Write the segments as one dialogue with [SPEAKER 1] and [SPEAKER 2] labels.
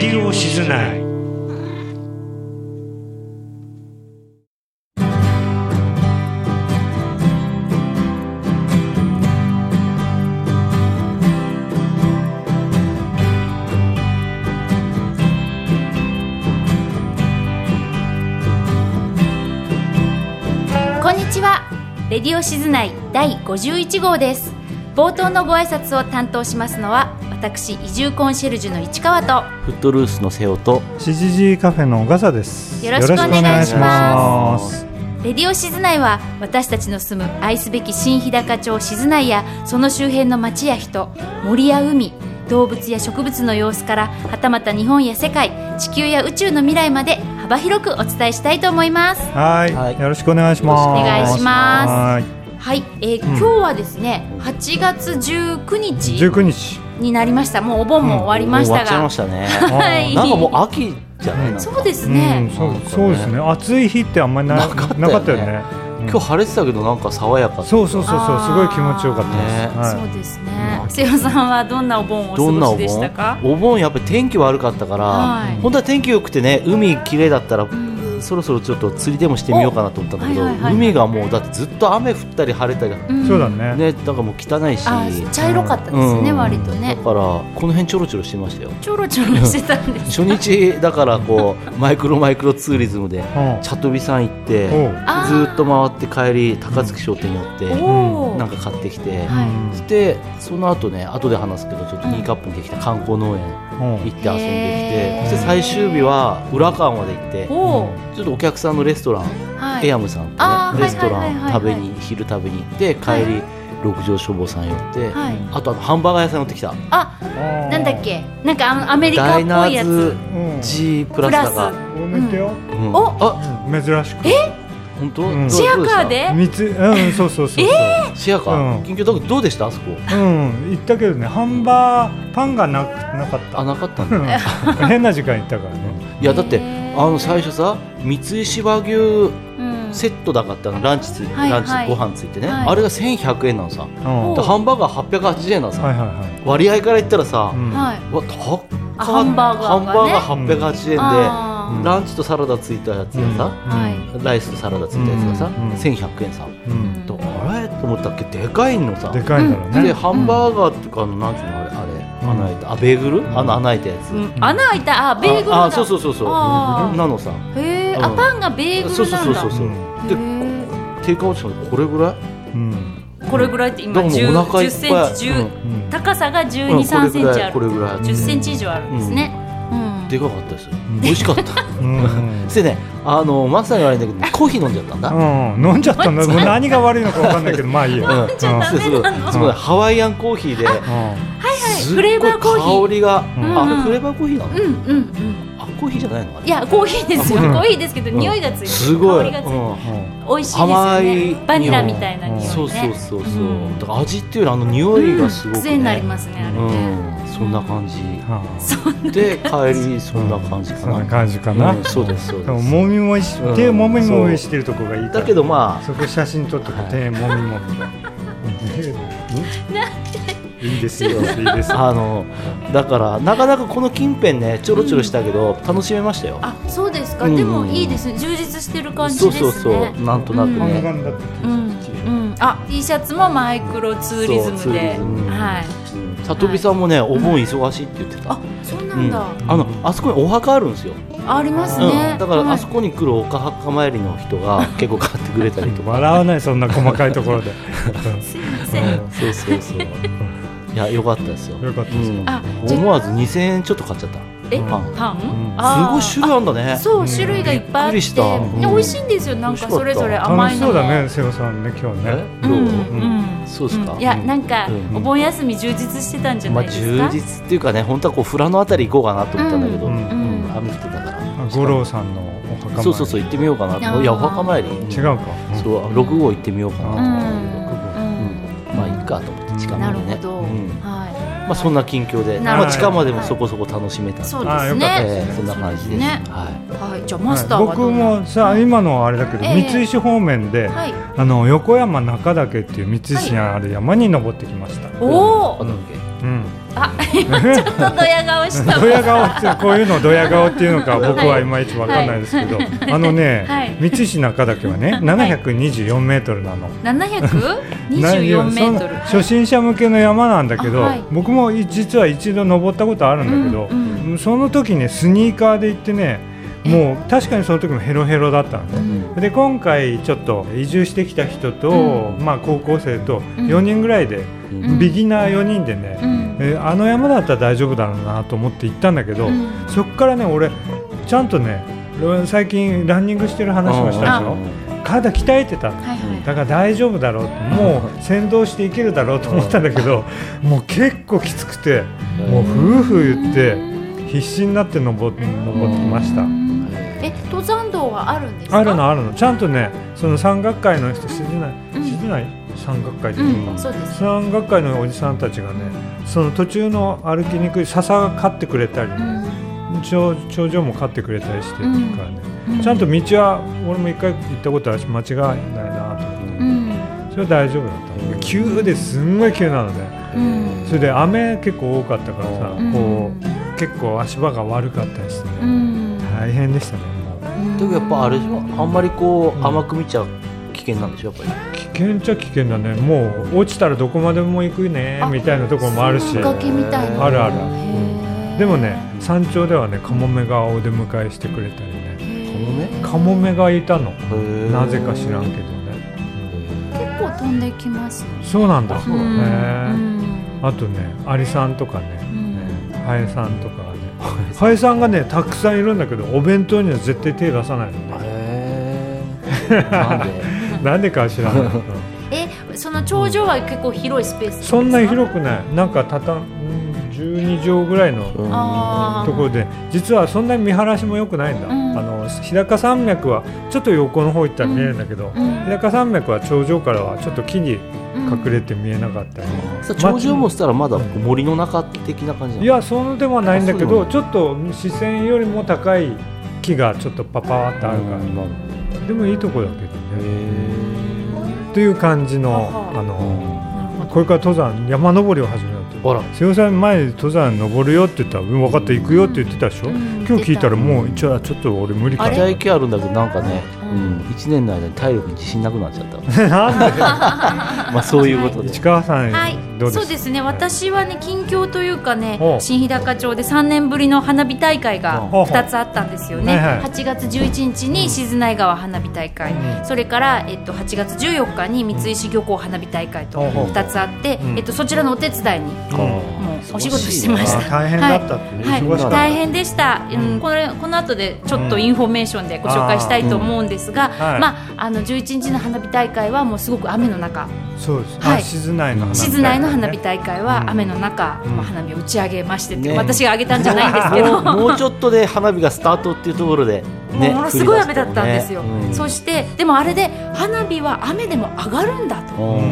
[SPEAKER 1] 色を静ない
[SPEAKER 2] こんにちはレディオシズナイ第51号です冒頭のご挨拶を担当しますのは私移住コンシェルジュの市川と
[SPEAKER 3] フットルースの瀬尾と
[SPEAKER 4] 7G カフェの小笠です
[SPEAKER 2] よろしくお願いしますレディオシズナイは私たちの住む愛すべき新日高町シズナイやその周辺の町や人森や海動物や植物の様子からはたまた日本や世界地球や宇宙の未来まで幅広くお伝えしたいと思います
[SPEAKER 4] はい、
[SPEAKER 3] はい
[SPEAKER 4] よろしくお願いします
[SPEAKER 2] よろしくお願いします
[SPEAKER 4] は
[SPEAKER 2] はい、えー今日はですね8月19
[SPEAKER 4] い
[SPEAKER 2] 日
[SPEAKER 4] 19日
[SPEAKER 2] になりましたもうお盆も終わりまし
[SPEAKER 3] もう終
[SPEAKER 2] た
[SPEAKER 3] わっちゃい
[SPEAKER 2] が
[SPEAKER 3] ました ね
[SPEAKER 2] はい
[SPEAKER 3] なんかもう秋じゃないなんか
[SPEAKER 2] そうです
[SPEAKER 4] うん
[SPEAKER 2] ね、
[SPEAKER 4] そう
[SPEAKER 3] なんかね
[SPEAKER 4] そうですね暑い日ってあんまりな
[SPEAKER 3] なかったよね
[SPEAKER 4] なかったよねうん
[SPEAKER 3] 今日晴れてたけどなんか爽やかっていか
[SPEAKER 4] そうそうそうそうすごい
[SPEAKER 2] あー
[SPEAKER 4] 気持ちよかったです、
[SPEAKER 3] ね
[SPEAKER 4] は
[SPEAKER 2] そうですね瀬尾さんはどんなお盆をお過
[SPEAKER 3] どんな
[SPEAKER 2] ご
[SPEAKER 3] お
[SPEAKER 2] しでしたか
[SPEAKER 3] 盆お盆やっぱり天気悪かったから、
[SPEAKER 2] はい
[SPEAKER 3] 本当は天気良くてね海綺麗だったら、
[SPEAKER 2] ん
[SPEAKER 3] そろそろちょっと釣りでもしてみようかなと思ったんだけど、
[SPEAKER 2] おはいはいはい
[SPEAKER 3] 海がもうだってずっと雨降ったり晴れたり、
[SPEAKER 4] い、そうだね
[SPEAKER 3] ねなんかもう汚いし
[SPEAKER 2] あー茶色かったですね、
[SPEAKER 3] うん
[SPEAKER 2] 割とね
[SPEAKER 3] だからこの辺ちょろちょろしてましたよ
[SPEAKER 2] ちょろちょろしてたん です
[SPEAKER 3] 初日だからこ うマイクロマイクロツーリズムで
[SPEAKER 4] うん
[SPEAKER 3] 茶飛びさん行って
[SPEAKER 4] おう
[SPEAKER 2] あー
[SPEAKER 3] ずーっと回って帰り高槻商店寄って、
[SPEAKER 2] おー
[SPEAKER 3] なんか買ってきて、
[SPEAKER 2] はい
[SPEAKER 3] そしてその後ね後で話すけどちょっとニーカップにできた観光農園
[SPEAKER 4] うん
[SPEAKER 3] 行って遊んできて、
[SPEAKER 2] へー
[SPEAKER 3] そして最終日は浦川まで行って
[SPEAKER 2] お
[SPEAKER 3] ちょっとお客さんのレストラン、
[SPEAKER 2] ーはい
[SPEAKER 3] エアムさん
[SPEAKER 2] あ
[SPEAKER 3] と
[SPEAKER 2] ー
[SPEAKER 3] ねレストラ
[SPEAKER 2] はいはいはいは
[SPEAKER 3] ン
[SPEAKER 2] い
[SPEAKER 3] 食
[SPEAKER 2] は
[SPEAKER 3] べ
[SPEAKER 2] い
[SPEAKER 3] に昼食べに行って帰り、
[SPEAKER 2] はい
[SPEAKER 3] 六条消防さん寄って、
[SPEAKER 2] はい
[SPEAKER 3] あとあのハンバーガー屋さん寄ってきた
[SPEAKER 2] あ
[SPEAKER 4] うん
[SPEAKER 2] なんだっけなんかあのアメリカ
[SPEAKER 3] ダ
[SPEAKER 2] っ
[SPEAKER 3] イ
[SPEAKER 2] ぽ
[SPEAKER 3] ナ
[SPEAKER 2] いや
[SPEAKER 3] ー
[SPEAKER 2] つ
[SPEAKER 3] ズ
[SPEAKER 4] うん、
[SPEAKER 3] G プラスだが、
[SPEAKER 4] おめでよ、
[SPEAKER 3] うん
[SPEAKER 2] お
[SPEAKER 3] あ
[SPEAKER 4] うん珍しくえ
[SPEAKER 3] 本当、
[SPEAKER 4] うん
[SPEAKER 3] どう
[SPEAKER 2] シェア
[SPEAKER 3] どうでし
[SPEAKER 2] カ
[SPEAKER 3] た
[SPEAKER 2] ーで
[SPEAKER 4] 三つうんそうそうそうそう、
[SPEAKER 3] シェアカ
[SPEAKER 4] う
[SPEAKER 3] ー
[SPEAKER 4] ん
[SPEAKER 3] 近況だけどうでしたあそこ
[SPEAKER 4] うん行ったけどねハンバーパンがなくなかった
[SPEAKER 3] あなかったんだ
[SPEAKER 4] うん変な時間行ったからね
[SPEAKER 3] いやだって
[SPEAKER 2] へー
[SPEAKER 3] あの最初さ三井芝牛
[SPEAKER 2] うん
[SPEAKER 3] セットだかってあのランチつい
[SPEAKER 2] はい
[SPEAKER 3] ランチ
[SPEAKER 2] はい
[SPEAKER 3] ご飯ついてね、
[SPEAKER 2] はい
[SPEAKER 3] あれが1100円なのさ、
[SPEAKER 4] う
[SPEAKER 2] お
[SPEAKER 4] ん
[SPEAKER 3] でハンバーガー880円なのさ、
[SPEAKER 4] はいはいはい
[SPEAKER 3] 割合から言ったらさ、
[SPEAKER 4] うん
[SPEAKER 2] はい
[SPEAKER 3] わ高っ
[SPEAKER 2] あハンバーガーがね
[SPEAKER 3] ハンバーガー880円で、
[SPEAKER 2] あー
[SPEAKER 4] うん
[SPEAKER 3] ランチとサラダついたやつがさ、
[SPEAKER 2] はい
[SPEAKER 3] ライスとサラダついたやつがさ、
[SPEAKER 4] うん
[SPEAKER 3] 1100円さ、
[SPEAKER 4] うん
[SPEAKER 3] とあれと思ったっけでかいのさ
[SPEAKER 4] でかいんだろう
[SPEAKER 3] で
[SPEAKER 4] ね
[SPEAKER 3] ハンバーガーっていうかあのなんていうのあれあれ、
[SPEAKER 4] うん
[SPEAKER 3] 穴開いたあベーグル、
[SPEAKER 4] ん
[SPEAKER 3] あの穴開いたやつ、
[SPEAKER 2] うん穴開いたあベーグル
[SPEAKER 3] あ
[SPEAKER 2] だ
[SPEAKER 3] あそうそうそうそう
[SPEAKER 2] あー
[SPEAKER 3] なのさ
[SPEAKER 2] うへえ
[SPEAKER 3] うん
[SPEAKER 2] あパンがベーグルなんだ
[SPEAKER 3] そうそうそうそうそう
[SPEAKER 4] う
[SPEAKER 3] で
[SPEAKER 2] へ
[SPEAKER 3] テイクアウトしたのこれぐらい
[SPEAKER 4] うん
[SPEAKER 2] ーこれぐらいって今
[SPEAKER 3] だからもうお腹い
[SPEAKER 2] 10
[SPEAKER 3] っ
[SPEAKER 2] セ
[SPEAKER 3] ぱい
[SPEAKER 2] ンチ10
[SPEAKER 4] うん
[SPEAKER 2] 高さが1
[SPEAKER 3] う
[SPEAKER 2] 2
[SPEAKER 3] ん
[SPEAKER 2] 3センチあ
[SPEAKER 3] これ
[SPEAKER 2] る
[SPEAKER 3] ぐらいこれぐら
[SPEAKER 2] 10
[SPEAKER 3] い
[SPEAKER 2] センチ以上あるんですねうん
[SPEAKER 3] でかかったですよ美味しかっ た
[SPEAKER 4] うんうん
[SPEAKER 3] そしてねあのマスターが悪いんだけどコーヒー飲んじゃったんだうん
[SPEAKER 4] うん飲んじゃったんだもう何が悪いのかわかんないけどまあいいようん
[SPEAKER 2] じゃダ
[SPEAKER 3] そ
[SPEAKER 2] メ
[SPEAKER 3] う
[SPEAKER 2] な
[SPEAKER 3] す
[SPEAKER 2] の
[SPEAKER 3] ごいすごいハワイアンコーヒーですっ
[SPEAKER 2] フ
[SPEAKER 3] ご
[SPEAKER 2] レ
[SPEAKER 3] い
[SPEAKER 2] ーバーコーヒー
[SPEAKER 3] 香りが
[SPEAKER 4] うん
[SPEAKER 3] あれフレーバーコーヒーなの
[SPEAKER 2] うんうんうん
[SPEAKER 3] あコーヒーじゃないのあ
[SPEAKER 2] い
[SPEAKER 3] れ
[SPEAKER 2] やコーヒーですよコーヒーですけど
[SPEAKER 3] うん
[SPEAKER 2] 匂いがついてる
[SPEAKER 3] すごい
[SPEAKER 2] 香りがついて
[SPEAKER 3] う
[SPEAKER 2] る
[SPEAKER 3] ん
[SPEAKER 4] うん
[SPEAKER 2] 美味しいですよ
[SPEAKER 3] 甘い
[SPEAKER 2] ねバニラみたいな匂いね
[SPEAKER 3] そうそうそうそ
[SPEAKER 2] う
[SPEAKER 3] う
[SPEAKER 2] ん
[SPEAKER 3] だから味っていうよりあの匂いがすごくね
[SPEAKER 2] 癖になりますねあれね
[SPEAKER 3] うんそんな感 じ
[SPEAKER 4] はあ
[SPEAKER 3] で帰りそんな感じか
[SPEAKER 4] そんな
[SPEAKER 3] な
[SPEAKER 4] 感じかな
[SPEAKER 3] うんそうですそう
[SPEAKER 4] でも
[SPEAKER 3] です
[SPEAKER 4] もみもいし
[SPEAKER 3] うん
[SPEAKER 4] 手もみもみしてるとこがいいから
[SPEAKER 3] だけどまあ
[SPEAKER 4] そこ写真撮って
[SPEAKER 3] はい
[SPEAKER 4] 手もみもみいいですよいいですよ
[SPEAKER 3] あのだからなかなかこの近辺ねちょろちょろしたけど、楽しめましたよ。
[SPEAKER 2] あそうですか
[SPEAKER 3] うん
[SPEAKER 2] でもいいですね充実してる感じ
[SPEAKER 3] そう
[SPEAKER 2] です
[SPEAKER 3] そう
[SPEAKER 2] ね
[SPEAKER 3] そうなんとなく
[SPEAKER 4] ハンガ
[SPEAKER 3] ね。
[SPEAKER 4] ンだって
[SPEAKER 2] うんうんあ T シャツもマイクロツーリズ
[SPEAKER 3] そうツ
[SPEAKER 2] ム
[SPEAKER 3] ーリ
[SPEAKER 2] で
[SPEAKER 3] ズム
[SPEAKER 2] はい
[SPEAKER 3] さとびさんもねお盆忙しいって言ってた
[SPEAKER 2] あ。そうな
[SPEAKER 3] うんん、
[SPEAKER 2] だ
[SPEAKER 3] あのあそこにお墓あるんですよ、
[SPEAKER 2] あります
[SPEAKER 3] う
[SPEAKER 2] ね
[SPEAKER 3] ん、だから
[SPEAKER 2] はい
[SPEAKER 3] あそこに来るお墓参りの人が結構買ってくれたりとか
[SPEAKER 4] 笑わないそんな細かいところで
[SPEAKER 2] すいま
[SPEAKER 3] う
[SPEAKER 2] せん
[SPEAKER 3] んそうそうそういや良かったですよ、
[SPEAKER 4] よかったです
[SPEAKER 3] うん
[SPEAKER 2] あじゃあ
[SPEAKER 3] 思わず2000円ちょっと買っちゃった
[SPEAKER 2] え
[SPEAKER 3] パン
[SPEAKER 2] パ
[SPEAKER 4] ん
[SPEAKER 2] ン
[SPEAKER 3] す
[SPEAKER 2] あ
[SPEAKER 3] ご
[SPEAKER 2] ー
[SPEAKER 3] い種類あんだね
[SPEAKER 2] そう種類がいっぱいあっ
[SPEAKER 3] びっくり
[SPEAKER 2] て
[SPEAKER 3] したうん
[SPEAKER 2] で美味しいんですよなんかそれぞれ
[SPEAKER 4] 楽
[SPEAKER 2] 甘い
[SPEAKER 4] し
[SPEAKER 2] のも
[SPEAKER 4] そうだね瀬尾さんね今日
[SPEAKER 3] え
[SPEAKER 4] ね
[SPEAKER 2] う
[SPEAKER 3] ど
[SPEAKER 2] ん
[SPEAKER 3] う、
[SPEAKER 2] うん
[SPEAKER 3] そうですか
[SPEAKER 2] んいやなんか
[SPEAKER 3] うん
[SPEAKER 2] お盆休み充実してたんじゃな
[SPEAKER 3] まあ
[SPEAKER 2] いです
[SPEAKER 3] 充
[SPEAKER 2] か
[SPEAKER 3] 実っていうかね本当はこう富良野あたり行こうかなと思ったんだけど、
[SPEAKER 4] う
[SPEAKER 3] うんん
[SPEAKER 2] うん
[SPEAKER 3] 雨降ってたから
[SPEAKER 4] 五郎さんのお墓参り
[SPEAKER 3] そうそうそう行ってみようかな
[SPEAKER 2] あー
[SPEAKER 3] といやお墓参り
[SPEAKER 4] 違うか
[SPEAKER 3] そう6号行ってみようかなと思った
[SPEAKER 2] う
[SPEAKER 3] けど、うん
[SPEAKER 2] ん
[SPEAKER 3] まあいいかと思って近
[SPEAKER 2] な
[SPEAKER 3] ま
[SPEAKER 2] る
[SPEAKER 3] でね
[SPEAKER 2] ほど、
[SPEAKER 3] うん
[SPEAKER 2] は
[SPEAKER 3] まあそんな近況で、
[SPEAKER 2] な
[SPEAKER 4] るほど
[SPEAKER 3] まあ、近までもそこそこ楽しめた
[SPEAKER 2] い。
[SPEAKER 3] んで
[SPEAKER 2] そう
[SPEAKER 4] あー
[SPEAKER 2] です
[SPEAKER 4] よかった
[SPEAKER 2] ね。
[SPEAKER 3] ええそんな感じです
[SPEAKER 2] ね
[SPEAKER 3] はい
[SPEAKER 2] はい、じゃあマスター
[SPEAKER 4] はい
[SPEAKER 2] は
[SPEAKER 4] 僕
[SPEAKER 2] どんな
[SPEAKER 4] もさ今のはあれだけど
[SPEAKER 2] ええ
[SPEAKER 4] 三井市方面で
[SPEAKER 2] はい。
[SPEAKER 4] あの横山中岳っていう三井市にある山に登ってきました
[SPEAKER 2] おお
[SPEAKER 3] あ。とだっけ
[SPEAKER 4] うん、
[SPEAKER 2] あ、今ちょっとドヤ顔した
[SPEAKER 4] ドヤ顔ってこういうのをドヤ顔っていうのか僕はいまいちわかんないですけど、
[SPEAKER 2] はいはい
[SPEAKER 4] あのね、
[SPEAKER 2] はい
[SPEAKER 4] 三津市中岳はね724メートルなの。
[SPEAKER 2] 七百二十四メートル。
[SPEAKER 4] その初心者向けの山なんだけど、
[SPEAKER 2] はい
[SPEAKER 4] 僕も実は一度登ったことあるんだけど、
[SPEAKER 2] うん
[SPEAKER 4] その時ねスニーカーで行ってねもう確かにその時もヘロヘロだったのね。で今回ちょっと移住してきた人と、まあ、高校生と
[SPEAKER 2] ん
[SPEAKER 4] 4人ぐらいで、
[SPEAKER 2] ん
[SPEAKER 4] ビギナー4人でね、
[SPEAKER 2] うん
[SPEAKER 4] えーあの山だったら大丈夫だろうなと思って行ったんだけど、
[SPEAKER 2] うん
[SPEAKER 4] そこからね俺ちゃんとね最近ランニングしてる話もしたでしょ体鍛えてたの
[SPEAKER 2] はいはい。
[SPEAKER 4] だから大丈夫だろうもう先導していけるだろうと思ったんだけどもう結構きつくてもう夫婦言って必死になって登っ登ってました
[SPEAKER 2] え、登山道はあるんですか。
[SPEAKER 4] あるのあるのちゃんとねその山岳会の人知れない
[SPEAKER 2] うん
[SPEAKER 4] 知れない山岳会って
[SPEAKER 2] う、
[SPEAKER 4] いうん
[SPEAKER 2] そうです。
[SPEAKER 4] 山岳会のおじさんたちがねその途中の歩きにくい笹が刈ってくれたり
[SPEAKER 2] う
[SPEAKER 4] ね
[SPEAKER 2] ん
[SPEAKER 4] 頂頂上も刈ってくれたりして
[SPEAKER 2] うん
[SPEAKER 4] からね
[SPEAKER 2] うん
[SPEAKER 4] ちゃんと道は俺も一回行ったことあるし間違いないなと思って
[SPEAKER 2] うん
[SPEAKER 4] それは大丈夫だった急ですんごい急なのね
[SPEAKER 2] うん
[SPEAKER 4] それで雨結構多かったからさ
[SPEAKER 2] うん
[SPEAKER 4] こう結構足場が悪かったりして
[SPEAKER 2] う
[SPEAKER 4] ね
[SPEAKER 2] ん
[SPEAKER 4] 大変でしたねもう
[SPEAKER 3] でもやっぱあれでしょあんまりこう甘く見ちゃ危険なんでしょやっぱり
[SPEAKER 4] 危険っちゃ危険だねもう落ちたらどこまでも行くね
[SPEAKER 2] あ
[SPEAKER 4] みたいなところもあるし
[SPEAKER 2] その崖みたいな。
[SPEAKER 4] あるある
[SPEAKER 2] へー
[SPEAKER 4] でもね。山頂ではねカモメがお出迎えしてくれたりね
[SPEAKER 3] カモメ
[SPEAKER 4] カモメがいたの
[SPEAKER 3] へー
[SPEAKER 4] なぜか知らんけど
[SPEAKER 3] へ
[SPEAKER 4] ね
[SPEAKER 3] ー
[SPEAKER 2] 結構飛んできますね。
[SPEAKER 4] そうなんだへ
[SPEAKER 3] そうだね
[SPEAKER 4] え
[SPEAKER 2] あ
[SPEAKER 4] あとねアリさんとかね
[SPEAKER 2] うん
[SPEAKER 4] ハエさんとかねハエさんがねたくさんいるんだけどお弁当には絶対手出さないのね
[SPEAKER 3] へーなんで
[SPEAKER 4] なんでかは知ら ないけど
[SPEAKER 2] え、その頂上は結構広いスペースですか
[SPEAKER 4] そんな広くないなんかたたん12畳ぐらいの
[SPEAKER 3] うん
[SPEAKER 2] あー
[SPEAKER 4] ところで実はそんなに見晴らしも良くないんだ、
[SPEAKER 2] うん
[SPEAKER 4] あの日高山脈はちょっと横の方行ったら見えるんだけど、
[SPEAKER 2] うん
[SPEAKER 4] 日高山脈は頂上からはちょっと木に
[SPEAKER 2] うん
[SPEAKER 4] 隠れて見えなかったり、
[SPEAKER 3] さ頂上もしたらまだこう森の中的な感じ
[SPEAKER 4] い
[SPEAKER 3] なの
[SPEAKER 4] やそうでもないんだけ
[SPEAKER 3] あそうな
[SPEAKER 4] ど
[SPEAKER 3] の
[SPEAKER 4] ちょっと視線よりも高い木がちょっとパパーってあるから、
[SPEAKER 3] うんなる
[SPEAKER 4] でもいいとこだけど
[SPEAKER 3] ほど
[SPEAKER 4] ね。
[SPEAKER 3] へ
[SPEAKER 4] という感じの
[SPEAKER 2] はは
[SPEAKER 4] あの
[SPEAKER 3] ー
[SPEAKER 2] なるほど
[SPEAKER 4] これから登山山登りを始めようと
[SPEAKER 3] あら
[SPEAKER 4] 瀬尾さん前に登山登るよって言ったらうん分かった行くよって言ってたでしょ、
[SPEAKER 2] うん
[SPEAKER 4] 今日聞いたらもうじゃあちょっと俺無理か
[SPEAKER 2] あ
[SPEAKER 4] な
[SPEAKER 2] れ
[SPEAKER 3] 硬い気あるんだけどなんかね、
[SPEAKER 2] う
[SPEAKER 3] うんん、1年の間に体力に自信なくなっちゃった
[SPEAKER 4] なんで
[SPEAKER 3] まあそういうことで
[SPEAKER 4] 市川さん、
[SPEAKER 2] はい
[SPEAKER 4] どうです
[SPEAKER 2] そうですね私はね近況というかね
[SPEAKER 4] お
[SPEAKER 2] 新日高町で3年ぶりの花火大会が
[SPEAKER 4] お
[SPEAKER 2] 2つあったんですよね、
[SPEAKER 4] はいはい
[SPEAKER 2] 8月11日に静内川花火大会、
[SPEAKER 4] うん
[SPEAKER 2] それから、えっと、8月14日に三井市漁港花火大会と
[SPEAKER 4] おお
[SPEAKER 2] 2つあって、
[SPEAKER 4] うん
[SPEAKER 2] えっと、そちらのお手伝いに
[SPEAKER 4] うん
[SPEAKER 2] もうお仕事してました
[SPEAKER 4] あ大変だったって、
[SPEAKER 2] はい、
[SPEAKER 4] 忙しかった、
[SPEAKER 2] 大変でした、うん、これこの後でちょっとインフォメーションでご紹介したいと思うんですが、
[SPEAKER 4] んあーうん
[SPEAKER 2] まあ、あの11日の花火大会はもうすごく雨の中
[SPEAKER 4] そうです、
[SPEAKER 2] はい
[SPEAKER 4] あ静内の花火大会ね
[SPEAKER 2] 静内の花火大会
[SPEAKER 4] うん
[SPEAKER 2] は雨の中、
[SPEAKER 4] ん
[SPEAKER 2] まあ、花火を打ち上げましてって、
[SPEAKER 3] ね
[SPEAKER 2] 私が上げたんじゃないんですけ
[SPEAKER 3] もう
[SPEAKER 2] ど。
[SPEAKER 3] もうちょっとで花火がスタートっていうところで、 ね、
[SPEAKER 2] もうものすごい雨だ
[SPEAKER 3] 降
[SPEAKER 2] っ
[SPEAKER 3] り出した
[SPEAKER 2] ん
[SPEAKER 3] たもね
[SPEAKER 2] ですよ、
[SPEAKER 3] うん
[SPEAKER 2] そしてでもあれで花火は雨でも上がるんだと
[SPEAKER 3] う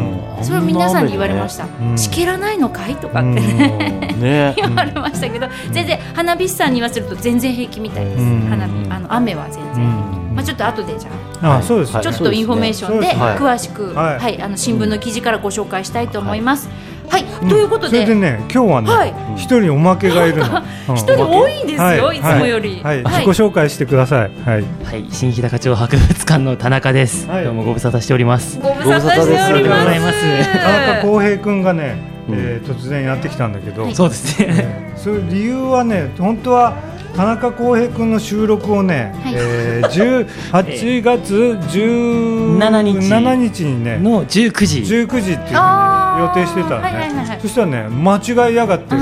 [SPEAKER 3] ん
[SPEAKER 2] それを皆さんに言われました
[SPEAKER 4] 雨でね
[SPEAKER 2] 「ちけらないのかい?」とか
[SPEAKER 4] う
[SPEAKER 2] っ
[SPEAKER 4] ん
[SPEAKER 2] てね、
[SPEAKER 3] う んね
[SPEAKER 2] 言われましたけど全然花火師さんに言わせると全然平気みたいです
[SPEAKER 4] うん
[SPEAKER 2] 花火あの雨は全
[SPEAKER 4] う
[SPEAKER 2] 然、
[SPEAKER 4] ん
[SPEAKER 2] まあ、ちょっと後でじゃあ
[SPEAKER 4] あそうです、ね
[SPEAKER 3] はい
[SPEAKER 2] ちょっとインフォメーションで
[SPEAKER 4] そうです
[SPEAKER 3] ねはい
[SPEAKER 2] 詳しく、
[SPEAKER 4] は
[SPEAKER 2] はいいあの新聞の記事からご紹介したいと思います。はい、ということ
[SPEAKER 4] それ
[SPEAKER 2] で
[SPEAKER 4] でね今日は
[SPEAKER 2] は
[SPEAKER 4] ね
[SPEAKER 2] い
[SPEAKER 4] 一、人おまけがいるの うん
[SPEAKER 2] 一人多いんですよ、い、つもより。
[SPEAKER 4] はい、はい自己紹介してくださいはい
[SPEAKER 1] はい、新日高町博物館の田中です。
[SPEAKER 4] はい
[SPEAKER 1] どうもご無沙汰しております。
[SPEAKER 2] ご無沙汰しており
[SPEAKER 1] ご無
[SPEAKER 2] ます。
[SPEAKER 1] 沙汰です
[SPEAKER 4] 田中浩平君がね、
[SPEAKER 3] うん
[SPEAKER 4] えー突然やってきたんだけど、
[SPEAKER 1] そうですね。
[SPEAKER 4] えーそういう理由はね本当は田中浩平君の収録をね、
[SPEAKER 2] い
[SPEAKER 4] えー10 8月17
[SPEAKER 1] 7日
[SPEAKER 4] 日にね
[SPEAKER 1] の19時。
[SPEAKER 4] 19時っていうふうにね
[SPEAKER 2] あー
[SPEAKER 4] 予定してたのね、
[SPEAKER 2] はいはいはいはい
[SPEAKER 4] そしたらね間違いやがってこ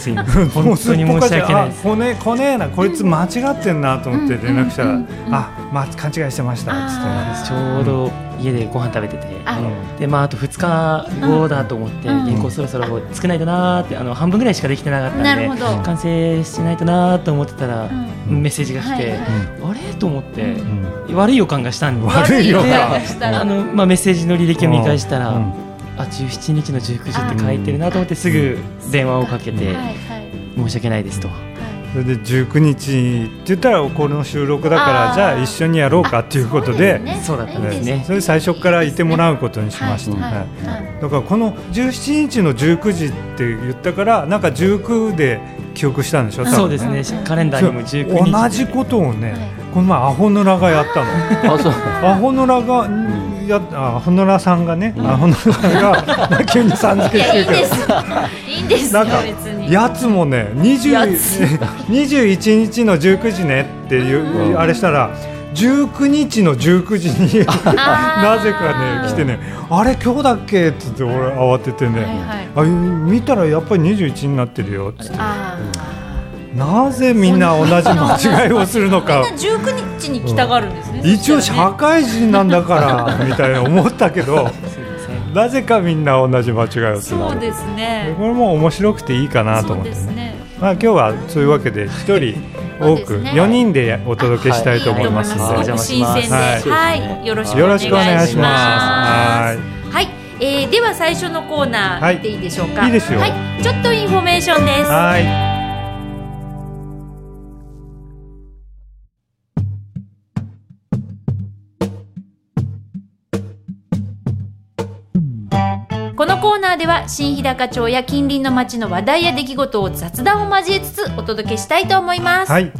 [SPEAKER 1] すいません。
[SPEAKER 4] つ
[SPEAKER 1] 本当に申し訳ないで
[SPEAKER 4] あ
[SPEAKER 1] す。
[SPEAKER 4] こねこねえなこいつ間違ってんなと思って連絡したら、
[SPEAKER 2] うんうんうんうん
[SPEAKER 4] あ、まあ、勘違いしてましたっつってね
[SPEAKER 2] あ
[SPEAKER 1] ちょうど家でご飯食べてて、
[SPEAKER 2] あ
[SPEAKER 1] でまああと2日後だと思って、
[SPEAKER 2] うん
[SPEAKER 1] 原稿そろそろ少ないとなーってあの半分ぐらいしかできてなかった
[SPEAKER 2] なる
[SPEAKER 1] ん
[SPEAKER 2] ほ
[SPEAKER 1] で、
[SPEAKER 2] ど。
[SPEAKER 1] 完成してないとなーと思ってたら、
[SPEAKER 4] うん
[SPEAKER 1] メッセージが来て、
[SPEAKER 2] はいはい
[SPEAKER 1] あれと思って、
[SPEAKER 2] う
[SPEAKER 4] うん
[SPEAKER 1] 悪い予感がしたんで。
[SPEAKER 4] 悪いよ
[SPEAKER 2] 悪感がしたら
[SPEAKER 1] あのまあ、メッセージの履歴を見返したら、
[SPEAKER 4] うん
[SPEAKER 1] あ17日の19時って書いてるなと思ってすぐ電話をかけて
[SPEAKER 2] はいはい
[SPEAKER 1] 申し訳ないですと
[SPEAKER 4] それで19日って言ったらこの収録だか
[SPEAKER 2] あー
[SPEAKER 4] らじゃあ一緒にやろうかっていうことで
[SPEAKER 1] そうだったんですね
[SPEAKER 4] それで最初からいてもらうことにしました、
[SPEAKER 2] はいは
[SPEAKER 4] はいい
[SPEAKER 2] はい
[SPEAKER 4] だからこの17日の19時って言ったからなんか19で記憶したんでしょ多分
[SPEAKER 1] そうですねカレンダーにも19日
[SPEAKER 4] 同じことをね、
[SPEAKER 2] はい
[SPEAKER 4] この前アホノラがやったの。
[SPEAKER 3] あそう
[SPEAKER 4] アホノラが、んや、あアホノラさんがね、アホノラさんが、 な急にさん付
[SPEAKER 2] い
[SPEAKER 4] けし
[SPEAKER 2] やい
[SPEAKER 4] て
[SPEAKER 2] い
[SPEAKER 4] るけ
[SPEAKER 2] で
[SPEAKER 4] ど。
[SPEAKER 2] すいいんですよ
[SPEAKER 4] なんか
[SPEAKER 2] 別に
[SPEAKER 4] やつもね、二十、
[SPEAKER 2] やつ
[SPEAKER 4] 二十一日の19時ねってい
[SPEAKER 3] う
[SPEAKER 4] う、
[SPEAKER 3] ん
[SPEAKER 4] あれしたら。19日の19時 に
[SPEAKER 2] あー
[SPEAKER 4] なぜかね来てねあれ今日だっけって言って俺慌ててね、
[SPEAKER 2] はいはい
[SPEAKER 4] あ見たらやっぱり21になってるよっつって
[SPEAKER 2] あ
[SPEAKER 4] なぜみんな同じ間違いをする の
[SPEAKER 5] みん
[SPEAKER 4] か
[SPEAKER 5] な19日に来たがるんですね。
[SPEAKER 4] 一応
[SPEAKER 5] そしたら
[SPEAKER 4] 社
[SPEAKER 5] ね
[SPEAKER 4] 会人なんだからみたいな思ったけどなぜかみんな同じ間違いをする
[SPEAKER 5] そうですね。
[SPEAKER 4] これも面白くていいかなと
[SPEAKER 5] そ
[SPEAKER 4] 思
[SPEAKER 5] う
[SPEAKER 4] って、
[SPEAKER 5] ですね。
[SPEAKER 4] まあ、今日はそういうわけで一人
[SPEAKER 2] そう
[SPEAKER 4] 多
[SPEAKER 2] です
[SPEAKER 4] く
[SPEAKER 2] ね
[SPEAKER 4] 4人でお届けしたいと思います
[SPEAKER 5] いい
[SPEAKER 4] の
[SPEAKER 5] と
[SPEAKER 4] で、
[SPEAKER 5] 思います
[SPEAKER 1] お邪
[SPEAKER 5] ご
[SPEAKER 1] 魔します
[SPEAKER 5] く新鮮で、
[SPEAKER 4] は
[SPEAKER 5] はい
[SPEAKER 3] い、
[SPEAKER 5] よろしく
[SPEAKER 4] よろしくお
[SPEAKER 5] お願
[SPEAKER 4] 願
[SPEAKER 5] い
[SPEAKER 4] いし
[SPEAKER 5] し
[SPEAKER 4] ま。
[SPEAKER 5] ますす。
[SPEAKER 2] はい、えー、では最初のコーナ
[SPEAKER 4] は
[SPEAKER 2] ー
[SPEAKER 4] い
[SPEAKER 2] 見ていいでしょうか、
[SPEAKER 4] いいですよ
[SPEAKER 2] はい、ちょっとインフォメーションです
[SPEAKER 4] はいはい
[SPEAKER 2] このコーナーでは新日高町や近隣の町の話題や出来事を雑談を交えつつお届けしたいと思います
[SPEAKER 4] はい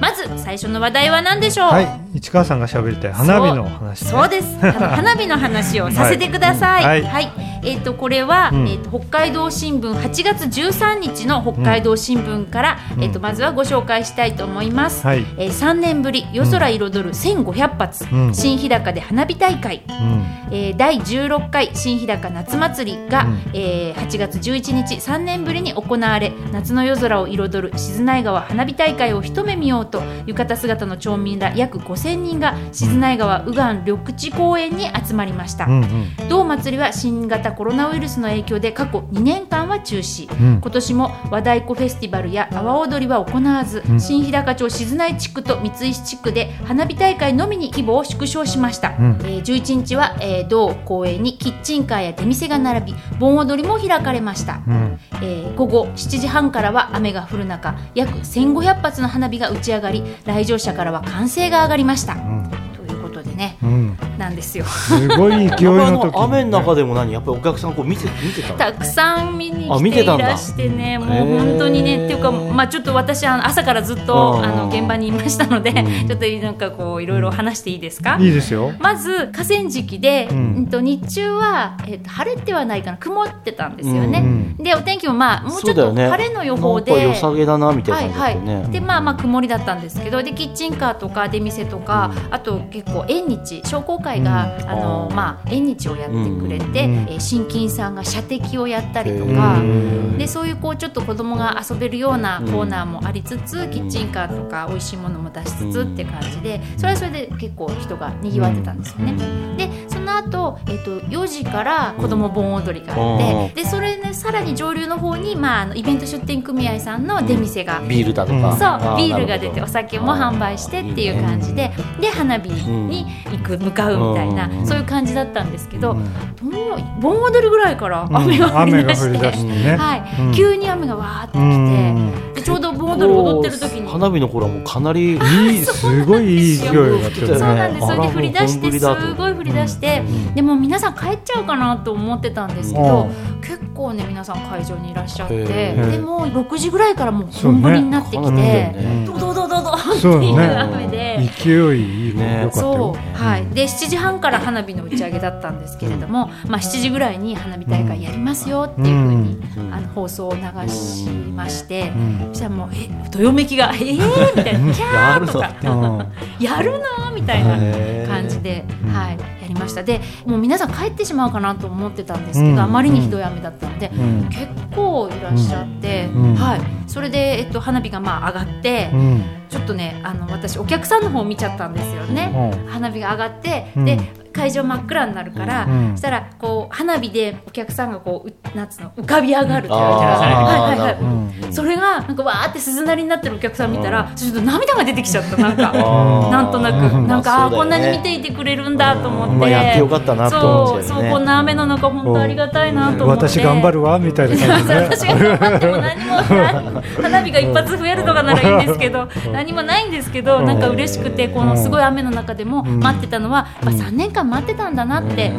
[SPEAKER 2] まず最初の話題は何でしょう、
[SPEAKER 4] はい市川さんが喋りたい花火の話、ね、
[SPEAKER 2] そう です。あの花火の話をさせてください。
[SPEAKER 4] は
[SPEAKER 2] はいい。えっ、とこれは、
[SPEAKER 4] うん
[SPEAKER 2] えっと北海道新聞8月13日の北海道新聞から、
[SPEAKER 4] うん
[SPEAKER 2] えっとまずはご紹介したいと思います。
[SPEAKER 4] はい、
[SPEAKER 2] えー、3年ぶり夜空彩る1500発、
[SPEAKER 4] うん
[SPEAKER 2] 新日高で花火大会、
[SPEAKER 4] うん
[SPEAKER 2] えー、第16回新日高夏祭りが、
[SPEAKER 4] うん
[SPEAKER 2] えー、8月11日3年ぶりに行われ夏の夜空を彩る静内川花火大会を一目見ようと浴衣姿の町民ら約5000人が静内川右岸緑地公園に集まりました、
[SPEAKER 4] うんうん
[SPEAKER 2] 同祭りは新型コロナウイルスの影響で過去2年間は中止、
[SPEAKER 4] うん
[SPEAKER 2] 今年も和太鼓フェスティバルや阿波踊りは行わず、
[SPEAKER 4] うん
[SPEAKER 2] 新日高町静内地区と三石地区で花火大会のみに規模を縮小しました、
[SPEAKER 4] うん
[SPEAKER 2] えー11日は、えー同公園にキッチンカーや出店が並び盆踊りも開かれました、
[SPEAKER 4] うん
[SPEAKER 2] えー午後7時半からは雨が降る中約1500発の花火が打ち上がり来場者からは歓声が上がりました、ということでね
[SPEAKER 4] うん
[SPEAKER 2] なんですよ
[SPEAKER 4] すごい勢い
[SPEAKER 3] あ
[SPEAKER 4] の時にね
[SPEAKER 3] の雨の中でも何やっぱりお客さんこう見て見てたの
[SPEAKER 2] たくさん見に
[SPEAKER 3] あ見
[SPEAKER 2] 来
[SPEAKER 3] て
[SPEAKER 2] てい
[SPEAKER 3] たんだ
[SPEAKER 2] らしてねもう本当に
[SPEAKER 3] へー
[SPEAKER 2] ねっていうか、まあ、ちょっと私あの朝からずっ
[SPEAKER 3] あ
[SPEAKER 2] と
[SPEAKER 3] ー
[SPEAKER 2] あの現場にいましたので、
[SPEAKER 3] うん
[SPEAKER 2] ちょっとなんかこういろいろ話していいですか、
[SPEAKER 4] いいですよ
[SPEAKER 2] まず河川敷で、
[SPEAKER 4] う
[SPEAKER 2] うんん、と日中は、えっと晴れてはないかな曇ってたんですよね、
[SPEAKER 4] うん
[SPEAKER 2] でお天気もまあもうちょ
[SPEAKER 3] そう
[SPEAKER 2] っ
[SPEAKER 3] だよ
[SPEAKER 2] と
[SPEAKER 3] ね
[SPEAKER 2] 晴れの予報で、
[SPEAKER 3] なんか良さげだなみた
[SPEAKER 2] はいい
[SPEAKER 3] な感じだ
[SPEAKER 2] は
[SPEAKER 3] よ
[SPEAKER 2] い、で
[SPEAKER 3] ね
[SPEAKER 2] まあまあ曇りだったんですけどでキッチンカーとか出店とか、あと結構縁日商工会が、あの
[SPEAKER 3] あー
[SPEAKER 2] まあ縁日をやってくれて、
[SPEAKER 4] うん
[SPEAKER 2] えー新金さんが射的をやったりと
[SPEAKER 3] へ
[SPEAKER 2] か。
[SPEAKER 4] ー
[SPEAKER 2] でそういうこうちょっと子供が遊べるようなコーナーもありつつ、キッチンカーとか美味しいものも出しつつって感じでそれはそれで結構人がにぎわってたんですよね。でその後、えっと4時から子ども盆踊りがあって、
[SPEAKER 3] うん
[SPEAKER 2] でそれねさらに上流の方に、まああの、イベント出店組合さんの出店が、
[SPEAKER 3] ビールだとか
[SPEAKER 2] そう
[SPEAKER 3] あ
[SPEAKER 2] ビールが出て
[SPEAKER 3] なるほど
[SPEAKER 2] お酒も販売してっていう感じでで花火に行く向かうみたいな、
[SPEAKER 3] うん
[SPEAKER 2] そういう感じだったんですけど、どんどん盆踊るぐらいから雨
[SPEAKER 4] うん
[SPEAKER 2] が降り出
[SPEAKER 4] 雨
[SPEAKER 2] して、
[SPEAKER 4] してね、
[SPEAKER 2] はい
[SPEAKER 4] うん
[SPEAKER 2] 急に雨がわーってきて、
[SPEAKER 4] うん
[SPEAKER 2] でちょうど盆踊り踊ってる時に。
[SPEAKER 3] 花火の頃はもうかなり
[SPEAKER 4] いいすごいいい勢いだった
[SPEAKER 2] そう
[SPEAKER 3] 火
[SPEAKER 4] よ
[SPEAKER 3] だ
[SPEAKER 4] ね。
[SPEAKER 2] なんです、それで降り出し
[SPEAKER 3] あ
[SPEAKER 2] てす
[SPEAKER 3] らもう本降りだと
[SPEAKER 2] ごい降り出して、でもう皆さん帰っちゃうかなと思ってたんですけど、結構ね皆さん会場にいらっしゃっ
[SPEAKER 3] へ
[SPEAKER 2] て
[SPEAKER 4] ー
[SPEAKER 2] でも6時ぐらいからもう本降りになってき
[SPEAKER 3] 花
[SPEAKER 2] て、
[SPEAKER 3] 火だよね
[SPEAKER 2] ドドドドドって
[SPEAKER 4] そう
[SPEAKER 2] いう
[SPEAKER 4] ね
[SPEAKER 2] 雨で。
[SPEAKER 4] 勢いいいね
[SPEAKER 3] ね
[SPEAKER 4] よかった
[SPEAKER 2] そ
[SPEAKER 4] よ。
[SPEAKER 2] うはい、で7時半から花火の打ち上げだったんですけれども、まあ、7時ぐらいに花火大会やりますよっていうふうに、
[SPEAKER 3] うん
[SPEAKER 2] あの放送を流しまして、
[SPEAKER 4] うん
[SPEAKER 2] そしたらもう「えどよめきが「えー!」みたいな「キャー!」とか
[SPEAKER 4] う
[SPEAKER 2] 「やるな!」みたいな
[SPEAKER 3] へー
[SPEAKER 2] 感じで、
[SPEAKER 4] うん
[SPEAKER 2] はい、やりましたでもう皆さん帰ってしまうかなと思ってたんですけど、
[SPEAKER 4] うん
[SPEAKER 2] あまりにひどい雨だったので。
[SPEAKER 4] ん
[SPEAKER 2] 結構いらっしゃって、
[SPEAKER 4] うん
[SPEAKER 2] はい、それで、えっと、花火がまあ上がって、
[SPEAKER 4] うん
[SPEAKER 2] ちょっとねあの私お客さんの方を見ちゃったんですよね、
[SPEAKER 4] うん
[SPEAKER 2] 花火が上がって、
[SPEAKER 4] うん
[SPEAKER 2] で会場真っ暗になるから、
[SPEAKER 4] うん
[SPEAKER 2] そしたらこう花火でお客さんがこううなんつうの浮かび上がるというか、
[SPEAKER 3] あー
[SPEAKER 2] はいはい
[SPEAKER 3] なるほど
[SPEAKER 2] は
[SPEAKER 4] ん
[SPEAKER 2] いそれがなんかわーって鈴なりになってるお客さん見たら、ちょっと涙が出てきちゃったなんか。
[SPEAKER 3] あー
[SPEAKER 2] なんとなく、
[SPEAKER 3] うん
[SPEAKER 2] なんか、
[SPEAKER 3] ま
[SPEAKER 2] あーこんなに見て
[SPEAKER 3] い
[SPEAKER 2] いてくれるんだと思って、
[SPEAKER 3] まあ、やってよかったなと
[SPEAKER 2] そ
[SPEAKER 3] 思っ
[SPEAKER 2] う、
[SPEAKER 3] ち
[SPEAKER 2] そ
[SPEAKER 3] ゃ
[SPEAKER 2] う
[SPEAKER 3] う、
[SPEAKER 2] こ
[SPEAKER 3] よ
[SPEAKER 2] ん
[SPEAKER 3] ね。
[SPEAKER 2] な雨の中、本当ありがたいなと思って。
[SPEAKER 4] 私頑張るわみたいな 感じでね
[SPEAKER 2] 私が頑張っても何もない花火が一発増えるとかならいいんですけど何もないんですけどなんか嬉しくてこのすごい雨の中でも待ってたのは、まあ、3年間待ってたんだなって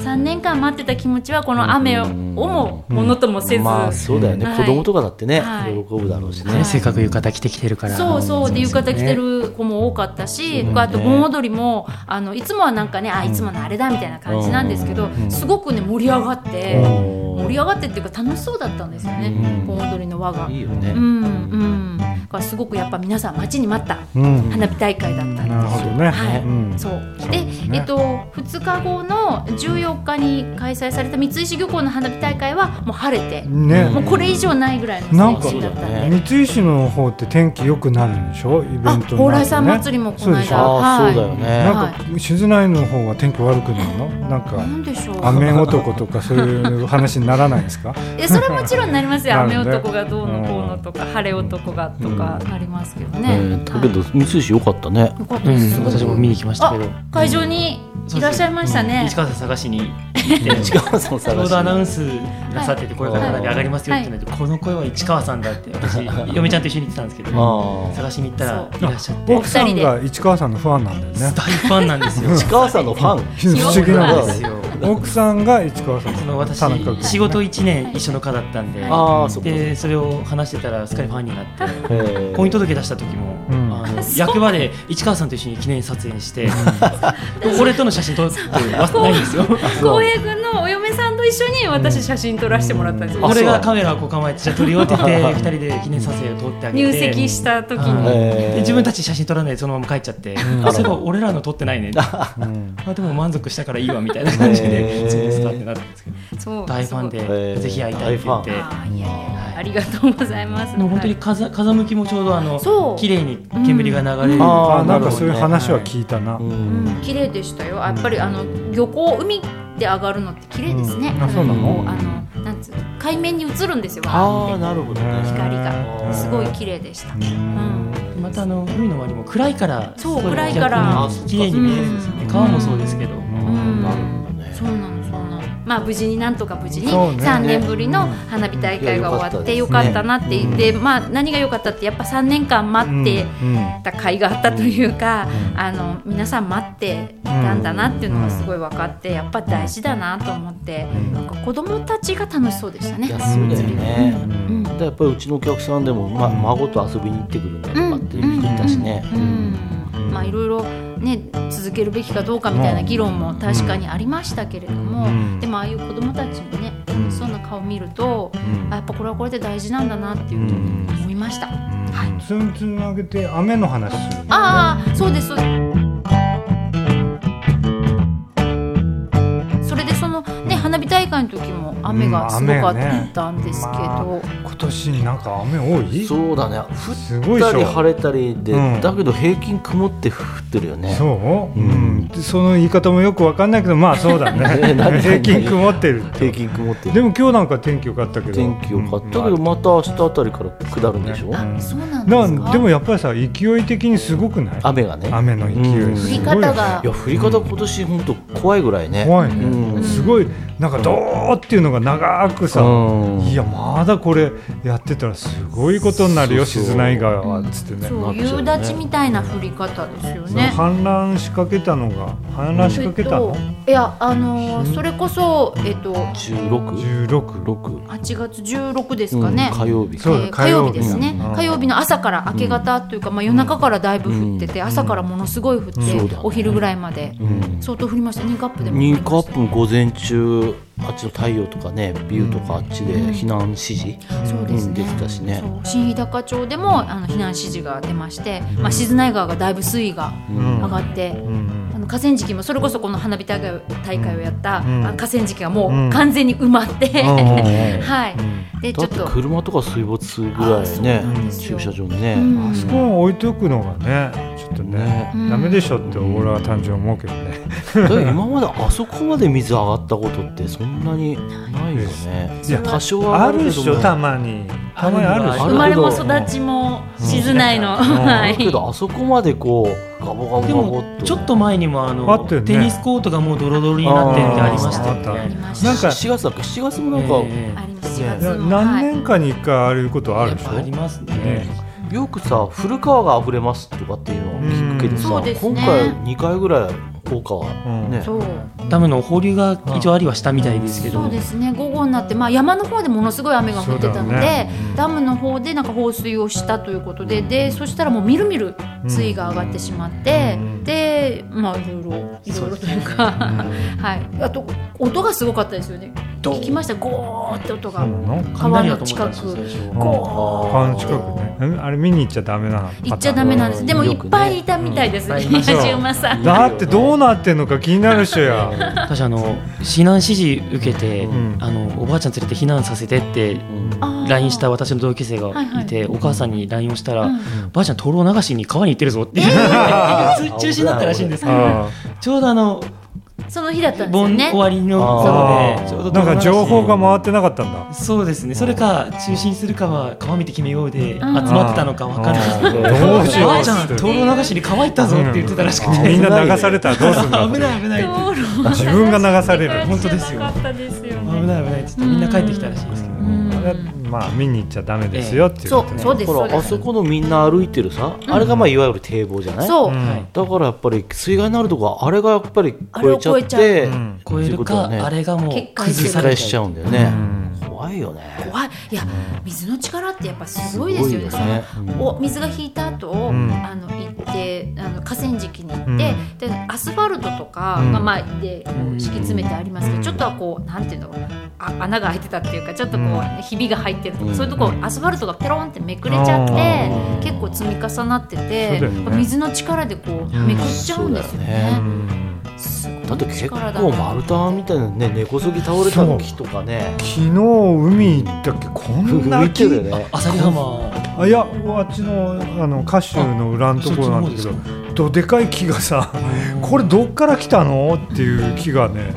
[SPEAKER 2] 3年間待ってた気持ちはこの雨をもものともせず、
[SPEAKER 3] まあそうだよね、
[SPEAKER 2] はい
[SPEAKER 3] 子供とかだってね、
[SPEAKER 2] はい
[SPEAKER 3] 喜ぶだろうしね、
[SPEAKER 2] はい
[SPEAKER 1] せっかく浴衣着てきてるから。
[SPEAKER 2] そうそうで浴衣着て
[SPEAKER 1] る。
[SPEAKER 2] る子も多かったし、あと盆踊りもあのいつもはなんかねあいつものあれだみたいな感じなんですけど、すごくね盛り上がって、盛り上がってっていうか楽しそうだったんですよね、
[SPEAKER 3] うん
[SPEAKER 2] 盆踊りの輪が。
[SPEAKER 3] いいよね、
[SPEAKER 2] うんうん、だからすごくやっぱ皆さん待ちに待った
[SPEAKER 4] うん
[SPEAKER 2] 花火大会だったんですよ。
[SPEAKER 4] なるほどね
[SPEAKER 2] はい、
[SPEAKER 4] うん
[SPEAKER 2] そう
[SPEAKER 4] そう
[SPEAKER 2] で
[SPEAKER 4] ですね
[SPEAKER 2] えっと、2日後の14日に開催された三石漁港の花火大会はもう晴れて、
[SPEAKER 4] ね
[SPEAKER 2] もうこれ以上ないぐらいの
[SPEAKER 4] なんか
[SPEAKER 2] 水準だったんで
[SPEAKER 3] そうだね
[SPEAKER 4] 三井市の方って天気良くなるんでしょイベント
[SPEAKER 2] あ
[SPEAKER 4] になるとね
[SPEAKER 2] 蓬莱さん祭りもこの
[SPEAKER 4] そうでし
[SPEAKER 2] 間
[SPEAKER 4] ょ
[SPEAKER 3] あ
[SPEAKER 2] は
[SPEAKER 3] あ
[SPEAKER 2] い
[SPEAKER 3] そうだよね、
[SPEAKER 4] なんか静内の方は天気悪くなるのなんか
[SPEAKER 2] なんでしょう
[SPEAKER 4] 雨男とかそういう話にならないです か
[SPEAKER 2] いやそれはもちろんなりますよ
[SPEAKER 4] なるね
[SPEAKER 2] 雨男がどうのこうのとか晴れ男がとかなりますけどね、
[SPEAKER 3] えーだ
[SPEAKER 2] は
[SPEAKER 3] け
[SPEAKER 2] い
[SPEAKER 3] ど三井市良かったね
[SPEAKER 2] よかった
[SPEAKER 1] う
[SPEAKER 2] です、
[SPEAKER 1] ん、私も見に来ましたけど。
[SPEAKER 2] あ会場にいらっしゃいましたね
[SPEAKER 1] 市、川さん探しに。
[SPEAKER 3] 市 川さ
[SPEAKER 1] ち
[SPEAKER 3] ん
[SPEAKER 1] ょ
[SPEAKER 3] 探
[SPEAKER 1] う
[SPEAKER 3] し
[SPEAKER 1] どアナウ
[SPEAKER 3] に
[SPEAKER 1] ンスなさってて、声が花火上がりますよって言われて、この声は市川さんだって、私、嫁ちゃんと一緒に行ってたんですけど。
[SPEAKER 3] あー
[SPEAKER 1] 探しに行ったら、いらっしゃって。
[SPEAKER 2] お
[SPEAKER 4] 奥さんが市川さんのファンなんだよ
[SPEAKER 1] 大
[SPEAKER 4] ね
[SPEAKER 1] ファンなんですよ。
[SPEAKER 3] 市川さんのファン
[SPEAKER 4] 不思議な
[SPEAKER 1] そ
[SPEAKER 4] こ
[SPEAKER 1] うで
[SPEAKER 4] とだ
[SPEAKER 1] すよ。
[SPEAKER 4] 奥さんが市川さん
[SPEAKER 1] その私
[SPEAKER 4] 田中君
[SPEAKER 1] 仕事1年一緒の課だったんで、
[SPEAKER 3] ああそっか、
[SPEAKER 1] でそれを話してたらすっかりファンになって
[SPEAKER 3] えー
[SPEAKER 1] 婚姻届出した時も、
[SPEAKER 4] うん
[SPEAKER 1] あ の役場で市川さんと一緒に記念撮影して俺との写真撮ってないんです よ
[SPEAKER 2] 浩平君のお嫁さんと一緒に私写真撮らせてもらったんですよ、
[SPEAKER 1] 俺がカメラをこう構えてじゃあ撮りようって言って2人で記念撮影を撮ってあげ
[SPEAKER 2] 入
[SPEAKER 1] て
[SPEAKER 2] 籍した時に、
[SPEAKER 1] はい
[SPEAKER 3] えー
[SPEAKER 1] で自分たち写真撮らないでそのまま帰っちゃって、あそういえば俺らの撮ってないねあ
[SPEAKER 4] うん
[SPEAKER 1] でも満足したからいいわみたいな感じ
[SPEAKER 3] へ
[SPEAKER 1] で
[SPEAKER 3] ー
[SPEAKER 1] そうですかってなったんですけど
[SPEAKER 2] そう
[SPEAKER 1] 大ファン
[SPEAKER 2] そう
[SPEAKER 1] でぜひ会いたいって言って。
[SPEAKER 2] あーいやいやいやありがとうございます
[SPEAKER 1] でも本当に風風向きもちょうどあの
[SPEAKER 2] そう
[SPEAKER 1] 綺麗に煙が流れる、
[SPEAKER 3] うんあ
[SPEAKER 4] あ
[SPEAKER 3] ー
[SPEAKER 4] なんかそういう話は
[SPEAKER 1] はい
[SPEAKER 4] 聞いたな
[SPEAKER 3] う
[SPEAKER 2] うんん綺麗でしたよやっぱりあの漁港海で上がるのって綺麗ですね、
[SPEAKER 4] うんあそうなの
[SPEAKER 2] あのなんつうの海面に映るんですよ
[SPEAKER 3] ああ
[SPEAKER 2] わーって
[SPEAKER 3] なるほどね
[SPEAKER 2] 光
[SPEAKER 3] う
[SPEAKER 2] が
[SPEAKER 3] ん
[SPEAKER 2] すごい綺麗でした、うん
[SPEAKER 1] またあの海の周りも暗いから
[SPEAKER 2] そう
[SPEAKER 1] すごい
[SPEAKER 2] 暗いから
[SPEAKER 1] 逆に綺麗に見えるんですよね、
[SPEAKER 2] うん
[SPEAKER 1] 川もそうですけど、
[SPEAKER 2] うん
[SPEAKER 3] なるほどね
[SPEAKER 2] そうなのそうなのまあ無事になんとか無事に
[SPEAKER 4] そうね
[SPEAKER 2] 3年ぶりの花火大会が終わって
[SPEAKER 3] いや
[SPEAKER 2] よ
[SPEAKER 3] よ
[SPEAKER 2] か
[SPEAKER 3] か
[SPEAKER 2] っ
[SPEAKER 3] ったた
[SPEAKER 2] なって言って、まあ何が良かったってやっぱ3年間待って
[SPEAKER 4] うん
[SPEAKER 2] た甲斐があったというか、
[SPEAKER 4] うん
[SPEAKER 2] あの皆さん待っていたんだなっていうのがすごい分かってやっぱ大事だなと思って、
[SPEAKER 4] ん
[SPEAKER 2] なんか子供たちが楽しそうでしたね
[SPEAKER 3] いや。そうだよね、
[SPEAKER 2] うん
[SPEAKER 3] だからやっぱりうちのお客さんでも、ま、孫と遊びに行ってくるんだとかっていう人いたしね、
[SPEAKER 2] うんまあいろいろね続けるべきかどうかみたいな議論も確かにありましたけれども、
[SPEAKER 4] うん
[SPEAKER 2] でもああいう子どもたちのね楽しそうな顔を見ると、
[SPEAKER 4] うん
[SPEAKER 2] あやっぱこれはこれで大事なんだなっていうふうに思いました。はい
[SPEAKER 4] つんつなげて雨の話する
[SPEAKER 2] ああそうですそうですそれでそのね花火大会の時も雨がすごかったんですけど、
[SPEAKER 4] 今年なんか雨多い
[SPEAKER 3] そうだね
[SPEAKER 4] す
[SPEAKER 3] 降
[SPEAKER 4] ご
[SPEAKER 3] っ
[SPEAKER 4] いで
[SPEAKER 3] た
[SPEAKER 4] し
[SPEAKER 3] り
[SPEAKER 4] ょ
[SPEAKER 3] 晴れたりで、
[SPEAKER 4] うん
[SPEAKER 3] だけど平均曇って降ってるよね
[SPEAKER 4] そう、
[SPEAKER 3] う
[SPEAKER 4] う
[SPEAKER 3] んん、
[SPEAKER 4] その言い方もよくわかんないけどまあそう だ
[SPEAKER 3] ね何
[SPEAKER 4] ね
[SPEAKER 3] 何
[SPEAKER 4] 平均曇ってるって
[SPEAKER 3] 平均曇って
[SPEAKER 4] で
[SPEAKER 3] る
[SPEAKER 4] も今日なんか天気良かったけど
[SPEAKER 3] 天気良かったけ
[SPEAKER 4] うん
[SPEAKER 3] どまた明日あたりから下るんでしょ、
[SPEAKER 4] うん
[SPEAKER 2] あそうなんで
[SPEAKER 4] な
[SPEAKER 2] すか
[SPEAKER 4] んでもやっぱりさ勢い的にすごくない
[SPEAKER 3] 雨がね
[SPEAKER 4] 雨の勢
[SPEAKER 3] う
[SPEAKER 4] い
[SPEAKER 3] ん
[SPEAKER 4] すごいよ
[SPEAKER 2] 見
[SPEAKER 4] ね
[SPEAKER 2] 方が
[SPEAKER 3] いや降り方今年本当怖いぐらいね
[SPEAKER 4] 怖いね、
[SPEAKER 3] うん
[SPEAKER 4] すごいなんかどーっていうのが長くさ、
[SPEAKER 3] うん
[SPEAKER 4] いやまだこれやってたらすごいことになるよ
[SPEAKER 3] そうそう
[SPEAKER 4] 静内川はっつってね
[SPEAKER 2] そう夕立ちみたいな降り方ですよね。
[SPEAKER 4] 氾濫しかけたのが氾濫しかけたの、
[SPEAKER 2] えっといやあのーそれこそえっと
[SPEAKER 3] 16
[SPEAKER 4] 16
[SPEAKER 3] 6
[SPEAKER 2] 8月16ですかね。
[SPEAKER 3] 火曜日
[SPEAKER 4] そう
[SPEAKER 2] えー火曜日ですね、
[SPEAKER 4] うん
[SPEAKER 2] 火曜日の朝から明け方というか、まあ、夜中からだいぶ降ってて、朝からものすごい降って、
[SPEAKER 3] そうだね
[SPEAKER 2] お昼ぐらいまで、
[SPEAKER 3] ん
[SPEAKER 2] 相当降りました2カップでも降り
[SPEAKER 3] 2
[SPEAKER 2] ました
[SPEAKER 3] カップも午前中あっちの太陽とかねビューとかあっちで避難指示、
[SPEAKER 2] そうです
[SPEAKER 3] うん
[SPEAKER 2] ね
[SPEAKER 3] できたしね
[SPEAKER 2] そう新日高町でもあの避難指示が出まして、まあ、静内川がだいぶ水位が
[SPEAKER 4] うん
[SPEAKER 2] 上がって、
[SPEAKER 4] うん
[SPEAKER 2] あのの河川敷もそれこそこの花火大会大会をやった、
[SPEAKER 4] うん
[SPEAKER 2] あ河川敷がも
[SPEAKER 4] う
[SPEAKER 2] うん完全に埋まって、
[SPEAKER 3] うん
[SPEAKER 2] はいでち
[SPEAKER 3] だ
[SPEAKER 2] ょ
[SPEAKER 3] っ
[SPEAKER 2] ってと
[SPEAKER 3] 車とか水没するぐら
[SPEAKER 2] あそ
[SPEAKER 3] いう
[SPEAKER 2] な
[SPEAKER 3] ね
[SPEAKER 2] んですよ
[SPEAKER 3] 駐車場にね、
[SPEAKER 2] うん
[SPEAKER 4] あ そこを置いておくのがねちょっとね
[SPEAKER 3] ね
[SPEAKER 2] うん
[SPEAKER 4] ダメでしょって俺は単純に思うけどね
[SPEAKER 3] だから今まであそこまで水上がったことってそんなにないよね
[SPEAKER 4] いや
[SPEAKER 3] 多少は
[SPEAKER 4] あるでしょた
[SPEAKER 3] ま
[SPEAKER 4] まにたまにあるでし
[SPEAKER 3] あ
[SPEAKER 4] ょ
[SPEAKER 2] 生まれも育ちも静内の、
[SPEAKER 4] ん
[SPEAKER 2] は
[SPEAKER 3] あるけ
[SPEAKER 2] い。
[SPEAKER 3] どあそこまでこうガボガボ
[SPEAKER 1] で
[SPEAKER 3] ガボ
[SPEAKER 1] もちょっと前にもあの
[SPEAKER 4] あったよね
[SPEAKER 1] テニスコートがもうドロドロになってるってありましたよ
[SPEAKER 4] あーあ
[SPEAKER 2] あり
[SPEAKER 1] ね。
[SPEAKER 2] まし
[SPEAKER 4] な
[SPEAKER 2] た
[SPEAKER 4] んか
[SPEAKER 3] 7月だっけ7月もなんか、
[SPEAKER 1] え
[SPEAKER 2] あ
[SPEAKER 1] え
[SPEAKER 2] ります4月
[SPEAKER 4] な
[SPEAKER 2] の
[SPEAKER 4] 何
[SPEAKER 2] はい
[SPEAKER 4] 年かに一回ああいうことあるでしょ
[SPEAKER 1] やっぱありますね
[SPEAKER 4] ね。
[SPEAKER 3] よくさ古川が溢れますとかっていうのを聞くけど
[SPEAKER 2] うん
[SPEAKER 3] さ、
[SPEAKER 2] そうですね
[SPEAKER 3] 今回2回ぐらい効果はね、
[SPEAKER 2] そう
[SPEAKER 1] ダムの放流が一応ありはしたみたいですけど。
[SPEAKER 2] そうですね午後になって、まあ、山の方でものすごい雨が降ってたの
[SPEAKER 4] そうだ
[SPEAKER 2] で、
[SPEAKER 4] よね
[SPEAKER 2] ダムの方でなんか放水をしたということででそしたらもうみるみる水位が上がってしまって、
[SPEAKER 4] うん
[SPEAKER 2] でまあいろいろいろいろというか、はい、あと音がすごかったですよね
[SPEAKER 1] ドーン
[SPEAKER 2] 聞きましたゴーって音が
[SPEAKER 4] そうなの
[SPEAKER 2] 川
[SPEAKER 1] 雷だ
[SPEAKER 2] の
[SPEAKER 1] と思ったんで
[SPEAKER 2] 近
[SPEAKER 1] す
[SPEAKER 2] く
[SPEAKER 1] よ。最初
[SPEAKER 4] うん川の近くねうんあれ見に行っちゃダメな
[SPEAKER 2] 行っちゃダメなんですでもいっぱいいたみたいですね
[SPEAKER 1] よくね
[SPEAKER 2] 東山さん。
[SPEAKER 4] だってどうなってんのか気になるっしょや
[SPEAKER 1] 私あの避難指示受けて、
[SPEAKER 4] うん
[SPEAKER 1] あのおばあちゃん連れて避難させてって
[SPEAKER 2] あー
[SPEAKER 1] LINE した私の同級生がいて、お母さんに LINE をしたら、
[SPEAKER 2] うん
[SPEAKER 1] ばあちゃん灯籠流しに川に行ってるぞって、 つ中止になったらしいんですけど
[SPEAKER 4] あ
[SPEAKER 1] ちょうどあの
[SPEAKER 2] その日だったんですよ
[SPEAKER 1] 盆
[SPEAKER 2] ね
[SPEAKER 1] 終。わりの
[SPEAKER 3] あ
[SPEAKER 1] そ
[SPEAKER 3] ー
[SPEAKER 1] うで
[SPEAKER 4] あ
[SPEAKER 1] ちょうど
[SPEAKER 4] なんか情報が
[SPEAKER 1] も
[SPEAKER 4] 回ってなかったんだ
[SPEAKER 1] そうですねそれか中止にするかは川見て決めようで集まってたのか分からない
[SPEAKER 4] うんどうしよ
[SPEAKER 1] ば
[SPEAKER 4] う
[SPEAKER 1] あちゃん
[SPEAKER 4] っつって
[SPEAKER 1] 灯籠流しに川行ったぞって言ってたらしく
[SPEAKER 3] うん
[SPEAKER 1] て、
[SPEAKER 4] みんな流されたらどうす るんだっ
[SPEAKER 1] 危
[SPEAKER 4] て
[SPEAKER 1] ない危ないって
[SPEAKER 4] 自分が流される
[SPEAKER 1] 本当ですよ
[SPEAKER 5] なかったですよね。
[SPEAKER 1] 危ない危ないって言ってみんな帰ってきたらしいですけど、
[SPEAKER 4] うんあれまあ見に行っちゃダメですよっていう
[SPEAKER 2] そ
[SPEAKER 4] こ
[SPEAKER 2] う
[SPEAKER 4] と
[SPEAKER 2] そう
[SPEAKER 4] ね
[SPEAKER 2] です
[SPEAKER 3] ほ
[SPEAKER 2] そう
[SPEAKER 3] ら
[SPEAKER 2] で
[SPEAKER 3] あ
[SPEAKER 2] す。
[SPEAKER 3] そこのみんな歩いてるさ、あれがまあいわゆる堤防じゃない
[SPEAKER 2] そう、
[SPEAKER 4] うん
[SPEAKER 1] はい
[SPEAKER 3] だからやっぱり水害になるとこはあれがやっぱり超えちゃっ
[SPEAKER 2] あれ
[SPEAKER 3] て
[SPEAKER 4] を超えちゃううん
[SPEAKER 1] 超えるか、あれがもう
[SPEAKER 2] 結界
[SPEAKER 1] 崩さ
[SPEAKER 3] 崩
[SPEAKER 1] れ
[SPEAKER 3] 壊
[SPEAKER 1] ちゃう
[SPEAKER 3] しちゃうんだよ
[SPEAKER 4] う
[SPEAKER 3] ね、
[SPEAKER 4] ん
[SPEAKER 3] 怖いよね
[SPEAKER 2] 怖いいや水の力ってやっぱすごいですよね。
[SPEAKER 3] すごいよね
[SPEAKER 2] その
[SPEAKER 3] うん
[SPEAKER 2] お水が引いた後、
[SPEAKER 4] ん
[SPEAKER 2] あの行ってあの河川敷に行って、
[SPEAKER 4] うん
[SPEAKER 2] でアスファルトとか
[SPEAKER 4] うん
[SPEAKER 2] が、まあでこう
[SPEAKER 1] うん
[SPEAKER 2] 敷き詰めてありますけど、
[SPEAKER 4] うん
[SPEAKER 2] ちょっとはこうなんていうのかなあ穴が開いてたっていうかちょっとこう、
[SPEAKER 4] うん
[SPEAKER 2] ひびが入ってるとか、
[SPEAKER 3] うん
[SPEAKER 2] そういうとこアスファルトがペロンってめくれちゃって
[SPEAKER 3] あー
[SPEAKER 2] 結構積み重なってて、
[SPEAKER 4] そうだよね
[SPEAKER 2] 水の力でこうめくっちゃうんですよね。
[SPEAKER 3] うん
[SPEAKER 4] うん
[SPEAKER 2] すごい
[SPEAKER 3] だって結構
[SPEAKER 2] 力だな
[SPEAKER 3] 丸太みたいなね根こそぎ倒れた木とかね
[SPEAKER 4] 昨日海行ったっけこんな
[SPEAKER 3] 浮いて
[SPEAKER 4] 木
[SPEAKER 3] るよね
[SPEAKER 1] 朝日浜
[SPEAKER 4] あいやあっちのあの歌手の裏のところなんだけ
[SPEAKER 1] そっちの
[SPEAKER 4] どどでかい木がさこれどっから来たのっていう木がね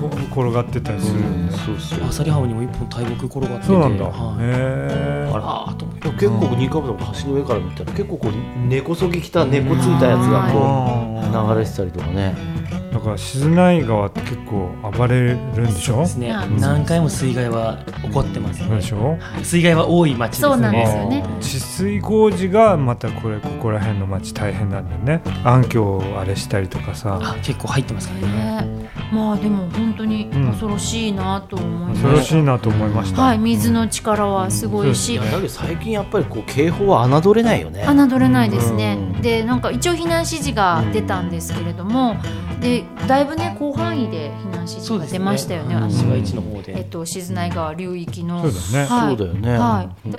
[SPEAKER 4] こ転がってたりするんだよ
[SPEAKER 3] そうそう
[SPEAKER 1] アサリハムにも一本大木転がってて
[SPEAKER 4] そうなんだへ
[SPEAKER 1] はい
[SPEAKER 4] え
[SPEAKER 1] あらーと思って
[SPEAKER 3] 結構ニカブの橋の上から見たら結構こう根こそぎきた根っこついたやつがこ
[SPEAKER 4] あ
[SPEAKER 3] う流れてたりとかね
[SPEAKER 4] ーだから静内川って結構暴れるんでし
[SPEAKER 1] そう
[SPEAKER 4] ょ
[SPEAKER 1] ですね
[SPEAKER 2] うん
[SPEAKER 1] 何回も水害は起こってます
[SPEAKER 4] そう
[SPEAKER 1] ね
[SPEAKER 4] でしょ
[SPEAKER 1] 水害は多い町ですね
[SPEAKER 2] そうなんですよね
[SPEAKER 4] あー治水工事がまたこれここら辺の町大変なんだよね暗渠をあれしたりとかさ
[SPEAKER 1] あ結構入ってますからね
[SPEAKER 2] ね、まあでも本当に
[SPEAKER 4] うん
[SPEAKER 2] 恐ろしいなと思い
[SPEAKER 4] 恐
[SPEAKER 2] ま
[SPEAKER 4] ろ
[SPEAKER 2] す、
[SPEAKER 4] しいなと思いました、
[SPEAKER 2] はい水の力はすごいし、
[SPEAKER 3] いやだけど最近やっぱりこう警報は侮れないよね
[SPEAKER 2] 侮れないですね、
[SPEAKER 3] うん
[SPEAKER 2] でなんか一応避難指示が出たんですけれどもでだいぶね広範囲で避難指示が出ましたよねあ
[SPEAKER 1] うん
[SPEAKER 2] の
[SPEAKER 1] 市街地の方
[SPEAKER 2] えっ
[SPEAKER 1] で
[SPEAKER 2] と静内川流域の
[SPEAKER 4] そうだよね
[SPEAKER 2] は
[SPEAKER 3] そ
[SPEAKER 2] いう
[SPEAKER 3] だよね、
[SPEAKER 2] はい、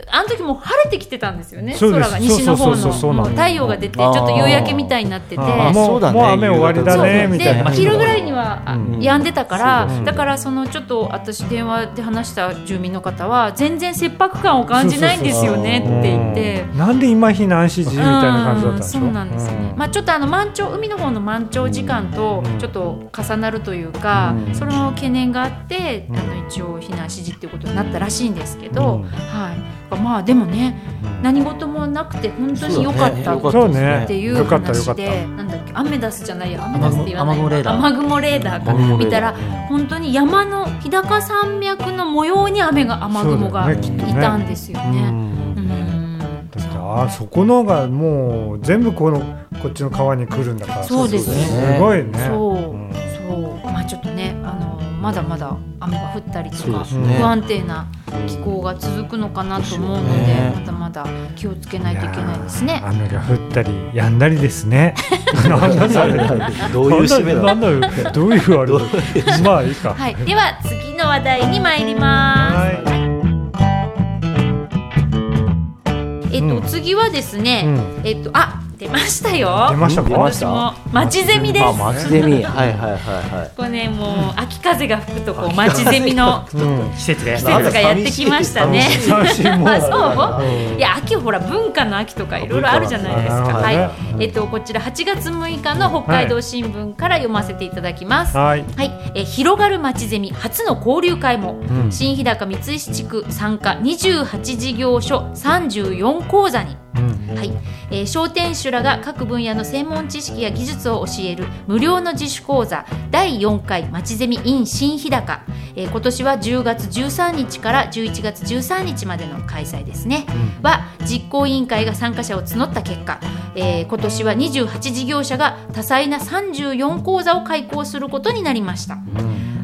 [SPEAKER 2] あの時も晴れてきてたんですよね
[SPEAKER 4] そうで
[SPEAKER 2] 空
[SPEAKER 4] す
[SPEAKER 2] が西の方
[SPEAKER 4] そうそうそうそう
[SPEAKER 2] の
[SPEAKER 4] な
[SPEAKER 2] も
[SPEAKER 4] の
[SPEAKER 2] う太陽が出てちょっと夕焼けみたいになってて
[SPEAKER 4] あーもう
[SPEAKER 3] そうだね
[SPEAKER 4] もう雨終わりだね
[SPEAKER 3] 夕方
[SPEAKER 4] みたいな
[SPEAKER 2] で
[SPEAKER 1] ね
[SPEAKER 2] 昼ぐらいにはあ
[SPEAKER 4] うん
[SPEAKER 2] 止んでたから、
[SPEAKER 3] そうそうそう
[SPEAKER 2] だからそのちょっと私電話で話した住民の方は全然切迫感を感じないんですよねって言って。
[SPEAKER 4] うんなんで今避難指示みたいな感じだったんでしょ
[SPEAKER 2] うんそうなんですよね、まあ、ちょっとあの満潮海の方の満潮時間と
[SPEAKER 4] うん
[SPEAKER 2] ちょっと重なるというか、
[SPEAKER 3] うん
[SPEAKER 2] その懸念があって、
[SPEAKER 4] うん
[SPEAKER 2] あの一応避難指示っていうことになったらしいんですけ
[SPEAKER 4] う
[SPEAKER 2] ど、
[SPEAKER 4] ん
[SPEAKER 2] はい、まあでもね何事もなくて本当に良かった
[SPEAKER 3] そうだね
[SPEAKER 4] そう
[SPEAKER 2] っ
[SPEAKER 4] ね
[SPEAKER 2] ていう
[SPEAKER 4] よかった
[SPEAKER 2] 話
[SPEAKER 4] よかった
[SPEAKER 2] でなんだっけアメダスじゃないやアメダスって言わない
[SPEAKER 1] 雨雲レーダー
[SPEAKER 2] 雨雲レーダーか
[SPEAKER 3] 雨雲レーダー
[SPEAKER 2] 見たら本当に山の日高山脈の模様に雨が雨雲が
[SPEAKER 4] そうだ
[SPEAKER 2] い
[SPEAKER 4] よねきっとね
[SPEAKER 2] たんですよ
[SPEAKER 4] う
[SPEAKER 2] ね。
[SPEAKER 4] ん
[SPEAKER 2] うん
[SPEAKER 4] だってあーそこのがもう全部このこっちの川に来るんだから
[SPEAKER 2] そうです
[SPEAKER 1] そうです
[SPEAKER 4] す
[SPEAKER 2] ね。
[SPEAKER 3] ね
[SPEAKER 4] ごいね
[SPEAKER 2] そう
[SPEAKER 4] うん
[SPEAKER 2] そうまあちょっとねあのまだまだ雨が降ったりと
[SPEAKER 3] そう
[SPEAKER 2] か
[SPEAKER 3] ですね
[SPEAKER 2] 不安定な気候が続くのかなと思うの
[SPEAKER 3] そうです
[SPEAKER 2] で
[SPEAKER 3] ね
[SPEAKER 2] まだまだ気をつけないといけないですね
[SPEAKER 4] や。ー雨が降ったりやんだりですねなんだそれ
[SPEAKER 3] どういう締め だ
[SPEAKER 4] なんだよどういうあれ だまあいいか
[SPEAKER 2] はい、では次の話題に参ります。
[SPEAKER 4] はい
[SPEAKER 2] えっと、
[SPEAKER 4] うん
[SPEAKER 2] 次はですね、
[SPEAKER 4] う
[SPEAKER 2] えっとあ出ましたよ
[SPEAKER 4] 出ましたか
[SPEAKER 3] 出まし
[SPEAKER 2] 私も街ゼミです
[SPEAKER 3] あ、街ゼミ、はいはいはいはい。
[SPEAKER 2] これねもう秋風が吹くとこう街ゼミの
[SPEAKER 4] うん
[SPEAKER 1] 季節がやって
[SPEAKER 2] 季節
[SPEAKER 1] き
[SPEAKER 2] がやってきましたね
[SPEAKER 3] 寂し
[SPEAKER 4] 寂しいもう
[SPEAKER 2] あそう
[SPEAKER 4] うん
[SPEAKER 2] いや秋ほら文化の秋とかいろいろあるじゃないですか。
[SPEAKER 4] 文化の
[SPEAKER 2] は
[SPEAKER 4] 秋
[SPEAKER 2] い
[SPEAKER 4] ね、
[SPEAKER 2] えっとこちら8月6日の北海道新聞から読ませていただきます。は
[SPEAKER 4] はい
[SPEAKER 2] い、え広がる街ゼミ初の交流会も、
[SPEAKER 4] ん
[SPEAKER 2] 新日高三石地区参加28事業所34講座に。
[SPEAKER 4] うん
[SPEAKER 2] はい、えー商店主らが各分野の専門知識や技術を教える無料の自主講座第4回まちゼミ in 新日高、えー今年は10月13日から11月13日までの開催ですね、は実行委員会が参加者を募った結果、えー今年は28事業者が多彩な34講座を開講することになりました、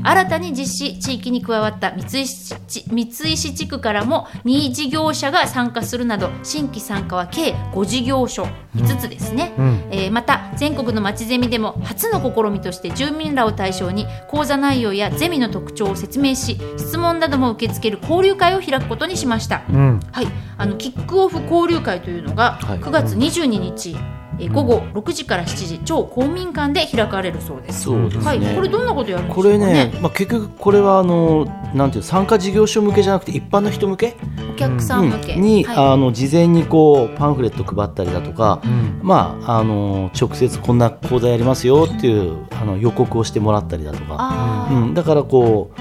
[SPEAKER 2] 新たに実施地域に加わった三石地三石地区からも2事業者が参加するなど新規参加は計5事業所5つですね、
[SPEAKER 4] うん
[SPEAKER 2] えーまた全国のまちゼミでも初の試みとして住民らを対象に講座内容やゼミの特徴を説明し質問なども受け付ける交流会を開くことにしました、
[SPEAKER 4] うん
[SPEAKER 2] はい、あのキックオフ交流会というのが
[SPEAKER 3] はい
[SPEAKER 2] 9月22日、えー午後6時から7時超公民館で開かれるそうです。
[SPEAKER 3] そうですね。
[SPEAKER 2] はい、これどんなことやるんですか
[SPEAKER 3] これね、まあ、結局これはあのなんていう参加事業所向けじゃなくて一般の人向け
[SPEAKER 2] お客さん向け、
[SPEAKER 3] うんに、
[SPEAKER 2] はい
[SPEAKER 3] あの事前にこうパンフレット配ったりだとか、まあ、あの直接こんな講座やりますよっていうあの予告をしてもらったりだとか、
[SPEAKER 2] あー
[SPEAKER 3] うん、だからこ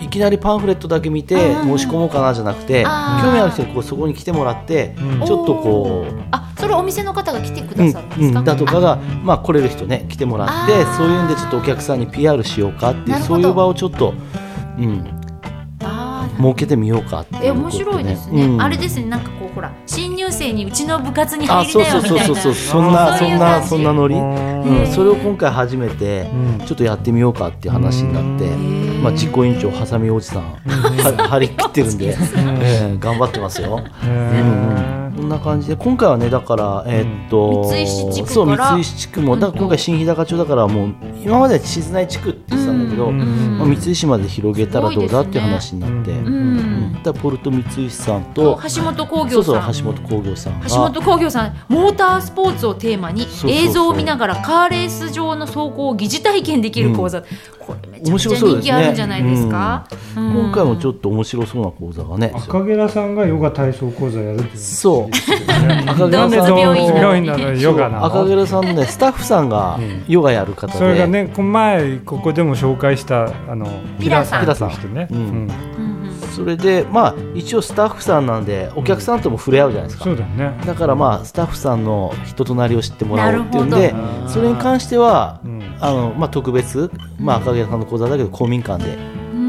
[SPEAKER 3] ういきなりパンフレットだけ見て
[SPEAKER 2] うんうんうん
[SPEAKER 3] 申し込もうかなじゃなくて興
[SPEAKER 2] あー
[SPEAKER 3] 味ある人にこうそこに来てもらって、
[SPEAKER 4] うん
[SPEAKER 3] ちょっとこう。
[SPEAKER 2] あそれお店の方が来てく
[SPEAKER 3] う
[SPEAKER 2] だ
[SPEAKER 3] ん
[SPEAKER 2] さるんですか、
[SPEAKER 3] うん、だとかが、まあ、来れる人ね来てもらっ
[SPEAKER 2] あ
[SPEAKER 3] て
[SPEAKER 2] ー
[SPEAKER 3] そういうんでちょっとお客さんに PR しようかってい
[SPEAKER 2] な
[SPEAKER 3] う
[SPEAKER 2] るほ
[SPEAKER 3] そ
[SPEAKER 2] ど
[SPEAKER 3] ういう場をちょっと、うん、
[SPEAKER 2] あー
[SPEAKER 3] 設けてみようかっていう
[SPEAKER 2] え面白いですね、あれですねなんかこうほら新入生にうちの部活に
[SPEAKER 3] あ
[SPEAKER 2] 入り
[SPEAKER 3] そう
[SPEAKER 2] な
[SPEAKER 3] そ
[SPEAKER 2] よ
[SPEAKER 3] う
[SPEAKER 2] み
[SPEAKER 3] そう
[SPEAKER 2] たいな
[SPEAKER 3] そうそうそんな
[SPEAKER 2] そ
[SPEAKER 3] そう
[SPEAKER 2] いうん
[SPEAKER 3] な
[SPEAKER 2] 感じ
[SPEAKER 3] そんなノリ、
[SPEAKER 4] う
[SPEAKER 3] う
[SPEAKER 4] ん
[SPEAKER 2] へ
[SPEAKER 3] ん、
[SPEAKER 2] ー
[SPEAKER 3] それを今回初めて
[SPEAKER 4] うん
[SPEAKER 3] ちょっとやってみようかっていう話になって、
[SPEAKER 2] ん
[SPEAKER 3] まあ、実行委員長はさみおじさんは張り切ってる んで、えー頑張ってますよ。
[SPEAKER 4] へ
[SPEAKER 3] こんな感じで今回はねだからえーっと、
[SPEAKER 2] 三石地区
[SPEAKER 3] そう
[SPEAKER 2] から
[SPEAKER 3] 三石地区もだから今回新日高町だからもう今まで静内地区って言ってたんだけど、
[SPEAKER 4] うん
[SPEAKER 3] まあ、三石まで広げたらどうだっていう話になって、
[SPEAKER 4] すごいで
[SPEAKER 2] う
[SPEAKER 4] すね
[SPEAKER 3] うん
[SPEAKER 2] ん
[SPEAKER 3] だからポルト三石さん
[SPEAKER 2] と
[SPEAKER 3] と
[SPEAKER 2] 橋本工
[SPEAKER 3] そ
[SPEAKER 2] 業
[SPEAKER 3] うそう
[SPEAKER 2] さん
[SPEAKER 3] 橋本工業さんが
[SPEAKER 2] 橋本工業さんモータースポーツをテーマに
[SPEAKER 3] そうそうそう
[SPEAKER 2] 映像を見ながらカーレース上の走行を疑似体験できる講座、これめちゃく
[SPEAKER 3] 面
[SPEAKER 2] ちゃ
[SPEAKER 3] 白そう
[SPEAKER 2] 人
[SPEAKER 3] ですね
[SPEAKER 2] 気あるんじゃないですかうん
[SPEAKER 3] 今回もちょっと面白そうな講座がね
[SPEAKER 4] 赤ゲラさんがヨガ体操講座やるっていう
[SPEAKER 3] そう
[SPEAKER 4] の
[SPEAKER 3] 赤ゲラさん
[SPEAKER 2] 動物病
[SPEAKER 4] 院なのに
[SPEAKER 3] そう
[SPEAKER 4] ヨガなの
[SPEAKER 3] 赤ゲラさんのねスタッフさんがヨガやる方で
[SPEAKER 4] それがねこの前ここでも紹介したあの
[SPEAKER 2] ピラさん
[SPEAKER 4] ピラさんって人ね、
[SPEAKER 3] うん
[SPEAKER 4] うん
[SPEAKER 2] うんうん
[SPEAKER 3] それでまあ一応スタッフさんなんでお客さんとも触れ合うじゃないですか、
[SPEAKER 4] そうだよね、
[SPEAKER 3] だからまあスタッフさんの人となりを知ってもらおうっていうん
[SPEAKER 2] な
[SPEAKER 3] で
[SPEAKER 2] る
[SPEAKER 1] ど
[SPEAKER 3] それに関しては、
[SPEAKER 4] うん
[SPEAKER 3] あのまあ、特別、まあ、赤毛さんの講座だけど公民館で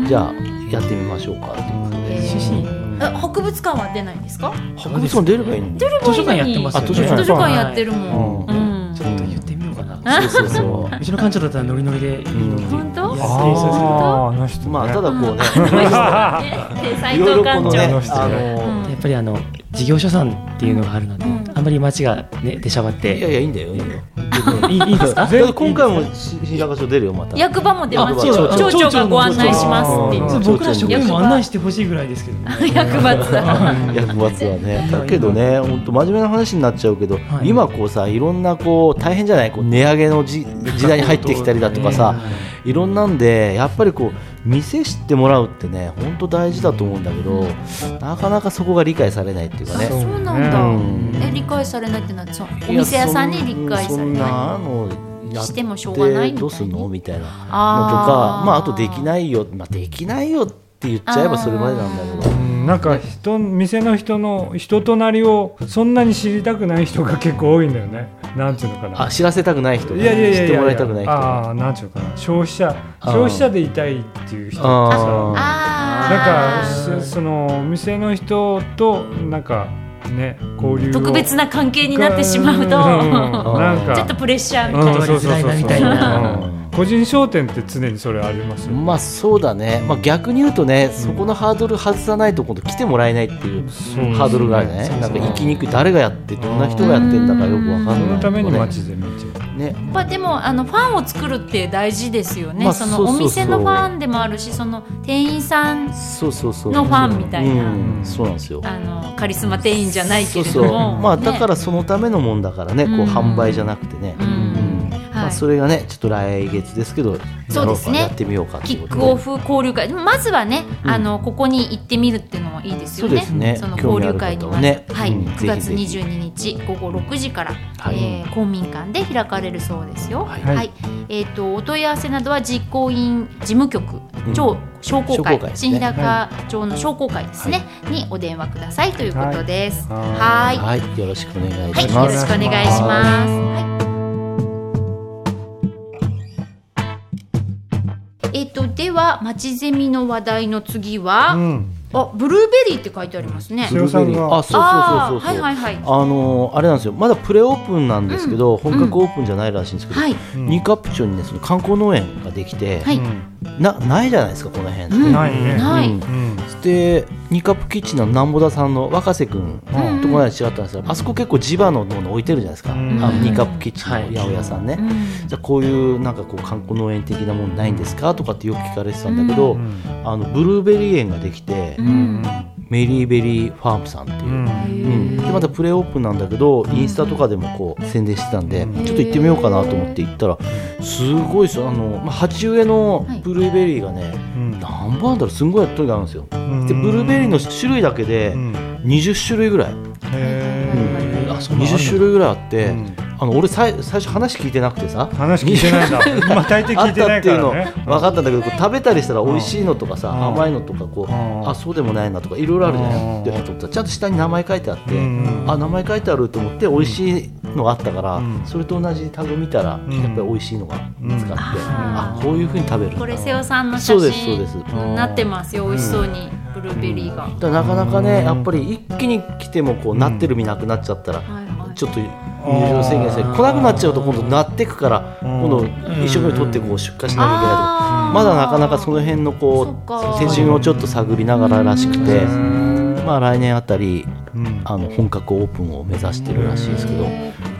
[SPEAKER 3] じゃあやってみましょうかっていうことで
[SPEAKER 2] えー
[SPEAKER 4] うん
[SPEAKER 2] あ博物館は出ないんですか
[SPEAKER 3] 博物館出ればいいのに
[SPEAKER 1] 図書館やってますよね
[SPEAKER 3] あ図書館
[SPEAKER 2] 図書館やってるもん、
[SPEAKER 3] う
[SPEAKER 2] うん
[SPEAKER 1] ちょっと言ってみようかな
[SPEAKER 3] そうそうそう
[SPEAKER 1] うちの館長だったらノリノリでいいのに
[SPEAKER 3] うん
[SPEAKER 2] 本
[SPEAKER 1] いやそう
[SPEAKER 2] 当
[SPEAKER 1] ですよ
[SPEAKER 4] あーあの人ね
[SPEAKER 3] まあただこうね、
[SPEAKER 2] 斉藤
[SPEAKER 3] いろいろこ
[SPEAKER 2] 館長
[SPEAKER 3] のね
[SPEAKER 4] あの人ね
[SPEAKER 3] あの、
[SPEAKER 1] やっぱりあの事業所さんっていうのがあるので、
[SPEAKER 2] うん
[SPEAKER 1] あんまり街がね出しゃばっ
[SPEAKER 3] いやい
[SPEAKER 1] て
[SPEAKER 3] やいいんだよいいんだよ
[SPEAKER 1] いいいいですか
[SPEAKER 3] だって今回も平川町出るよまた
[SPEAKER 2] 役場も出ますよ
[SPEAKER 1] あそう
[SPEAKER 2] 町長がご案内しますっていう
[SPEAKER 4] あ
[SPEAKER 1] そう僕ら職員も案内してほしいぐらいですけどね
[SPEAKER 2] 役場つだ
[SPEAKER 3] 役罰はねだけどね本当真面目な話になっちゃうけど、
[SPEAKER 1] はい
[SPEAKER 3] 今こうさいろんなこう大変じゃないこう値上げのじ時代に入ってきたりだとかさ、いろんなんでやっぱりこう店知ってもらうってね本当大事だと思うんだけど、なかなかそこが理解されないっていうか
[SPEAKER 2] あ
[SPEAKER 3] ね。
[SPEAKER 2] そうなんだ、え理解されないってなそうお店屋さんに理解されない
[SPEAKER 3] いやそんそんなのやっ
[SPEAKER 2] してもしょうがないみたいに
[SPEAKER 3] どうすんのみたいなのとか
[SPEAKER 2] あー
[SPEAKER 3] まあ、あとできないよ、まあ、できないよって言っちゃえばそれまでなんだけど
[SPEAKER 4] うんなんか人店の人の人となりをそんなに知りたくない人が結構多いんだよねなんていうのかな
[SPEAKER 3] あ知らせたくない人
[SPEAKER 4] いやいやいやいや
[SPEAKER 3] 知ってもらいたくない人
[SPEAKER 4] ああなんていうのかな消費者
[SPEAKER 3] あー
[SPEAKER 4] 消費者でいたいっていう人って
[SPEAKER 3] あ
[SPEAKER 4] さ
[SPEAKER 3] ー
[SPEAKER 2] あ
[SPEAKER 4] なんか
[SPEAKER 2] ー
[SPEAKER 4] そそのお店の人となんかね交流を
[SPEAKER 2] 特別な関係になってしまうと、
[SPEAKER 4] んんんなんか
[SPEAKER 2] ちょっとプレッシャーみ
[SPEAKER 4] う
[SPEAKER 2] たい
[SPEAKER 4] ん
[SPEAKER 2] な、
[SPEAKER 4] そうそうそうそう
[SPEAKER 1] みたいな
[SPEAKER 4] うん個人商店って常にそれありますよね
[SPEAKER 3] まあそうだね、まあ、逆に言うとね、そこのハードル外さないと今度来てもらえないっていう
[SPEAKER 4] うん
[SPEAKER 3] ハードルがあるね、
[SPEAKER 1] そう
[SPEAKER 3] な
[SPEAKER 1] そ
[SPEAKER 3] ん
[SPEAKER 1] う
[SPEAKER 3] か行きにくい誰がやってどんな人がやってんだかよくわかんな
[SPEAKER 4] そ
[SPEAKER 3] い
[SPEAKER 4] のために
[SPEAKER 3] ね
[SPEAKER 4] 街で見てる
[SPEAKER 3] ね
[SPEAKER 2] やっぱでもあのファンを作るって大事ですよね、
[SPEAKER 3] まあ
[SPEAKER 2] そ
[SPEAKER 3] そう
[SPEAKER 2] の
[SPEAKER 3] そう
[SPEAKER 2] お
[SPEAKER 3] そう
[SPEAKER 2] 店のファンでもあるしその店員さん
[SPEAKER 3] そうそうそう
[SPEAKER 2] のファンみたいな、
[SPEAKER 3] うん、そうなんですよ
[SPEAKER 2] あのカリスマ店員じゃないけれども、
[SPEAKER 3] そうそうまあだかららそのためのもんだからねこう
[SPEAKER 2] うん
[SPEAKER 3] 販売じゃなくてね、
[SPEAKER 2] うん
[SPEAKER 3] うんま
[SPEAKER 2] は
[SPEAKER 3] あ、
[SPEAKER 2] い
[SPEAKER 3] それがねちょっと来月ですけど
[SPEAKER 2] そうですね
[SPEAKER 3] やろうかやってみようかって
[SPEAKER 2] キ
[SPEAKER 3] いうこ
[SPEAKER 2] ッ
[SPEAKER 3] と
[SPEAKER 2] クオフ交流会でもまずはね、
[SPEAKER 3] うん
[SPEAKER 2] あのここに行ってみるっていうのもいいですよ
[SPEAKER 3] そう
[SPEAKER 2] ね
[SPEAKER 3] ですね
[SPEAKER 2] の
[SPEAKER 3] 興
[SPEAKER 2] 交
[SPEAKER 3] 味あ
[SPEAKER 2] 流
[SPEAKER 3] る
[SPEAKER 2] 会に
[SPEAKER 3] 方
[SPEAKER 2] は
[SPEAKER 3] はね
[SPEAKER 2] はい、
[SPEAKER 3] う
[SPEAKER 2] 9
[SPEAKER 3] んぜひ
[SPEAKER 2] 月
[SPEAKER 3] ぜひ
[SPEAKER 2] 22日午後6時から、
[SPEAKER 3] はい
[SPEAKER 2] えー公民館で開かれるそうですよ。はい
[SPEAKER 3] い
[SPEAKER 2] えー、とお問い合わせなどは実行委員事務局
[SPEAKER 3] うん
[SPEAKER 2] 町商工会,、
[SPEAKER 3] 商工会ですね
[SPEAKER 2] 新日高町の商工会ですね、にお電話くださいということです。は
[SPEAKER 4] はい
[SPEAKER 2] は
[SPEAKER 3] はいよろしくお願い
[SPEAKER 2] い、
[SPEAKER 3] し
[SPEAKER 2] よ
[SPEAKER 3] ま
[SPEAKER 2] ろ
[SPEAKER 3] す、
[SPEAKER 2] しくお願いします。はいえっと、では、まちゼミの話題の次は、
[SPEAKER 4] うん
[SPEAKER 2] あ、ブルーベリーって書いてありますね。
[SPEAKER 3] ブルーベリーあそう
[SPEAKER 2] あ
[SPEAKER 3] そうそうそうそ
[SPEAKER 2] ー
[SPEAKER 3] う
[SPEAKER 2] はいはいはい。
[SPEAKER 3] あのーあれなんですよまだプレオープンなんですけど、本格オープンじゃないらしいんですけど、
[SPEAKER 2] はい、
[SPEAKER 4] うん
[SPEAKER 3] ニカプチョにねその観光農園ができて、
[SPEAKER 2] はい、
[SPEAKER 3] なないじゃないですかこの辺って、
[SPEAKER 2] うん
[SPEAKER 4] ないね
[SPEAKER 2] ない
[SPEAKER 3] うん
[SPEAKER 4] うん
[SPEAKER 3] でニカプキッチンの南穂田さんの若瀬君とこ
[SPEAKER 2] うん
[SPEAKER 3] の間違ったんですがあそこ結構地場のもの置いてるじゃないですか、
[SPEAKER 4] うん
[SPEAKER 3] あのニカプキッチンの八百屋さんね、
[SPEAKER 2] うん
[SPEAKER 3] じゃあこういうなんかこう観光農園的なものないんですかとかってよく聞かれてたんだけど、
[SPEAKER 4] うん
[SPEAKER 3] あのブルーベリー園ができて、
[SPEAKER 2] うん
[SPEAKER 3] メリーベリーファームさんっていうう。う
[SPEAKER 4] ん
[SPEAKER 3] んでまたプレオープンなんだけどインスタとかでもこう宣伝してたんで
[SPEAKER 4] うん
[SPEAKER 3] ちょっと行ってみようかなと思って行ったらすごいですよあの、まあ、鉢植えのブルーベリーがね
[SPEAKER 4] うん
[SPEAKER 3] 何本あんだろうすんごいとにかくあるんですよ
[SPEAKER 4] うん
[SPEAKER 3] でブルーベリーの種類だけで
[SPEAKER 4] うんへ
[SPEAKER 3] 20種類ぐらい
[SPEAKER 4] え
[SPEAKER 3] あそう20種類ぐらいあって、
[SPEAKER 4] うん
[SPEAKER 3] あの俺さい最初話聞いてなくてさ
[SPEAKER 4] 話聞いてないんだ今大抵
[SPEAKER 3] あ
[SPEAKER 4] 聞
[SPEAKER 3] っ
[SPEAKER 4] いて
[SPEAKER 3] た
[SPEAKER 4] な
[SPEAKER 3] っ
[SPEAKER 4] い
[SPEAKER 3] て
[SPEAKER 4] か
[SPEAKER 3] いうの
[SPEAKER 4] らね
[SPEAKER 3] 分かったんだけどこう食べたりしたら美味しいのとかさ
[SPEAKER 4] うん
[SPEAKER 3] 甘いのとかこう
[SPEAKER 4] うん
[SPEAKER 3] あそうでもないなとかいろいろあるじゃ
[SPEAKER 4] うん
[SPEAKER 3] ないであとちゃんと下に名前書いてあって
[SPEAKER 4] うん
[SPEAKER 3] あ名前書いてあると思って美味しいのがあったから
[SPEAKER 4] うん
[SPEAKER 3] それと同じタグ見たらやっ
[SPEAKER 4] ん
[SPEAKER 3] ぱり美味しいのが見つかって
[SPEAKER 2] あ
[SPEAKER 3] あこういうふうに食べるんだ
[SPEAKER 2] これ瀬尾さんの写
[SPEAKER 3] そう
[SPEAKER 2] 真
[SPEAKER 3] ですそうです
[SPEAKER 2] になってますよ美味しそうにブルーベリーが、
[SPEAKER 3] だからなかなかねやっぱり一気に来てもこうなってる身なくなっちゃったら
[SPEAKER 2] はいはい
[SPEAKER 3] ちょっと入場制限して来なくなっちゃうと今度なってくから
[SPEAKER 4] うん
[SPEAKER 3] 今度一生懸命取ってこう出荷しなきゃいけないとか
[SPEAKER 2] あー
[SPEAKER 3] まだなかなかその辺の
[SPEAKER 2] そ
[SPEAKER 3] こ
[SPEAKER 2] っか
[SPEAKER 3] う手順をちょっと探りながららしくて
[SPEAKER 4] う、ん
[SPEAKER 3] まあ来年あたり
[SPEAKER 4] うん
[SPEAKER 3] あの本格オープンを目指してるらしいですけど、い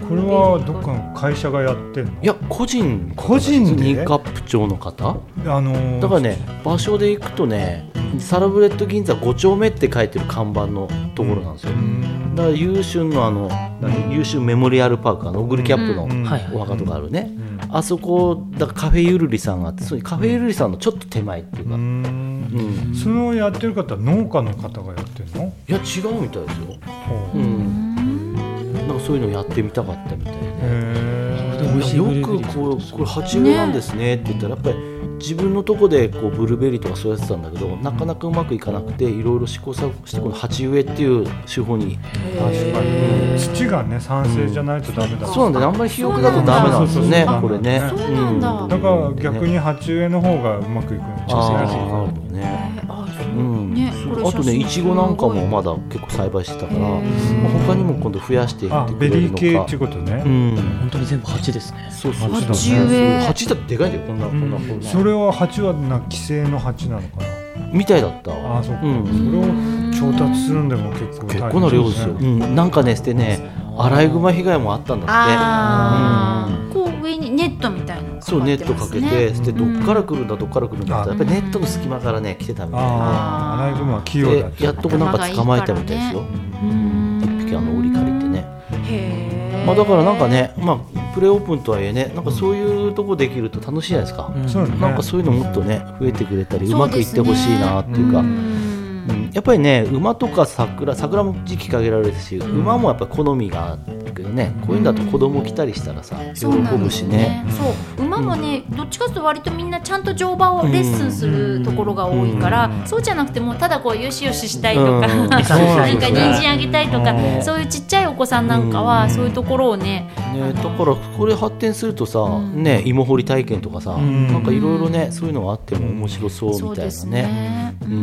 [SPEAKER 4] これはどっかの会社がやってんの
[SPEAKER 3] や個人
[SPEAKER 4] 個人で
[SPEAKER 3] ニカップ町の方
[SPEAKER 4] あのー
[SPEAKER 3] だからね場所で行くとねサラブレッド銀座5丁目って書いてる看板のところなんですよ、
[SPEAKER 4] うん
[SPEAKER 3] だから優秀のあの何優秀メモリアルパークあのオグリキャップの
[SPEAKER 4] うん
[SPEAKER 1] はい
[SPEAKER 3] お墓とかあるね、
[SPEAKER 4] うん
[SPEAKER 3] あそこだからカフェゆるりさんがあってそうカフェゆるりさんのちょっと手前っていう
[SPEAKER 4] う
[SPEAKER 3] か、
[SPEAKER 4] ん
[SPEAKER 3] うん
[SPEAKER 4] そのやってる方は農家の方がやってるの
[SPEAKER 3] いや違うみたいですよ。
[SPEAKER 4] ほ
[SPEAKER 3] う。
[SPEAKER 4] うん
[SPEAKER 3] なんかそういうのやってみたかったみたい
[SPEAKER 4] へえ
[SPEAKER 1] 美味し
[SPEAKER 3] で。
[SPEAKER 1] い
[SPEAKER 3] よ
[SPEAKER 1] ブルーベリー
[SPEAKER 3] くこうこれ鉢植えなんですねって言ったらやっぱり自分のとこでこうブルーベリーとか育ててたんだけどなかなかうまくいかなくていろいろ試行錯誤してこの鉢植えっていう手法に
[SPEAKER 4] 確かに土がね酸性じゃないとダメだ
[SPEAKER 3] そうなんだよあんまり肥沃だとダメなんですよね
[SPEAKER 4] そうなんだ
[SPEAKER 3] これね
[SPEAKER 4] そう
[SPEAKER 2] なんだ
[SPEAKER 4] だから逆に鉢植えの方がうまくいくの
[SPEAKER 3] ああなる
[SPEAKER 4] か
[SPEAKER 3] ほどね
[SPEAKER 2] あそううんね
[SPEAKER 3] そう
[SPEAKER 2] こ
[SPEAKER 3] あ
[SPEAKER 2] れ
[SPEAKER 3] とねいちごなんかも
[SPEAKER 2] ま
[SPEAKER 3] まだ結構栽培してたから
[SPEAKER 2] へー
[SPEAKER 3] まあ他にも今度増やしていっ
[SPEAKER 4] あ
[SPEAKER 3] てく
[SPEAKER 4] ベ
[SPEAKER 3] れ
[SPEAKER 4] リ
[SPEAKER 3] る
[SPEAKER 4] ー系
[SPEAKER 3] の
[SPEAKER 4] ってい
[SPEAKER 3] か
[SPEAKER 4] うことね
[SPEAKER 3] うん
[SPEAKER 1] 本当に全部八ですね。
[SPEAKER 3] そうそうそう
[SPEAKER 2] 鉢植え
[SPEAKER 3] 鉢だってでかいんだよこんなこんなこんな
[SPEAKER 4] それは鉢はな寄生の鉢なのか
[SPEAKER 3] みたいだった
[SPEAKER 4] な
[SPEAKER 3] わ
[SPEAKER 4] あそっか、
[SPEAKER 3] うん
[SPEAKER 4] それを調達するんでも結構
[SPEAKER 3] 結構な量ですよ、うん、なんかねしてねアライグマ被害もあったんだって
[SPEAKER 2] あーこう上にネットみたいなのが
[SPEAKER 3] そうネット
[SPEAKER 2] ま
[SPEAKER 3] か
[SPEAKER 2] すね
[SPEAKER 3] けてしてど
[SPEAKER 2] うん
[SPEAKER 3] っから来るんだどっから来るんだって
[SPEAKER 4] あ
[SPEAKER 3] やっぱりネットの隙間からね来てたみたい
[SPEAKER 4] ああアライグマは器用だ
[SPEAKER 3] でやっとこうなんか捕まえたみたいですよ
[SPEAKER 2] うん
[SPEAKER 3] 一匹あの折り借りてね、
[SPEAKER 2] へー
[SPEAKER 3] まあ、だからなんかね、まあ、プレオープンとはいえねなんかそういうとこできると楽しいじゃないですか、
[SPEAKER 1] うん
[SPEAKER 4] そうだね
[SPEAKER 3] なんかそういうのもっとね増えてくれたりう
[SPEAKER 2] そう
[SPEAKER 3] ま
[SPEAKER 2] ですね
[SPEAKER 3] くいってほしいなっていうか
[SPEAKER 2] うん
[SPEAKER 3] うんやっぱりね馬とか桜桜も時期限られるし、馬もやっぱ好みがあるけどねこういうんだと子供来たりしたらさ喜
[SPEAKER 2] そうなん
[SPEAKER 3] ぶ
[SPEAKER 2] です
[SPEAKER 3] し
[SPEAKER 2] よ
[SPEAKER 3] ね
[SPEAKER 2] ね。そう馬もね、どっちかというと割とみんなちゃんと乗馬をレッスンするところが多いから、そうじゃなくてもうただこうよしよししたいと か、
[SPEAKER 3] うん
[SPEAKER 2] なんか
[SPEAKER 1] そうなん
[SPEAKER 2] 人
[SPEAKER 1] ですね
[SPEAKER 2] 参あげたいとか、
[SPEAKER 4] うん
[SPEAKER 2] そういうちっちゃいお子さんなんかは、
[SPEAKER 3] うん
[SPEAKER 2] そういうところをね、
[SPEAKER 3] ね、だからこれ発展するとさ、
[SPEAKER 2] ん
[SPEAKER 3] ね、芋掘り体験とかさ、
[SPEAKER 4] ん
[SPEAKER 3] なんかいろいろねそういうのがあっても面白そう
[SPEAKER 2] そう
[SPEAKER 3] みた
[SPEAKER 2] で
[SPEAKER 3] いな
[SPEAKER 2] す
[SPEAKER 3] ね。
[SPEAKER 2] ね。う
[SPEAKER 3] うん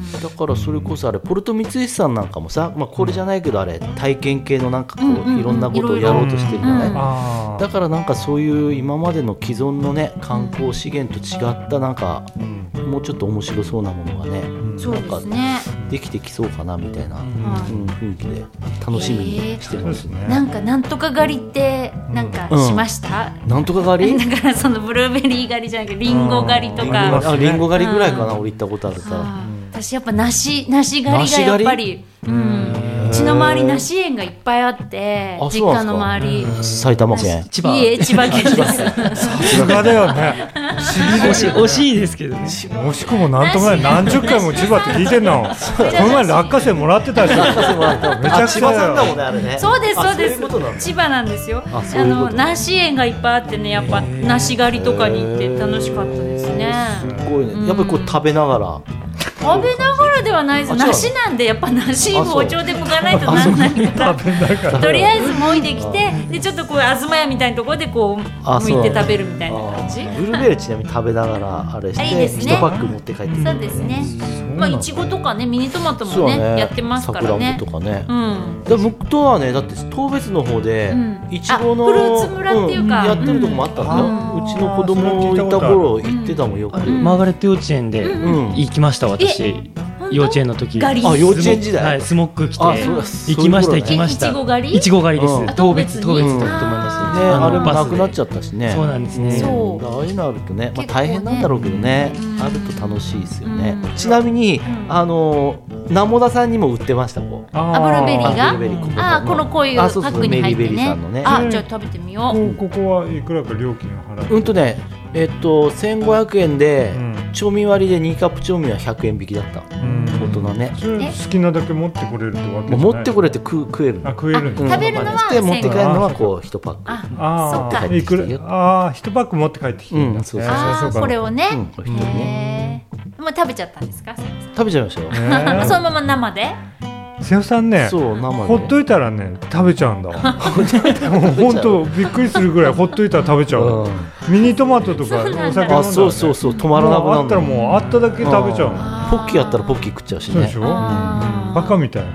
[SPEAKER 3] ん、だからそれこそあれポルト光石さんなんかもさ、まあ、これじゃないけどあれ体験系のなんかこうい
[SPEAKER 2] うんうん
[SPEAKER 3] いろんなことをやろうとしてるのね、
[SPEAKER 2] うん
[SPEAKER 4] あ
[SPEAKER 3] だからなんかそういう今までの既存のね観光資源と違ったなんか
[SPEAKER 4] うん
[SPEAKER 3] もうちょっと面白そうなものがね
[SPEAKER 4] うん
[SPEAKER 2] そうですね。
[SPEAKER 3] できてきそうかなみたいな、うん
[SPEAKER 4] うん
[SPEAKER 2] はい
[SPEAKER 3] 雰囲気で楽しみにして
[SPEAKER 4] そう
[SPEAKER 3] ま
[SPEAKER 4] ですす
[SPEAKER 3] ね。
[SPEAKER 4] ね
[SPEAKER 2] なんかなんとか狩りってなんかしました？
[SPEAKER 3] なんとか狩 り
[SPEAKER 2] だからそのブルーベリー狩りじゃなくてリンゴ狩りと
[SPEAKER 4] うんリンゴ
[SPEAKER 2] か
[SPEAKER 4] 狩。
[SPEAKER 3] あリンゴ狩りぐらいかな、
[SPEAKER 2] うん
[SPEAKER 3] 俺行ったことあるから。
[SPEAKER 2] あー私やっぱ梨梨狩りがやっぱり、うん、
[SPEAKER 3] ん
[SPEAKER 2] うちの周り梨園がいっぱいあって
[SPEAKER 3] あ、
[SPEAKER 2] 実
[SPEAKER 3] そうなん
[SPEAKER 2] 家
[SPEAKER 3] ですか
[SPEAKER 2] の周り。
[SPEAKER 3] 埼玉県。
[SPEAKER 1] 千葉
[SPEAKER 2] いいえ、千葉県 です。
[SPEAKER 4] さすがだよね
[SPEAKER 1] 惜しい惜しいですけどね
[SPEAKER 4] 惜しくもなんともない何十回も千葉って聞いてんのこの前落花生もらってたしめちゃ
[SPEAKER 3] あ
[SPEAKER 4] く
[SPEAKER 3] 千
[SPEAKER 4] ちゃ
[SPEAKER 3] 葉
[SPEAKER 4] だ
[SPEAKER 3] さんだもん
[SPEAKER 4] よ
[SPEAKER 3] ねあれね。
[SPEAKER 2] そうです、そうです
[SPEAKER 3] あそういうことなの。
[SPEAKER 2] 千葉なんですよ。
[SPEAKER 3] あ
[SPEAKER 2] あ
[SPEAKER 3] そういうこと
[SPEAKER 2] の梨園がいっぱいあってね、やっぱ梨狩りとかに行って楽しかったですね。
[SPEAKER 3] すごいね。やっぱりこう食べながら。
[SPEAKER 2] 食べながらではないです。
[SPEAKER 3] あ違う
[SPEAKER 2] 梨なんでやっぱ梨
[SPEAKER 3] あそう
[SPEAKER 2] 包丁で剥かないとなんないから。とりあえず剥いできて、でちょっとこう東屋みたいなところでこう
[SPEAKER 3] あそう
[SPEAKER 2] 剥いて食べるみたいな感じ。
[SPEAKER 3] ブルーベリーちなみに食べながらあれし
[SPEAKER 2] あいいで
[SPEAKER 3] て
[SPEAKER 2] す
[SPEAKER 3] 一
[SPEAKER 2] ね
[SPEAKER 3] パック持って帰ってくる。
[SPEAKER 2] そうですね。まあいちごとかね、ミニトマト
[SPEAKER 3] そう
[SPEAKER 2] も
[SPEAKER 3] だ
[SPEAKER 2] ねやってますからね
[SPEAKER 3] さ。くらんぼとかね
[SPEAKER 2] う。ん。
[SPEAKER 3] で向こうはねだって当別の方で
[SPEAKER 2] うん
[SPEAKER 3] いちごの
[SPEAKER 2] あフルーツ村っていうか
[SPEAKER 3] んやってるとこもあったんだ
[SPEAKER 4] うん
[SPEAKER 3] よ。うちの子供いた頃行ってたもんよく。
[SPEAKER 2] ん
[SPEAKER 1] マーガレット幼稚園で
[SPEAKER 3] ん
[SPEAKER 1] 行きました私
[SPEAKER 2] 本当
[SPEAKER 1] 幼稚園の時
[SPEAKER 2] ガリ
[SPEAKER 3] あ幼稚園時代
[SPEAKER 1] はいスモック着て
[SPEAKER 3] あそうだそういう
[SPEAKER 1] 行きまし
[SPEAKER 3] 頃
[SPEAKER 1] た
[SPEAKER 3] ね
[SPEAKER 1] 行きました
[SPEAKER 2] いちご狩り
[SPEAKER 1] いちご狩り
[SPEAKER 3] うん
[SPEAKER 1] です当別
[SPEAKER 2] 当
[SPEAKER 1] 当
[SPEAKER 2] 別
[SPEAKER 1] 別
[SPEAKER 2] に
[SPEAKER 1] だったと思います
[SPEAKER 3] ね、あれもなくなっちゃ
[SPEAKER 1] ゃ
[SPEAKER 3] ったしね。
[SPEAKER 1] そうなんですね
[SPEAKER 2] そうん
[SPEAKER 3] ああいうのあるとね、まあ、
[SPEAKER 2] 結構ね
[SPEAKER 3] 大変なんだろうけどね
[SPEAKER 2] うん
[SPEAKER 3] あると楽しいですよね、
[SPEAKER 2] うん
[SPEAKER 3] ちなみに、
[SPEAKER 2] ん
[SPEAKER 3] あの名も田さんにも売ってましたもん
[SPEAKER 4] あ
[SPEAKER 2] あブルーベリーが
[SPEAKER 3] あブルーベリーここの
[SPEAKER 2] あーこのこういうパ
[SPEAKER 3] あそうそう
[SPEAKER 2] ックに入って
[SPEAKER 3] メリーベリー
[SPEAKER 2] ね
[SPEAKER 3] さんのね
[SPEAKER 2] あじゃあ食べてみよう
[SPEAKER 4] こここはいくらか料金を払う
[SPEAKER 3] うんとねえっと1500円で、
[SPEAKER 4] うん
[SPEAKER 3] 調味割りで2カップ調味は100円引きだった、
[SPEAKER 4] ん
[SPEAKER 3] 大人ね、
[SPEAKER 4] それ好きなだけ持ってこれるってわけじゃない
[SPEAKER 3] もう持ってこれって食う食えるの、
[SPEAKER 4] あ食えるんだ
[SPEAKER 3] うん
[SPEAKER 2] 食べるのは
[SPEAKER 3] で持って帰るのは
[SPEAKER 4] 1000
[SPEAKER 3] こう1パック
[SPEAKER 2] あ
[SPEAKER 4] あ
[SPEAKER 2] そっ
[SPEAKER 3] か
[SPEAKER 4] いくらああ一パック持って帰ってきてんだ
[SPEAKER 3] うんそうそうそう
[SPEAKER 2] あーこれをね
[SPEAKER 3] うんこれ一人ね
[SPEAKER 2] へーもう食べちゃったんですか瀬尾さん
[SPEAKER 3] 食べちゃいましたよ、
[SPEAKER 4] ね
[SPEAKER 2] そのまま生で
[SPEAKER 4] 瀬尾さんね
[SPEAKER 3] そう生で
[SPEAKER 4] ほっといたらね食べちゃうん だわもう本当びっくりするぐらいほっといたら食べちゃう
[SPEAKER 3] うん
[SPEAKER 4] ミニトマトとか
[SPEAKER 2] そうなんだ
[SPEAKER 4] お酒飲んだらね
[SPEAKER 3] あそうそうそう止まらなく
[SPEAKER 4] もう
[SPEAKER 3] な
[SPEAKER 4] あ
[SPEAKER 3] る
[SPEAKER 4] ったらもうあっただけ食べちゃうの
[SPEAKER 2] あ
[SPEAKER 3] ポッキーやったらポッキー食っちゃうし
[SPEAKER 4] そうで
[SPEAKER 3] ね
[SPEAKER 4] しょ
[SPEAKER 2] あー
[SPEAKER 4] バカみたいな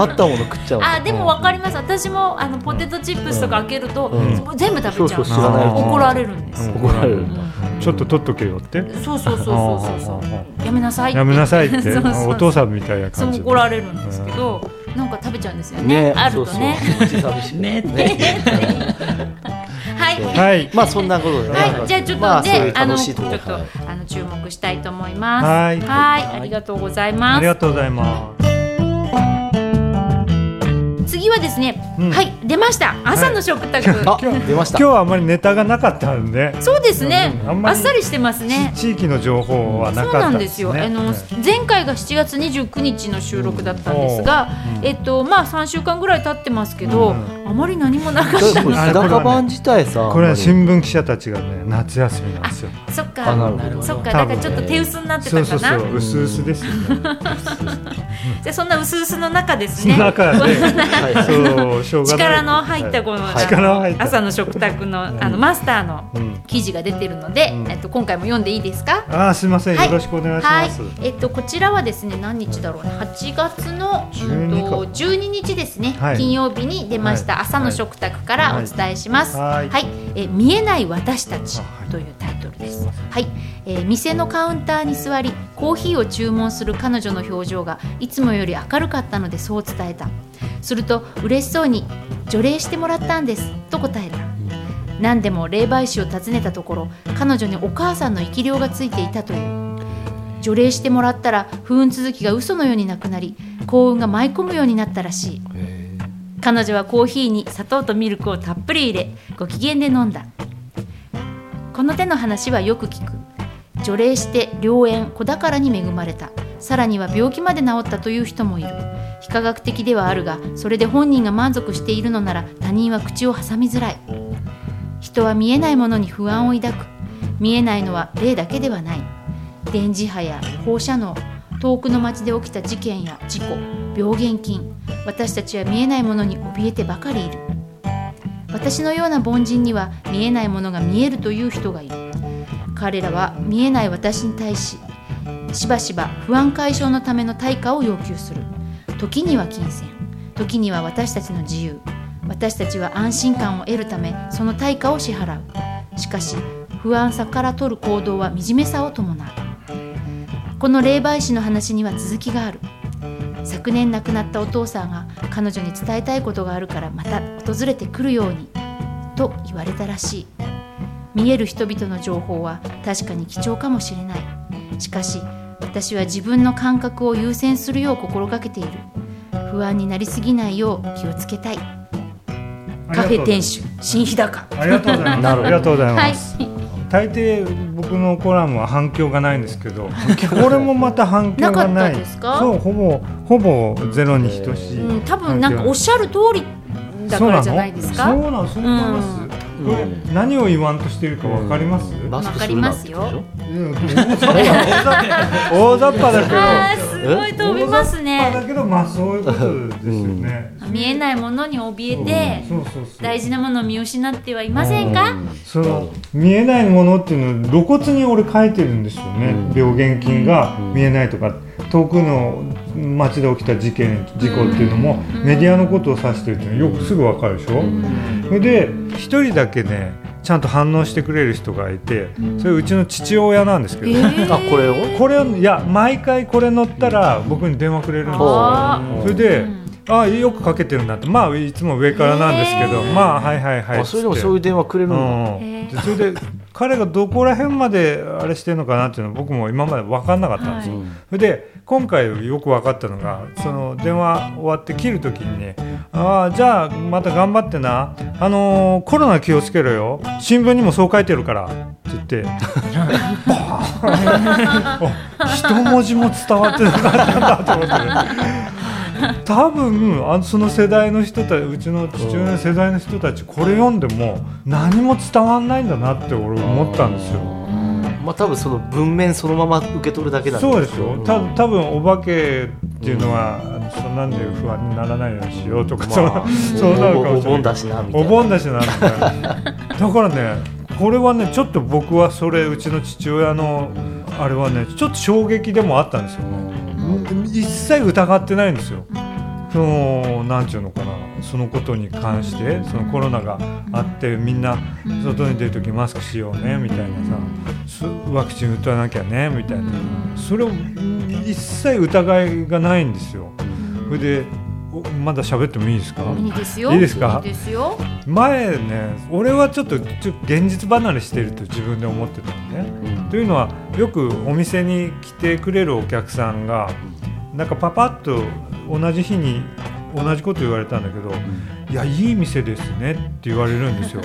[SPEAKER 3] あったもの食っちゃう
[SPEAKER 2] あーでもわかります私もあのポテトチップスとか開けると
[SPEAKER 3] うん
[SPEAKER 2] そこ全部食べちゃ
[SPEAKER 3] そううそう知らない
[SPEAKER 2] 怒られるんです
[SPEAKER 4] うん
[SPEAKER 3] 怒られるんだ
[SPEAKER 4] ちょっと取っとけよって
[SPEAKER 2] そうそうそうそうそう
[SPEAKER 4] あーあ
[SPEAKER 2] そうやめなさいって
[SPEAKER 4] やめなさいっ て
[SPEAKER 2] そうそうそう
[SPEAKER 4] お父さんみたいな
[SPEAKER 2] そ
[SPEAKER 4] 感
[SPEAKER 2] う
[SPEAKER 4] じで
[SPEAKER 2] 怒られるんですけどなんか食べちゃうんですよね
[SPEAKER 3] ね
[SPEAKER 2] あるとね
[SPEAKER 3] そうそう寂しいね
[SPEAKER 2] はい
[SPEAKER 4] はい
[SPEAKER 3] まあそんなことでね
[SPEAKER 2] はい、じゃあちょっと、
[SPEAKER 3] まあそうい
[SPEAKER 2] で、
[SPEAKER 3] う
[SPEAKER 2] あの、
[SPEAKER 3] 楽し
[SPEAKER 2] ち
[SPEAKER 3] い
[SPEAKER 2] ょっ
[SPEAKER 3] と
[SPEAKER 2] と、
[SPEAKER 3] ころはい
[SPEAKER 2] あの、注目したいと思います。
[SPEAKER 4] はい
[SPEAKER 2] ありがとうござい
[SPEAKER 4] あ
[SPEAKER 2] ま
[SPEAKER 4] り
[SPEAKER 2] す。
[SPEAKER 4] がとうございます
[SPEAKER 2] 次はですね、
[SPEAKER 4] うん
[SPEAKER 2] はい、出ました。朝の食卓。
[SPEAKER 3] あ出ました
[SPEAKER 4] 今日はあまりネタがなかったんで
[SPEAKER 2] そうですね
[SPEAKER 4] うんあん、ま
[SPEAKER 2] あ
[SPEAKER 4] り
[SPEAKER 2] っさりしてますね。
[SPEAKER 4] 地域の情報はな
[SPEAKER 2] そう
[SPEAKER 4] か
[SPEAKER 2] な
[SPEAKER 4] っ
[SPEAKER 2] ん
[SPEAKER 4] た
[SPEAKER 2] ですよ。あの、
[SPEAKER 4] はい
[SPEAKER 2] 前回が7月29日の収録だったんですが、えっとまあ3週間ぐらい経ってますけど、
[SPEAKER 4] うん
[SPEAKER 2] あまり何もなかっ
[SPEAKER 3] だからこれ
[SPEAKER 4] あ
[SPEAKER 3] 日
[SPEAKER 4] れこれはね
[SPEAKER 3] 高版自体さ
[SPEAKER 4] これは
[SPEAKER 3] あんま
[SPEAKER 4] 新聞記者たちがね夏休みなんですよ
[SPEAKER 2] た。そっ
[SPEAKER 3] あなる
[SPEAKER 2] か
[SPEAKER 3] ほ、ど
[SPEAKER 2] そっか、
[SPEAKER 4] 多
[SPEAKER 2] だ
[SPEAKER 4] 分
[SPEAKER 2] からちょっと手薄になってた
[SPEAKER 4] そ
[SPEAKER 2] か
[SPEAKER 4] う
[SPEAKER 2] な。
[SPEAKER 4] そうそう薄々ですよね
[SPEAKER 2] じゃあそんな薄々の中ですね。
[SPEAKER 4] 中 でそうしょうがない
[SPEAKER 2] 力の入ったこの、
[SPEAKER 4] はい力の入った
[SPEAKER 2] 朝の食卓のあのマスターの記事が出てるので、
[SPEAKER 4] うん
[SPEAKER 2] えっと今回も読んでいいですか。
[SPEAKER 4] あーすいません、
[SPEAKER 2] はい
[SPEAKER 4] よろしくお願いし
[SPEAKER 2] は
[SPEAKER 4] ま
[SPEAKER 2] い
[SPEAKER 4] す、、
[SPEAKER 2] えっとこちらはですね何日だろうね8月のうん
[SPEAKER 4] 12か
[SPEAKER 2] と12日ですね、
[SPEAKER 4] はい
[SPEAKER 2] 金曜日に出ました、
[SPEAKER 4] はい
[SPEAKER 2] 朝の食卓から
[SPEAKER 4] は
[SPEAKER 2] お
[SPEAKER 4] い
[SPEAKER 2] 伝えします。は、
[SPEAKER 4] はいい
[SPEAKER 2] え見えない私たち
[SPEAKER 4] あはい
[SPEAKER 2] というタイトルです。はい、えー店のカウンターに座りコーヒーを注文する彼女の表情がいつもより明るかったのでそう伝えたすると嬉しそうに「除霊してもらったんです」と答えた何でも霊媒師を訪ねたところ彼女にお母さんの生き霊がついていたという除霊してもらったら不運続きが嘘のようになくなり幸運が舞い込むようになったらしい彼女はコーヒーに砂糖とミルクをたっぷり入れご機嫌で飲んだこの手の話はよく聞く除霊して良縁子宝に恵まれたさらには病気まで治ったという人もいる非科学的ではあるがそれで本人が満足しているのなら他人は口を挟みづらい人は見えないものに不安を抱く見えないのは霊だけではない電磁波や放射能遠くの町で起きた事件や事故病原菌私たちは見えないものに怯えてばかりいる私のような凡人には見えないものが見えるという人がいる彼らは見えない私に対ししばしば不安解消のための対価を要求する時には金銭時には私たちの自由私たちは安心感を得るためその対価を支払うしかし不安さから取る行動は惨めさを伴うこの霊媒師の話には続きがある昨年亡くなったお父さんが彼女に伝えたいことがあるからまた訪れてくるようにと言われたらしい見える人々の情報は確かに貴重かもしれないしかし私は自分の感覚を優先するよう心がけている不安になりすぎないよう気をつけたいカフェ店主新日高
[SPEAKER 4] ありがとうございます
[SPEAKER 3] なるほど
[SPEAKER 4] ありがとうござい
[SPEAKER 2] は
[SPEAKER 4] ま
[SPEAKER 2] い
[SPEAKER 4] す、大抵僕のコラムは反響がないんですけどこれもまた反響が
[SPEAKER 2] なか
[SPEAKER 4] な
[SPEAKER 2] っ
[SPEAKER 4] い
[SPEAKER 2] たですか
[SPEAKER 4] そうほぼほぼゼロに等しい、
[SPEAKER 2] うん、多分なんかおっしゃる通りだからじゃないです
[SPEAKER 4] そう
[SPEAKER 2] か
[SPEAKER 4] なのそう思います、これ何を言わんとしてるかわかります、
[SPEAKER 3] マスクするなって
[SPEAKER 2] わかり
[SPEAKER 3] こ
[SPEAKER 4] うん大雑把だけど
[SPEAKER 5] あーすごい飛びます
[SPEAKER 4] 大雑把
[SPEAKER 5] ね
[SPEAKER 4] だけどまあそういうことですよね、
[SPEAKER 5] 見えないものに怯えて
[SPEAKER 4] そうそうそう
[SPEAKER 5] 大事なものを見失ってはいませんか
[SPEAKER 4] その見えないものっていうのを露骨に俺書いてるんですよね、
[SPEAKER 3] うん
[SPEAKER 4] 病原菌が
[SPEAKER 3] うん
[SPEAKER 4] 見えないとか遠くの町で起きた事件事故っていうのも、メディアのことを指してるっていうのよくすぐわかるでしょ、それで一人だけねちゃんと反応してくれる人がいてそれうちの父親なんですけど、
[SPEAKER 3] とあこれを
[SPEAKER 4] これをいや毎回これ乗ったら僕に電話くれるんですよ
[SPEAKER 2] あ
[SPEAKER 4] それで、あよくかけてるなってまあいつも上からなんですけど、まあはいはいはい
[SPEAKER 3] あそれでもそういう電話くれるの
[SPEAKER 4] うん、でそれで彼がどこら辺まであれしてるのかなっていうのは僕も今まで分かんなかったんですよ、
[SPEAKER 3] はい
[SPEAKER 4] それで今回よく分かったのがその電話終わって切る時にね「ああじゃあまた頑張ってなあのーコロナ気をつけろよ新聞にもそう書いてるから」って言って あ一文字も伝わってなかったんだと思ってね。多分あのその世代の人たちうちの父親の世代の人たちこれ読んでも何も伝わんないんだなって俺思ったんですよ。
[SPEAKER 3] まあ多分その文面そのまま受け取るだけなん
[SPEAKER 4] そうですよ
[SPEAKER 3] ん
[SPEAKER 4] た多分お化けっていうのは、あのそんなんで不安にならないようにしようとか、
[SPEAKER 3] まあ
[SPEAKER 4] そうそうなるか
[SPEAKER 3] お
[SPEAKER 4] もしれない
[SPEAKER 3] 盆だしなみたい
[SPEAKER 4] お
[SPEAKER 3] な
[SPEAKER 4] 盆だしなみたいなだからねこれはねちょっと僕はそれうちの父親のあれはねちょっと衝撃でもあったんですよ一切疑ってないんですよそのなんていうのかなそのことに関してそのコロナがあってみんな外に出る時マスクしようねみたいなさすワクチン打たなきゃねみたいなそれを一切疑いがないんですよそれでおまだ喋ってもいいですか
[SPEAKER 2] いいですよ
[SPEAKER 4] いいですか
[SPEAKER 2] いいですよ
[SPEAKER 4] 前ね俺はちょっとちょっと現実離れしてると自分で思ってたのね。
[SPEAKER 3] うん
[SPEAKER 4] というのはよくお店に来てくれるお客さんがなんかパパッと同じ日に同じこと言われたんだけど「いやいい店ですね」って言われるんですよ。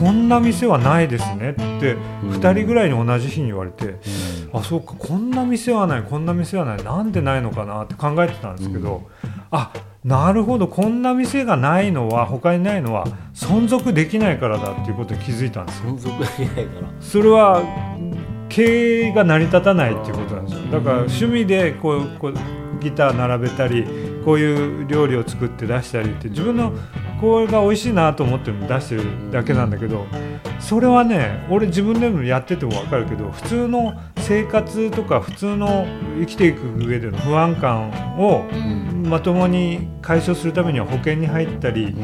[SPEAKER 4] こんな店はないですねって2人ぐらいに同じ日に言われて、あそうかこんな店はないこんな店はないなんでないのかなって考えてたんですけど、あなるほどこんな店がないのは他にないのは存続できないからだっていうことに気づいたんですよ
[SPEAKER 3] 存続できないから
[SPEAKER 4] それは経営が成り立たないっていうことなんですよだから趣味でこうこうギター並べたりこういう料理を作って出したりって自分のこれが美味しいなと思ってるの出してるだけなんだけどそれはね俺自分でもやってても分かるけど普通の生活とか普通の生きていく上での不安感をまともに解消するためには保険に入ったり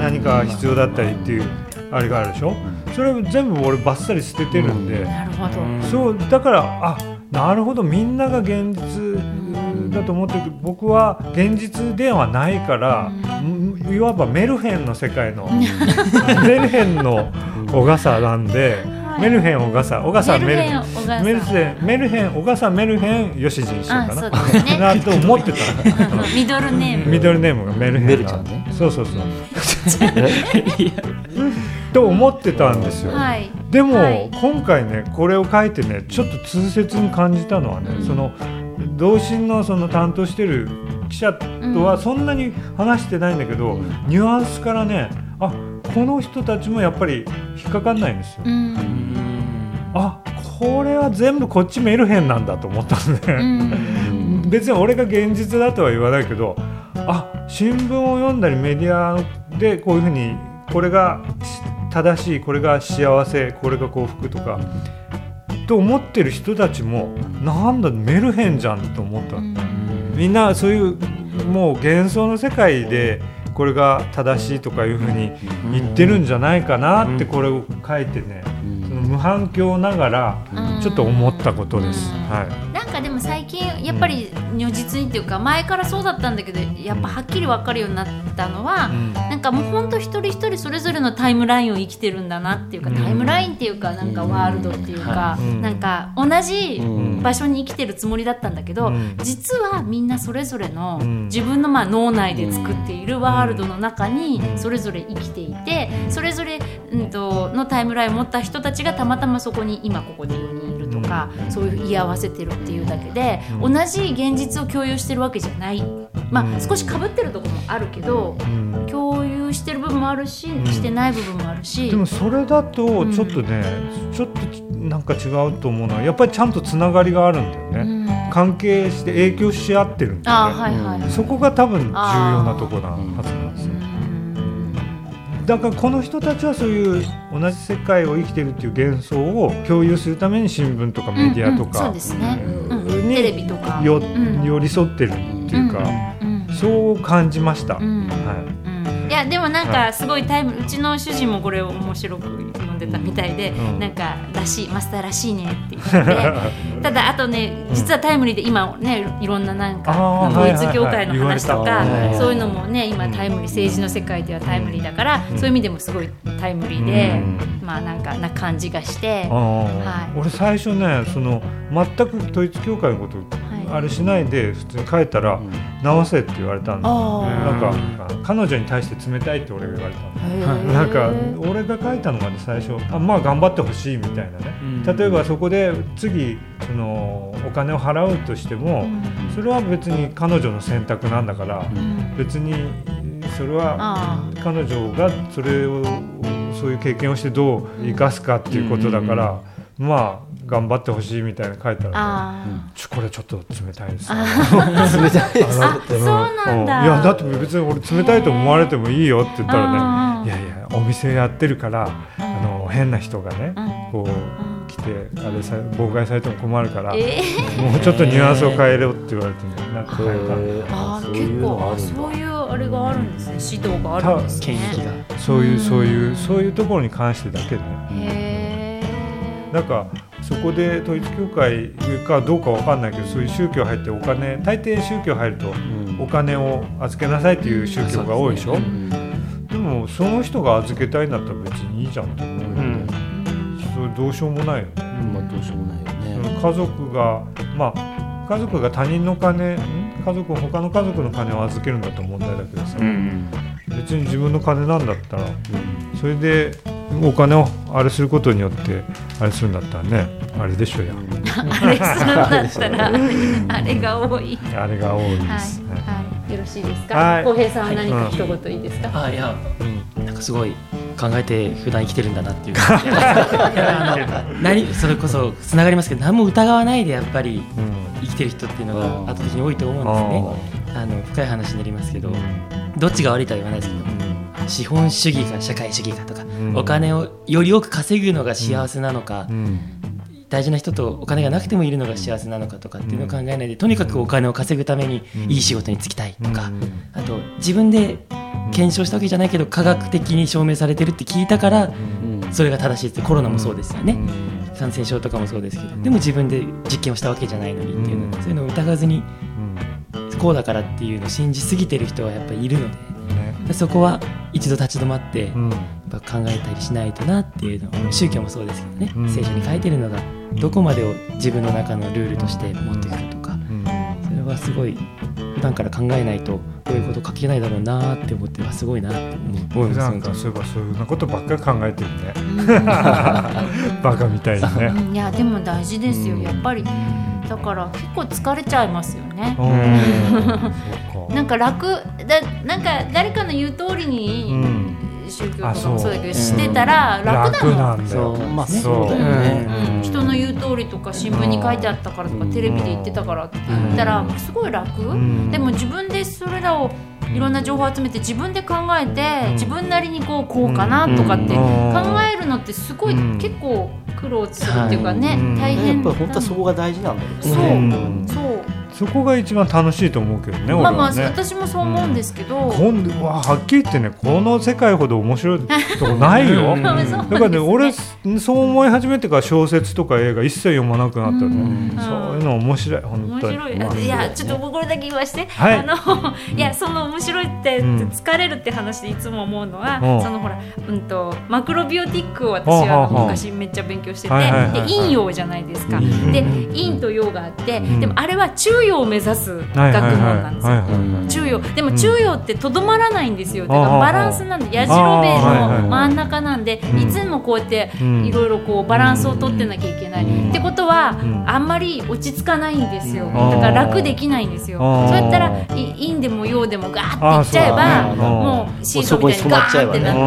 [SPEAKER 4] 何か必要だったりっていうあれがあるでしょそれを全部俺バッサリ捨ててるんで、
[SPEAKER 2] なるほど
[SPEAKER 4] そうだからあなるほどみんなが現実だと思ってるけど僕は現実ではないから、んいわばメルヘンの世界の メルヘンの小笠なんで、メルヘン小笠小笠メルヘン
[SPEAKER 5] 小川さん
[SPEAKER 4] メルヘンメルヘン小笠メルヘンよしじんしか
[SPEAKER 5] あそ
[SPEAKER 4] な
[SPEAKER 5] うですね
[SPEAKER 4] なと思ってたの
[SPEAKER 5] ミドルネーム
[SPEAKER 4] ミドルネームがメルヘン
[SPEAKER 3] メルちゃんね
[SPEAKER 4] そうそうそう と思ってたんですよ、
[SPEAKER 5] はい
[SPEAKER 4] でも、
[SPEAKER 5] はい
[SPEAKER 4] 今回ねこれを書いてねちょっと痛切に感じたのはね、その同心のその担当してる記者とはそんなに話してないんだけど、ニュアンスからねあこの人たちもやっぱり引っかかんないんですよ。
[SPEAKER 5] うん
[SPEAKER 4] あこれは全部こっちメルヘンなんだと思ったんで、
[SPEAKER 5] うん
[SPEAKER 4] 別に俺が現実だとは言わないけどあ新聞を読んだりメディアでこういうふうにこれがし正しいこれが幸せこれが幸福とかと思ってる人たちもなんだメルヘンじゃんと思ったみんなそういうもう幻想の世界でこれが正しいとかいうふうに言ってるんじゃないかなってこれを書いてね、その無反響ながら
[SPEAKER 2] うん
[SPEAKER 4] ちょっと思ったことです。
[SPEAKER 2] うん
[SPEAKER 4] は
[SPEAKER 2] なんかでも最近やっぱり如実にっていうか前からそうだったんだけどやっぱはっきり分かるようになったのは、
[SPEAKER 4] い。うん
[SPEAKER 2] なんかもうほんと一人一人それぞれのタイムラインを生きてるんだなっていうか、
[SPEAKER 4] うん
[SPEAKER 2] タイムラインっていうかなんかワールドっていうか、
[SPEAKER 4] うん
[SPEAKER 2] なんか同じ場所に生きてるつもりだったんだけど、
[SPEAKER 4] うん
[SPEAKER 2] 実はみんなそれぞれの
[SPEAKER 4] うん
[SPEAKER 2] 自分のまあ脳内で作っているワールドの中にそれぞれ生きていてそれぞれ、うん、とのタイムラインを持った人たちがたまたまそこに今ここで4人いるとかそういう居合わせてるっていうだけで
[SPEAKER 4] う
[SPEAKER 2] 同
[SPEAKER 4] ん
[SPEAKER 2] じ現実を共有してるわけじゃない。ま
[SPEAKER 4] う
[SPEAKER 2] あ、
[SPEAKER 4] ん
[SPEAKER 2] 少し被ってるところもあるけど
[SPEAKER 4] うん
[SPEAKER 2] 共有してる部分もあるし、
[SPEAKER 4] ん
[SPEAKER 2] してない部分もあるし
[SPEAKER 4] でもそれだとちょっとね、ちょっとなんか違うと思うのはやっぱりちゃんとつながりがあるんだよね、
[SPEAKER 2] うん
[SPEAKER 4] 関係して影響し合ってるんだ
[SPEAKER 2] あ
[SPEAKER 4] よ
[SPEAKER 2] あ
[SPEAKER 4] ね、
[SPEAKER 2] はいはい、
[SPEAKER 4] そこが多分重要なとこなはずなんですよ、だからこの人たちはそういう同じ世界を生きてるっていう幻想を共有するために新聞とかメディアと
[SPEAKER 2] うんうんそう
[SPEAKER 4] か
[SPEAKER 2] ですね、うん
[SPEAKER 4] に
[SPEAKER 2] テレビとか
[SPEAKER 4] よ
[SPEAKER 2] ん
[SPEAKER 4] 寄り添ってるっていうか、
[SPEAKER 2] うん
[SPEAKER 4] そう感じました、
[SPEAKER 2] うん
[SPEAKER 4] は
[SPEAKER 2] うんいやでもなん
[SPEAKER 4] は
[SPEAKER 2] かすごいタイム、うちの主人もこれを面白く読んでたみたいで、
[SPEAKER 4] うん
[SPEAKER 2] なんからしいマスターらしいねって言 ってただあとね実はタイムリーで今ねいろんななんか
[SPEAKER 4] あー
[SPEAKER 2] 統
[SPEAKER 4] はいはい
[SPEAKER 2] 一
[SPEAKER 4] はい
[SPEAKER 2] 教会の話とか、
[SPEAKER 3] 言われた
[SPEAKER 2] そういうのもね今タイムリー政治の世界ではタイムリーだから、そういう意味でもすごいタイムリーで、まあなんかな感じがして
[SPEAKER 4] あ。
[SPEAKER 2] は
[SPEAKER 4] あ
[SPEAKER 2] い
[SPEAKER 4] 俺最初ねその全く統一教会のこと
[SPEAKER 2] はい
[SPEAKER 4] あれしないで普通に書いたら直せって言われたんだよねなんか彼女に対して冷たいって俺が言われたのなんか俺が書いたのがね最初あまあ頑張ってほしいみたいなね
[SPEAKER 1] うん
[SPEAKER 4] 例えばそこで次そのお金を払うとしてもそれは別に彼女の選択なんだから別にそれは
[SPEAKER 2] あ
[SPEAKER 4] 彼女がそれをそういう経験をしてどう生かすかっていうことだからまあ頑張ってほしいみたいなの書いたらね
[SPEAKER 2] あ
[SPEAKER 4] ちょこれちょっと冷たいですね
[SPEAKER 3] 冷たいです
[SPEAKER 2] あ、あそうなんだ。
[SPEAKER 4] ういやだって別に俺冷たいと思われてもいいよって言ったら
[SPEAKER 2] うん
[SPEAKER 4] ねいやいやお店やってるからあの変な人がね
[SPEAKER 2] うん
[SPEAKER 4] こう来てあれさ妨害されても困るからも
[SPEAKER 2] えー
[SPEAKER 4] うちょっとニュアンスを変えろって言われてねなんか変え
[SPEAKER 2] あー
[SPEAKER 3] そういう
[SPEAKER 2] 結
[SPEAKER 3] の
[SPEAKER 2] 構
[SPEAKER 3] があ
[SPEAKER 2] あ
[SPEAKER 3] るんだ
[SPEAKER 2] そういうあれがあるんですね指導があるんですね
[SPEAKER 1] 権益が
[SPEAKER 4] たそういうそういうそういうところに関してだけでね
[SPEAKER 2] へ
[SPEAKER 4] なんかそこで統一教会かどうかわかんないけどそういう宗教入ってお金大抵宗教入るとお金を預けなさいっていう宗教が多いでしょでもその人が預けたいんだったら別にいいじゃんと思うよ
[SPEAKER 1] う
[SPEAKER 4] ね
[SPEAKER 1] ん
[SPEAKER 4] それどうしようもないよね、
[SPEAKER 3] まあどうしようもないよね。
[SPEAKER 4] 家族がまあ家族が他人の金ん家族他の家族の金を預けるんだったら問題だけどさ、
[SPEAKER 1] うん
[SPEAKER 4] 別に自分の金なんだったらそれでお金をあれすることによってあれするんだったらねあれでしょや
[SPEAKER 2] あれするんだったらあれが多い
[SPEAKER 4] あれが多いですね、
[SPEAKER 2] はいよろしいです
[SPEAKER 4] は
[SPEAKER 2] か
[SPEAKER 4] い
[SPEAKER 2] 浩平さんは何か一言いいですか
[SPEAKER 1] あいや、うん、なんかすごい考えて普段生きてるんだなっ ていういやあの何それこそつながりますけど何も疑わないでやっぱり
[SPEAKER 4] うん
[SPEAKER 1] 生きてる人っていうの
[SPEAKER 3] うん
[SPEAKER 1] が後的に多いと思うんですねあの深い話になりますけどどっちが悪いとは言わないですけど資本主義か社会主義かとか、
[SPEAKER 4] ん
[SPEAKER 1] お金をより多く稼ぐのが幸せなのか、
[SPEAKER 4] うん
[SPEAKER 1] 大事な人とお金がなくてもいるのが幸せなのかとかっていうのを考えないでとにかくお金を稼ぐために
[SPEAKER 4] うん
[SPEAKER 1] いい仕事に就きたいとか、
[SPEAKER 4] うん
[SPEAKER 1] あと自分で検証したわけじゃないけど科学的に証明されてるって聞いたからそれが正しいってコロナもそうですよね感染症とかもそうですけどでも自分で実験をしたわけじゃないのにっていう
[SPEAKER 4] うん
[SPEAKER 1] のそういうのを疑わずに
[SPEAKER 4] うん
[SPEAKER 1] こうだからっていうのを信じすぎてる人はやっぱりいるの
[SPEAKER 4] ね
[SPEAKER 1] でそこは一度立ち止まって
[SPEAKER 4] うん
[SPEAKER 1] やっぱ考えたりしないとなっていうの宗教もそうですけどね、
[SPEAKER 4] うん
[SPEAKER 1] 聖書に書いてるのがどこまでを自分の中のルールとして持ってくるとか
[SPEAKER 4] うん
[SPEAKER 1] それはすごい普段から考えないとこういうこと書けないだろうなって思ってはすごいなって思い
[SPEAKER 4] 普
[SPEAKER 1] ます
[SPEAKER 4] 段
[SPEAKER 1] 本当
[SPEAKER 4] から
[SPEAKER 1] に
[SPEAKER 4] そういえばそういうことばっかり考えてる ね
[SPEAKER 2] う
[SPEAKER 4] バカみたい にね
[SPEAKER 2] んうんいやでも大事ですよやっぱり
[SPEAKER 4] う
[SPEAKER 2] だから結構疲れちゃいますよね
[SPEAKER 4] んうんそう
[SPEAKER 2] な
[SPEAKER 4] か
[SPEAKER 2] んか楽だなんか誰かの言う通り
[SPEAKER 4] う
[SPEAKER 2] に
[SPEAKER 4] ん
[SPEAKER 2] 宗教と
[SPEAKER 4] あ
[SPEAKER 2] か
[SPEAKER 4] そう
[SPEAKER 2] もそうだけどしてたら楽だもん
[SPEAKER 4] なんだ
[SPEAKER 3] そ
[SPEAKER 4] よ
[SPEAKER 3] うまあ
[SPEAKER 1] ね
[SPEAKER 3] そうだよね。
[SPEAKER 2] うん人の言う通りとか新聞に書いてあったからとか
[SPEAKER 3] うん
[SPEAKER 2] テレビで言ってたからって言ったら
[SPEAKER 3] うん
[SPEAKER 2] すごい楽
[SPEAKER 4] ん
[SPEAKER 2] でも自分でそれらをいろんな情報を集めて自分で考え
[SPEAKER 4] うん
[SPEAKER 2] て自分なりにこうこうかなとかって
[SPEAKER 4] うん
[SPEAKER 2] 考えるのってすごい
[SPEAKER 4] うん
[SPEAKER 2] 結構苦労するっていうか
[SPEAKER 4] は
[SPEAKER 2] ね
[SPEAKER 4] い
[SPEAKER 2] 大
[SPEAKER 3] やっ
[SPEAKER 2] 変
[SPEAKER 3] ぱり本当はそこが大事なんだよ
[SPEAKER 2] そう
[SPEAKER 4] うん
[SPEAKER 2] そう
[SPEAKER 4] そこが一番楽しいと思うけどね、
[SPEAKER 2] まあまあ、
[SPEAKER 4] 俺はね
[SPEAKER 2] 私もそう思うんですけど、
[SPEAKER 4] こんわはっきり言ってねこの世界ほど面白いとこな いよ
[SPEAKER 1] うん
[SPEAKER 4] だ
[SPEAKER 2] そうなん
[SPEAKER 4] からね
[SPEAKER 2] ですね
[SPEAKER 4] 俺そう思い始めてから小説とか映画一切読まなくなったね、
[SPEAKER 2] ん
[SPEAKER 4] そういうの面白い
[SPEAKER 2] 面
[SPEAKER 4] 本当に
[SPEAKER 2] 白いあいやちょっとこれだけ言わして、
[SPEAKER 4] はい
[SPEAKER 2] あ のいやその面白いって
[SPEAKER 4] うん
[SPEAKER 2] 疲れるって話でいつも思うのは、
[SPEAKER 4] うん
[SPEAKER 2] そのほら、うん、とマクロビオティックを私
[SPEAKER 4] はあ
[SPEAKER 2] は
[SPEAKER 4] はあ
[SPEAKER 2] 昔めっちゃ勉強してて、
[SPEAKER 4] はいはいはいはい
[SPEAKER 2] で陰陽じゃないですか、
[SPEAKER 3] うん
[SPEAKER 2] で陰と陽があって、
[SPEAKER 4] ん
[SPEAKER 2] でもあれは中陽を目指す学問
[SPEAKER 4] はいはいはい
[SPEAKER 2] なんですよ。
[SPEAKER 4] はいはい
[SPEAKER 3] うん
[SPEAKER 2] 中央でも中央ってとどまらないんですよだか
[SPEAKER 4] あ
[SPEAKER 2] ら
[SPEAKER 4] あ
[SPEAKER 2] バランスなんでやじろべえ
[SPEAKER 4] ああはいはい
[SPEAKER 2] の真ん中なんで
[SPEAKER 4] うん
[SPEAKER 2] いつもこうやって
[SPEAKER 4] うん
[SPEAKER 2] いろいろこうバランスをとってなきゃいけない
[SPEAKER 3] うん
[SPEAKER 2] ってことは
[SPEAKER 4] うん
[SPEAKER 2] あんまり落ち着かないんですよだ
[SPEAKER 4] あ
[SPEAKER 2] か
[SPEAKER 4] あ
[SPEAKER 2] ら楽できないんですよ
[SPEAKER 4] ああ
[SPEAKER 2] そうやったらい陰でも陽でもガーっていっちゃえ
[SPEAKER 3] ああそう
[SPEAKER 2] ば
[SPEAKER 3] だね
[SPEAKER 2] もうシーソーみたいに
[SPEAKER 3] もう
[SPEAKER 2] ガ
[SPEAKER 3] そこに染まっちゃえ
[SPEAKER 2] ーっ
[SPEAKER 3] ば
[SPEAKER 2] て
[SPEAKER 3] ね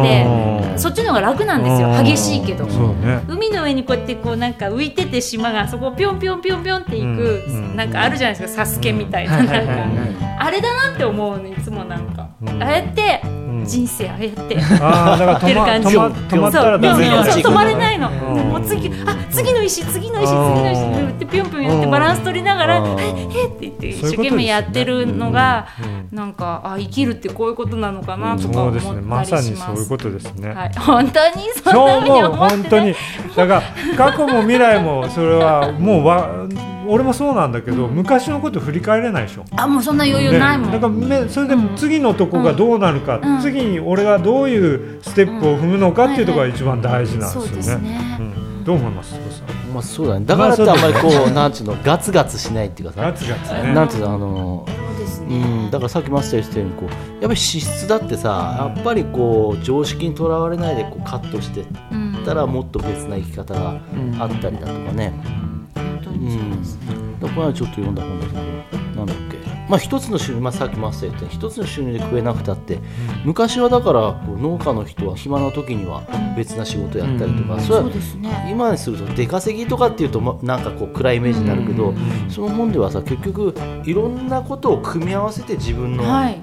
[SPEAKER 2] なっ
[SPEAKER 4] う
[SPEAKER 2] て
[SPEAKER 4] ん
[SPEAKER 2] そっちの方が楽なんです
[SPEAKER 4] う
[SPEAKER 2] よ
[SPEAKER 4] ん
[SPEAKER 2] 激しいけど
[SPEAKER 4] そうね
[SPEAKER 2] 海の上にこうやってこうなんか浮いてて島がそこをピョンピョンピョンピョンっていく
[SPEAKER 4] うん
[SPEAKER 2] なんかあるじゃないですか「サスケみたい
[SPEAKER 1] は
[SPEAKER 2] ない
[SPEAKER 1] は
[SPEAKER 2] ないん
[SPEAKER 1] は
[SPEAKER 2] か
[SPEAKER 1] いはい
[SPEAKER 2] あれだなって思うのいつもなんか、
[SPEAKER 4] うん
[SPEAKER 2] ああやって、
[SPEAKER 4] ん
[SPEAKER 2] 人生ああやって
[SPEAKER 4] ああだか ら
[SPEAKER 2] って
[SPEAKER 4] 止
[SPEAKER 2] る
[SPEAKER 4] ま
[SPEAKER 2] 感じ
[SPEAKER 4] 止ま止まったらダメだ
[SPEAKER 2] そう
[SPEAKER 3] 水に落ちていく
[SPEAKER 2] 止まれないの、
[SPEAKER 4] うん
[SPEAKER 2] でもう次あ次の石次の石次
[SPEAKER 4] うん
[SPEAKER 2] の石って言ってピョンピョンやって
[SPEAKER 4] うん
[SPEAKER 2] バランス取りながら、
[SPEAKER 3] うん
[SPEAKER 2] ええって言って一
[SPEAKER 4] そうい
[SPEAKER 2] 生
[SPEAKER 4] うことですよね
[SPEAKER 2] 懸命やってるのが、
[SPEAKER 4] うん
[SPEAKER 2] なんかあ生きるってこういうことなのかなとか
[SPEAKER 4] そう
[SPEAKER 2] 思っ
[SPEAKER 4] で
[SPEAKER 2] たりします
[SPEAKER 4] すね。まさにそういうことですね、
[SPEAKER 2] はい、本当にそ
[SPEAKER 4] そうん
[SPEAKER 2] なふうに
[SPEAKER 4] 思う
[SPEAKER 2] 思って
[SPEAKER 4] 本当
[SPEAKER 2] ね
[SPEAKER 4] にだから過去も未来もそれはもうわ俺もそうなんだけど昔のこと振り返れないでしょ
[SPEAKER 2] あもうそんな余裕ないもん、
[SPEAKER 4] ねだからめそれで次のとこがどうなるか、
[SPEAKER 2] うん
[SPEAKER 4] 次に俺がどういうステップを踏むのかっていうところが一番大事なん
[SPEAKER 2] そうで
[SPEAKER 4] です
[SPEAKER 2] す
[SPEAKER 4] よね。
[SPEAKER 2] ね、
[SPEAKER 4] うんどう思います、すこさん
[SPEAKER 3] まあそうだねだからってあんまりこうなんちゅうのガツガツしないっていうか
[SPEAKER 4] ガ
[SPEAKER 3] さ
[SPEAKER 4] ツガツね。
[SPEAKER 3] なんていうのあの
[SPEAKER 2] そうです
[SPEAKER 3] う
[SPEAKER 2] ね、
[SPEAKER 3] んだからさっきマスター言ってたようにこうやっぱり資質だってさやっぱりこう常識にとらわれないでこうカットして
[SPEAKER 2] うん
[SPEAKER 3] ったらもっと別な生き方があったりだとかね、
[SPEAKER 2] 本当
[SPEAKER 3] う
[SPEAKER 2] に
[SPEAKER 3] ん、だからこの間ちょっと読んだ本だけどなんだっけまあ一つの収入、まあ、さっきもあったように一つの収入で食えなくたって昔はだからこう農家の人は暇な時には別な仕事やったりとか、
[SPEAKER 1] うん
[SPEAKER 3] それ
[SPEAKER 2] そ
[SPEAKER 3] は
[SPEAKER 2] うですね
[SPEAKER 3] 今にすると出稼ぎとかっていうと、ま、なんかこう暗いイメージになるけど、その本ではさ結局いろんなことを組み合わせて自分の
[SPEAKER 2] はい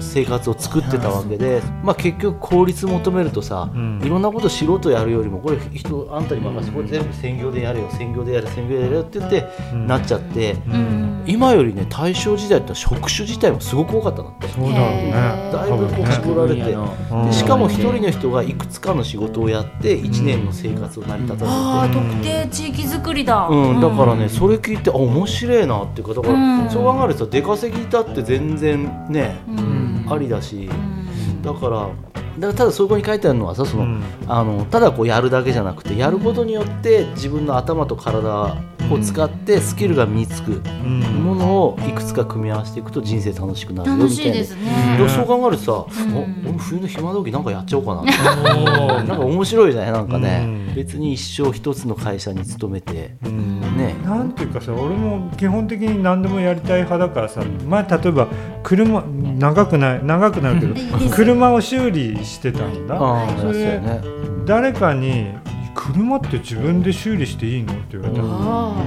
[SPEAKER 3] 生活を作ってたわけで、まあ、結局効率求めるとさ、
[SPEAKER 4] うん
[SPEAKER 3] いろんなこと素人やるよりもこれ人あんたに任せてこれ全部専業でやれよ専業でやれ専業でやれよって言って、
[SPEAKER 4] うん
[SPEAKER 3] なっちゃって、
[SPEAKER 2] うん
[SPEAKER 3] 今よりね大正時代って職種自体もすごく多かったんだって
[SPEAKER 4] そうだろうね。
[SPEAKER 2] へー
[SPEAKER 3] だいぶこう
[SPEAKER 4] 多
[SPEAKER 3] 絞られて、
[SPEAKER 4] 分ね
[SPEAKER 3] でしかも一人の人がいくつかの仕事をやって1年の生活を成り立たせて。
[SPEAKER 2] ああ特定地域づくりだ。
[SPEAKER 3] うん、だからね、それ聞いてあ面白いなっていうかだから、
[SPEAKER 2] うん
[SPEAKER 3] そう考えると出稼ぎだって全然ね、
[SPEAKER 2] うん
[SPEAKER 3] ありだし
[SPEAKER 2] うん
[SPEAKER 3] だからだからただそこに書いてあるのはさその、
[SPEAKER 4] うん
[SPEAKER 3] あのただこうやるだけじゃなくてやることによって自分の頭と体を使ってスキルが身につく
[SPEAKER 4] うん
[SPEAKER 3] ものをいくつか組み合わせていくと人生楽しくなるよ
[SPEAKER 2] 楽
[SPEAKER 3] みた
[SPEAKER 2] しい
[SPEAKER 3] いな。
[SPEAKER 2] ですね。
[SPEAKER 3] でもそう考えるとさ、
[SPEAKER 2] うん
[SPEAKER 3] お俺冬の暇時なんかやっちゃおうかなってなんか面白いじゃないなんかね、
[SPEAKER 4] うん
[SPEAKER 3] 別に一生一つの会社に勤めて
[SPEAKER 4] うん
[SPEAKER 3] ね
[SPEAKER 4] なんていうかさ俺も基本的に何でもやりたい派だからさ前例えば車長くない長くなるけど車を修理してたんだ
[SPEAKER 3] ああ
[SPEAKER 4] そ
[SPEAKER 3] そう
[SPEAKER 4] れ
[SPEAKER 3] だよね
[SPEAKER 4] 誰かに「車って自分で修理していいの?」って言われたの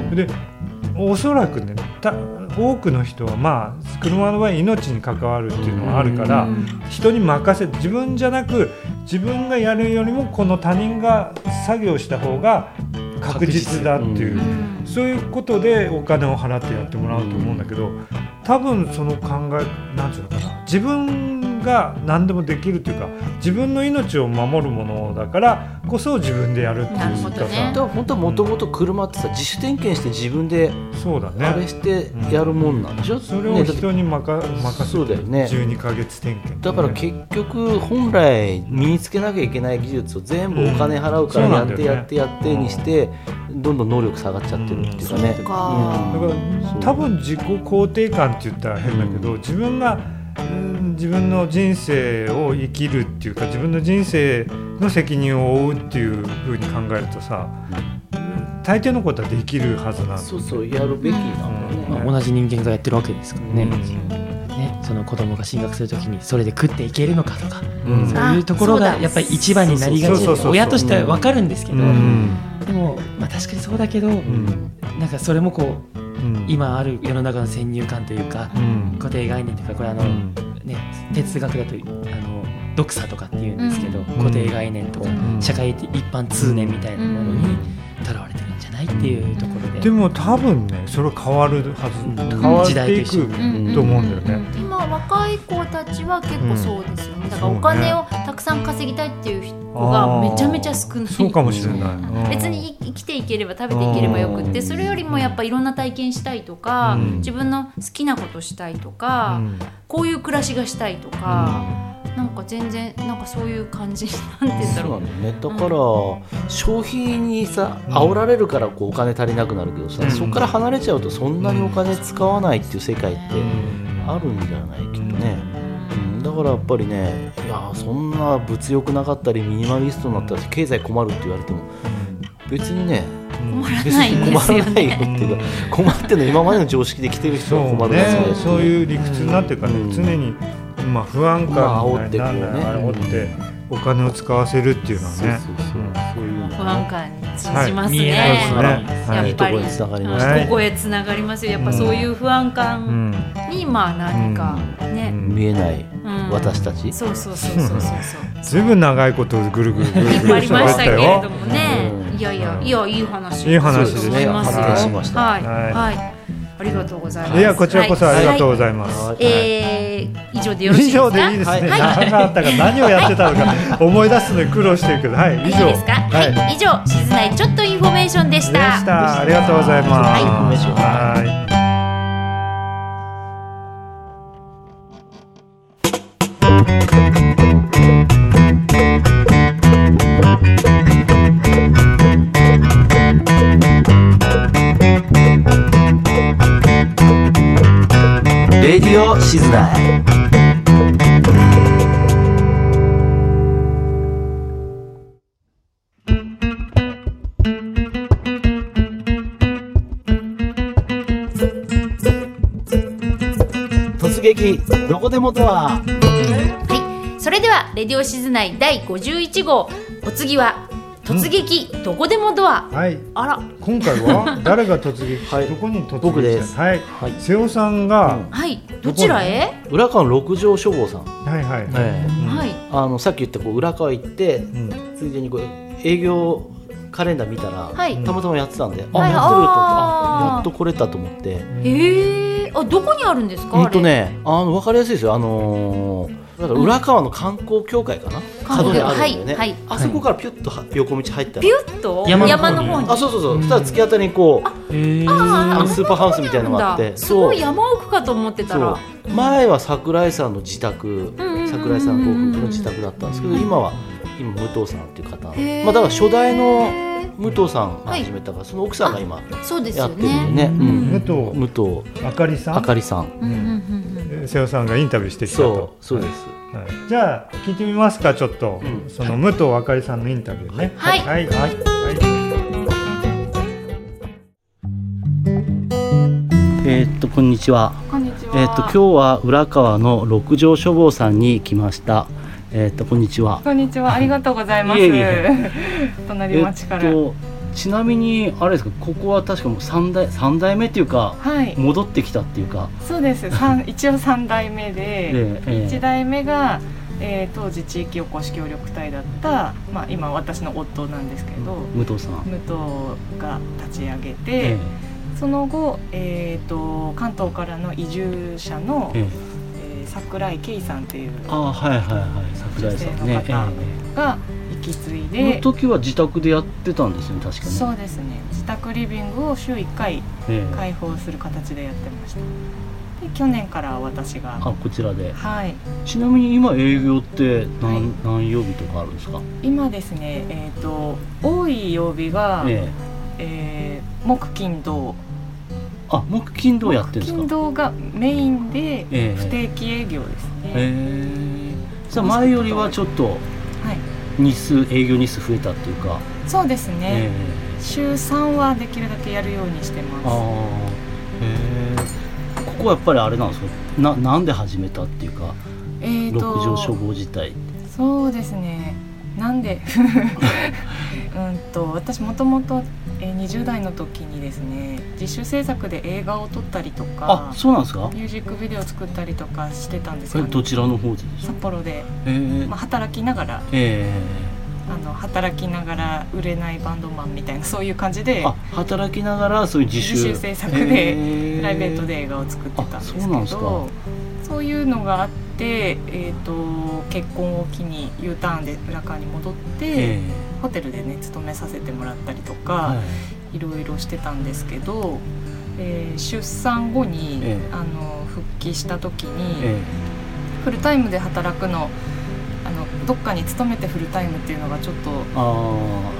[SPEAKER 2] あ
[SPEAKER 4] でおそらくねた多くの人はまあ車の場合命に関わるっていうのはあるから、
[SPEAKER 2] うん
[SPEAKER 4] 人に任せ自分じゃなく自分がやるよりもこの他人が作業した方が確実だっていう、
[SPEAKER 2] ーうん
[SPEAKER 4] そういうことでお金を払ってやってもらうと思うんだけど、多分その考えなんていうのかな自分が何でもできるというか自分の命を守るものだからこそ自分でやるっていう
[SPEAKER 2] なる
[SPEAKER 4] か
[SPEAKER 2] ほど
[SPEAKER 3] だ
[SPEAKER 2] ね
[SPEAKER 3] から本当はもともと車ってさ自主点検して自分で
[SPEAKER 4] そうだね
[SPEAKER 3] あれしてやるもんなんでしょ、
[SPEAKER 4] それを
[SPEAKER 3] ねだって
[SPEAKER 4] 人に任任せて
[SPEAKER 3] そうだよね
[SPEAKER 4] 12ヶ月点検
[SPEAKER 3] だから結局本来身につけなきゃいけない技術を全部お金払うから
[SPEAKER 4] うん
[SPEAKER 3] やって
[SPEAKER 4] そうなんだよね
[SPEAKER 3] やってやってにしてどんどん能力下がっちゃってるっていうかね。
[SPEAKER 2] そうか
[SPEAKER 4] だから多分自己肯定感って言ったら変だけど、自分がうん自分の人生を生きるっていうか自分の人生の責任を負うっていうふうに考えるとさ、大抵のことはできるはずなんだ
[SPEAKER 3] そうそうやるべきなのね。
[SPEAKER 1] まあ同じ人間がやってるわけですからね,、ねその子供が進学するときにそれで食っていけるのかとか、
[SPEAKER 4] うん
[SPEAKER 1] そういうところ
[SPEAKER 2] あそう
[SPEAKER 1] が
[SPEAKER 2] だ
[SPEAKER 1] やっぱり一番になりがち
[SPEAKER 4] そうそう
[SPEAKER 1] で
[SPEAKER 4] そう
[SPEAKER 1] す
[SPEAKER 4] そう
[SPEAKER 1] 親としては分かるんですけど、
[SPEAKER 4] うん
[SPEAKER 1] でも、まあ、確かにそうだけど、
[SPEAKER 4] うん
[SPEAKER 1] なんかそれもこう
[SPEAKER 4] うん
[SPEAKER 1] 今ある世の中の先入観というか
[SPEAKER 4] うん
[SPEAKER 1] 固定概念というかこれあの、
[SPEAKER 4] うん
[SPEAKER 1] ね、哲学だとあの読者とかっていうんですけど、
[SPEAKER 4] ん
[SPEAKER 1] 固定概念とか、
[SPEAKER 4] ん
[SPEAKER 1] 社会一般通念みたいなものに、とらわれてるんじゃないっていうところで。
[SPEAKER 4] でも多分ねそれ変わるはず、
[SPEAKER 1] ん
[SPEAKER 4] 変わっ
[SPEAKER 1] 時代と
[SPEAKER 4] てい
[SPEAKER 1] 一緒
[SPEAKER 4] く
[SPEAKER 1] に
[SPEAKER 4] と思うんだよね、
[SPEAKER 2] 今若い子たちは結構そうですよね、だからお金をたくさん稼ぎたいっていう人がめちゃめちゃ少ない
[SPEAKER 4] そうかもしれない、うん
[SPEAKER 2] 別に生きていければ食べていければよくってそれよりもやっぱいろんな体験したいとか、
[SPEAKER 4] うん
[SPEAKER 2] 自分の好きなことしたいと
[SPEAKER 4] う
[SPEAKER 2] か、
[SPEAKER 4] ん
[SPEAKER 2] こういう暮らしがしたいとか、なんか全然なんかそういう感じなんて言うんだ
[SPEAKER 3] そう
[SPEAKER 2] ろ
[SPEAKER 3] な
[SPEAKER 2] う。
[SPEAKER 3] んだよねだから、消費にさ煽られるからこうお金足りなくなるけどさ、
[SPEAKER 4] うん
[SPEAKER 3] そこから離れちゃうとそんなにお金使わないっていう世界ってあるんじゃないけどね、うん、だからやっぱりねいやーそんな物欲なかったりミニマリストになったり経済困るって言われても別にね
[SPEAKER 4] うん
[SPEAKER 3] 別に困らないよっていうか困ってんの今までの常識で来てる人
[SPEAKER 4] そ
[SPEAKER 3] は
[SPEAKER 4] う
[SPEAKER 3] 困るやつだ
[SPEAKER 4] ね
[SPEAKER 3] よ
[SPEAKER 4] そういう理屈になってるからね、
[SPEAKER 3] うん
[SPEAKER 4] 常に、まあ、不安感なり
[SPEAKER 3] まあ煽ってこうね
[SPEAKER 4] なんなり煽ってお金を使わせるっていうのはね
[SPEAKER 3] そうそうそうそういうの
[SPEAKER 2] 不安感に通じます
[SPEAKER 1] 見
[SPEAKER 2] ね
[SPEAKER 1] えないです
[SPEAKER 4] ねはい
[SPEAKER 2] や
[SPEAKER 3] い
[SPEAKER 2] っ
[SPEAKER 3] いと
[SPEAKER 2] ぱ
[SPEAKER 3] こ
[SPEAKER 2] り
[SPEAKER 3] ろに繋がりまし
[SPEAKER 4] はい
[SPEAKER 2] ここへつながりますよやっぱそういう不安
[SPEAKER 4] う
[SPEAKER 2] 感
[SPEAKER 4] ん
[SPEAKER 2] にまあ何か
[SPEAKER 4] う
[SPEAKER 2] ね、
[SPEAKER 3] た
[SPEAKER 4] ん
[SPEAKER 3] 見えな
[SPEAKER 2] う
[SPEAKER 3] い
[SPEAKER 2] ん
[SPEAKER 3] 私たち
[SPEAKER 2] そうそうそうそうそう そう
[SPEAKER 4] ずいぶん長いことぐるぐるぐる
[SPEAKER 2] 引っ
[SPEAKER 4] ぐ
[SPEAKER 2] 張
[SPEAKER 4] る
[SPEAKER 2] り
[SPEAKER 4] しても
[SPEAKER 2] ま
[SPEAKER 4] ら
[SPEAKER 2] し
[SPEAKER 4] ったた
[SPEAKER 2] けれ
[SPEAKER 4] よ
[SPEAKER 2] ども ね
[SPEAKER 3] う。ん
[SPEAKER 2] いやいや、いや、いい話。
[SPEAKER 4] いい話
[SPEAKER 3] です
[SPEAKER 2] だ
[SPEAKER 3] ね
[SPEAKER 2] と思いますよ
[SPEAKER 4] 発見し
[SPEAKER 3] ました
[SPEAKER 2] はい、
[SPEAKER 4] はい
[SPEAKER 2] はい、ありがとうございます。
[SPEAKER 4] いやこちらこそありがとうご
[SPEAKER 2] い
[SPEAKER 4] ざいます、
[SPEAKER 3] はい
[SPEAKER 2] ます。えー、以上でよろしい
[SPEAKER 4] 以
[SPEAKER 2] ですか。
[SPEAKER 4] 上でいいですね、
[SPEAKER 3] はい
[SPEAKER 4] 何があったか何をやってたのか思い出すのに苦労してるけどはい以
[SPEAKER 2] い
[SPEAKER 4] 上
[SPEAKER 2] いですか。は
[SPEAKER 4] はい
[SPEAKER 2] い、以上、静内ちょっとインフォメーションでした。
[SPEAKER 4] でしたありがとうございます、
[SPEAKER 2] はい
[SPEAKER 3] お願いします
[SPEAKER 4] はい
[SPEAKER 3] レディオシズナ突撃どこでもとは
[SPEAKER 2] はい、それでは、レディオ静内第51号、お次は。突撃、どこでもドア。
[SPEAKER 4] はい
[SPEAKER 2] あら、
[SPEAKER 4] 今回は 誰が突撃、
[SPEAKER 3] はい
[SPEAKER 4] どこに突撃した
[SPEAKER 3] 僕です
[SPEAKER 4] はい、
[SPEAKER 3] い
[SPEAKER 4] 瀬尾さんが、
[SPEAKER 2] はい、どちらへ。
[SPEAKER 3] 浦川の六条処方さん、
[SPEAKER 4] はいはい、
[SPEAKER 3] ええ
[SPEAKER 4] うん
[SPEAKER 2] はい。
[SPEAKER 3] あのさっき言ったこう浦川行って、
[SPEAKER 4] うん
[SPEAKER 3] ついでにこう営業カレンダー見たら、
[SPEAKER 2] はい
[SPEAKER 3] たまたまやってたんで、
[SPEAKER 2] は
[SPEAKER 3] あ
[SPEAKER 2] い
[SPEAKER 3] やってると思ってあ
[SPEAKER 2] あー
[SPEAKER 3] やっと来れたと思って。
[SPEAKER 2] ええー、あ、どこにあるんですか。
[SPEAKER 3] うんと
[SPEAKER 2] あれ。
[SPEAKER 3] ね、あの分かりやすいですよ、あのー、だから浦川の観光協会かな、角にあるんだよね、
[SPEAKER 2] はいはい
[SPEAKER 3] あそこからピュッとは横道入ったら、
[SPEAKER 2] ピュッと
[SPEAKER 1] 山の方に
[SPEAKER 2] 山の方に。
[SPEAKER 3] あそうそうそう、そしたら突き当たりにこう、あのスーパーハウスみたいなのがあって、
[SPEAKER 2] すごい山奥かと思ってた
[SPEAKER 3] そう
[SPEAKER 2] ら
[SPEAKER 3] 前は桜井さんの自宅、
[SPEAKER 2] んうんうん
[SPEAKER 3] 桜井さんご夫婦の自宅だったんですけど、今は今、武藤さんっていう方、ま
[SPEAKER 2] へー
[SPEAKER 3] あ、だから初代の武藤さんが
[SPEAKER 2] はい
[SPEAKER 3] 始めたから、その奥さんが今、
[SPEAKER 2] そうです
[SPEAKER 3] や
[SPEAKER 2] よ
[SPEAKER 3] ってるよ
[SPEAKER 2] ね
[SPEAKER 3] ね、
[SPEAKER 4] えっ
[SPEAKER 3] う
[SPEAKER 4] と
[SPEAKER 3] ん、武藤
[SPEAKER 4] あかりさん
[SPEAKER 3] あかりさん、
[SPEAKER 2] うんうんうん
[SPEAKER 4] えー瀬尾さんがインタビューしてきた
[SPEAKER 3] そ
[SPEAKER 4] と
[SPEAKER 3] う、そうです。
[SPEAKER 4] はいじゃあ聞いてみますかちょっと、
[SPEAKER 3] うん
[SPEAKER 4] その武藤あかりさんのインタビューね
[SPEAKER 2] はい
[SPEAKER 4] はいはい、はい
[SPEAKER 6] えーっとこんにちは。えーっと今日は浦川の六条書房さんに来ました。えーっとこんにちは。
[SPEAKER 7] こんにちは、ありがとうございます。
[SPEAKER 6] いえいえ
[SPEAKER 7] 隣町から。
[SPEAKER 6] えーっとちなみにあれですかここは確かもう三代三代目っていうか
[SPEAKER 7] はい、
[SPEAKER 6] 戻ってきたっていうか。
[SPEAKER 7] そうで す。三一応三代目で、
[SPEAKER 6] えーえ
[SPEAKER 7] 一代目が、えー当時地域おこし協力隊だった、まあ今私の夫なんですけど、
[SPEAKER 6] 武藤さん。
[SPEAKER 7] 武藤が立ち上げ
[SPEAKER 6] え
[SPEAKER 7] て、その後、えー、と関東からの移住者の、
[SPEAKER 6] ーえー
[SPEAKER 7] えー桜井圭さんっていう
[SPEAKER 6] あーはいはいはい桜井さんね
[SPEAKER 7] 女。性
[SPEAKER 6] え
[SPEAKER 7] の
[SPEAKER 6] ー
[SPEAKER 7] 方が引き継
[SPEAKER 6] え
[SPEAKER 7] い
[SPEAKER 6] ー
[SPEAKER 7] で
[SPEAKER 6] この、時は自宅でやってたんですよね確かね。
[SPEAKER 7] そうですね。自宅リビングを週一回
[SPEAKER 6] えー
[SPEAKER 7] 開放する形でやってましたで去年から私が
[SPEAKER 6] あこちらで。
[SPEAKER 7] はい
[SPEAKER 6] ちなみに今営業って何、
[SPEAKER 7] はい
[SPEAKER 6] 何曜日とかあるんですか。
[SPEAKER 7] 今ですねえっ、と多い曜日が、え
[SPEAKER 6] えー
[SPEAKER 7] ー木金土
[SPEAKER 6] あ木金土やってるんですか。
[SPEAKER 7] 金土がメインで
[SPEAKER 6] ええ
[SPEAKER 7] 不定期営業ですね、
[SPEAKER 6] えじゃあ前よりはちょっと
[SPEAKER 7] はい
[SPEAKER 6] 日数営業日数増えたっていうか、
[SPEAKER 7] そうです
[SPEAKER 6] え
[SPEAKER 7] ね、
[SPEAKER 6] え
[SPEAKER 7] 週3はできるだけやるようにして
[SPEAKER 6] あ
[SPEAKER 7] ま
[SPEAKER 6] あええここはやっぱりあれなんですかななんで始めたっていうか
[SPEAKER 7] すえっ、
[SPEAKER 6] 六条処
[SPEAKER 7] と
[SPEAKER 6] 方自体
[SPEAKER 7] そうですねなんで うんと私もともとえー20代の時にですね自主制作で映画を撮ったりとか
[SPEAKER 6] あそうなんですか
[SPEAKER 7] ミュージックビデオ作ったりとかしてたんです
[SPEAKER 6] え
[SPEAKER 7] よ、
[SPEAKER 6] どちらの方でです
[SPEAKER 7] 札
[SPEAKER 6] か
[SPEAKER 7] 幌で、
[SPEAKER 6] ええ
[SPEAKER 7] まあ、働きながら
[SPEAKER 6] ええ
[SPEAKER 7] あの働きながら売れないバンドマンみたいなそういう感じで
[SPEAKER 3] あ働きながらそういう自主
[SPEAKER 7] 自主制作で
[SPEAKER 3] へ
[SPEAKER 7] プライベートで映画を作ってたんですけ
[SPEAKER 3] あそうなん
[SPEAKER 7] ど
[SPEAKER 3] ですか
[SPEAKER 7] そういうのがあって、えー、と結婚を機に U ターンで浦川に戻って、
[SPEAKER 3] ええ
[SPEAKER 7] ホテルでね勤めさせてもらったりとか、
[SPEAKER 3] はい
[SPEAKER 7] い、ろいろしてたんですけど、えー出産後に、
[SPEAKER 3] ええ
[SPEAKER 7] あの復帰した時に、
[SPEAKER 3] え
[SPEAKER 7] フルタイムで働くのあのどっかに勤めてフルタイムっていうのがちょっと
[SPEAKER 3] えあ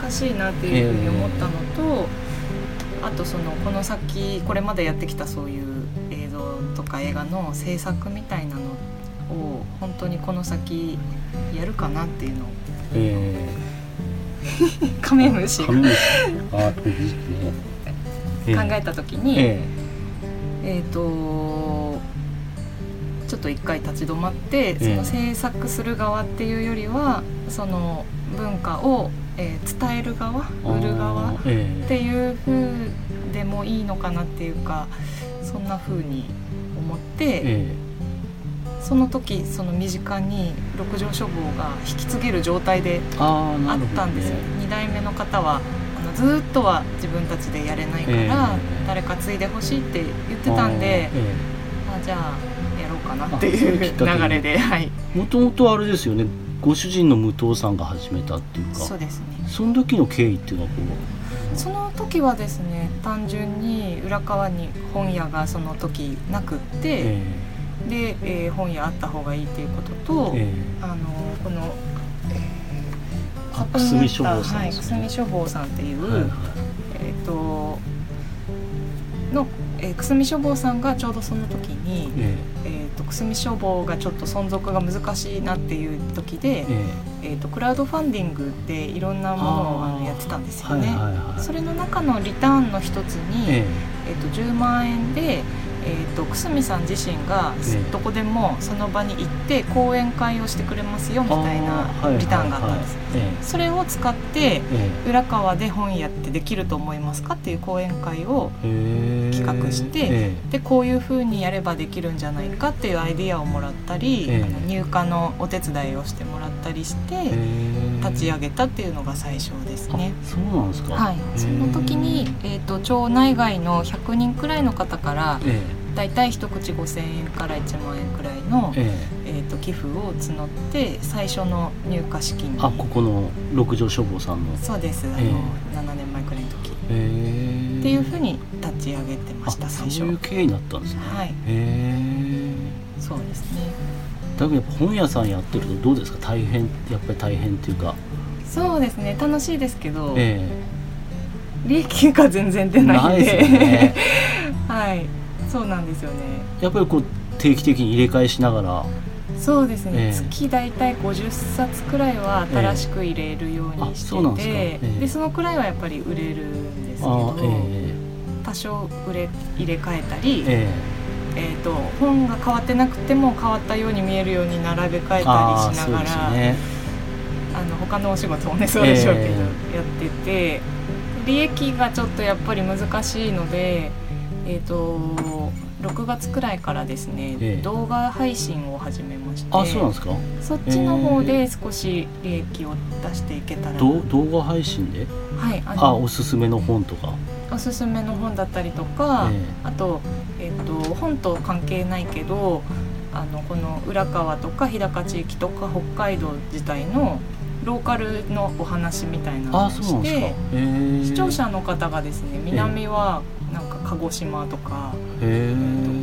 [SPEAKER 7] 難しいなっていうふうに思ったのと、あとそのこの先これまでやってきたそういう映像とか映画の制作みたいなのを本当にこの先やるかなっていうのを
[SPEAKER 3] ーえ
[SPEAKER 7] カメムシ
[SPEAKER 3] えカ
[SPEAKER 7] が
[SPEAKER 3] メムシあーいいですね
[SPEAKER 7] 考えた時に、えっ
[SPEAKER 3] え
[SPEAKER 7] とちょっと一回立ち止まってその制作する側っていうよりはその文化を、えー伝える側
[SPEAKER 3] え
[SPEAKER 7] 売る側
[SPEAKER 3] あーえ
[SPEAKER 7] っ
[SPEAKER 3] え
[SPEAKER 7] ていう風でもいいのかなっていうかそんな風に思って、
[SPEAKER 3] え
[SPEAKER 7] その時その身近に六条処房が引き継げる状態で
[SPEAKER 3] えああ
[SPEAKER 7] あ
[SPEAKER 3] な
[SPEAKER 7] っ
[SPEAKER 3] るほど、ね、
[SPEAKER 7] たんですよ、2代目の方はあのずーっとは自分たちでやれないから、
[SPEAKER 3] ええ
[SPEAKER 7] 誰か継いでほしいって言ってたんで
[SPEAKER 3] あーえ
[SPEAKER 7] あじゃあやろうかなっていう
[SPEAKER 3] あそういうきっかけに
[SPEAKER 7] 流れで、はい、
[SPEAKER 3] えもともとあれですよねご主人の武藤さんが始めたっていうか
[SPEAKER 7] そうですね
[SPEAKER 3] その時の経緯っていうのはこ
[SPEAKER 7] その時はですね単純に浦川に本屋がその時なくって、
[SPEAKER 3] う、え
[SPEAKER 7] で、えー本屋あった方がいいっていうことと、
[SPEAKER 3] ええ
[SPEAKER 7] あのこの、えー、
[SPEAKER 3] くすみ書房さん
[SPEAKER 7] はい
[SPEAKER 3] ですね
[SPEAKER 7] くすみ書房さんっていう、
[SPEAKER 3] えはいはい
[SPEAKER 7] えっ、との、えー、くすみ書房さんがちょうどその時に、
[SPEAKER 3] え
[SPEAKER 7] えー、とくすみ書房がちょっと存続が難しいなっていう時
[SPEAKER 3] え、
[SPEAKER 7] で
[SPEAKER 3] え
[SPEAKER 7] えー、とクラウドファンディングでいろんなものをあ
[SPEAKER 3] あー
[SPEAKER 7] のやってたんです
[SPEAKER 3] えは
[SPEAKER 7] よ
[SPEAKER 3] い
[SPEAKER 7] ね。
[SPEAKER 3] はいはい
[SPEAKER 7] それの中のリターンの一つに、
[SPEAKER 3] え
[SPEAKER 7] えっと10万円で、えっと久住さん自身が
[SPEAKER 3] ええ
[SPEAKER 7] どこでもその場に行って講演会をしてくれますよみたいな
[SPEAKER 3] あー
[SPEAKER 7] リターンがあったんです。
[SPEAKER 3] はいはいはい
[SPEAKER 7] それを使って
[SPEAKER 3] ええ
[SPEAKER 7] 浦川で本屋ってできると思いますかっていう講演会を
[SPEAKER 3] ええ
[SPEAKER 7] 企画して
[SPEAKER 3] ええ
[SPEAKER 7] でこういうふうにやればできるんじゃないかっていうアイディアをもらったり、
[SPEAKER 3] ええ
[SPEAKER 7] あの入荷のお手伝いをしてもらったりして、立ち上げたっていうのが最初ですね。
[SPEAKER 3] あそうなんですか。
[SPEAKER 7] はい、その時に、えー、と町内外の100人くらいの方から
[SPEAKER 3] え
[SPEAKER 7] 大体一口5,000円から1万円くらいの
[SPEAKER 3] え、ええ、
[SPEAKER 7] えー、と寄付を募って最初の入荷資金に
[SPEAKER 3] あここの六条消防さんの。
[SPEAKER 7] そうですあの、
[SPEAKER 3] ええ
[SPEAKER 7] 7年前くらいの時っ
[SPEAKER 3] ええ、
[SPEAKER 7] ていうふうに立ち上げてました
[SPEAKER 3] あ
[SPEAKER 7] 最初
[SPEAKER 3] そういう経緯だったんですね。
[SPEAKER 7] はい
[SPEAKER 3] ええ。
[SPEAKER 7] そうですね
[SPEAKER 3] だけどやっぱ本屋さんやってるとどうですか大変やっぱり大変っていうか、
[SPEAKER 7] そうですね楽しいですけど、
[SPEAKER 3] え
[SPEAKER 7] 利益が全然
[SPEAKER 3] え
[SPEAKER 7] 出ないんで
[SPEAKER 3] ですよね
[SPEAKER 7] はいそうなんですよね
[SPEAKER 3] やっぱりこう定期的に入れ替えしながら
[SPEAKER 7] そうですね、
[SPEAKER 3] ええ
[SPEAKER 7] 月大体50冊くらいは新しく入れるようにして
[SPEAKER 3] ええあそうなん
[SPEAKER 7] て、
[SPEAKER 3] ですかええ
[SPEAKER 7] でそのくらいはやっぱり売れるんですけ
[SPEAKER 3] あ
[SPEAKER 7] ど、
[SPEAKER 3] え
[SPEAKER 7] 多少売れ入れ替えたり
[SPEAKER 3] え、え
[SPEAKER 7] えーと本が変わってなくても変わったように見えるように並べ替え
[SPEAKER 3] え
[SPEAKER 7] たりしな
[SPEAKER 3] そう
[SPEAKER 7] が
[SPEAKER 3] で
[SPEAKER 7] ら
[SPEAKER 3] す
[SPEAKER 7] あ、
[SPEAKER 3] ね
[SPEAKER 7] の他のお仕事もねそうでしょうけど、
[SPEAKER 3] え
[SPEAKER 7] やってて利益がちょっとやっぱり難しいので、えー、と6月くらいからですね、
[SPEAKER 3] ええ
[SPEAKER 7] 動画配信を始めまして。
[SPEAKER 3] あそうなんですか、
[SPEAKER 7] そっちの方で少し利益を出していけたら、
[SPEAKER 3] ど動画配信で
[SPEAKER 7] はい、あ
[SPEAKER 3] あ
[SPEAKER 7] の
[SPEAKER 3] おすすめの本とか、
[SPEAKER 7] おすすめの本だったりとか、
[SPEAKER 3] え
[SPEAKER 7] あと,、えっと本と関係ないけどあのこの浦河とか日高地域とか北海道自体のローカルのお話みたいな
[SPEAKER 3] え
[SPEAKER 7] の
[SPEAKER 3] あ
[SPEAKER 7] を
[SPEAKER 3] そうな
[SPEAKER 7] し
[SPEAKER 3] んですか、
[SPEAKER 7] て
[SPEAKER 3] ええ
[SPEAKER 7] 視聴者の方がですね南はなんか鹿児島とか,、
[SPEAKER 3] へ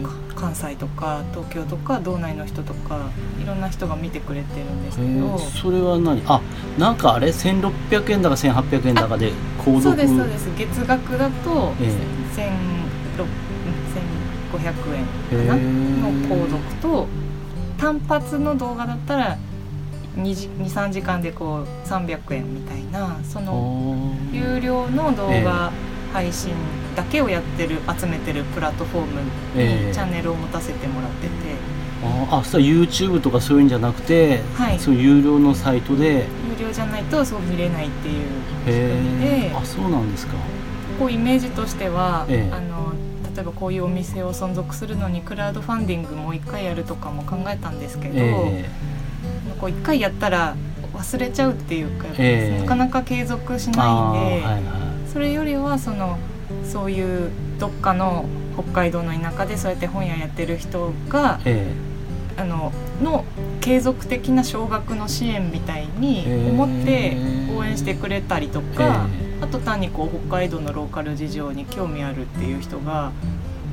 [SPEAKER 7] とか関西とか東京とか道内の人とかいろんな人が見てくれてるんですけ
[SPEAKER 3] え
[SPEAKER 7] ど。
[SPEAKER 3] それは何あなんかあれ1600円だか1800円だかで購読
[SPEAKER 7] そうですそうです月額だと
[SPEAKER 3] え
[SPEAKER 7] 1600円
[SPEAKER 3] えへえ
[SPEAKER 7] かなの購読と単発の動画だったら23時間でこう300円みたいなそ
[SPEAKER 3] あ
[SPEAKER 7] の
[SPEAKER 3] ー
[SPEAKER 7] 有料の動画配信だけをやってる集めてるプラットフォーム
[SPEAKER 3] え
[SPEAKER 7] に
[SPEAKER 3] え
[SPEAKER 7] チャンネルを持たせてもらってて、
[SPEAKER 3] あーあそしたら YouTube とかそういうんじゃなくて、
[SPEAKER 7] はい、
[SPEAKER 3] そういう有料のサイトでへ
[SPEAKER 7] 有料じゃないとそう見れないっていう仕組みで
[SPEAKER 3] え。あそうなんですか
[SPEAKER 7] こうイメージとしては、
[SPEAKER 3] ええ
[SPEAKER 7] あの例えばこういうお店を存続するのにクラウドファンディングもう一回やるとかも考えたんですけど、
[SPEAKER 3] え
[SPEAKER 7] こう一回やったら忘れちゃうっていうか、
[SPEAKER 8] ええ
[SPEAKER 7] なかなか継続し
[SPEAKER 8] あ
[SPEAKER 7] ないんで、
[SPEAKER 8] ーはいは
[SPEAKER 7] それよりはそのそういうどっかの北海道の田舎でそうやって本屋やってる人が
[SPEAKER 8] いえ
[SPEAKER 7] あのの継続的な少額の支援みたいに
[SPEAKER 8] え
[SPEAKER 7] 思って応援してくれたりと
[SPEAKER 8] え
[SPEAKER 7] か、あと単にこう北海道のローカル事情に興味あるっていう人が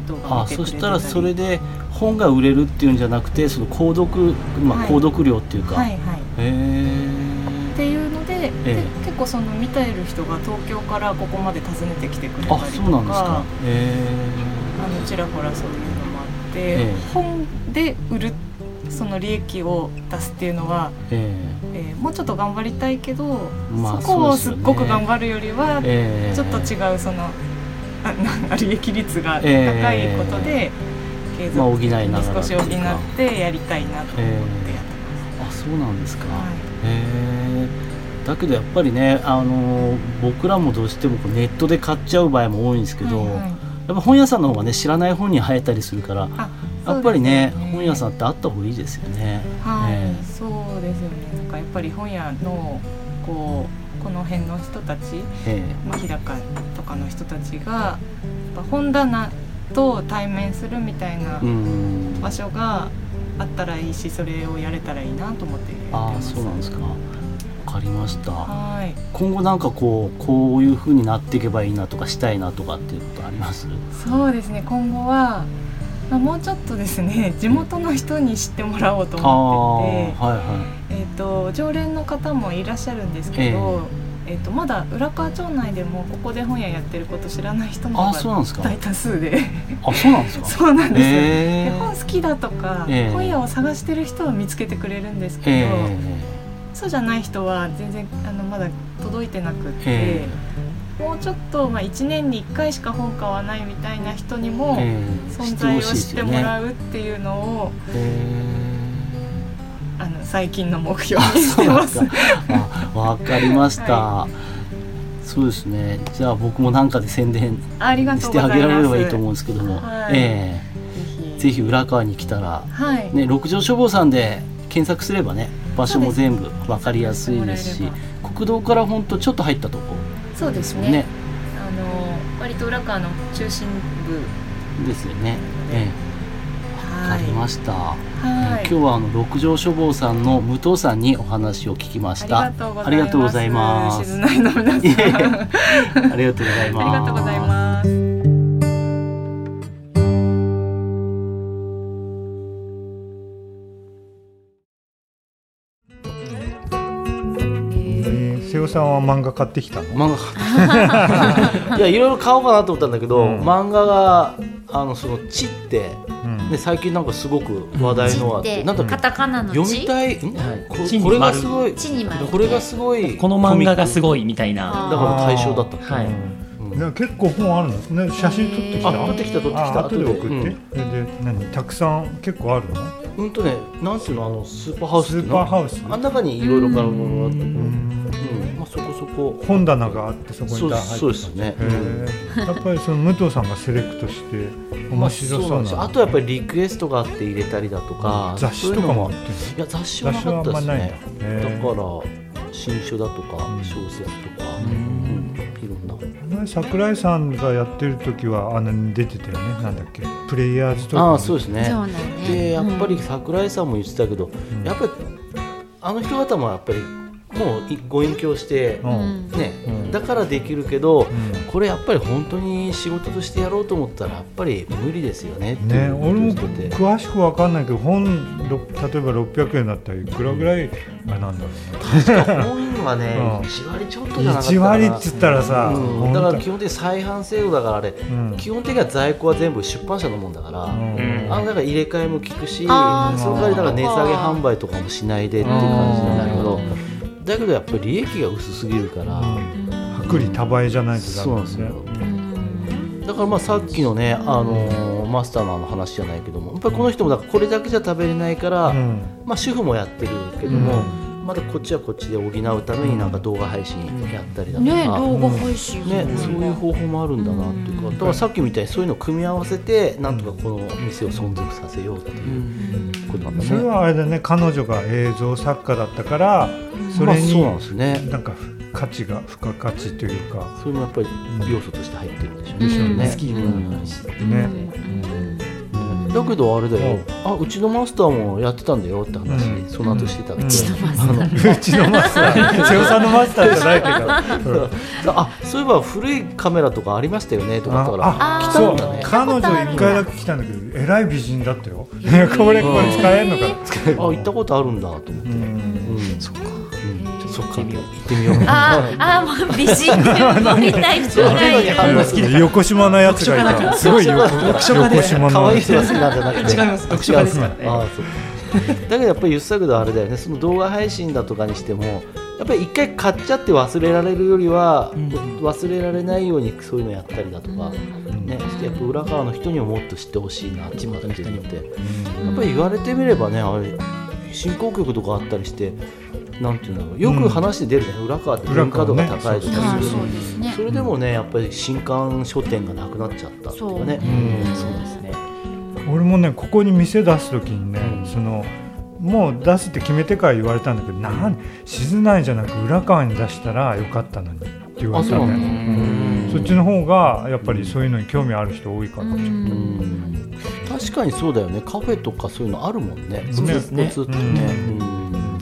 [SPEAKER 7] 動画
[SPEAKER 8] あ
[SPEAKER 7] 見て
[SPEAKER 8] そ
[SPEAKER 7] く
[SPEAKER 8] し
[SPEAKER 7] れて
[SPEAKER 8] た
[SPEAKER 7] り
[SPEAKER 8] たらそれで本が売れるっていうんじゃなくてその購読、ま
[SPEAKER 7] は
[SPEAKER 8] あ、
[SPEAKER 7] い
[SPEAKER 8] 購読料っていうか、
[SPEAKER 7] はいは
[SPEAKER 8] へ
[SPEAKER 7] い
[SPEAKER 8] え
[SPEAKER 7] っていうので,で、
[SPEAKER 8] え
[SPEAKER 7] 結構その見ている人が東京からここまで訪ねてきてくれたり
[SPEAKER 8] あ
[SPEAKER 7] とか
[SPEAKER 8] そうなんですかへ
[SPEAKER 7] あのちらほらそういうのもあって、
[SPEAKER 8] ええ
[SPEAKER 7] 本で売るその利益を出すっていうのは、
[SPEAKER 8] ええ
[SPEAKER 7] えーもうちょっと頑張りたいけど、
[SPEAKER 8] まあ
[SPEAKER 7] そこを
[SPEAKER 8] そ
[SPEAKER 7] す
[SPEAKER 8] う
[SPEAKER 7] っ
[SPEAKER 8] ですよね
[SPEAKER 7] ごく頑張るよりは、
[SPEAKER 8] ええ
[SPEAKER 7] ちょっと違うそのあなん 利益率が高いことで、継
[SPEAKER 8] まあ補
[SPEAKER 7] 続
[SPEAKER 8] い
[SPEAKER 7] 的
[SPEAKER 8] ながら
[SPEAKER 7] に少し補
[SPEAKER 8] っていうか
[SPEAKER 7] ってやりたいなと思ってやってます。
[SPEAKER 8] あそうなんですか、
[SPEAKER 7] はい
[SPEAKER 8] へえだけどやっぱりね、あの僕らもどうしてもこうネットで買っちゃう場合も多いんですけど、
[SPEAKER 7] はいはい
[SPEAKER 8] やっぱ本屋さんの方がね知らない本に生えたりするから
[SPEAKER 7] あ
[SPEAKER 8] やっぱりね
[SPEAKER 7] そうですよ
[SPEAKER 8] 本屋さんってあった方がいいですよね。
[SPEAKER 7] はい、
[SPEAKER 8] ええ
[SPEAKER 7] そうですよねなんかやっぱり本屋のこうこの辺の人たち、
[SPEAKER 8] え
[SPEAKER 7] まあ、日高とかの人たちがやっぱ本棚と対面するみたいな
[SPEAKER 8] えうん
[SPEAKER 7] 場所があったらいいしそれをやれたらいいなと思ってやって
[SPEAKER 8] あ
[SPEAKER 7] ま
[SPEAKER 8] あ
[SPEAKER 7] す。
[SPEAKER 8] そうなんですかわかりました
[SPEAKER 7] はい
[SPEAKER 8] 今後なんかこうこういう風になっていけばいいなとかしたいなとかっていうことあります
[SPEAKER 7] そうですね今後は、まあ、もうちょっとですね 地元の人に知ってもらおうと
[SPEAKER 8] ああ
[SPEAKER 7] 思って
[SPEAKER 8] はい
[SPEAKER 7] て。
[SPEAKER 8] は
[SPEAKER 7] えー、と常連の方もいらっしゃるんですけど、えーとまだ浦河町内でもここで本屋やってること知らない人の
[SPEAKER 8] あそう
[SPEAKER 7] 方
[SPEAKER 8] なんですか
[SPEAKER 7] が大多数で
[SPEAKER 8] いあそうなんですか
[SPEAKER 7] そうなんですよ、
[SPEAKER 8] え
[SPEAKER 7] で
[SPEAKER 8] え
[SPEAKER 7] 本好きだとか、
[SPEAKER 8] ええ
[SPEAKER 7] 本屋を探してる人は見つけてくれるんですけど、
[SPEAKER 8] え
[SPEAKER 7] そうじゃない人は全然あのまだ届いてなくって、
[SPEAKER 8] え
[SPEAKER 7] もうちょっと、まあ、1年に1回しか本買わないみたいな人に
[SPEAKER 8] え
[SPEAKER 7] も
[SPEAKER 8] え
[SPEAKER 7] 存在を知っても
[SPEAKER 8] う
[SPEAKER 7] らうっていうのを、
[SPEAKER 8] え
[SPEAKER 7] あの最近の目標
[SPEAKER 8] え
[SPEAKER 7] にしてます
[SPEAKER 8] そう。なんですかあわかりました、そうですねじゃあ僕もなんかで宣伝
[SPEAKER 7] ありがと
[SPEAKER 8] し
[SPEAKER 7] う
[SPEAKER 8] て
[SPEAKER 7] ご
[SPEAKER 8] あ
[SPEAKER 7] ざ
[SPEAKER 8] げ
[SPEAKER 7] い
[SPEAKER 8] られ
[SPEAKER 7] ま
[SPEAKER 8] れ
[SPEAKER 7] す。
[SPEAKER 8] ばいいと思うんですけども、
[SPEAKER 7] はい
[SPEAKER 8] ええ
[SPEAKER 7] ぜ
[SPEAKER 8] ぜ
[SPEAKER 7] ひ。
[SPEAKER 8] ひ浦川に来たら
[SPEAKER 7] はい。
[SPEAKER 8] ね、六条消防さんで検索すればね場所も全部分かりやすいです
[SPEAKER 7] そう
[SPEAKER 8] し
[SPEAKER 7] で
[SPEAKER 8] 国道からほんとちょっと入ったとこ
[SPEAKER 7] そうですね。
[SPEAKER 8] ね
[SPEAKER 7] あの割と裏側の中心部。
[SPEAKER 8] ですよね。ええ、分か
[SPEAKER 7] は
[SPEAKER 8] りました、
[SPEAKER 7] は
[SPEAKER 8] え
[SPEAKER 7] い。
[SPEAKER 8] ー今日はあの六条消防さんの武藤さんにお話を聞きました。
[SPEAKER 7] ありがとうございます。静内 の皆さん。あり
[SPEAKER 8] ありがとうございます。
[SPEAKER 7] がとうございます。
[SPEAKER 4] 瀬尾さんは漫画買ってきたの
[SPEAKER 3] 漫画いやいろいろ買おうかなと思ったんだけど、
[SPEAKER 4] うん
[SPEAKER 3] 漫画があのその「地」って、
[SPEAKER 4] うん
[SPEAKER 3] ね、最近なんかすごく話題のあって
[SPEAKER 5] 地
[SPEAKER 3] なん
[SPEAKER 5] って
[SPEAKER 3] か
[SPEAKER 5] カタカナの
[SPEAKER 3] 読み
[SPEAKER 5] 地
[SPEAKER 3] たいん
[SPEAKER 1] はい
[SPEAKER 3] こ
[SPEAKER 1] 地に
[SPEAKER 3] これが
[SPEAKER 1] 丸
[SPEAKER 3] すごい
[SPEAKER 5] 地に丸
[SPEAKER 3] これがすごい
[SPEAKER 1] この漫画がす
[SPEAKER 3] ごい
[SPEAKER 1] ごいみたいな
[SPEAKER 3] だから対象だった
[SPEAKER 1] はい
[SPEAKER 3] うん
[SPEAKER 4] ね結構本あるのね写真撮ってきた
[SPEAKER 3] あ取ってきた取ってき
[SPEAKER 4] あ
[SPEAKER 3] た
[SPEAKER 4] 後で送って、
[SPEAKER 3] うん
[SPEAKER 4] それで何たくさん結構あるの
[SPEAKER 3] うんとねなんていうのあのスーパーハウス
[SPEAKER 4] ス
[SPEAKER 3] っていう
[SPEAKER 4] ー
[SPEAKER 3] の
[SPEAKER 4] パーハウス
[SPEAKER 3] あん中にいろいろ買うものがあって、う
[SPEAKER 4] うんん
[SPEAKER 3] まあ、そこそこ
[SPEAKER 4] 本棚があってそこ
[SPEAKER 3] そ
[SPEAKER 4] に
[SPEAKER 3] う
[SPEAKER 4] 入って
[SPEAKER 3] そうですね、うん
[SPEAKER 4] へえやっぱりその武藤さんがセレクトして面白そ
[SPEAKER 3] ま
[SPEAKER 4] う
[SPEAKER 3] あなんですよ
[SPEAKER 4] な
[SPEAKER 3] あとやっぱりリクエストがあって入れたりだとか
[SPEAKER 4] 雑誌とか
[SPEAKER 3] そう
[SPEAKER 4] もあっ
[SPEAKER 3] いうの
[SPEAKER 4] てる
[SPEAKER 3] いや雑誌はなかったですね
[SPEAKER 4] 雑誌はあんまないんだへ
[SPEAKER 3] だ
[SPEAKER 4] え
[SPEAKER 3] から新書だとか
[SPEAKER 4] うん
[SPEAKER 3] 小説とか、
[SPEAKER 4] ん
[SPEAKER 3] うんいろんな
[SPEAKER 4] 前桜井さんがやってる時はあの出てたよねなんだっけプレイヤーズとか
[SPEAKER 3] ああそうですね
[SPEAKER 5] そうだね
[SPEAKER 3] でやっぱり桜井さんも言ってたけど、
[SPEAKER 4] ん
[SPEAKER 3] やっぱりあの人方もやっぱりもういご隠居して、
[SPEAKER 4] うん
[SPEAKER 3] ね
[SPEAKER 4] うん
[SPEAKER 3] だからできるけど、
[SPEAKER 4] うん
[SPEAKER 3] これやっぱり本当に仕事としてやろうと思ったらやっぱり無理ですよねってい
[SPEAKER 4] ね、
[SPEAKER 3] うこと
[SPEAKER 4] 俺
[SPEAKER 3] を言
[SPEAKER 4] も
[SPEAKER 3] ってて
[SPEAKER 4] 詳しくわかんないけど本ろ例えば600円だったらいくらぐらいあれなんだろ
[SPEAKER 3] 本はね、
[SPEAKER 4] うん
[SPEAKER 3] 1割ちょっと
[SPEAKER 4] う
[SPEAKER 3] じゃ
[SPEAKER 4] ね
[SPEAKER 3] なかった
[SPEAKER 4] 1
[SPEAKER 3] かな
[SPEAKER 4] 割っつったらさ、
[SPEAKER 3] う
[SPEAKER 4] ほ
[SPEAKER 3] ん、
[SPEAKER 4] ん
[SPEAKER 3] だ
[SPEAKER 4] と
[SPEAKER 3] から基本的に再販制度だからあれ、
[SPEAKER 4] ん
[SPEAKER 3] 基本的には在庫は全部出版社のもんだから、
[SPEAKER 4] うん
[SPEAKER 3] あのなんか入れ替えも効くしその
[SPEAKER 5] あ
[SPEAKER 4] ー
[SPEAKER 3] 代わりだから値下げ販売とかもしないでっていう感じなんだけどだけどやっぱり利益が薄すぎるから、
[SPEAKER 4] 薄利多売じゃないとダ
[SPEAKER 3] そうなん
[SPEAKER 4] メで
[SPEAKER 3] ですす
[SPEAKER 4] ね
[SPEAKER 3] よだからまあさっきのね、あのーマスターのあの話じゃないけどもやっぱりこの人もだからこれだけじゃ食べれないから、
[SPEAKER 4] うん
[SPEAKER 3] まあ、主婦もやってるけども、まだこっちはこっちで補うためになんか動画配信やったりだとか、
[SPEAKER 5] ね動画配信
[SPEAKER 3] ね、そういう方法もあるんだなっていうか、だからさっきみたいにそういうのを組み合わせてなんとかこの店を存続させようっていうことなんだ
[SPEAKER 4] それ
[SPEAKER 3] ね。
[SPEAKER 4] はあれだね彼女が映像作家だったから、それに、
[SPEAKER 3] そうなんですね
[SPEAKER 4] なんか価値が付加価値というか
[SPEAKER 3] それもやっぱり要素として入ってるんでしょうね,、
[SPEAKER 2] でしょうね
[SPEAKER 1] スキームもあるし、
[SPEAKER 4] ね、
[SPEAKER 3] だけどあれだよ、あうちのマスターもやってたんだよって話、
[SPEAKER 4] うん
[SPEAKER 3] その後してたんで、
[SPEAKER 2] うちのマスター
[SPEAKER 4] うちのマスター瀬尾さんのマスターじゃないけど、うん
[SPEAKER 3] あそういえば古いカメラとかありましたよねと思ったから
[SPEAKER 4] あ
[SPEAKER 2] あ
[SPEAKER 4] あそ
[SPEAKER 3] 来
[SPEAKER 4] う
[SPEAKER 3] たんだね
[SPEAKER 4] 彼女一回だけ来たんだけどえらい美人だったよこれこれ使えるのかな
[SPEAKER 3] あ行ったことあるんだと思っ
[SPEAKER 4] う
[SPEAKER 3] て、
[SPEAKER 4] ん
[SPEAKER 3] うん
[SPEAKER 1] そっか
[SPEAKER 3] うん
[SPEAKER 1] ちょっと行ってみよう
[SPEAKER 3] 行ってみよう
[SPEAKER 2] あーあーもう美人って思いたい人がいる
[SPEAKER 1] あんま好きだから
[SPEAKER 4] 横島なやつがいたすごい横
[SPEAKER 1] 読書 家で
[SPEAKER 4] 横島
[SPEAKER 3] 可
[SPEAKER 4] の
[SPEAKER 3] 愛い人が好きなんじゃなくて
[SPEAKER 1] 違います読書家ですからね
[SPEAKER 3] ああそうだけどやっぱりゆっさくどあれだよねその動画配信だとかにしてもやっぱり一回買っちゃって忘れられるよりは、
[SPEAKER 1] うん
[SPEAKER 3] 忘れられないようにそういうのやったりだとか、ね、そしてやっぱ裏側の人にももっと知ってほしいなって思ってるのでやっぱり言われてみればねあれ振興局とかあったりしてなんていうんだろうよく話で出るじゃない、裏側って文化度が高いと
[SPEAKER 2] あ
[SPEAKER 3] か
[SPEAKER 2] ー
[SPEAKER 3] す
[SPEAKER 2] そう
[SPEAKER 3] る
[SPEAKER 2] ですね
[SPEAKER 3] それでもねやっぱり新刊書店がなくなっちゃったっていう
[SPEAKER 2] そ
[SPEAKER 3] かね
[SPEAKER 2] う
[SPEAKER 3] うん
[SPEAKER 1] そうですね
[SPEAKER 4] 俺もねここに店出す時にね、
[SPEAKER 3] うん
[SPEAKER 4] そのもう出すって決めてから言われたんだけどなん静内じゃなく裏側に出したらよかったのにって言わ
[SPEAKER 3] あ
[SPEAKER 4] れ
[SPEAKER 3] そ
[SPEAKER 4] た
[SPEAKER 3] うな
[SPEAKER 4] の
[SPEAKER 3] んだ
[SPEAKER 4] よ
[SPEAKER 3] うん
[SPEAKER 4] そっちの方がやっぱりそういうのに興味ある人多いかな、
[SPEAKER 3] うん確かにそうだよねカフェとかそういうのあるもんね
[SPEAKER 4] そうです
[SPEAKER 1] ね
[SPEAKER 3] ずっとね、
[SPEAKER 4] う
[SPEAKER 3] うん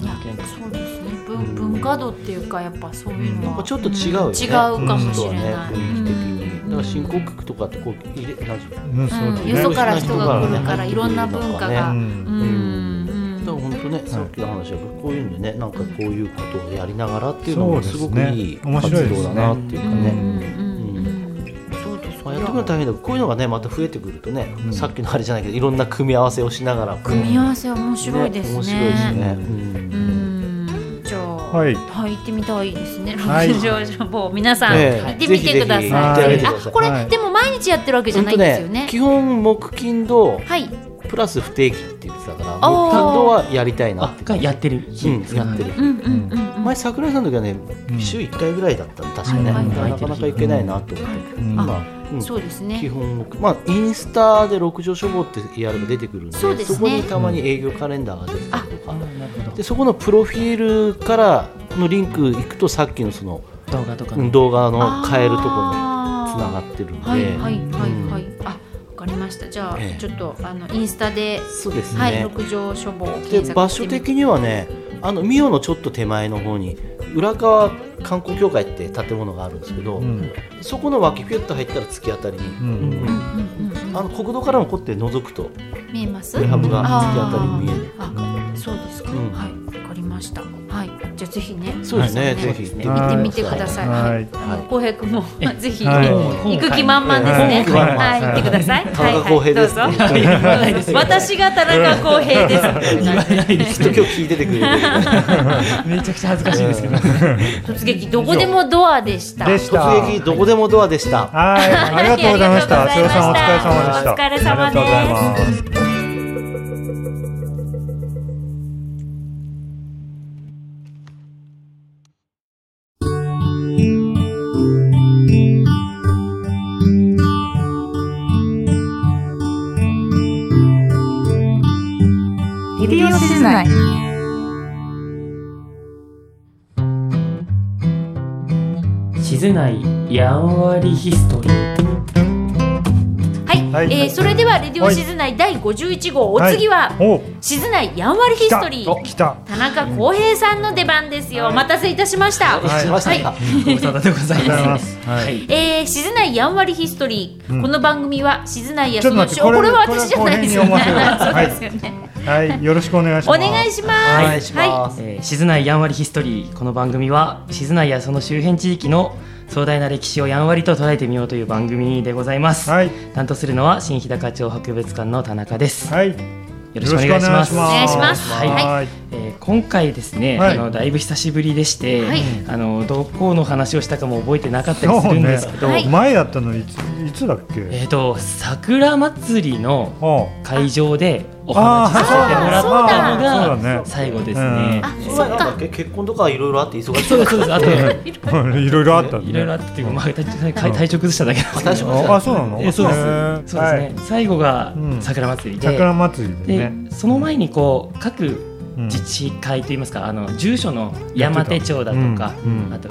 [SPEAKER 2] いやそうですね文文化度っていうかやっぱそういうの
[SPEAKER 3] やっぱ
[SPEAKER 2] は
[SPEAKER 3] ちょっと違うよね、
[SPEAKER 2] ん違うかもしれ
[SPEAKER 3] ね
[SPEAKER 2] ない、
[SPEAKER 3] 雰囲気的にだから新興国とかってこう入れなんていうのだか
[SPEAKER 4] うんそうだ
[SPEAKER 2] うん、
[SPEAKER 4] ね
[SPEAKER 2] よそから人が来
[SPEAKER 3] ね
[SPEAKER 2] るからいろんな文化が、
[SPEAKER 4] う
[SPEAKER 2] うんん
[SPEAKER 3] ら本当ねさっきの話はこういうんでねなんかこういうことをやりながらっていうの
[SPEAKER 4] そう
[SPEAKER 3] も
[SPEAKER 4] です
[SPEAKER 3] す
[SPEAKER 4] ね
[SPEAKER 3] ごくいい
[SPEAKER 4] 面
[SPEAKER 3] 活
[SPEAKER 4] 白いですね
[SPEAKER 3] 動だなっていうか
[SPEAKER 2] うん
[SPEAKER 3] ね
[SPEAKER 2] うんうんそうです
[SPEAKER 3] まあやってくの大変だけどこういうのがねまた増えてくるとね、
[SPEAKER 4] ん
[SPEAKER 3] さっきのあれじゃないけどいろんな組み合わせをしながら
[SPEAKER 2] 組み合わせは面白いですね
[SPEAKER 3] 面白いですね、
[SPEAKER 2] うんじゃあ、
[SPEAKER 4] はい
[SPEAKER 2] 行ってみたいですね
[SPEAKER 4] はい
[SPEAKER 2] 六条情報皆さん、
[SPEAKER 3] ええ
[SPEAKER 2] 行ってみてくだ
[SPEAKER 3] ぜひぜひ
[SPEAKER 4] 行っ
[SPEAKER 2] さ
[SPEAKER 4] て
[SPEAKER 2] い
[SPEAKER 4] みて
[SPEAKER 3] くださ
[SPEAKER 2] あ
[SPEAKER 3] い
[SPEAKER 2] これ、
[SPEAKER 4] はい
[SPEAKER 2] でも毎日やってるわけじゃ
[SPEAKER 3] うん
[SPEAKER 2] ないん
[SPEAKER 3] と
[SPEAKER 2] ですよね
[SPEAKER 3] ね基本木金土
[SPEAKER 2] はい
[SPEAKER 3] プラス不定期って言ってたから木
[SPEAKER 2] あー
[SPEAKER 3] 金土はやりたいな
[SPEAKER 1] あ
[SPEAKER 3] って
[SPEAKER 1] がやってる
[SPEAKER 3] う
[SPEAKER 1] 日
[SPEAKER 3] んやってる、
[SPEAKER 2] うんうんうんうん
[SPEAKER 3] 前桜井さんの時はね、
[SPEAKER 4] うん
[SPEAKER 3] 週1回ぐらいだったの確かね、
[SPEAKER 2] はいはい
[SPEAKER 1] はい
[SPEAKER 3] なかなかいけないなと思って、
[SPEAKER 4] うん
[SPEAKER 3] まあうん
[SPEAKER 2] そうです
[SPEAKER 3] 基
[SPEAKER 2] ね
[SPEAKER 3] 本目まあインスタで六条書房ってやれば出てくるんで
[SPEAKER 2] そうですね
[SPEAKER 3] こにたまに営業カレンダーが出てたりとか、
[SPEAKER 1] なるほ
[SPEAKER 3] でそこのプロフィールからのリンク行くとさっきのその
[SPEAKER 1] ど動画とか
[SPEAKER 3] う
[SPEAKER 1] の
[SPEAKER 3] ん動画の変えるところにつな
[SPEAKER 2] あ
[SPEAKER 3] がってるんで、
[SPEAKER 2] ーはいはいはいはい、
[SPEAKER 3] うん
[SPEAKER 2] あわかりましたじゃあ、
[SPEAKER 3] ええ
[SPEAKER 2] ちょっとあのインスタで
[SPEAKER 3] そうですね、
[SPEAKER 2] はい、六条書房を検
[SPEAKER 3] で
[SPEAKER 2] 索
[SPEAKER 3] 場所
[SPEAKER 2] してみ
[SPEAKER 3] 的にはねあのミオのちょっと手前の方に浦川観光協会って建物があるんですけど、
[SPEAKER 4] うん
[SPEAKER 3] そこの脇ピュッと入ったら突き当たりに、
[SPEAKER 4] うん
[SPEAKER 3] うん
[SPEAKER 2] うんうんうん
[SPEAKER 3] あの国道からもこうやって覗くと
[SPEAKER 2] 見えます
[SPEAKER 3] プレハブが突き当たりに見える。
[SPEAKER 2] ああそうですか、
[SPEAKER 3] うん
[SPEAKER 2] はいわかりましたはいじゃあぜひね
[SPEAKER 3] そうですね、
[SPEAKER 2] 皆
[SPEAKER 3] ぜ
[SPEAKER 2] さん
[SPEAKER 3] ひ行って
[SPEAKER 2] 行ってみ
[SPEAKER 3] み
[SPEAKER 2] て
[SPEAKER 3] て
[SPEAKER 2] く
[SPEAKER 3] く
[SPEAKER 2] だ
[SPEAKER 3] ださい。
[SPEAKER 2] さい。
[SPEAKER 4] はい
[SPEAKER 2] はいあの浩平君もぜひ
[SPEAKER 4] はい
[SPEAKER 2] 行く気満々ですね。
[SPEAKER 3] はい
[SPEAKER 2] はい行ってください。
[SPEAKER 3] 田
[SPEAKER 2] はい
[SPEAKER 3] 中康
[SPEAKER 2] はい
[SPEAKER 3] 平
[SPEAKER 2] どう
[SPEAKER 3] です
[SPEAKER 2] ぞ。私が田中康平です。
[SPEAKER 3] きっと今日聞いててくれる。
[SPEAKER 1] めちゃくちゃ恥ずかしいですけど
[SPEAKER 2] 突撃どこでもドアでした。
[SPEAKER 4] でした
[SPEAKER 3] 突撃どこでもドアでした。
[SPEAKER 4] はいありがとうございました
[SPEAKER 2] あ
[SPEAKER 4] 瀬
[SPEAKER 2] り
[SPEAKER 4] 尾
[SPEAKER 2] がとうございました
[SPEAKER 4] さんお疲れ様でした
[SPEAKER 2] お疲れ様です
[SPEAKER 4] ありがとうございます
[SPEAKER 7] レディオシズナイ
[SPEAKER 1] 静内やんわりヒストリー
[SPEAKER 2] はい、
[SPEAKER 4] はい
[SPEAKER 2] えーそれではレディオ静内第51号、
[SPEAKER 4] は
[SPEAKER 2] お
[SPEAKER 4] い
[SPEAKER 2] 次は
[SPEAKER 4] お
[SPEAKER 2] 静内やんわりヒ
[SPEAKER 4] 来
[SPEAKER 2] ス
[SPEAKER 4] た
[SPEAKER 2] トリ
[SPEAKER 4] お
[SPEAKER 2] ー。
[SPEAKER 4] 来た
[SPEAKER 2] 田中康平さんの出番ですよ。お待たせいたしました。
[SPEAKER 3] 失礼しました。
[SPEAKER 2] は
[SPEAKER 1] ご無沙汰でござい
[SPEAKER 4] ま
[SPEAKER 1] ますす
[SPEAKER 4] はい
[SPEAKER 1] い
[SPEAKER 2] えー、静内やんわりヒストリー、
[SPEAKER 4] うん
[SPEAKER 2] この番組は静内や
[SPEAKER 4] ちょ
[SPEAKER 2] そ
[SPEAKER 4] っ
[SPEAKER 2] の
[SPEAKER 4] と待って
[SPEAKER 2] ちょこれ
[SPEAKER 4] これ
[SPEAKER 2] は私じゃないですよね
[SPEAKER 4] これは公平に思わ
[SPEAKER 2] そう
[SPEAKER 4] せる
[SPEAKER 2] ですよね
[SPEAKER 4] はいよろしくお願いし
[SPEAKER 2] お
[SPEAKER 4] ます
[SPEAKER 2] 願いします
[SPEAKER 3] お
[SPEAKER 2] は
[SPEAKER 3] 願
[SPEAKER 2] い
[SPEAKER 3] いします。
[SPEAKER 1] えー静内やんわりヒストリーこの番組は静内やその周辺地域の壮大な歴史をやんわりと捉えてみようという番組でございます、
[SPEAKER 4] はい
[SPEAKER 1] 担当するのは新日高町博物館の田中です、
[SPEAKER 4] はい
[SPEAKER 1] よろしくお願いします
[SPEAKER 4] よろく
[SPEAKER 2] お願いします
[SPEAKER 1] はい
[SPEAKER 4] はい
[SPEAKER 1] えー今回ですね、
[SPEAKER 4] は
[SPEAKER 1] あ
[SPEAKER 4] い
[SPEAKER 1] のだいぶ久しぶりでして、
[SPEAKER 2] はい
[SPEAKER 1] あのどこの話をしたかも覚えてなかったりするんですけど、
[SPEAKER 2] そうね
[SPEAKER 4] はい前だったのいついつだっけ、
[SPEAKER 1] えっ、と桜祭りの
[SPEAKER 4] あ
[SPEAKER 1] 会場でお話しさせてもらっ
[SPEAKER 2] あ
[SPEAKER 1] たの
[SPEAKER 4] ーそうだ
[SPEAKER 1] が
[SPEAKER 4] ね
[SPEAKER 1] 最後です
[SPEAKER 4] うん
[SPEAKER 1] ね。
[SPEAKER 2] あ
[SPEAKER 3] お
[SPEAKER 2] そ
[SPEAKER 3] 前
[SPEAKER 2] っ
[SPEAKER 3] なんだ
[SPEAKER 2] か
[SPEAKER 3] っけ結婚とかいろいろあって忙しい。
[SPEAKER 1] そうですそうです。あと
[SPEAKER 4] あいろいろあったね
[SPEAKER 1] いろいろあってまあ体体体調崩しただけなんですけど
[SPEAKER 3] 私も
[SPEAKER 4] あそうなの
[SPEAKER 1] えそうです
[SPEAKER 4] へー
[SPEAKER 1] そうですね、最後が
[SPEAKER 4] うん
[SPEAKER 1] 桜祭りで,、
[SPEAKER 4] 桜祭りで
[SPEAKER 1] で
[SPEAKER 4] ね
[SPEAKER 1] その前にこう各自治会といいますかあの住所の山手町だとか、
[SPEAKER 4] うんうん
[SPEAKER 1] あと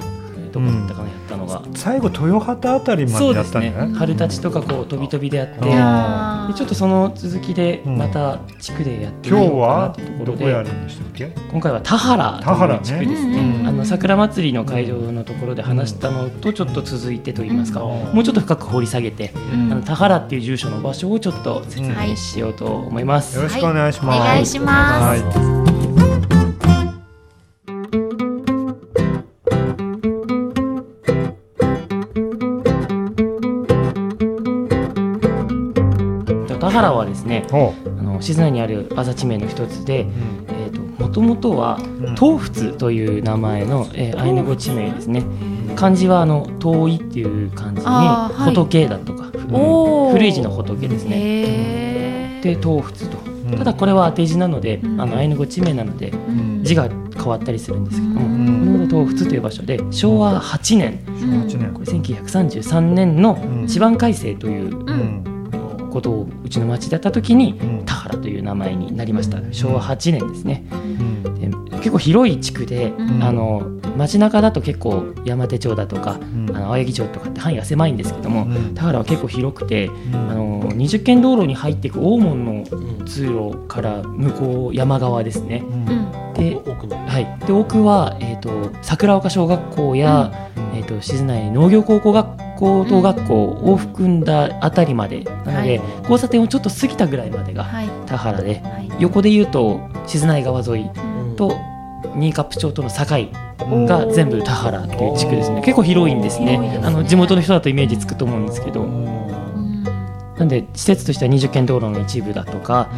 [SPEAKER 1] どこだったかなやったのが、
[SPEAKER 4] 最後豊畑あたりま
[SPEAKER 1] そう
[SPEAKER 4] でや
[SPEAKER 1] で
[SPEAKER 4] っ
[SPEAKER 1] す
[SPEAKER 4] たん
[SPEAKER 1] ね
[SPEAKER 4] じゃない
[SPEAKER 1] 春立ちとかこう飛び飛びでやって
[SPEAKER 4] うん
[SPEAKER 1] で
[SPEAKER 4] あ
[SPEAKER 1] ちょっとその続きで
[SPEAKER 4] うん
[SPEAKER 1] また地区でやって
[SPEAKER 4] 今
[SPEAKER 1] み
[SPEAKER 4] 日
[SPEAKER 1] ようかな
[SPEAKER 4] は
[SPEAKER 1] ってとこ
[SPEAKER 4] ど
[SPEAKER 1] ろで、
[SPEAKER 4] こやるんでしたっけ
[SPEAKER 1] 今回は田原
[SPEAKER 4] 田原
[SPEAKER 1] とい
[SPEAKER 4] ね
[SPEAKER 1] う地区ですね
[SPEAKER 5] うん
[SPEAKER 1] あの桜祭りの会場のところで話したのとちょっと続いてといいますか、
[SPEAKER 4] うん
[SPEAKER 1] もうちょっと深く掘り下げて、
[SPEAKER 5] うん
[SPEAKER 1] あの田原っていう住所の場所をちょっと説明しようと思います。
[SPEAKER 4] よろしくお願いします。
[SPEAKER 5] お願いします
[SPEAKER 4] はい
[SPEAKER 1] 田原はですね
[SPEAKER 4] ほ
[SPEAKER 1] あの静内にある朝地名の一つで
[SPEAKER 4] ううん
[SPEAKER 1] えーともともとは
[SPEAKER 4] うん
[SPEAKER 1] 東仏という名前の、えーアイヌ語地名ですね漢字はあの遠いっていう漢字に、
[SPEAKER 5] あーはい
[SPEAKER 1] 仏だとか、
[SPEAKER 5] おー
[SPEAKER 1] 古い字の仏ですね
[SPEAKER 5] へ
[SPEAKER 1] で東仏と
[SPEAKER 4] うん
[SPEAKER 1] ただこれは当て字なので、
[SPEAKER 5] うん
[SPEAKER 1] あのアイヌ語地名なので
[SPEAKER 5] ーうん
[SPEAKER 1] 字が変わったりするんですけど
[SPEAKER 5] う
[SPEAKER 1] も、
[SPEAKER 4] ん
[SPEAKER 1] これが東仏という場所で昭和8年
[SPEAKER 5] うん
[SPEAKER 4] 18年
[SPEAKER 1] これ1933年の
[SPEAKER 4] ん
[SPEAKER 1] 地盤改正という
[SPEAKER 4] うん
[SPEAKER 1] ことをうちの町でやった時に
[SPEAKER 4] うん
[SPEAKER 1] 田原という名前になりました昭和8年ですね
[SPEAKER 4] うん
[SPEAKER 1] で結構広い地区で、
[SPEAKER 5] うん
[SPEAKER 1] あの街中だと結構山手町だとか、
[SPEAKER 4] うん
[SPEAKER 1] あの青柳町とかって範囲が狭いんですけども、
[SPEAKER 4] うん
[SPEAKER 1] 田原は結構広くて、
[SPEAKER 4] うん
[SPEAKER 1] あの20軒道路に入っていく大門の通路から向こう山側ですね。
[SPEAKER 4] うん
[SPEAKER 5] うん
[SPEAKER 1] で
[SPEAKER 3] 奥の
[SPEAKER 1] はい、で奥は、えー、と桜丘小学校や、えー、と静内農業高校学校等学校を含んだあたりまでなので、交差点をちょっと過ぎたぐらいまでが
[SPEAKER 5] はい
[SPEAKER 1] 田原で
[SPEAKER 5] はい
[SPEAKER 1] 横で言うと静内川沿いと新カップ町との境が全部田原っていう地区ですね結構広いんですね
[SPEAKER 5] 広いですね
[SPEAKER 1] あの地元の人だとイメージつくと思うんですけど
[SPEAKER 5] うん
[SPEAKER 1] なんで施設としては20軒道路の一部だとか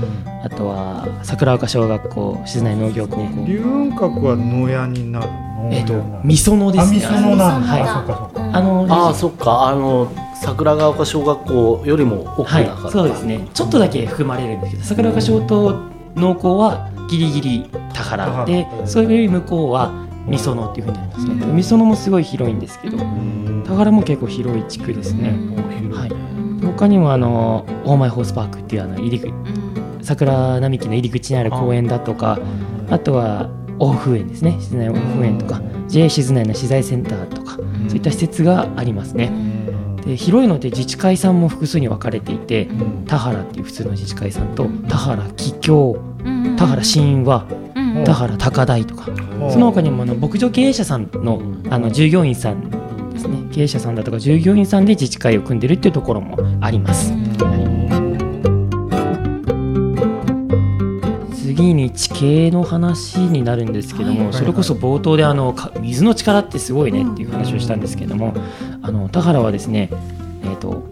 [SPEAKER 1] あとは桜丘小学校静内農業高校
[SPEAKER 4] 龍雲閣は野屋になるの
[SPEAKER 1] えっ、
[SPEAKER 4] 野
[SPEAKER 1] と
[SPEAKER 4] 屋なの
[SPEAKER 1] みそのですね
[SPEAKER 4] あみそのなんだ、
[SPEAKER 1] はい
[SPEAKER 4] あそっかそっか
[SPEAKER 1] あの
[SPEAKER 3] ああそっかあの桜ヶ丘小学校よりも奥
[SPEAKER 1] は
[SPEAKER 3] だか
[SPEAKER 1] い
[SPEAKER 3] ら
[SPEAKER 1] そうですねちょっとだけ含まれるんですけど桜丘小と農校はギリギリ田原でそれより向こうはみそのっていうふうになりますねみそのもすごい広いんですけど田原も結構広い地区ですね、はい、他にもあの大前ホースパークっていうあの入り口桜並木の入り口にある公園だとかあとは大風園ですね静内大風園とか JA 静内の資材センターとかそういった施設がありますねで広いので自治会さんも複数に分かれていて田原っていう普通の自治会さんと田原桔梗田原新和
[SPEAKER 5] うん
[SPEAKER 1] 田原高台とか
[SPEAKER 4] うん
[SPEAKER 1] その他にもあの牧場経営者さんのあの従業員さんですね経営者さんだとか従業員さんで自治会を組んでるっていうところもあります。次に地形の話になるんですけども、
[SPEAKER 4] い
[SPEAKER 1] それこそ冒頭であのか水の力ってすごいねっていう話をしたんですけども、あの田原はですね、えー、と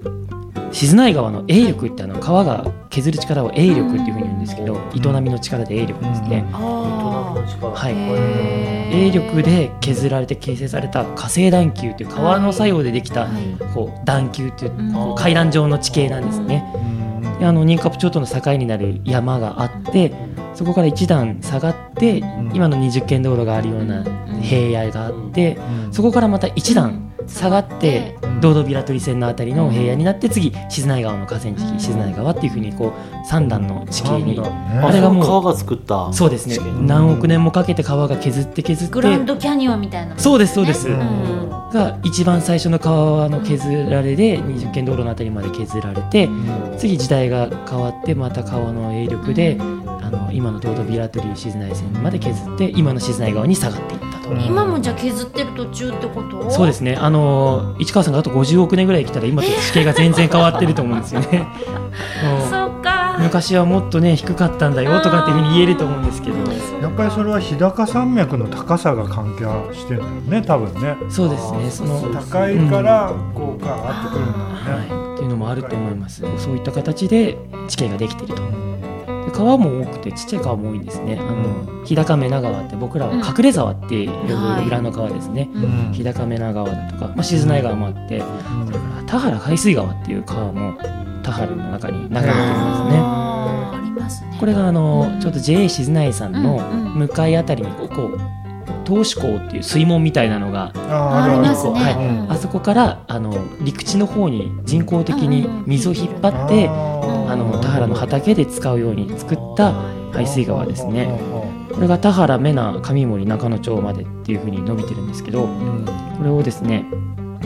[SPEAKER 1] 静内川の栄力ってあの川が削る力を営力っていうふうに言うんですけど、営みの力で営力ですね、
[SPEAKER 5] あ
[SPEAKER 1] は
[SPEAKER 5] ー
[SPEAKER 1] い、
[SPEAKER 5] へー
[SPEAKER 1] 営力で削られて形成された火星段丘という川の作用でできたこう段丘というこう階段状の地形なんですね。であの新カプ町との境になる山があってそこから一段下がって
[SPEAKER 4] ん
[SPEAKER 1] 今の20軒道路があるような平野があってそこからまた一段下がって
[SPEAKER 4] ん
[SPEAKER 1] 道路平取線のあたりの平野になって次静内川の河川敷静内川っていうふうにこう3段の地形に
[SPEAKER 4] あ
[SPEAKER 1] あ
[SPEAKER 3] あ
[SPEAKER 1] れ
[SPEAKER 3] れ
[SPEAKER 1] が
[SPEAKER 3] が
[SPEAKER 1] もう
[SPEAKER 3] 川が作った
[SPEAKER 1] そうですね
[SPEAKER 3] 地形
[SPEAKER 1] 何億年もかけて川が削って削っ
[SPEAKER 5] グラン
[SPEAKER 1] て
[SPEAKER 5] ドキャニオンみたいな
[SPEAKER 1] そうですそうです
[SPEAKER 4] うん
[SPEAKER 5] うん
[SPEAKER 1] が一番最初の川の削られで20軒道路のあたりまで削られて次時代が変わってまた川の営力であの今の道路ビラトリー静内線まで削って今の静内川に下がっていったと。
[SPEAKER 5] 今もじゃあ削ってる途中ってこと
[SPEAKER 1] そうですねあの市川さんがあと50億年ぐらい生きたら今と地形が全然変わってると思うんですよね。もう
[SPEAKER 5] そうか
[SPEAKER 1] 昔はもっとね低かったんだよとかっていうふうに言えると思うんですけど
[SPEAKER 4] やっぱりそれは日高山脈の高さが関係してるんだよね多分ね
[SPEAKER 1] そうですねその
[SPEAKER 4] 高いからこうガーッとくるんだよね、
[SPEAKER 1] はい、っていうのもあると思いますそういった形で地形ができているとで川も多くてちっちゃい川も多いんですねあの日高目長川って僕らは隠れ沢って呼ぶ裏の川ですね、
[SPEAKER 4] うん
[SPEAKER 1] 日高目長川だとか、まあ、静内川もあってそれから田原海水川っていう川も田原の中に流れていますね
[SPEAKER 5] あーありますね
[SPEAKER 1] これがあのちょっと JA 静内さんの
[SPEAKER 5] うんうん
[SPEAKER 1] 向かいあたりにこうこう投手港っていう水門みたいなのが
[SPEAKER 4] あ
[SPEAKER 5] あ
[SPEAKER 4] あ
[SPEAKER 5] り
[SPEAKER 4] るあ
[SPEAKER 5] ま
[SPEAKER 4] る
[SPEAKER 5] すね
[SPEAKER 1] はい
[SPEAKER 5] うん
[SPEAKER 1] あそこからあの陸地の方に人工的に水を引っ張って、
[SPEAKER 4] あー
[SPEAKER 1] あの田原の畑で使うように作った排水川ですね。これが田原目那上森中野町までっていうふうに伸びてるんですけどこれをですね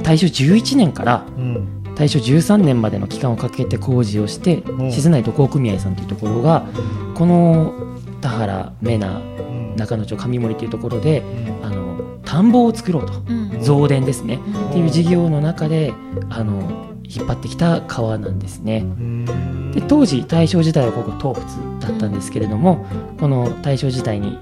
[SPEAKER 1] 大正11年から
[SPEAKER 4] うん
[SPEAKER 1] 大正13年までの期間をかけて工事をして
[SPEAKER 4] ん
[SPEAKER 1] 静内渡航組合さんというところがこの田原目那
[SPEAKER 4] うん
[SPEAKER 1] 中野町上森というところで
[SPEAKER 4] うん
[SPEAKER 1] あの田んぼを作ろうと
[SPEAKER 5] うん
[SPEAKER 1] 造田ですね
[SPEAKER 5] うん
[SPEAKER 1] っていう事業の中であの引っ張ってきた川なんですね。
[SPEAKER 4] うん
[SPEAKER 1] で当時大正時代はここ東仏だったんですけれどもこの大正時代に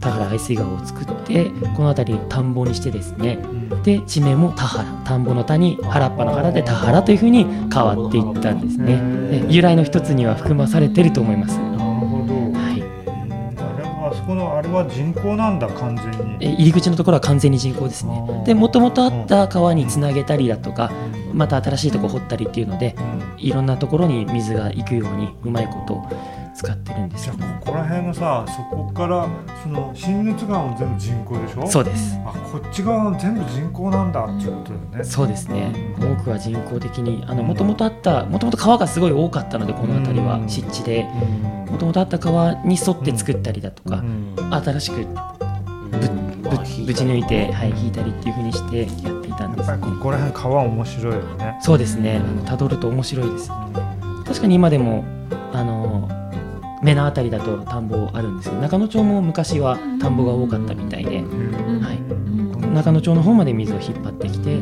[SPEAKER 1] 田原排水川を作ってこの辺りを田んぼにしてですねで地名も田原田んぼの田に原っぱの原で田原というふうに変わっていったんですねで由来の一つには含まされてると思います、は
[SPEAKER 4] なるほどう
[SPEAKER 1] い、
[SPEAKER 4] んあれはあそこのあれは人工なんだ完全
[SPEAKER 1] え
[SPEAKER 4] に
[SPEAKER 1] 入り口のところは完全に人工ですねでもともとあった川につなげたりだとかまた新しいとこ掘ったりっていうのでいろんなところに水が行くようにうまいこと使ってるんです
[SPEAKER 4] じゃ
[SPEAKER 1] よ
[SPEAKER 4] あここら辺のさそこからその新熱岩も全部人工でしょ
[SPEAKER 1] そうです
[SPEAKER 4] あこっち側は全部人工なんだっていうことだよね
[SPEAKER 1] そうですね多くは人工的にもともとあったもともと川がすごい多かったのでこの辺りは
[SPEAKER 4] うん
[SPEAKER 1] 湿地で
[SPEAKER 4] うん
[SPEAKER 1] もともとあった川に沿って作ったりだとか
[SPEAKER 4] うん
[SPEAKER 1] 新しくぶぶぶち抜いて、はい、引いたりっていう風にしてやっていたんで
[SPEAKER 4] やっ
[SPEAKER 1] す
[SPEAKER 4] ぱ
[SPEAKER 1] ね
[SPEAKER 4] りここら辺川面白いよね
[SPEAKER 1] そうですねたどると面白いです確かに今でもあの目のあたりだと田んぼあるんですけど中野町も昔は田んぼが多かったみたいで、はい、中野町の方まで水を引っ張ってきて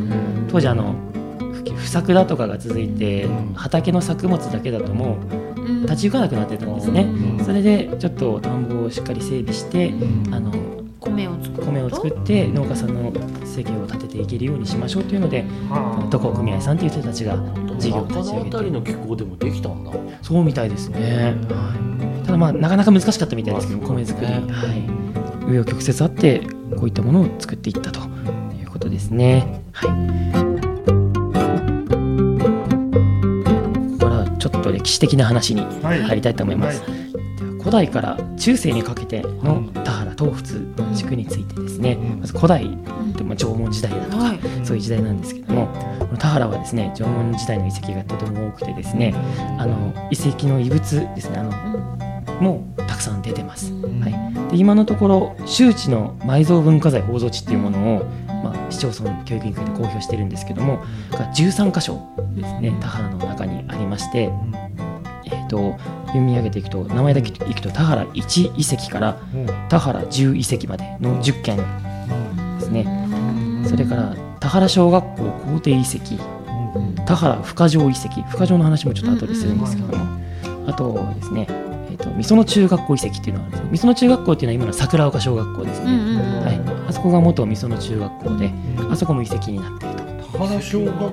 [SPEAKER 1] 当時あの不不作だとかが続いて畑の作物だけだともう立ち行かなくなってたんですねそれでちょっと田んぼをしっかり整備してあの
[SPEAKER 5] 米を作る
[SPEAKER 1] 米を作って農家さんの生計を立てていけるようにしましょうというので渡航組合さんという人たちが事業を立ち上げ
[SPEAKER 3] 辺
[SPEAKER 1] て
[SPEAKER 3] りの気候でもできたんだ
[SPEAKER 1] そうみたいですね、はい、ただまあなかなか難しかったみたいですけど
[SPEAKER 3] まあそう
[SPEAKER 1] 米
[SPEAKER 3] です
[SPEAKER 1] 作
[SPEAKER 3] ね
[SPEAKER 1] り、はい、紆余曲折あってこういったものを作っていったということですねはいここからはちょっと歴史的な話に
[SPEAKER 4] はい
[SPEAKER 1] 入りたいと思います、
[SPEAKER 4] は
[SPEAKER 1] では古代から中世にかけての田原東仏の地区についてですね、まず古代ってまあ縄文時代だとか、そういう時代なんですけどもこの田原はですね縄文時代の遺跡がとても多くてですねあの遺跡の遺物ですねあのもうたくさん出てます、はい、で今のところ周知の埋蔵文化財宝蔵地っていうものを、まあ、市町村教育委員会で公表してるんですけどもが13箇所ですね田原の中にありまして、えー、と読み上げていくと名前だけいくと田原1遺跡から
[SPEAKER 4] うん
[SPEAKER 1] 田原10遺跡までの10件ですね、それから田原小学校校庭遺跡田原深城遺跡深城の話もちょっと後でするんですけども、あとですね、えー、と美園中学校遺跡っていうのはあるんですね美園中学校っていうのは今の桜岡小学校ですね、はい、あそこが元美園中学校であそこも遺跡になっていると
[SPEAKER 4] 田原小学校っ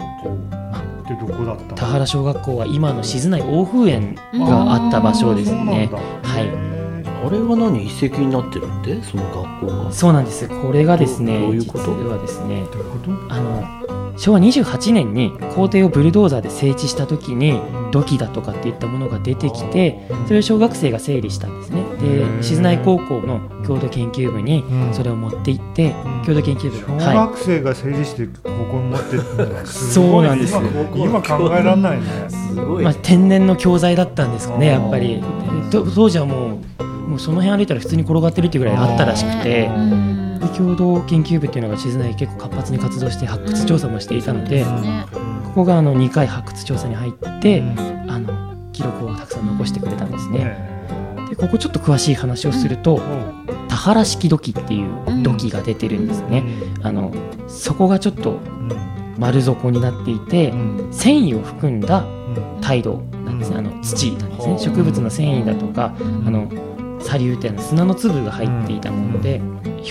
[SPEAKER 4] てどこだったの
[SPEAKER 1] 田原小学校は今の静内欧風園があった場所ですね
[SPEAKER 4] あーそうなんだ
[SPEAKER 1] はい
[SPEAKER 3] あれは何遺跡になってるってその学校が
[SPEAKER 1] そうなんですこれがですね
[SPEAKER 3] どういうこと
[SPEAKER 1] 実はですね
[SPEAKER 4] どういうこと
[SPEAKER 1] あの昭和28年に校庭をブルドーザーで整地した時に土器だとかっていったものが出てきてそれを小学生が整理したんですね
[SPEAKER 4] へ
[SPEAKER 1] で
[SPEAKER 4] え
[SPEAKER 1] 静内高校の郷土研究部に
[SPEAKER 4] うん
[SPEAKER 1] それを持って行って
[SPEAKER 4] ん
[SPEAKER 1] 郷土研究部
[SPEAKER 4] 小
[SPEAKER 1] がは
[SPEAKER 4] 学生が整理してここに持ってったのす
[SPEAKER 1] そ
[SPEAKER 4] ご
[SPEAKER 1] う
[SPEAKER 4] い
[SPEAKER 1] なんですよ
[SPEAKER 4] 今今考えられないね
[SPEAKER 3] すご
[SPEAKER 1] いまあ、天然の教材だったんですかね
[SPEAKER 3] あー
[SPEAKER 1] やっぱりと当時はもうもうその辺歩いたら普通に転がってるっていうぐらいあったらしくて。で共同研究部っていうのが静内結構活発に活動して発掘調査もしていたので、ここがあの2回発掘調査に入って、あの記録をたくさん残してくれたんですね。でここちょっと詳しい話をすると、田原式土器っていう土器が出てるんですね。あの底がちょっと丸底になっていて、繊維を含んだ態度なんですね。あの土なんですね。植物の繊維だとか、あの砂粒っていうのは砂の粒が入っていたもので、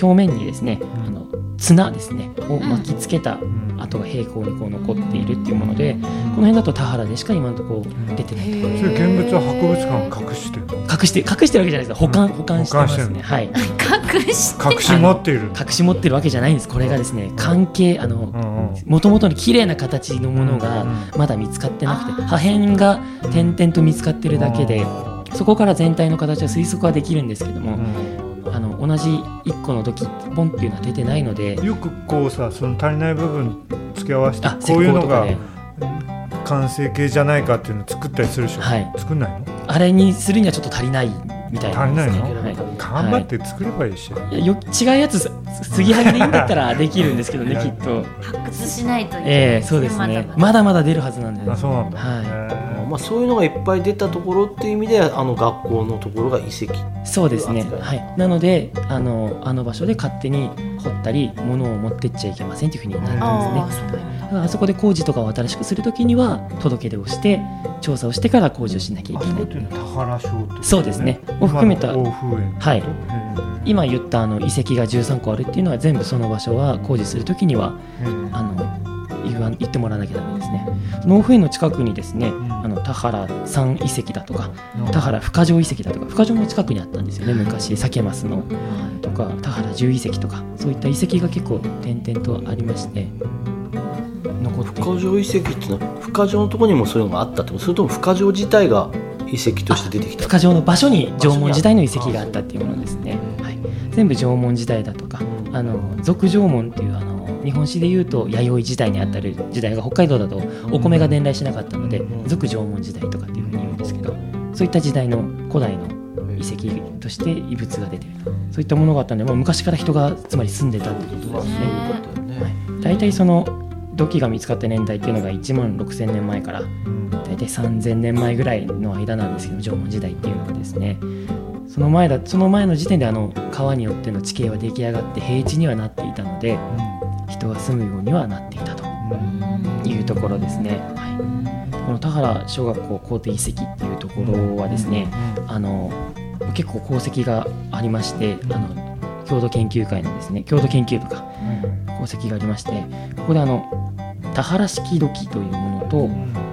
[SPEAKER 1] 表面にですね、あの綱ですねを巻きつけた跡が平行にこう残っているっていうもので、この辺だと田原でしか今のところ出てないところ
[SPEAKER 4] それ現物は博物館に隠してるの
[SPEAKER 1] 隠して隠してるわけじゃないです保管保管してます
[SPEAKER 4] 保管してるの
[SPEAKER 1] ねはい
[SPEAKER 5] 隠し
[SPEAKER 4] 隠し持っているの
[SPEAKER 1] 隠し持ってるわけじゃないんですこれがですね関係あの
[SPEAKER 4] うんうん
[SPEAKER 1] もともとの綺麗な形のものがまだ見つかってなくて破片が点々と見つかってるだけでそこから全体の形は推測はできるんですけども、あの同じ1個の土器ポンっていうのは出てないので
[SPEAKER 4] よくこうさその足りない部分付け合わせて
[SPEAKER 1] あ石
[SPEAKER 4] こういう
[SPEAKER 1] 膏
[SPEAKER 4] の
[SPEAKER 1] とか
[SPEAKER 4] が
[SPEAKER 1] ね
[SPEAKER 4] 完成形じゃないかっていうのを作ったりするでしょ、
[SPEAKER 1] はい
[SPEAKER 4] 作んないの
[SPEAKER 1] あれにするにはちょっと足りないみたい
[SPEAKER 4] 足
[SPEAKER 1] な
[SPEAKER 4] り
[SPEAKER 1] んで
[SPEAKER 4] ない
[SPEAKER 1] すね。
[SPEAKER 4] の
[SPEAKER 1] はい
[SPEAKER 4] 頑張って作ればいいし、
[SPEAKER 1] いやよ違うやつす杉原でいいんだったらできる んですけどねきっと
[SPEAKER 5] 発掘しないといけない
[SPEAKER 1] ええそうですね
[SPEAKER 5] まだまだ
[SPEAKER 1] まだまだ出るはずなんで
[SPEAKER 4] あそうなんだ、
[SPEAKER 1] はい
[SPEAKER 4] へー
[SPEAKER 3] まあ、そういうのがいっぱい出たところっていう意味であの学校のところが遺跡
[SPEAKER 1] そうですね
[SPEAKER 3] うわ
[SPEAKER 1] はいなのであのあの場所で勝手に掘ったり物を持ってっちゃいけませんっていうふうになったんですね
[SPEAKER 5] ああそうなんだ
[SPEAKER 1] だからあそこで工事とかを新しくするときには届け出をして調査をしてから工事をしなきゃい
[SPEAKER 4] あ
[SPEAKER 1] け
[SPEAKER 4] そ
[SPEAKER 1] な
[SPEAKER 4] こっ
[SPEAKER 1] い
[SPEAKER 4] ていうのは宝賞ってこと
[SPEAKER 1] そうですねを含めた
[SPEAKER 4] 今の欧風園
[SPEAKER 1] はい
[SPEAKER 4] い
[SPEAKER 1] 今言ったあの遺跡が13個あるっていうのは全部その場所は工事するときにはあの言わ言ってもらわなきゃダメですね農夫園の近くにですね、
[SPEAKER 4] ん
[SPEAKER 1] あの田原山遺跡だとか田原深城遺跡だとか深城の近くにあったんですよね昔酒マスのとか田原十遺跡とかそういった遺跡が結構点々とありまして残っている
[SPEAKER 3] 不可城遺跡っていうのは不可城のところにもそういうのがあったってことそれとも不可城自体が遺跡として出てきた
[SPEAKER 1] 深城の場所に縄文時代の遺跡があったっていうものですね、はい、全部縄文時代だとかあの俗縄文っていうあの日本史でいうと弥生時代にあたる時代が北海道だとお米が伝来しなかったので俗縄文時代とかっていうふうに言うんですけどそういった時代の古代の遺跡として遺物が出てるとそういったものがあったので、まあ、昔から人がつまり住んでたってことですね。大体その土器が見つかった年代っていうのが1万6,000年前から大体3,000年前ぐらいの間なんですけど縄文時代っていうのはですねその前だその前の時点であの川によっての地形は出来上がって平地にはなっていたので人が住むようにはなっていたというところですね。はい、この田原小学校校庭遺跡っていうところはですね、あの結構功績がありましてあの郷土研究会のですね郷土研究部か功績がありましてここであの田原式土器というものと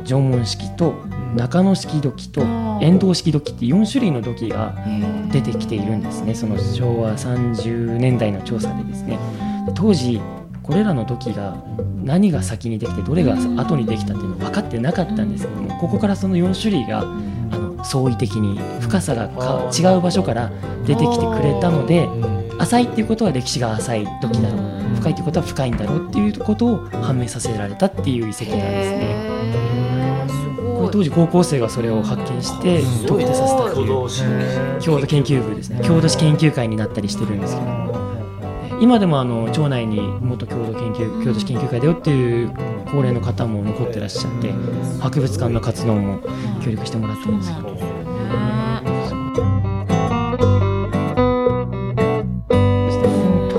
[SPEAKER 1] 縄文式と中野式土器と遠藤式土器って4種類の土器が出てきているんですねその昭和30年代の調査でですねで当時これらの土器が何が先にできてどれが後にできたっていうのは分かってなかったんですけどもここからその4種類があの相違的に深さがか違う場所から出てきてくれたので浅いっていうことは歴史が浅い土器だろう深いっていうことは深いんだろうっていうことを判明させられたっていう遺跡なんですね。
[SPEAKER 5] へえす
[SPEAKER 1] こ
[SPEAKER 5] ご
[SPEAKER 1] れ
[SPEAKER 5] い
[SPEAKER 1] 当時高校生がそれを発見して
[SPEAKER 3] す
[SPEAKER 1] 特
[SPEAKER 3] ごい
[SPEAKER 1] 定させたという
[SPEAKER 4] へ
[SPEAKER 1] 郷土研究部ですね郷土史研究会になったりしてるんですけど今でもあの町内に元郷土研究郷土史研究会だよっていう高齢の方も残ってらっしゃって博物館の活動も協力してもらってます
[SPEAKER 5] そうなんで
[SPEAKER 4] 田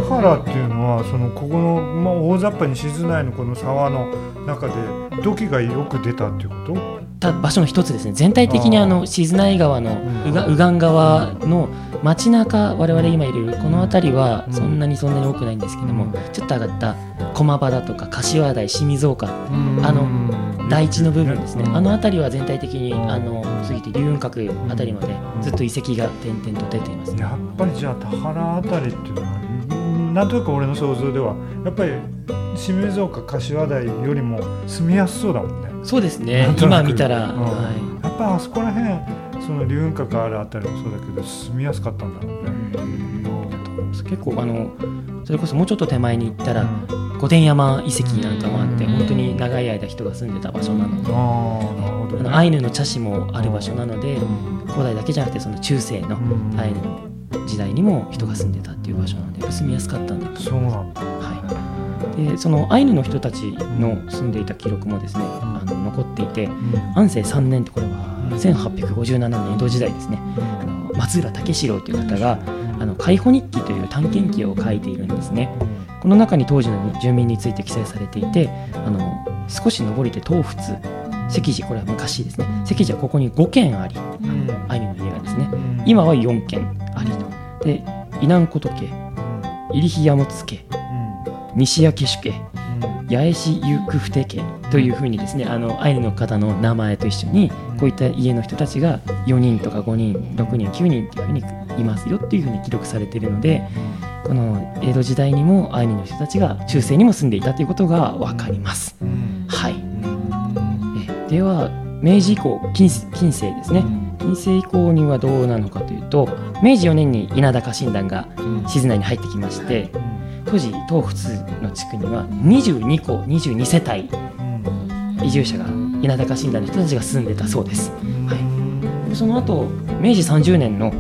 [SPEAKER 4] 原っていうのはそのここの、まあ、大雑把に静内のこの沢の中で土器がよく出たっていうこと、
[SPEAKER 1] た場所の一つですね全体的にあの静内川の
[SPEAKER 4] うん
[SPEAKER 1] 右岸右岸側の街中我々今いるこの辺りはそんなにそんなに多くないんですけどもちょっと上がった駒場だとか柏台清水岡あの台地の部分ですね、あの辺りは全体的にあの過ぎて龍雲閣辺りまでずっと遺跡が点々と出ています、
[SPEAKER 4] やっぱりじゃあ田原あたりっていうのはうんなんとなく俺の想像ではやっぱり清水岡柏台よりも住みやすそうだもんね
[SPEAKER 1] そうですね
[SPEAKER 4] なんとな
[SPEAKER 1] 今
[SPEAKER 4] く
[SPEAKER 1] 見たら、
[SPEAKER 4] うん
[SPEAKER 1] は
[SPEAKER 4] やっぱあそこら辺その龍雲閣あるあたりもそうだけど住みやすかったんだろうね
[SPEAKER 1] い、結構あのそれこそもうちょっと手前に行ったら御殿山遺跡なんかもあって
[SPEAKER 4] うん
[SPEAKER 1] 本当に長い間人が住んでた場所なので、
[SPEAKER 4] ああなるほど
[SPEAKER 1] あ
[SPEAKER 4] ね
[SPEAKER 1] のアイヌの茶師もある場所なので、
[SPEAKER 4] うん
[SPEAKER 1] 古代だけじゃなくてその中世の
[SPEAKER 4] うん
[SPEAKER 1] アイヌの時代にも人が住んでたっていう場所なので住みやすかったんだと思います
[SPEAKER 4] そうなんだ
[SPEAKER 1] はい、でそのアイヌの人たちの住んでいた記録もですね、あの残っていて安政3年ってこれは1857年江戸時代ですねあの松浦武四郎という方が「あの解放日記」という探検記を書いているんですね。この中に当時の住民について記載されていてあの少し上りて東仏石寺これは昔ですね石寺はここに5軒ありアイヌの家がですね今は4軒ありと。で稲南小時入日山津家西屋家主家八重市ゆくふて家というふうにですねあのアイヌの方の名前と一緒にこういった家の人たちが4人とか5人6人9人というふうにいますよっていうふうに記録されているのでこの江戸時代にもアイヌの人たちが中世にも住んでいたということが分かります。はい、えでは明治以降近近世ですね近世以降にはどうなのかというと明治4年に稲田家臣団が静内に入ってきまして当時東仏の地区には22戸22世帯移住者が稲田家臣団の人たちが住んでたそうです、はい、でその後明治30年の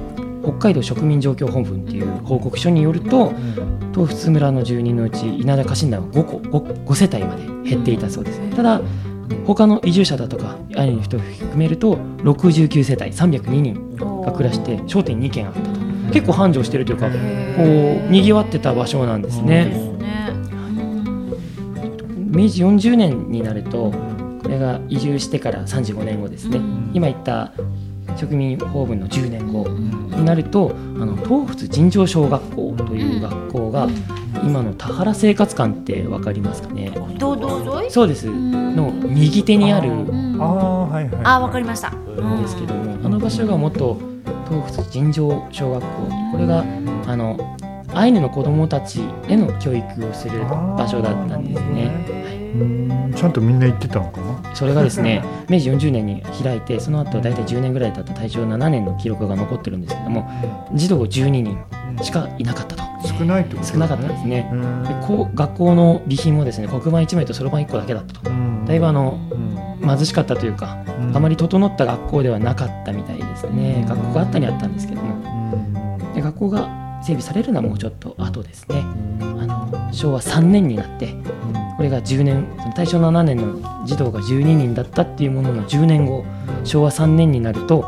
[SPEAKER 1] 北海道植民状況本文っていう報告書によると東仏村の住人のうち稲田家臣団は5個 5, 5世帯まで減っていたそうですただ他の移住者だとかアイヌの人を含めると69世帯302人が暮らして商店2軒あったと結構繁盛してるというかこうにぎわってた場所なんですね。明治40年になるとこれが移住してから35年後ですね、今言った植民法文の10年後になるとあの東仏尋常小学校という学校が今の田原生活館って分かりますかね
[SPEAKER 5] 道道沿い
[SPEAKER 1] そうですの右手にある
[SPEAKER 4] ああはいはい
[SPEAKER 5] あわかりました
[SPEAKER 1] んですけどもあの場所が元東仏尋常小学校これがあのアイヌの子どもたちへの教育をする場所だったんですね。
[SPEAKER 4] はい、ちゃんとみんな行ってたのかな
[SPEAKER 1] それがですね明治40年に開いてその後大体10年ぐらい経った大正7年の記録が残ってるんですけども児童12人しかいなかったと。
[SPEAKER 4] 少ないってこと、
[SPEAKER 1] ね、少なかったですね。でこう学校の備品もですね黒板1枚とそろばん1個だけだったと。だいぶあの、貧しかったというか、あまり整った学校ではなかったみたいですね。学校があったにあったんですけども。で学校が整備されるのはもうちょっと後ですねあの昭和3年になってこれが10年大正7年の児童が12人だったっていうものの10年後昭和3年になると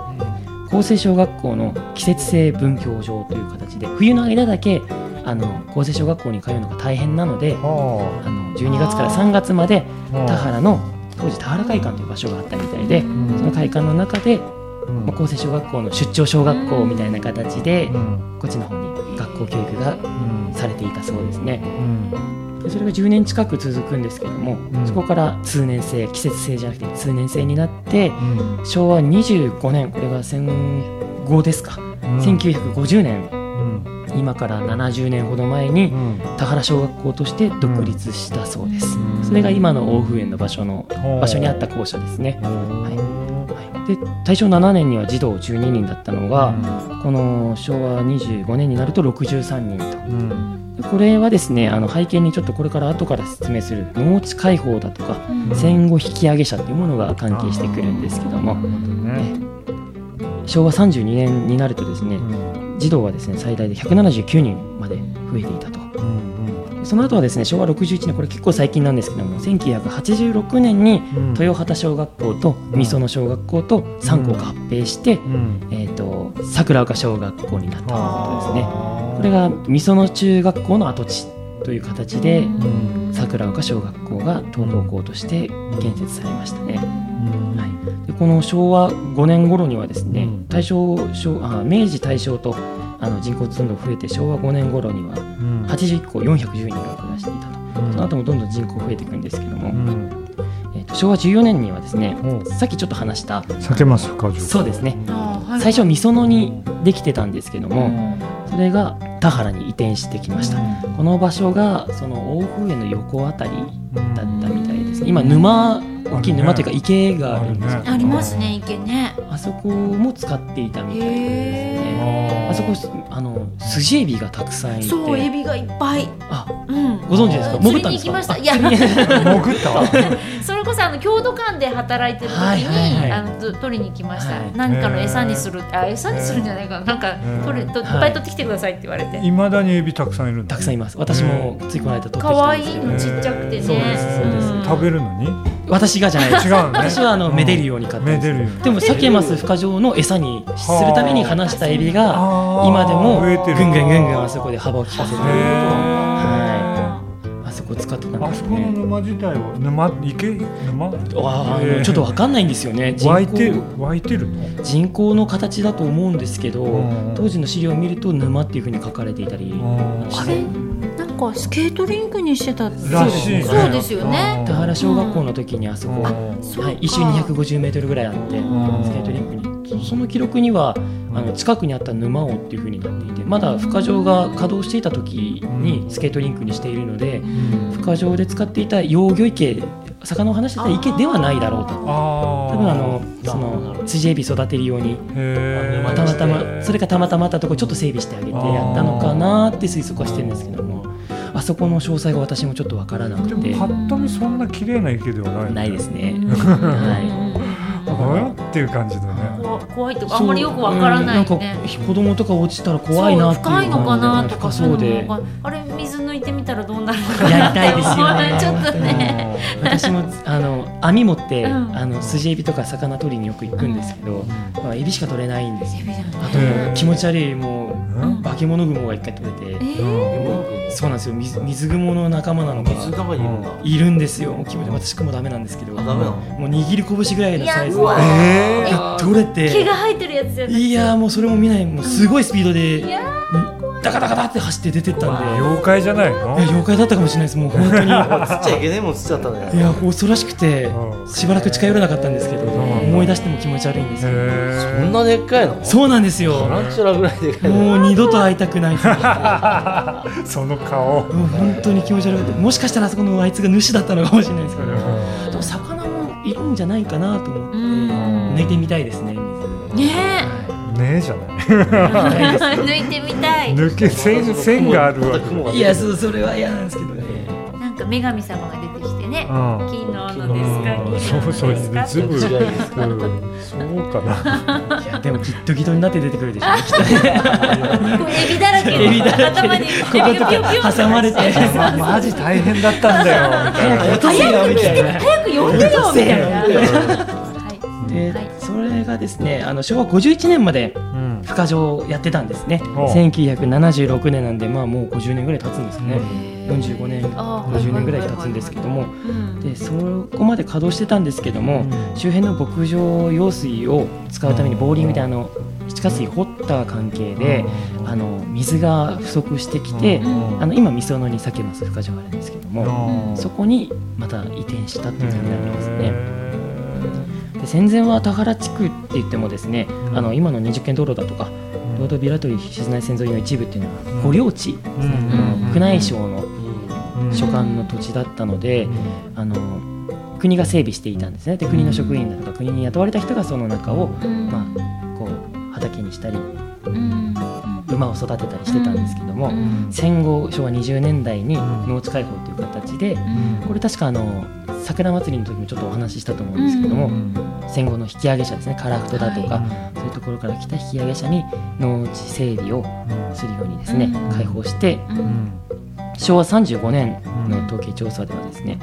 [SPEAKER 1] 厚生小学校の季節性分教場という形で冬の間だけあの厚生小学校に通うのが大変なのであの12月から3月まで田原の当時田原会館という場所があったみたいでその会館の中でまあ、厚生小学校の出張小学校みたいな形で、こっちの方に学校教育がされていたそうですね。でそれが10年近く続くんですけども、そこから通年制季節制じゃなくて通年制になって、昭和25年これが戦後ですか、1950年、今から70年ほど前に、田原小学校として独立したそうです、それが今の大風園の場所の場所にあった校舎ですね。はいで大正7年には児童12人だったのが、うん、この昭和25年になると63人と、うん、これはですねあの背景にちょっとこれから後から説明する農地解放だとか、うん、戦後引き上げ者というものが関係してくるんですけども、ね、昭和32年になるとですね、児童はですね最大で179人まで増えていたと。その後はですね昭和61年これ結構最近なんですけども1986年に豊畑小学校と美園小学校と3校が合併して、うんうん、えーと、と桜丘小学校になったということですねこれが美園中学校の跡地という形で、うん、桜丘小学校が東東校として建設されましたね。はい、でこの昭和5年頃にはですね大正あ明治大正とあの人口どんどん増えて昭和5年頃には81校410人が暮らしていたと、うん、その後もどんどん人口増えていくんですけども、うん、えーと、と昭和14年にはですね、うん、さっきちょっと話した
[SPEAKER 4] 酒ますか
[SPEAKER 1] そうですね、はい、最初みそのにできてたんですけども、それが田原に移転してきました、この場所がその大風園の横あたりだったみたいですね今沼大きい沼というか池があるんです
[SPEAKER 5] ありますね池ね
[SPEAKER 1] あそこも使っていたみたいですねあそこあの筋エビがたくさんいて
[SPEAKER 5] そうエビがいっぱい
[SPEAKER 1] あ、うん、ご存知ですか潜ったんですか
[SPEAKER 5] いや
[SPEAKER 4] 潜
[SPEAKER 5] った それこそあの郷土館で働いてる時に、あの取りに来ました、何かの餌にするあ餌にするんじゃないかなんか取れといっぱい取ってきてくださいって言われて
[SPEAKER 4] いまだにエビたくさんいる
[SPEAKER 1] たくさんいます私もついこの間取ってきた
[SPEAKER 5] 可愛いのちっちゃくてねそう
[SPEAKER 4] です食べるのに
[SPEAKER 1] 私がじゃない
[SPEAKER 4] 違う、ね、
[SPEAKER 1] 私はあの、めでるように買ってで,、ね、でもサケマス不可状の餌にするために放したエビが今でもぐんぐんぐんぐんあそこで幅を利かせてるはいあそこ使ってたん
[SPEAKER 4] です、ね、あそこの沼自体は沼池沼
[SPEAKER 1] あ、えー、ちょっとわかんないんですよね
[SPEAKER 4] 湧いてる湧いてる
[SPEAKER 1] 人口の形だと思うんですけど当時の資料を見ると沼っていうふうに書かれていたり
[SPEAKER 5] あれかスケートリンクにしてた
[SPEAKER 4] らしい、ね、
[SPEAKER 5] そうですよね
[SPEAKER 1] 田原小学校の時にあそこ、うん、はい、一周250メートルぐらいあってスケートリンクにその記録にはあの近くにあった沼をっていうふうになっていてまだ孵化場が稼働していた時にスケートリンクにしているので、うん、孵化場で使っていた養魚池魚を話してた池ではないだろうと多分あのその辻エビ育てるようにたまたまそれがたまたまあったところちょっと整備してあげてやったのかなって推測はしてるんですけども。あそこの詳細が私もちょっとわからなくて
[SPEAKER 4] でもパッと見そんな綺麗な池ではない、
[SPEAKER 1] ないですね、はい
[SPEAKER 4] あ怖いっていう感じだ ね
[SPEAKER 5] 怖怖いとかあんまりよくわからない
[SPEAKER 1] そううん
[SPEAKER 5] ね
[SPEAKER 1] ん。か子供とか落ちたら怖いなっていう
[SPEAKER 5] そう深いのかなとかそう
[SPEAKER 1] そう
[SPEAKER 5] いう
[SPEAKER 1] で
[SPEAKER 5] のもあれ水抜いてみたらどうなるのか
[SPEAKER 1] や
[SPEAKER 5] な
[SPEAKER 1] り
[SPEAKER 5] ったて
[SPEAKER 1] いです
[SPEAKER 5] 思わ
[SPEAKER 1] よ
[SPEAKER 5] ない
[SPEAKER 1] ね
[SPEAKER 5] ちょっとね
[SPEAKER 1] 私もあの網持って、
[SPEAKER 5] うん
[SPEAKER 1] あのスジエビとか魚取りによく行くんですけど、まあ、エビしか取れないんですよ
[SPEAKER 5] エビじゃない
[SPEAKER 1] あと
[SPEAKER 4] へー
[SPEAKER 1] 気持ち悪いも
[SPEAKER 4] う
[SPEAKER 1] うん化け物雲が一回取れ
[SPEAKER 5] え
[SPEAKER 1] て
[SPEAKER 5] ー
[SPEAKER 1] そうなんですよ水水雲の仲間なのか
[SPEAKER 3] 水がいるんだ。
[SPEAKER 1] いるんですよもう気持ち私もダメなんですけど
[SPEAKER 3] あ
[SPEAKER 1] も
[SPEAKER 3] ダメなの。
[SPEAKER 1] う握り拳ぐらいのサイズ
[SPEAKER 5] いやうわ
[SPEAKER 4] えー
[SPEAKER 1] が取れ
[SPEAKER 5] 毛
[SPEAKER 1] て
[SPEAKER 5] が生えてるやつじゃない
[SPEAKER 1] いやーもうそれも見ないもうすごいスピードで
[SPEAKER 5] いや
[SPEAKER 1] ダカダカダって走って出てったんでいや
[SPEAKER 4] 妖怪じゃないの
[SPEAKER 1] 妖怪だったかもしれないですもう本当に
[SPEAKER 3] 釣っちゃいけないもん釣っちゃったね。
[SPEAKER 1] いや恐ろしくて
[SPEAKER 4] うん
[SPEAKER 1] しばらく近寄れなかったんですけど
[SPEAKER 4] うなんだ
[SPEAKER 1] 思い出しても気持ち悪いんですよ
[SPEAKER 4] へ
[SPEAKER 3] そ
[SPEAKER 4] ー
[SPEAKER 3] んなでっかいの？
[SPEAKER 1] そうなんですよ
[SPEAKER 3] ナチュラぐらいでかいの。
[SPEAKER 1] もう二度と会いたくない です
[SPEAKER 4] その顔
[SPEAKER 1] もう本当に気持ち悪くてもしかしたらあそこのあいつが主だったのかもしれないですけど
[SPEAKER 4] う
[SPEAKER 1] あと魚もいるんじゃないかなと思って
[SPEAKER 5] うん
[SPEAKER 1] 抜いてみたいですね
[SPEAKER 5] ね
[SPEAKER 4] んねえじゃない
[SPEAKER 5] え抜いてみたい
[SPEAKER 4] 抜け線線があるわけ
[SPEAKER 3] 雲が
[SPEAKER 1] いやそうそれは嫌なんですけどね
[SPEAKER 5] なんか女神様が出てきてね
[SPEAKER 4] うん
[SPEAKER 5] 昨日のですか
[SPEAKER 4] う
[SPEAKER 5] 昨
[SPEAKER 4] ん
[SPEAKER 5] 日の
[SPEAKER 4] そうそう
[SPEAKER 5] ですか
[SPEAKER 4] ずいぶん
[SPEAKER 3] 違いです
[SPEAKER 4] うんそうかない
[SPEAKER 1] やでもギットギトになって出てくるでし ょうねきっと
[SPEAKER 5] こうエビだらけ
[SPEAKER 1] エビだらけ
[SPEAKER 5] 頭にエビピョピョピョ
[SPEAKER 1] 挟まれて
[SPEAKER 4] マジ大変だったんだよみたいな
[SPEAKER 1] 早く早く来
[SPEAKER 5] 早
[SPEAKER 1] て
[SPEAKER 5] く呼んでよみたいな
[SPEAKER 1] うる
[SPEAKER 5] は
[SPEAKER 1] でそれがですねあの昭和51年まで
[SPEAKER 4] うん
[SPEAKER 1] 不可情をやってたんですね
[SPEAKER 4] おう
[SPEAKER 1] 1976年なんでまあもう50年ぐらい経つんですかね45年
[SPEAKER 5] あー
[SPEAKER 1] 50年ぐらい経つんですけども
[SPEAKER 5] いうん
[SPEAKER 1] でそこまで稼働してたんですけども、周辺の牧場用水を使うためにボーリングであの地下水掘った関係で、あの水が不足してきて、
[SPEAKER 4] うん
[SPEAKER 1] あの今みそのに避けます深城があるんですけども、
[SPEAKER 4] うん
[SPEAKER 1] そこにまた移転したっていう感じになりますね。
[SPEAKER 4] ね
[SPEAKER 1] で戦前は田原地区って言ってもですね、あの今の20軒道路だとかロードビラトリー静内線沿いの一部っていうのは御領地、宮内省の所管の土地だったので、あの国が整備していたんですねで国の職員だとか国に雇われた人がその中を、
[SPEAKER 5] うん
[SPEAKER 1] まあ、こう畑にしたり
[SPEAKER 5] うん
[SPEAKER 1] 馬を育てたりしてたんですけども、
[SPEAKER 5] うん
[SPEAKER 1] 戦後昭和20年代に農地開放という形でこれ確かあの桜祭りの時もちょっとお話ししたと思うんですけども、戦後の引き上げ者ですね樺太だとか、そういうところから来た引き上げ者に農地整備をするようにですね、
[SPEAKER 5] うん
[SPEAKER 1] 開放して
[SPEAKER 5] うん
[SPEAKER 1] 昭和35年の統計調査ではですね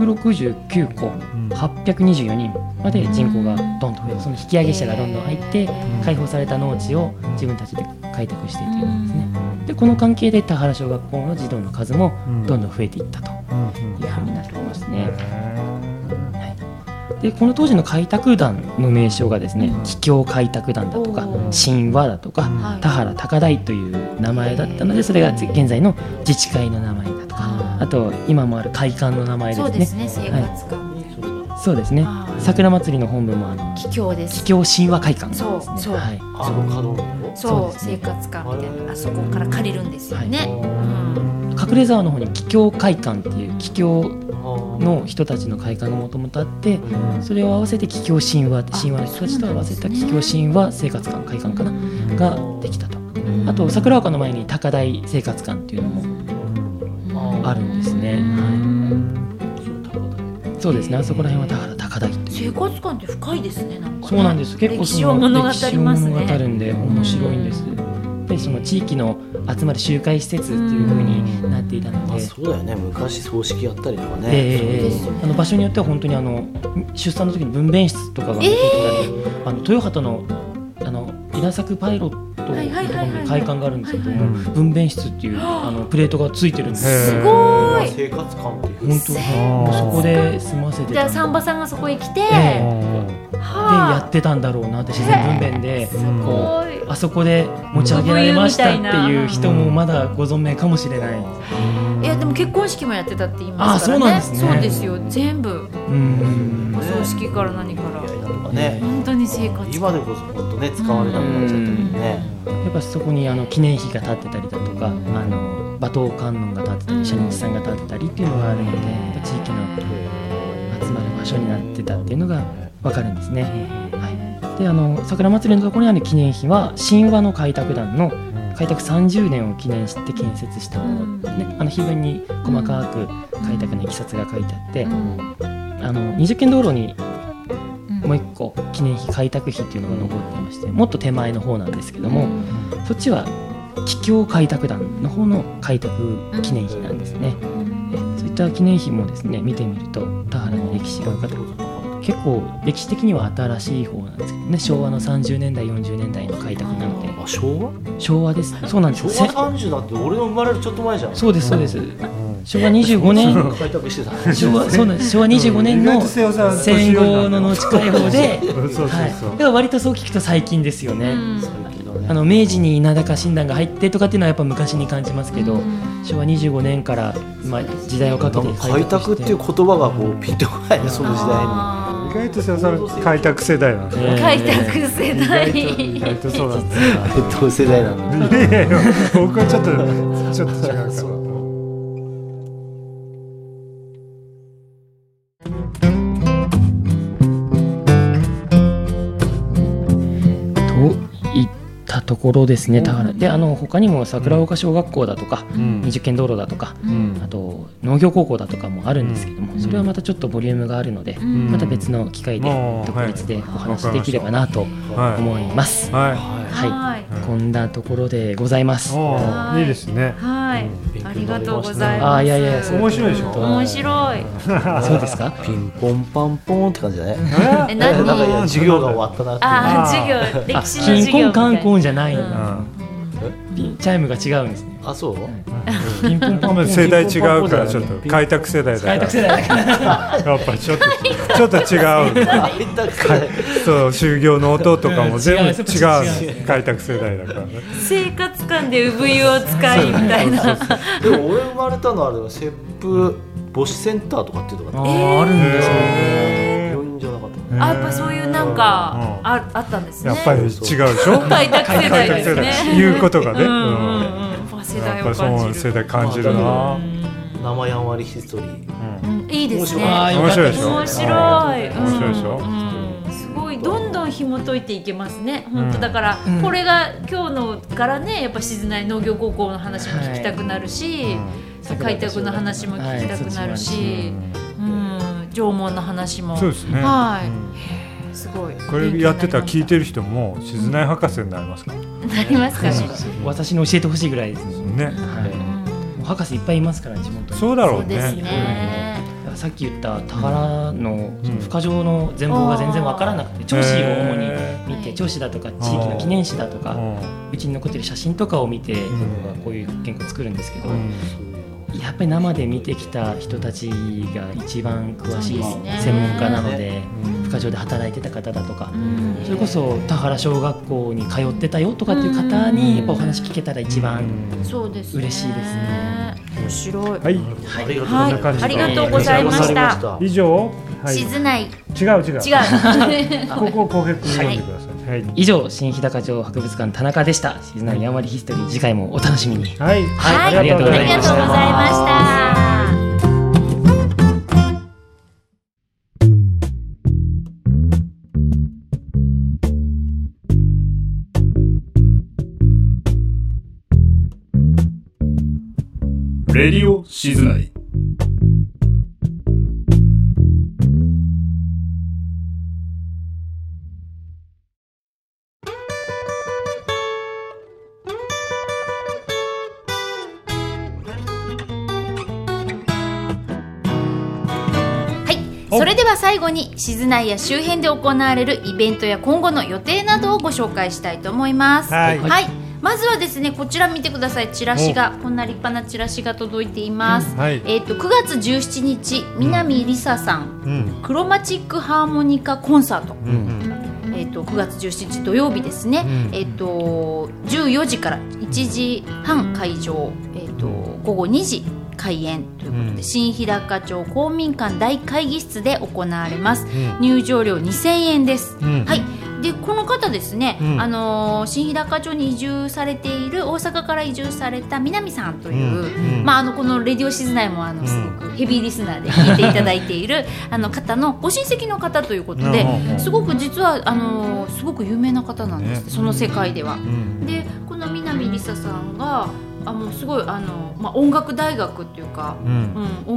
[SPEAKER 1] 169戸824人まで人口がどんどんその引き上げ者がどんどん入って開放された農地を自分たちで開拓していっているんですね。でこの関係で田原小学校の児童の数もどんどん増えていったというふうになっておりますね。でこの当時の開拓団の名称がですね桔梗開拓団だとか
[SPEAKER 5] お
[SPEAKER 1] 神話だとか
[SPEAKER 5] はい
[SPEAKER 1] 田原高台という名前だったのでそれが現在の自治会の名前だとかあと今もある会館の名前で
[SPEAKER 5] そう
[SPEAKER 1] す
[SPEAKER 5] で
[SPEAKER 1] ね
[SPEAKER 5] すね生活感
[SPEAKER 1] そうですね
[SPEAKER 5] はい
[SPEAKER 1] 桜祭りの本部もあの
[SPEAKER 5] 桔梗です
[SPEAKER 1] 桔梗神話会館です
[SPEAKER 5] そう
[SPEAKER 1] ね
[SPEAKER 5] そう
[SPEAKER 1] はい
[SPEAKER 3] あの角の。
[SPEAKER 5] そう
[SPEAKER 1] そう
[SPEAKER 5] 生
[SPEAKER 1] ですね
[SPEAKER 5] 活感みたいなあそこから借りるんですよね、
[SPEAKER 1] はい
[SPEAKER 5] うん
[SPEAKER 1] 隠れ沢の方に桔梗会館っていう桔梗
[SPEAKER 3] あ
[SPEAKER 1] の人たちの会館がもともとあって
[SPEAKER 3] ー
[SPEAKER 1] それを合わせて桔梗神話神話の人たちと合わせた桔梗神話生活館会館かなができたとあと桜丘の前に高台生活館っていうのもあるんですね、はい、そうですねあそこら辺はだから高台ってい
[SPEAKER 5] 生
[SPEAKER 1] う
[SPEAKER 5] 活感って深いですねなんかね
[SPEAKER 1] そうなんです結構
[SPEAKER 5] 歴
[SPEAKER 1] そ
[SPEAKER 5] 史を
[SPEAKER 1] の
[SPEAKER 5] 物語
[SPEAKER 1] 歴史
[SPEAKER 5] り
[SPEAKER 1] を
[SPEAKER 5] ます
[SPEAKER 1] 物語
[SPEAKER 5] ね
[SPEAKER 1] るんで面白いんですでその地域の集まる集会施設っていう風になっていたの
[SPEAKER 3] あ
[SPEAKER 1] で
[SPEAKER 3] そうだよね。昔葬式やったりとかね。
[SPEAKER 1] ええ
[SPEAKER 5] すよね
[SPEAKER 1] あの場所によっては本当にあの出産の時に分娩室とかが出てきたり、あの豊畑のあの稲作パイロットのところ
[SPEAKER 5] はいはいはいはい
[SPEAKER 1] に会館があるんですけど
[SPEAKER 4] はい
[SPEAKER 1] も
[SPEAKER 4] はい
[SPEAKER 1] 分娩室っていうあのプレートがついてるんですよ
[SPEAKER 5] すごい
[SPEAKER 3] 生活感っていう。
[SPEAKER 1] 本当
[SPEAKER 4] ー
[SPEAKER 1] そこで済ませて
[SPEAKER 5] じゃあ
[SPEAKER 1] た
[SPEAKER 5] サンバさんがそこへ来て、
[SPEAKER 1] ええでや
[SPEAKER 5] はあ
[SPEAKER 1] ってたんだろうなって自然分娩でこ
[SPEAKER 5] すごいう
[SPEAKER 1] あそこで持ち上げられましたっていう人もまだご存命かもしれない、
[SPEAKER 5] いやでも結婚式もやってたって言いますからね
[SPEAKER 1] あそうなんですね
[SPEAKER 5] そうですよ全部
[SPEAKER 1] うん
[SPEAKER 5] お葬式から何から
[SPEAKER 3] とかね。
[SPEAKER 5] 本当に生活感
[SPEAKER 3] 今でこそ本当ね使われなくなっちゃったけどね。
[SPEAKER 1] やっぱそこにあの記念碑が建ってたりだとか、あの馬頭観音が建ってたり社日さんが建ってたりっていうのがあるのでやっぱ地域の集まる場所になってたっていうのが分かるんですね。はい、であの桜祭りのところにある記念碑は神話の開拓団の開拓30年を記念して建設したものですねあの碑文に細かく開拓のいきさつが書いてあって、あの20軒道路にもう一個記念碑開拓碑っていうのが残っていましてもっと手前の方なんですけどもそっちは桔梗開拓団の方の開拓記念碑なんですね。えそういった記念碑もですね見てみると田原の歴史が分かって結構歴史的には新しい方なんですけどね昭和の30年代40年代の開拓なので
[SPEAKER 3] あ昭和
[SPEAKER 1] 昭和ですそうなんです
[SPEAKER 3] 昭和30だって俺の生まれるちょっと前じゃん
[SPEAKER 1] そうですそうです、昭和25年
[SPEAKER 3] 開拓してた
[SPEAKER 1] 昭和そうなんです昭和25年の戦後の農地解放で、はい、だから割とそう聞くと最近ですよね。あの明治に稲高診断が入ってとかっていうのはやっぱ昔に感じますけど、昭和25年からまあ時代をかけて
[SPEAKER 3] 開拓っていう言葉がこうピンとこないねその時代に。
[SPEAKER 4] 意外と瀬尾さん開拓世代なんで、ね。
[SPEAKER 2] 開拓世代。
[SPEAKER 4] 意外とそうなんだ。
[SPEAKER 3] 同世代なん
[SPEAKER 4] だ。いやいや僕はちょっとちょっと違うから。
[SPEAKER 1] たところですね、田原であの他にも桜岡小学校だとか、うん、20軒道路だとか、うん、あと農業高校だとかもあるんですけども、うん、それはまたちょっとボリュームがあるので、うん、また別の機会で特別でお話できればなと思います。はい、はいはいはい、こんなところでございます。
[SPEAKER 4] いいですね。
[SPEAKER 2] はい、ありがとうござい
[SPEAKER 1] ます。あ、いやいや、
[SPEAKER 4] 面白いでしょ
[SPEAKER 2] 面白い。
[SPEAKER 1] そうです か。
[SPEAKER 3] ピンポンパンポンって感じだね。
[SPEAKER 2] え、何、
[SPEAKER 3] 授業が終わったな
[SPEAKER 2] あ、授業、歴史
[SPEAKER 1] の授業。カンコンじゃないな。チャイムが違うんです ね。。
[SPEAKER 3] あ、そう
[SPEAKER 1] ピンポ ンパンポン。
[SPEAKER 4] 世代違うから、ちょっと開拓世代だ
[SPEAKER 1] 開拓世代だから。
[SPEAKER 4] やっぱちょっと、ちょっと違う。そう、修行の音とかも全部違う。開拓世代だから。
[SPEAKER 2] 生活感で産湯を使いみたいな。
[SPEAKER 3] でも、俺生まれたのは、あれは切符母子センターとかっていうのが
[SPEAKER 1] あるんですよ。
[SPEAKER 2] あやっぱそういうなんかああったんですね。
[SPEAKER 4] やっぱり違うでしょ。
[SPEAKER 2] 開拓世代ですね。
[SPEAKER 4] いうことがね。うん
[SPEAKER 2] うん、世代を感
[SPEAKER 4] じる。世代感じるな。
[SPEAKER 3] 生やんわりヒストリー。
[SPEAKER 2] いいですね。
[SPEAKER 4] 面白いでしょ。
[SPEAKER 2] 面白い。
[SPEAKER 4] 面白いでしょ。
[SPEAKER 2] どんどん紐解いていけますね本当だから、これが今日のからねやっぱ静内農業高校の話も聞きたくなるし、開拓の話も聞きたくなるし、縄文の話も。
[SPEAKER 4] そうですね。
[SPEAKER 2] はい。すごい。
[SPEAKER 4] これやってた聞いてる人も静内博士になりますか。
[SPEAKER 2] なりますかね。
[SPEAKER 1] 私に教えてほしいぐらいです。
[SPEAKER 4] ね。はい
[SPEAKER 1] 博士いっぱいいますから地元。
[SPEAKER 4] そうだろう
[SPEAKER 2] ね。
[SPEAKER 1] さっき言った田原の不可情の全貌が全然分からなくて調子を主に見て調子だとか地域の記念誌だとかうちに残ってる写真とかを見てこういう原稿作るんですけどやっぱり生で見てきた人たちが一番詳しい専門家なので、ね、不可情で働いてた方だとか、それこそ田原小学校に通ってたよとかっていう方にやっぱお話聞けたら一番嬉しいですね。
[SPEAKER 2] 面白い。
[SPEAKER 4] はい、
[SPEAKER 2] ありがとうございました。
[SPEAKER 4] 以上、
[SPEAKER 2] 静内。
[SPEAKER 4] 違う違う。
[SPEAKER 2] 違
[SPEAKER 4] う。ここを攻撃読んでください。はい、
[SPEAKER 1] 以上新日高城博物館田中でした静内やんわりヒストリー次回もお楽しみに
[SPEAKER 4] はい、
[SPEAKER 2] はい、ありがとうございま
[SPEAKER 9] したレディオ静内
[SPEAKER 2] それでは最後に静内や周辺で行われるイベントや今後の予定などをご紹介したいと思います。はい、はい、まずはですねこちら見てくださいチラシがこんな立派なチラシが届いています。うんはい、えっ、と9月17日南梨沙さん、うん、クロマチックハーモニカコンサート。うんえーと、と9月17日土曜日ですね、うん、えーと、と14時から1時半会場、えーと、と午後2時開演ということで、うん、新日高町公民館大会議室で行われます、うん、入場料2000円です、うん、はいでこの方ですね、あのー、新日高町に移住されている大阪から移住された南さんという、まあ、あのこの「レディオ静内」もあのすごくヘビーリスナーで聞いていただいて いるあの方のご親戚の方ということですごく実はあのー、すごく有名な方なんです、ね、その世界では。でこの南りささんがあもうすごいあの、まあ、音楽大学っていうか、
[SPEAKER 4] うん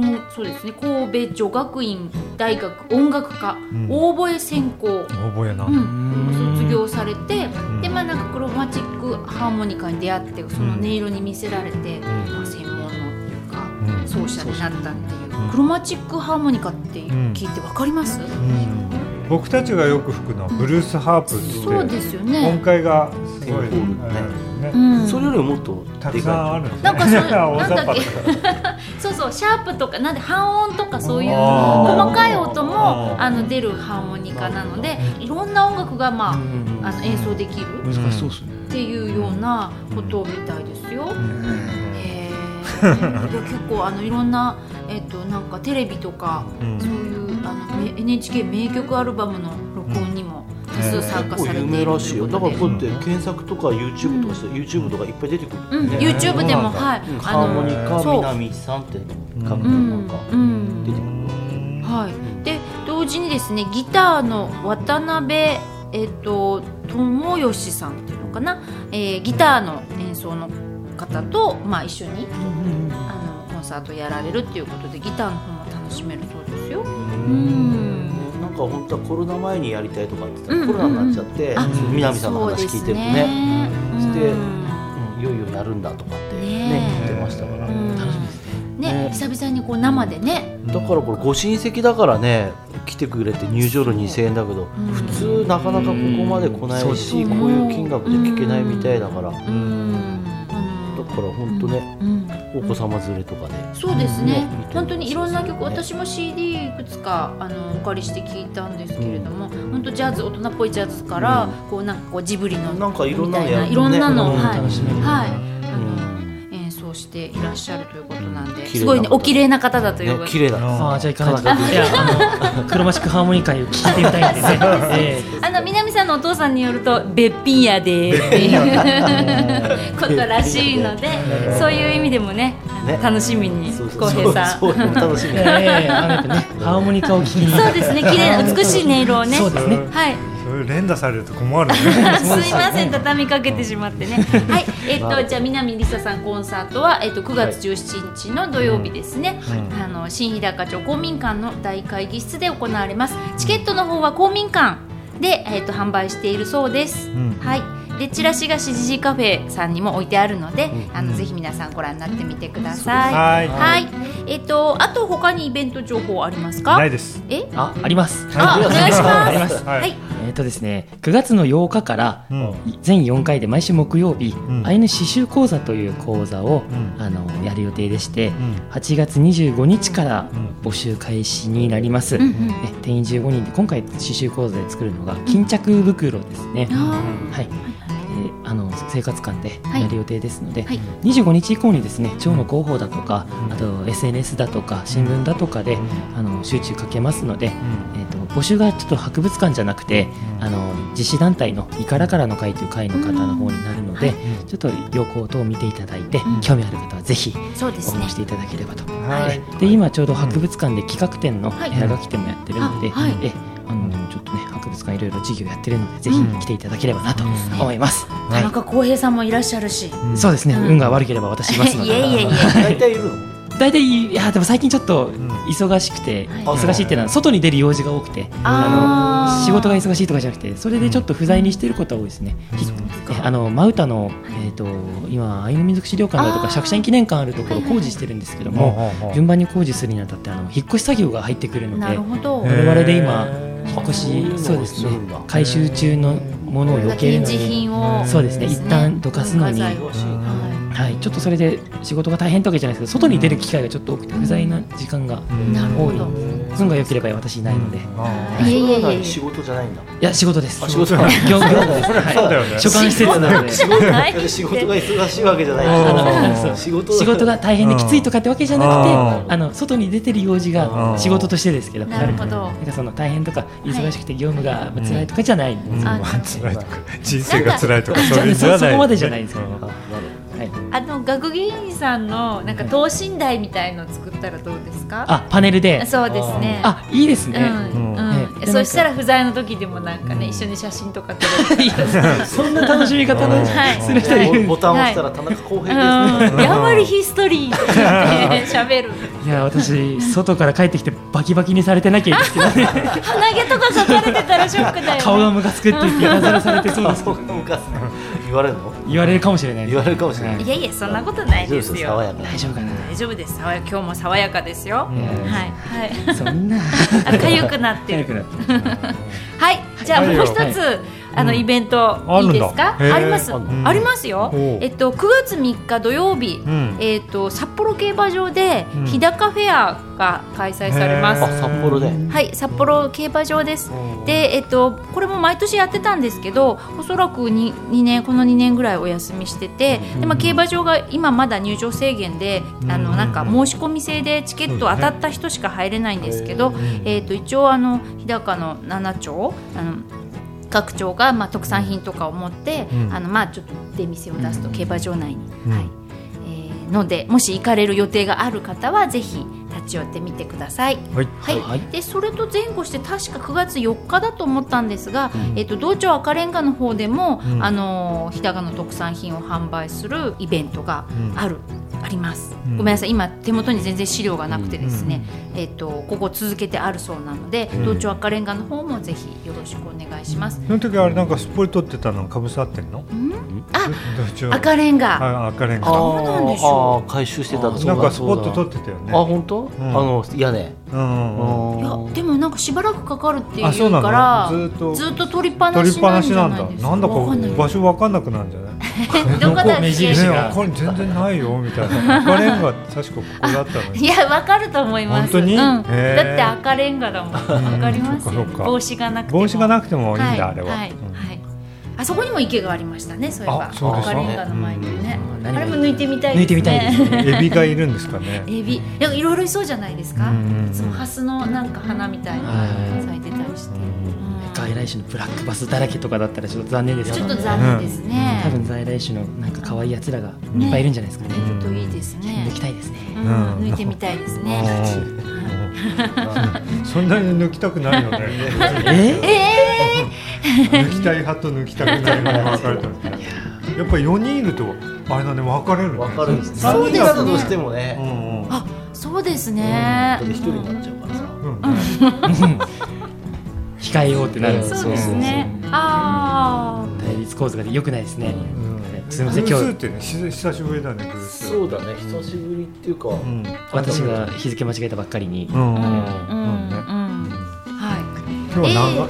[SPEAKER 2] うん、音そうですね神戸女学院大学音楽科、
[SPEAKER 4] ん
[SPEAKER 2] オーボエ専攻、
[SPEAKER 4] 覚えな
[SPEAKER 2] う
[SPEAKER 4] うん
[SPEAKER 2] ん、卒業されて、
[SPEAKER 4] ん
[SPEAKER 2] でまあなんかクロマチックハーモニカに出会ってその音色に魅せられて、まあ、専門のっていうか奏者になったっていう、クロマチックハーモニカって聞いてわかります、
[SPEAKER 4] うん僕たちがよく吹くのはブルースハープって
[SPEAKER 2] そ
[SPEAKER 4] 言
[SPEAKER 2] う
[SPEAKER 4] って
[SPEAKER 2] ですよ
[SPEAKER 4] 音
[SPEAKER 2] ね。
[SPEAKER 4] 階がすごい、
[SPEAKER 3] テンポールね
[SPEAKER 4] うんね
[SPEAKER 2] うん
[SPEAKER 3] それよりももっと
[SPEAKER 4] たく
[SPEAKER 3] で
[SPEAKER 4] さん
[SPEAKER 3] か
[SPEAKER 4] あるんですね
[SPEAKER 2] なんかそう
[SPEAKER 4] 大雑把
[SPEAKER 2] そうそうシャープとかなんで半音とかそういう
[SPEAKER 4] あー
[SPEAKER 2] 細かい音も
[SPEAKER 4] あー
[SPEAKER 2] あの出るハーモニカなのでいろんな音楽が、まあ、あの演奏できる
[SPEAKER 4] うん
[SPEAKER 3] い。難しそうですね。
[SPEAKER 2] っていうようなことみたいですよ。へーいや結構あのいろんな、えっとなんかテレビとか、
[SPEAKER 4] うん
[SPEAKER 2] そういうあのめ NHK 名曲アルバムの録音にも多数参加
[SPEAKER 3] 結構
[SPEAKER 2] されて
[SPEAKER 3] 有
[SPEAKER 2] いるという
[SPEAKER 3] 名
[SPEAKER 2] こ
[SPEAKER 3] ら
[SPEAKER 2] と
[SPEAKER 3] しい
[SPEAKER 2] で、
[SPEAKER 3] よ。だからこうやって検索とか YouTube とかして YouTube とかいっぱい出てく
[SPEAKER 2] うん
[SPEAKER 3] る。ね
[SPEAKER 2] YouTube でも、
[SPEAKER 4] そうなんだ
[SPEAKER 2] はい
[SPEAKER 3] うん
[SPEAKER 2] あ
[SPEAKER 3] ハーモ
[SPEAKER 2] の
[SPEAKER 3] ニカ
[SPEAKER 2] そう
[SPEAKER 3] 南さんって書く
[SPEAKER 2] う
[SPEAKER 3] となん
[SPEAKER 2] ん
[SPEAKER 3] か
[SPEAKER 2] うん
[SPEAKER 3] 出てくる。
[SPEAKER 2] はい、で同時にですねギターの渡辺、えっと友義さんっていうのかな、えーギターの演奏の方と、まあ、一緒にあのコンサートやられるっていうことでギターの方も楽しめるそうですよ。うん
[SPEAKER 3] なんか本当はコロナ前にやりたいとかって言ってた
[SPEAKER 2] うん
[SPEAKER 3] らコロナになっちゃって
[SPEAKER 2] あ
[SPEAKER 3] 南さんの話聞いてるとね、
[SPEAKER 2] そ
[SPEAKER 3] し
[SPEAKER 2] う
[SPEAKER 3] て
[SPEAKER 2] ですね
[SPEAKER 3] うんいよいよやるんだとかって
[SPEAKER 2] ね
[SPEAKER 3] ね
[SPEAKER 2] え
[SPEAKER 3] 聞いてましたから。
[SPEAKER 2] うんうんね
[SPEAKER 3] ね
[SPEAKER 2] 久々にこう生でね、
[SPEAKER 3] だからこれご親戚だからね来てくれて入場料2000円だけど
[SPEAKER 2] ん
[SPEAKER 3] 普通なかなかここまで来ないし
[SPEAKER 2] うん
[SPEAKER 3] こういう金額で聞けないみたいだからだか
[SPEAKER 2] うん
[SPEAKER 3] ら本当ね
[SPEAKER 2] うん
[SPEAKER 3] お子様連れとかで
[SPEAKER 2] そうですね
[SPEAKER 3] ねいいと思います
[SPEAKER 2] 本当にいろんな曲
[SPEAKER 3] そうで
[SPEAKER 2] 私も CD いくつかあのお借りして聴いたんですけれども本当ジャズ大人っぽいジャズからこうなんかこうジブリの
[SPEAKER 3] なんかいろんなの
[SPEAKER 2] みたい
[SPEAKER 3] やる
[SPEAKER 2] いろんなの
[SPEAKER 3] ね
[SPEAKER 2] はい
[SPEAKER 3] 楽しめる
[SPEAKER 2] はいあ
[SPEAKER 3] う
[SPEAKER 2] の演奏していらっしゃるということなんで
[SPEAKER 3] 綺麗な方
[SPEAKER 2] すごいねお綺麗な方だという
[SPEAKER 3] ね
[SPEAKER 2] ことで
[SPEAKER 3] 綺麗だ
[SPEAKER 1] あ
[SPEAKER 4] な
[SPEAKER 1] あじゃあ行かないといやあのクロマチックハーモニカに聞いてみた いんでねええ
[SPEAKER 2] あの南さんのお父さんによると「べっぴんやで」っていうことらしいのでそういう意味でもねあの
[SPEAKER 3] ね
[SPEAKER 2] 楽しみに
[SPEAKER 3] そうそう
[SPEAKER 2] 浩平さん。
[SPEAKER 3] そうそう楽しみ
[SPEAKER 1] ええあのやっぱねハーモニカを聞きに
[SPEAKER 2] そうですね綺麗な美しい音色をね。
[SPEAKER 1] そうですね
[SPEAKER 2] はい
[SPEAKER 4] それ連打されると困るね
[SPEAKER 2] すいません畳みかけてしまってね。はい、えっとじゃあ南梨沙さんコンサートはえっと9月17日の土曜日ですね。あの新日高町公民館の大会議室で行われます。チケットの方は公民館でえっと販売しているそうです。
[SPEAKER 4] ん
[SPEAKER 2] はい。でチラシがしじじカフェさんにも置いてあるので、あのぜひ皆さんご覧になってみてください。
[SPEAKER 4] はい
[SPEAKER 2] はい。えっとあと他にイベント情報ありますか？
[SPEAKER 4] ないです
[SPEAKER 2] え？
[SPEAKER 1] ああります
[SPEAKER 2] あお願いします。
[SPEAKER 1] あります
[SPEAKER 4] は
[SPEAKER 2] はい
[SPEAKER 1] えっとですね9月の8日から
[SPEAKER 4] うん
[SPEAKER 1] 全4回で毎週木曜日、
[SPEAKER 4] ん
[SPEAKER 1] アイヌ刺繍講座という講座を、
[SPEAKER 4] うん
[SPEAKER 1] あのやる予定でして、
[SPEAKER 4] ん
[SPEAKER 1] 8月25日から
[SPEAKER 4] ん
[SPEAKER 1] 募集開始になります、
[SPEAKER 2] うんう
[SPEAKER 1] ね
[SPEAKER 2] ん。
[SPEAKER 1] 定員15人で今回刺繍講座で作るのが巾着袋ですね、
[SPEAKER 2] あ
[SPEAKER 1] はい、えーあの生活館で
[SPEAKER 2] はい
[SPEAKER 1] やる予定ですので、
[SPEAKER 2] はい
[SPEAKER 1] 25日以降にですね町の広報だとか、あと SNS だとか新聞だとかで、あの集中かけますので、えー、と募集がちょっと博物館じゃなくて、あの実施団体のイカラからの会という会の方の方になるので、ちょっと要項等を見ていただいて、興味ある方はぜひ
[SPEAKER 2] ーそうで
[SPEAKER 1] 応
[SPEAKER 2] すね
[SPEAKER 1] 募し。ていただければと
[SPEAKER 4] はい
[SPEAKER 1] で今ちょうど博物館で企画展の
[SPEAKER 2] はい
[SPEAKER 1] 絵がき展もやってるので、
[SPEAKER 2] あはい
[SPEAKER 1] えあのちょっとね博物館いろいろ授業やってるのでぜひ来ていただければなと思います、
[SPEAKER 2] 田中康平さんもいらっしゃるし。
[SPEAKER 1] そうですね、
[SPEAKER 2] うん
[SPEAKER 1] 運が悪ければ私いますので
[SPEAKER 2] いえいえいえ。
[SPEAKER 3] 大体いるの
[SPEAKER 1] 大体いやでも最近ちょっと忙しくて、
[SPEAKER 2] はい
[SPEAKER 1] 忙しいってのは外に出る用事が多くて
[SPEAKER 2] あー
[SPEAKER 1] の仕事が忙しいとかじゃなくてそれでちょっと不在にしてることは多いですね、ひえあの真歌の、えー、と今アイヌ民族資料館だと
[SPEAKER 2] あ
[SPEAKER 1] か
[SPEAKER 2] ー
[SPEAKER 1] 釈迦院記念館あるところ工事してるんですけども、順番に工事するにあたってあの引っ越し作業が入ってくるの
[SPEAKER 2] な
[SPEAKER 1] で
[SPEAKER 2] るほど。
[SPEAKER 1] 我々で今
[SPEAKER 4] へ
[SPEAKER 1] 引っ越
[SPEAKER 3] そういうの
[SPEAKER 1] し
[SPEAKER 3] を
[SPEAKER 1] そうです
[SPEAKER 3] す
[SPEAKER 1] ね
[SPEAKER 3] るんだ
[SPEAKER 1] 改修中のものを避ける
[SPEAKER 2] 展
[SPEAKER 1] の
[SPEAKER 2] 示
[SPEAKER 1] に
[SPEAKER 2] 品を。
[SPEAKER 1] そうですね一旦どかすのに
[SPEAKER 2] 文化財をは
[SPEAKER 1] はい、ちょっとそれで仕事が大変ってわけじゃないですけど外に出る機会がちょっと多くて不在な時間が
[SPEAKER 2] いなる
[SPEAKER 1] 多
[SPEAKER 2] ほ
[SPEAKER 1] い
[SPEAKER 2] ど。
[SPEAKER 1] 運が良ければ私いないのでい
[SPEAKER 4] あ
[SPEAKER 2] いえいえ
[SPEAKER 3] それはい
[SPEAKER 2] え。
[SPEAKER 3] 仕事じゃな いんだ
[SPEAKER 1] や仕事です
[SPEAKER 3] あ仕事なんだ
[SPEAKER 1] 業業務です
[SPEAKER 4] それそうだよね
[SPEAKER 1] 所管施設なの で
[SPEAKER 2] 仕事じゃない
[SPEAKER 3] だって仕事が忙しいわけじゃないし仕事だ
[SPEAKER 1] 仕事が大変できついとかってわけじゃなく
[SPEAKER 4] う
[SPEAKER 1] てあの外に出てる用事
[SPEAKER 4] う
[SPEAKER 1] が
[SPEAKER 4] ん
[SPEAKER 1] 仕事としてですけど
[SPEAKER 2] なるほど
[SPEAKER 1] んかその大変とか忙しくて業務が辛いとかじゃないんです、
[SPEAKER 2] あ
[SPEAKER 4] 辛いとか人生が辛いとかそうい
[SPEAKER 1] じ
[SPEAKER 4] う
[SPEAKER 1] ゃ
[SPEAKER 4] ん
[SPEAKER 1] あそ
[SPEAKER 4] じゃない
[SPEAKER 1] そこまでじゃないですけど、
[SPEAKER 4] うん
[SPEAKER 1] はい、
[SPEAKER 2] あの学芸員さんのなんか等身大みたいの作ったらどうですか？
[SPEAKER 1] あパネルで
[SPEAKER 2] そうですね。
[SPEAKER 1] あいいですね、
[SPEAKER 2] うんうん
[SPEAKER 4] うん
[SPEAKER 1] ね。なん
[SPEAKER 2] そ
[SPEAKER 1] か
[SPEAKER 2] したら不在の時でもなんかね、一緒に写真とか撮れるか ら
[SPEAKER 1] そんな楽しみ方の
[SPEAKER 2] はい
[SPEAKER 1] する人い るんで
[SPEAKER 3] ボタンを押したら田中康平です
[SPEAKER 2] う
[SPEAKER 3] ね。
[SPEAKER 2] んやんわりヒストリーって言って喋 る
[SPEAKER 1] すいや私外から帰ってきてバキバキにされてなきゃいいですけどね
[SPEAKER 2] 鼻毛とか書かれてたらショックだよ、ね、
[SPEAKER 1] 顔がムカつくって言っていたずらされてそうですけど
[SPEAKER 3] 昔言われるの？
[SPEAKER 1] 言われるかもしれない
[SPEAKER 3] 言われるかもしれない。
[SPEAKER 2] いやいやそんなことない
[SPEAKER 3] 大丈夫
[SPEAKER 2] で
[SPEAKER 3] で
[SPEAKER 2] す
[SPEAKER 3] すよ
[SPEAKER 2] よ
[SPEAKER 3] 爽やか。
[SPEAKER 1] 大丈夫かな
[SPEAKER 2] 大丈夫です爽や今日も爽やかですよ、はいはい
[SPEAKER 1] そんな
[SPEAKER 2] あ痒くなって
[SPEAKER 1] 早
[SPEAKER 2] る
[SPEAKER 1] くなって
[SPEAKER 2] はい、じゃあ
[SPEAKER 4] はい
[SPEAKER 2] もう一つ、
[SPEAKER 1] はい
[SPEAKER 2] あのイベント、
[SPEAKER 4] ある
[SPEAKER 2] い
[SPEAKER 4] んだ
[SPEAKER 2] いですか？
[SPEAKER 4] へー
[SPEAKER 2] あります、
[SPEAKER 4] うん
[SPEAKER 2] ありますよ
[SPEAKER 4] おう。
[SPEAKER 2] えっと9月3日土曜日、
[SPEAKER 4] ん
[SPEAKER 2] えっと札幌競馬場で
[SPEAKER 4] うん
[SPEAKER 2] 日高フェアが開催されます。
[SPEAKER 4] へ
[SPEAKER 3] あ札幌で。
[SPEAKER 2] はい、札幌競馬場です。で、えっとこれも毎年やってたんですけど、おそらくに2年この2年ぐらいお休みしてて、でまあ競馬場が今まだ入場制限で、あのなんか申し込み制でチケット当たった人しか入れないんですけど、えっと一応あの日高の7丁あの各町がまあ特産品とかを持って、
[SPEAKER 4] うん
[SPEAKER 2] あのまあちょっと出店を出すと競馬場内に、
[SPEAKER 4] うん
[SPEAKER 2] はいえーのでもし行かれる予定がある方はぜひ立ち寄ってみてください。
[SPEAKER 4] はい
[SPEAKER 2] はいでそれと前後して確か9月4日だと思ったんですが、えっと道庁赤レンガの方でも、
[SPEAKER 4] うん
[SPEAKER 2] あのー日高の特産品を販売するイベントがある、あります、
[SPEAKER 4] うん
[SPEAKER 2] ごめんなさい今手元に全然資料がなくてですね、えっとここ続けてあるそうなので、
[SPEAKER 4] ん
[SPEAKER 2] 道庁赤レンガの方もぜひよろしくお願いします、
[SPEAKER 4] その時あれなんかすっぽり取ってたのかぶさってんの？
[SPEAKER 2] あ
[SPEAKER 4] どっちを
[SPEAKER 2] 赤レンガ、
[SPEAKER 4] あ赤レン
[SPEAKER 3] あ
[SPEAKER 4] ガ。
[SPEAKER 3] ー
[SPEAKER 2] そうなんでしょ
[SPEAKER 3] あー回収してたそうだ
[SPEAKER 4] なんかスポット
[SPEAKER 3] そう
[SPEAKER 4] 取ってたよね。
[SPEAKER 3] だあ本当？あ
[SPEAKER 4] ん
[SPEAKER 3] の屋根。
[SPEAKER 4] うんうんうん。
[SPEAKER 2] いやで
[SPEAKER 3] も
[SPEAKER 2] もなんかしばらくかかるってい
[SPEAKER 4] あそううなの
[SPEAKER 2] から
[SPEAKER 4] ずっと
[SPEAKER 2] ずっと取りっぱな
[SPEAKER 4] 取り
[SPEAKER 2] し
[SPEAKER 4] っぱ
[SPEAKER 2] な
[SPEAKER 4] なんし
[SPEAKER 2] じ
[SPEAKER 4] な
[SPEAKER 2] ゃ
[SPEAKER 4] ん
[SPEAKER 2] ない
[SPEAKER 4] だ。
[SPEAKER 2] ですか
[SPEAKER 4] なんだか
[SPEAKER 2] わない
[SPEAKER 4] 場所わかんなくなるんじゃない？
[SPEAKER 2] どこだっけ
[SPEAKER 1] 目
[SPEAKER 4] ね
[SPEAKER 1] 印が
[SPEAKER 4] え、これ全然ないよみたいな。赤レンガ確かここだったの
[SPEAKER 2] い
[SPEAKER 4] に。
[SPEAKER 2] や、わかると思います。
[SPEAKER 4] 本当に
[SPEAKER 2] うん、だっ
[SPEAKER 4] へー
[SPEAKER 2] て赤レンガだもん。わかります
[SPEAKER 4] そ
[SPEAKER 2] よ。
[SPEAKER 4] っかそっか
[SPEAKER 2] 帽子がなくても。
[SPEAKER 4] 帽子がなくてもいいんだ
[SPEAKER 2] い
[SPEAKER 4] あ
[SPEAKER 2] い
[SPEAKER 4] れは。うん
[SPEAKER 2] はいあそこにも池がありましたね。そういえば。
[SPEAKER 4] あそうでした
[SPEAKER 2] 赤レンガの前にね。
[SPEAKER 1] うん
[SPEAKER 2] あれも抜いてみたいで
[SPEAKER 1] 抜
[SPEAKER 2] すね。
[SPEAKER 1] いてみたいです
[SPEAKER 4] エビがいるんですか ね。
[SPEAKER 2] エビ、なんかいろいろいそうじゃないですか。
[SPEAKER 4] うん
[SPEAKER 2] いつもハスのなんか花みたいなのが咲いてたりして。うん
[SPEAKER 1] 外来種のブラックバスだらけとかだったらちょっと残念です
[SPEAKER 2] ち
[SPEAKER 1] け
[SPEAKER 2] ょっ
[SPEAKER 1] ど
[SPEAKER 2] と
[SPEAKER 1] ね
[SPEAKER 2] 残念です
[SPEAKER 1] 多
[SPEAKER 2] ね。
[SPEAKER 1] 分在来種のなんか可愛いやつらがいっぱいいるんじゃないですかね
[SPEAKER 2] ちょっといいですね
[SPEAKER 1] 抜。きたいですね
[SPEAKER 2] うん
[SPEAKER 4] ん
[SPEAKER 2] 抜いてみたいですね。
[SPEAKER 4] うんそんなに抜きたくないよね。
[SPEAKER 1] え
[SPEAKER 4] 抜きたい派と抜きたくない派が分かれたんですね。やっぱり四人いるとあれだね分かれるね。
[SPEAKER 3] わかるんですね。
[SPEAKER 4] そう
[SPEAKER 3] 三人だとどうしても
[SPEAKER 4] う
[SPEAKER 3] ね。
[SPEAKER 4] んうん。
[SPEAKER 2] あそうですね。
[SPEAKER 3] だって一人になっちゃうからさ。
[SPEAKER 4] うん
[SPEAKER 1] 控えようってなるんですよ
[SPEAKER 2] そうですね。あ
[SPEAKER 1] 対立構図が良くないですねすみません
[SPEAKER 4] 偶
[SPEAKER 1] 今
[SPEAKER 4] 数っ
[SPEAKER 1] 日
[SPEAKER 4] てねし久しぶりだね偶数。
[SPEAKER 3] そうだね久しぶりっていうか。
[SPEAKER 4] うん。
[SPEAKER 1] 私が日付間違えたばっかりに
[SPEAKER 4] うんうん。
[SPEAKER 2] あ、うん、うん、は
[SPEAKER 4] 今
[SPEAKER 2] え
[SPEAKER 4] 日は長
[SPEAKER 2] ー
[SPEAKER 4] 長く。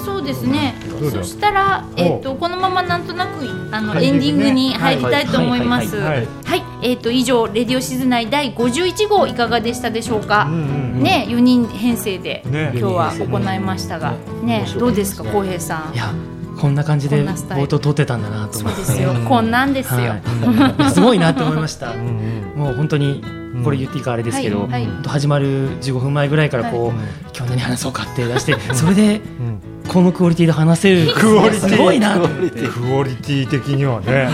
[SPEAKER 2] い。そうですね。
[SPEAKER 4] どうだ
[SPEAKER 2] そしたら、えっと、このままなんとなく、あの、
[SPEAKER 4] はい
[SPEAKER 2] エンディングに入りたいと思います。
[SPEAKER 4] はい
[SPEAKER 2] はい、えっと、以上、レディオシズナイ第51号いかがでしたでしょう
[SPEAKER 4] うん
[SPEAKER 2] か。
[SPEAKER 4] うん。
[SPEAKER 2] ね、4人編成で、
[SPEAKER 4] ね
[SPEAKER 2] 今日は行いましたが、ね、どうですか、浩平さん
[SPEAKER 1] い。やこんな感じ
[SPEAKER 2] こ
[SPEAKER 1] で
[SPEAKER 2] んなスタイル
[SPEAKER 1] 冒頭撮ってたんだなと
[SPEAKER 2] そ
[SPEAKER 1] 思
[SPEAKER 2] う
[SPEAKER 1] っ
[SPEAKER 2] で
[SPEAKER 1] て
[SPEAKER 2] すよ、こんなんですよ。
[SPEAKER 1] はいすごいなって思いました
[SPEAKER 4] うんうん。
[SPEAKER 1] もう本当に
[SPEAKER 4] ん
[SPEAKER 1] これ言っていいかあれですけど、
[SPEAKER 2] はいはい
[SPEAKER 1] 本当始まる15分前ぐらいからこう、今日何話そうかって出して、それで
[SPEAKER 4] うん
[SPEAKER 1] このクオリティで話せる
[SPEAKER 4] クオリティ
[SPEAKER 1] すごいなと思っ
[SPEAKER 4] クオリティ的にはね、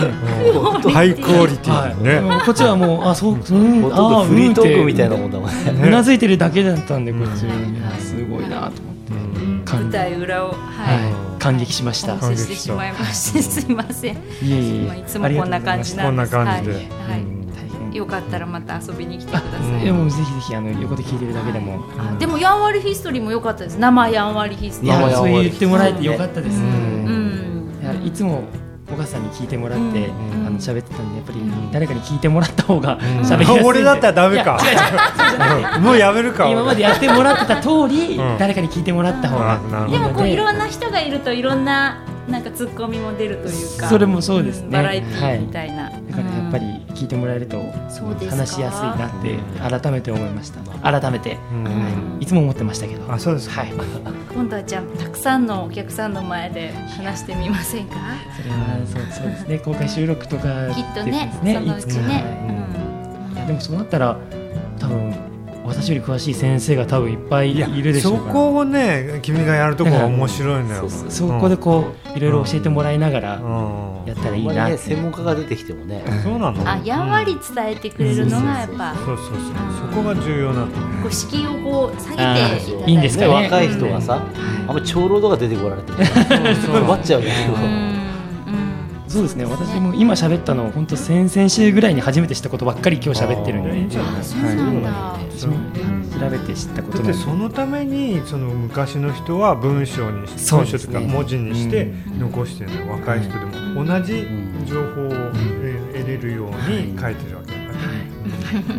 [SPEAKER 4] うんハイクオリテ
[SPEAKER 1] て、
[SPEAKER 4] ィだね。
[SPEAKER 1] はい、こっちはもうあそう、うん、
[SPEAKER 3] ほとん
[SPEAKER 1] あ
[SPEAKER 3] どフリートークみたいな
[SPEAKER 1] うん
[SPEAKER 3] もんだもんね。
[SPEAKER 1] ってうなずいてるだけだったんで
[SPEAKER 4] う
[SPEAKER 1] こっ
[SPEAKER 4] ん
[SPEAKER 1] ちはね
[SPEAKER 2] はい
[SPEAKER 1] すごいなと思って
[SPEAKER 4] うん
[SPEAKER 2] 舞台裏を、はい。
[SPEAKER 1] はい、感激しました。
[SPEAKER 2] お
[SPEAKER 1] い
[SPEAKER 2] 見せしてしまいまして、すいません。
[SPEAKER 1] えいえ
[SPEAKER 2] まあいつもこんな感じ
[SPEAKER 4] こ
[SPEAKER 2] なんんで
[SPEAKER 4] な
[SPEAKER 2] す。
[SPEAKER 4] 感
[SPEAKER 2] はい。
[SPEAKER 4] じで。うん
[SPEAKER 2] はいよかったらまた遊びに来てくださ
[SPEAKER 1] あ
[SPEAKER 2] い。
[SPEAKER 1] いやもうぜひぜひあの横で聞いてるだけでも、
[SPEAKER 2] あでもやんわりヒストリーも良かったです。生やんわりヒスト
[SPEAKER 1] い
[SPEAKER 2] リー。
[SPEAKER 1] やそう言ってもらえてよかったです。
[SPEAKER 2] う
[SPEAKER 1] い
[SPEAKER 2] ん。
[SPEAKER 1] やいつも小川さんに聞いてもらって、
[SPEAKER 4] ん
[SPEAKER 1] あの喋ってたんでやっぱり誰かに聞いてもらった方が喋りやすいんで、
[SPEAKER 4] 俺だったらダメか。うんもうやめるか。
[SPEAKER 1] 今までやってもらってた通り、
[SPEAKER 4] うん
[SPEAKER 1] 誰かに聞いてもらった方が
[SPEAKER 4] うんなるほど
[SPEAKER 2] でもこういろん
[SPEAKER 1] な
[SPEAKER 2] な人がいるといろんななんかツッコミも出るというか。
[SPEAKER 1] それもそうですね
[SPEAKER 2] んバラエティーみたいな。
[SPEAKER 1] だからやっぱり聞いてもらえると
[SPEAKER 2] そうですか
[SPEAKER 1] 話しやすいなって改めて思いました改めて、
[SPEAKER 4] うん
[SPEAKER 1] はいいつも思ってましたけど
[SPEAKER 4] あそうですか
[SPEAKER 1] はい
[SPEAKER 2] うん。今度はじゃあたくさんのお客さんの前で話してみませんか。
[SPEAKER 1] それはそうそうですね公開収録とか
[SPEAKER 2] きっとね
[SPEAKER 1] です
[SPEAKER 2] そのうちね
[SPEAKER 1] いつかはいいやでもそうなったら多分私より詳しい先生が多分いっぱいいるでしょ
[SPEAKER 4] そう
[SPEAKER 1] から
[SPEAKER 4] こをね君がやるとこが面白いのよ。
[SPEAKER 1] そこでこういろいろ教えてもらいながら
[SPEAKER 4] うんうん
[SPEAKER 1] やったらいい
[SPEAKER 3] まり
[SPEAKER 1] な
[SPEAKER 3] ね専門家が出てきてもね
[SPEAKER 4] そうなの
[SPEAKER 5] あやんわり伝えてくれるのがやっぱ
[SPEAKER 4] そうそうそうそこが重要なの
[SPEAKER 5] こう敷居をこう下げていた
[SPEAKER 1] あ
[SPEAKER 5] だい
[SPEAKER 1] ー
[SPEAKER 5] て
[SPEAKER 1] いいんですか
[SPEAKER 3] ね
[SPEAKER 1] ね
[SPEAKER 3] 若い人がさあんまり長老とか出てこられて もすごい待っちゃうよ
[SPEAKER 5] うん
[SPEAKER 3] ね
[SPEAKER 5] うん
[SPEAKER 1] そうですね私も今喋ったのを本当先々週ぐらいに初めて知ったことばっかり今日喋ってるんで
[SPEAKER 4] いいんじゃない
[SPEAKER 5] そうなんだ
[SPEAKER 1] 私も調べて知ったこ
[SPEAKER 4] だ
[SPEAKER 1] と
[SPEAKER 4] っ
[SPEAKER 1] なん
[SPEAKER 4] て
[SPEAKER 1] で
[SPEAKER 4] そのためにその昔の人は文章にし
[SPEAKER 1] そう
[SPEAKER 4] 文
[SPEAKER 1] で
[SPEAKER 4] 章
[SPEAKER 1] す
[SPEAKER 4] と
[SPEAKER 1] ね
[SPEAKER 4] か文字にして
[SPEAKER 5] ん
[SPEAKER 4] 残してるのよ若い人でも同じ情報をえ得れるように書いてるわけだから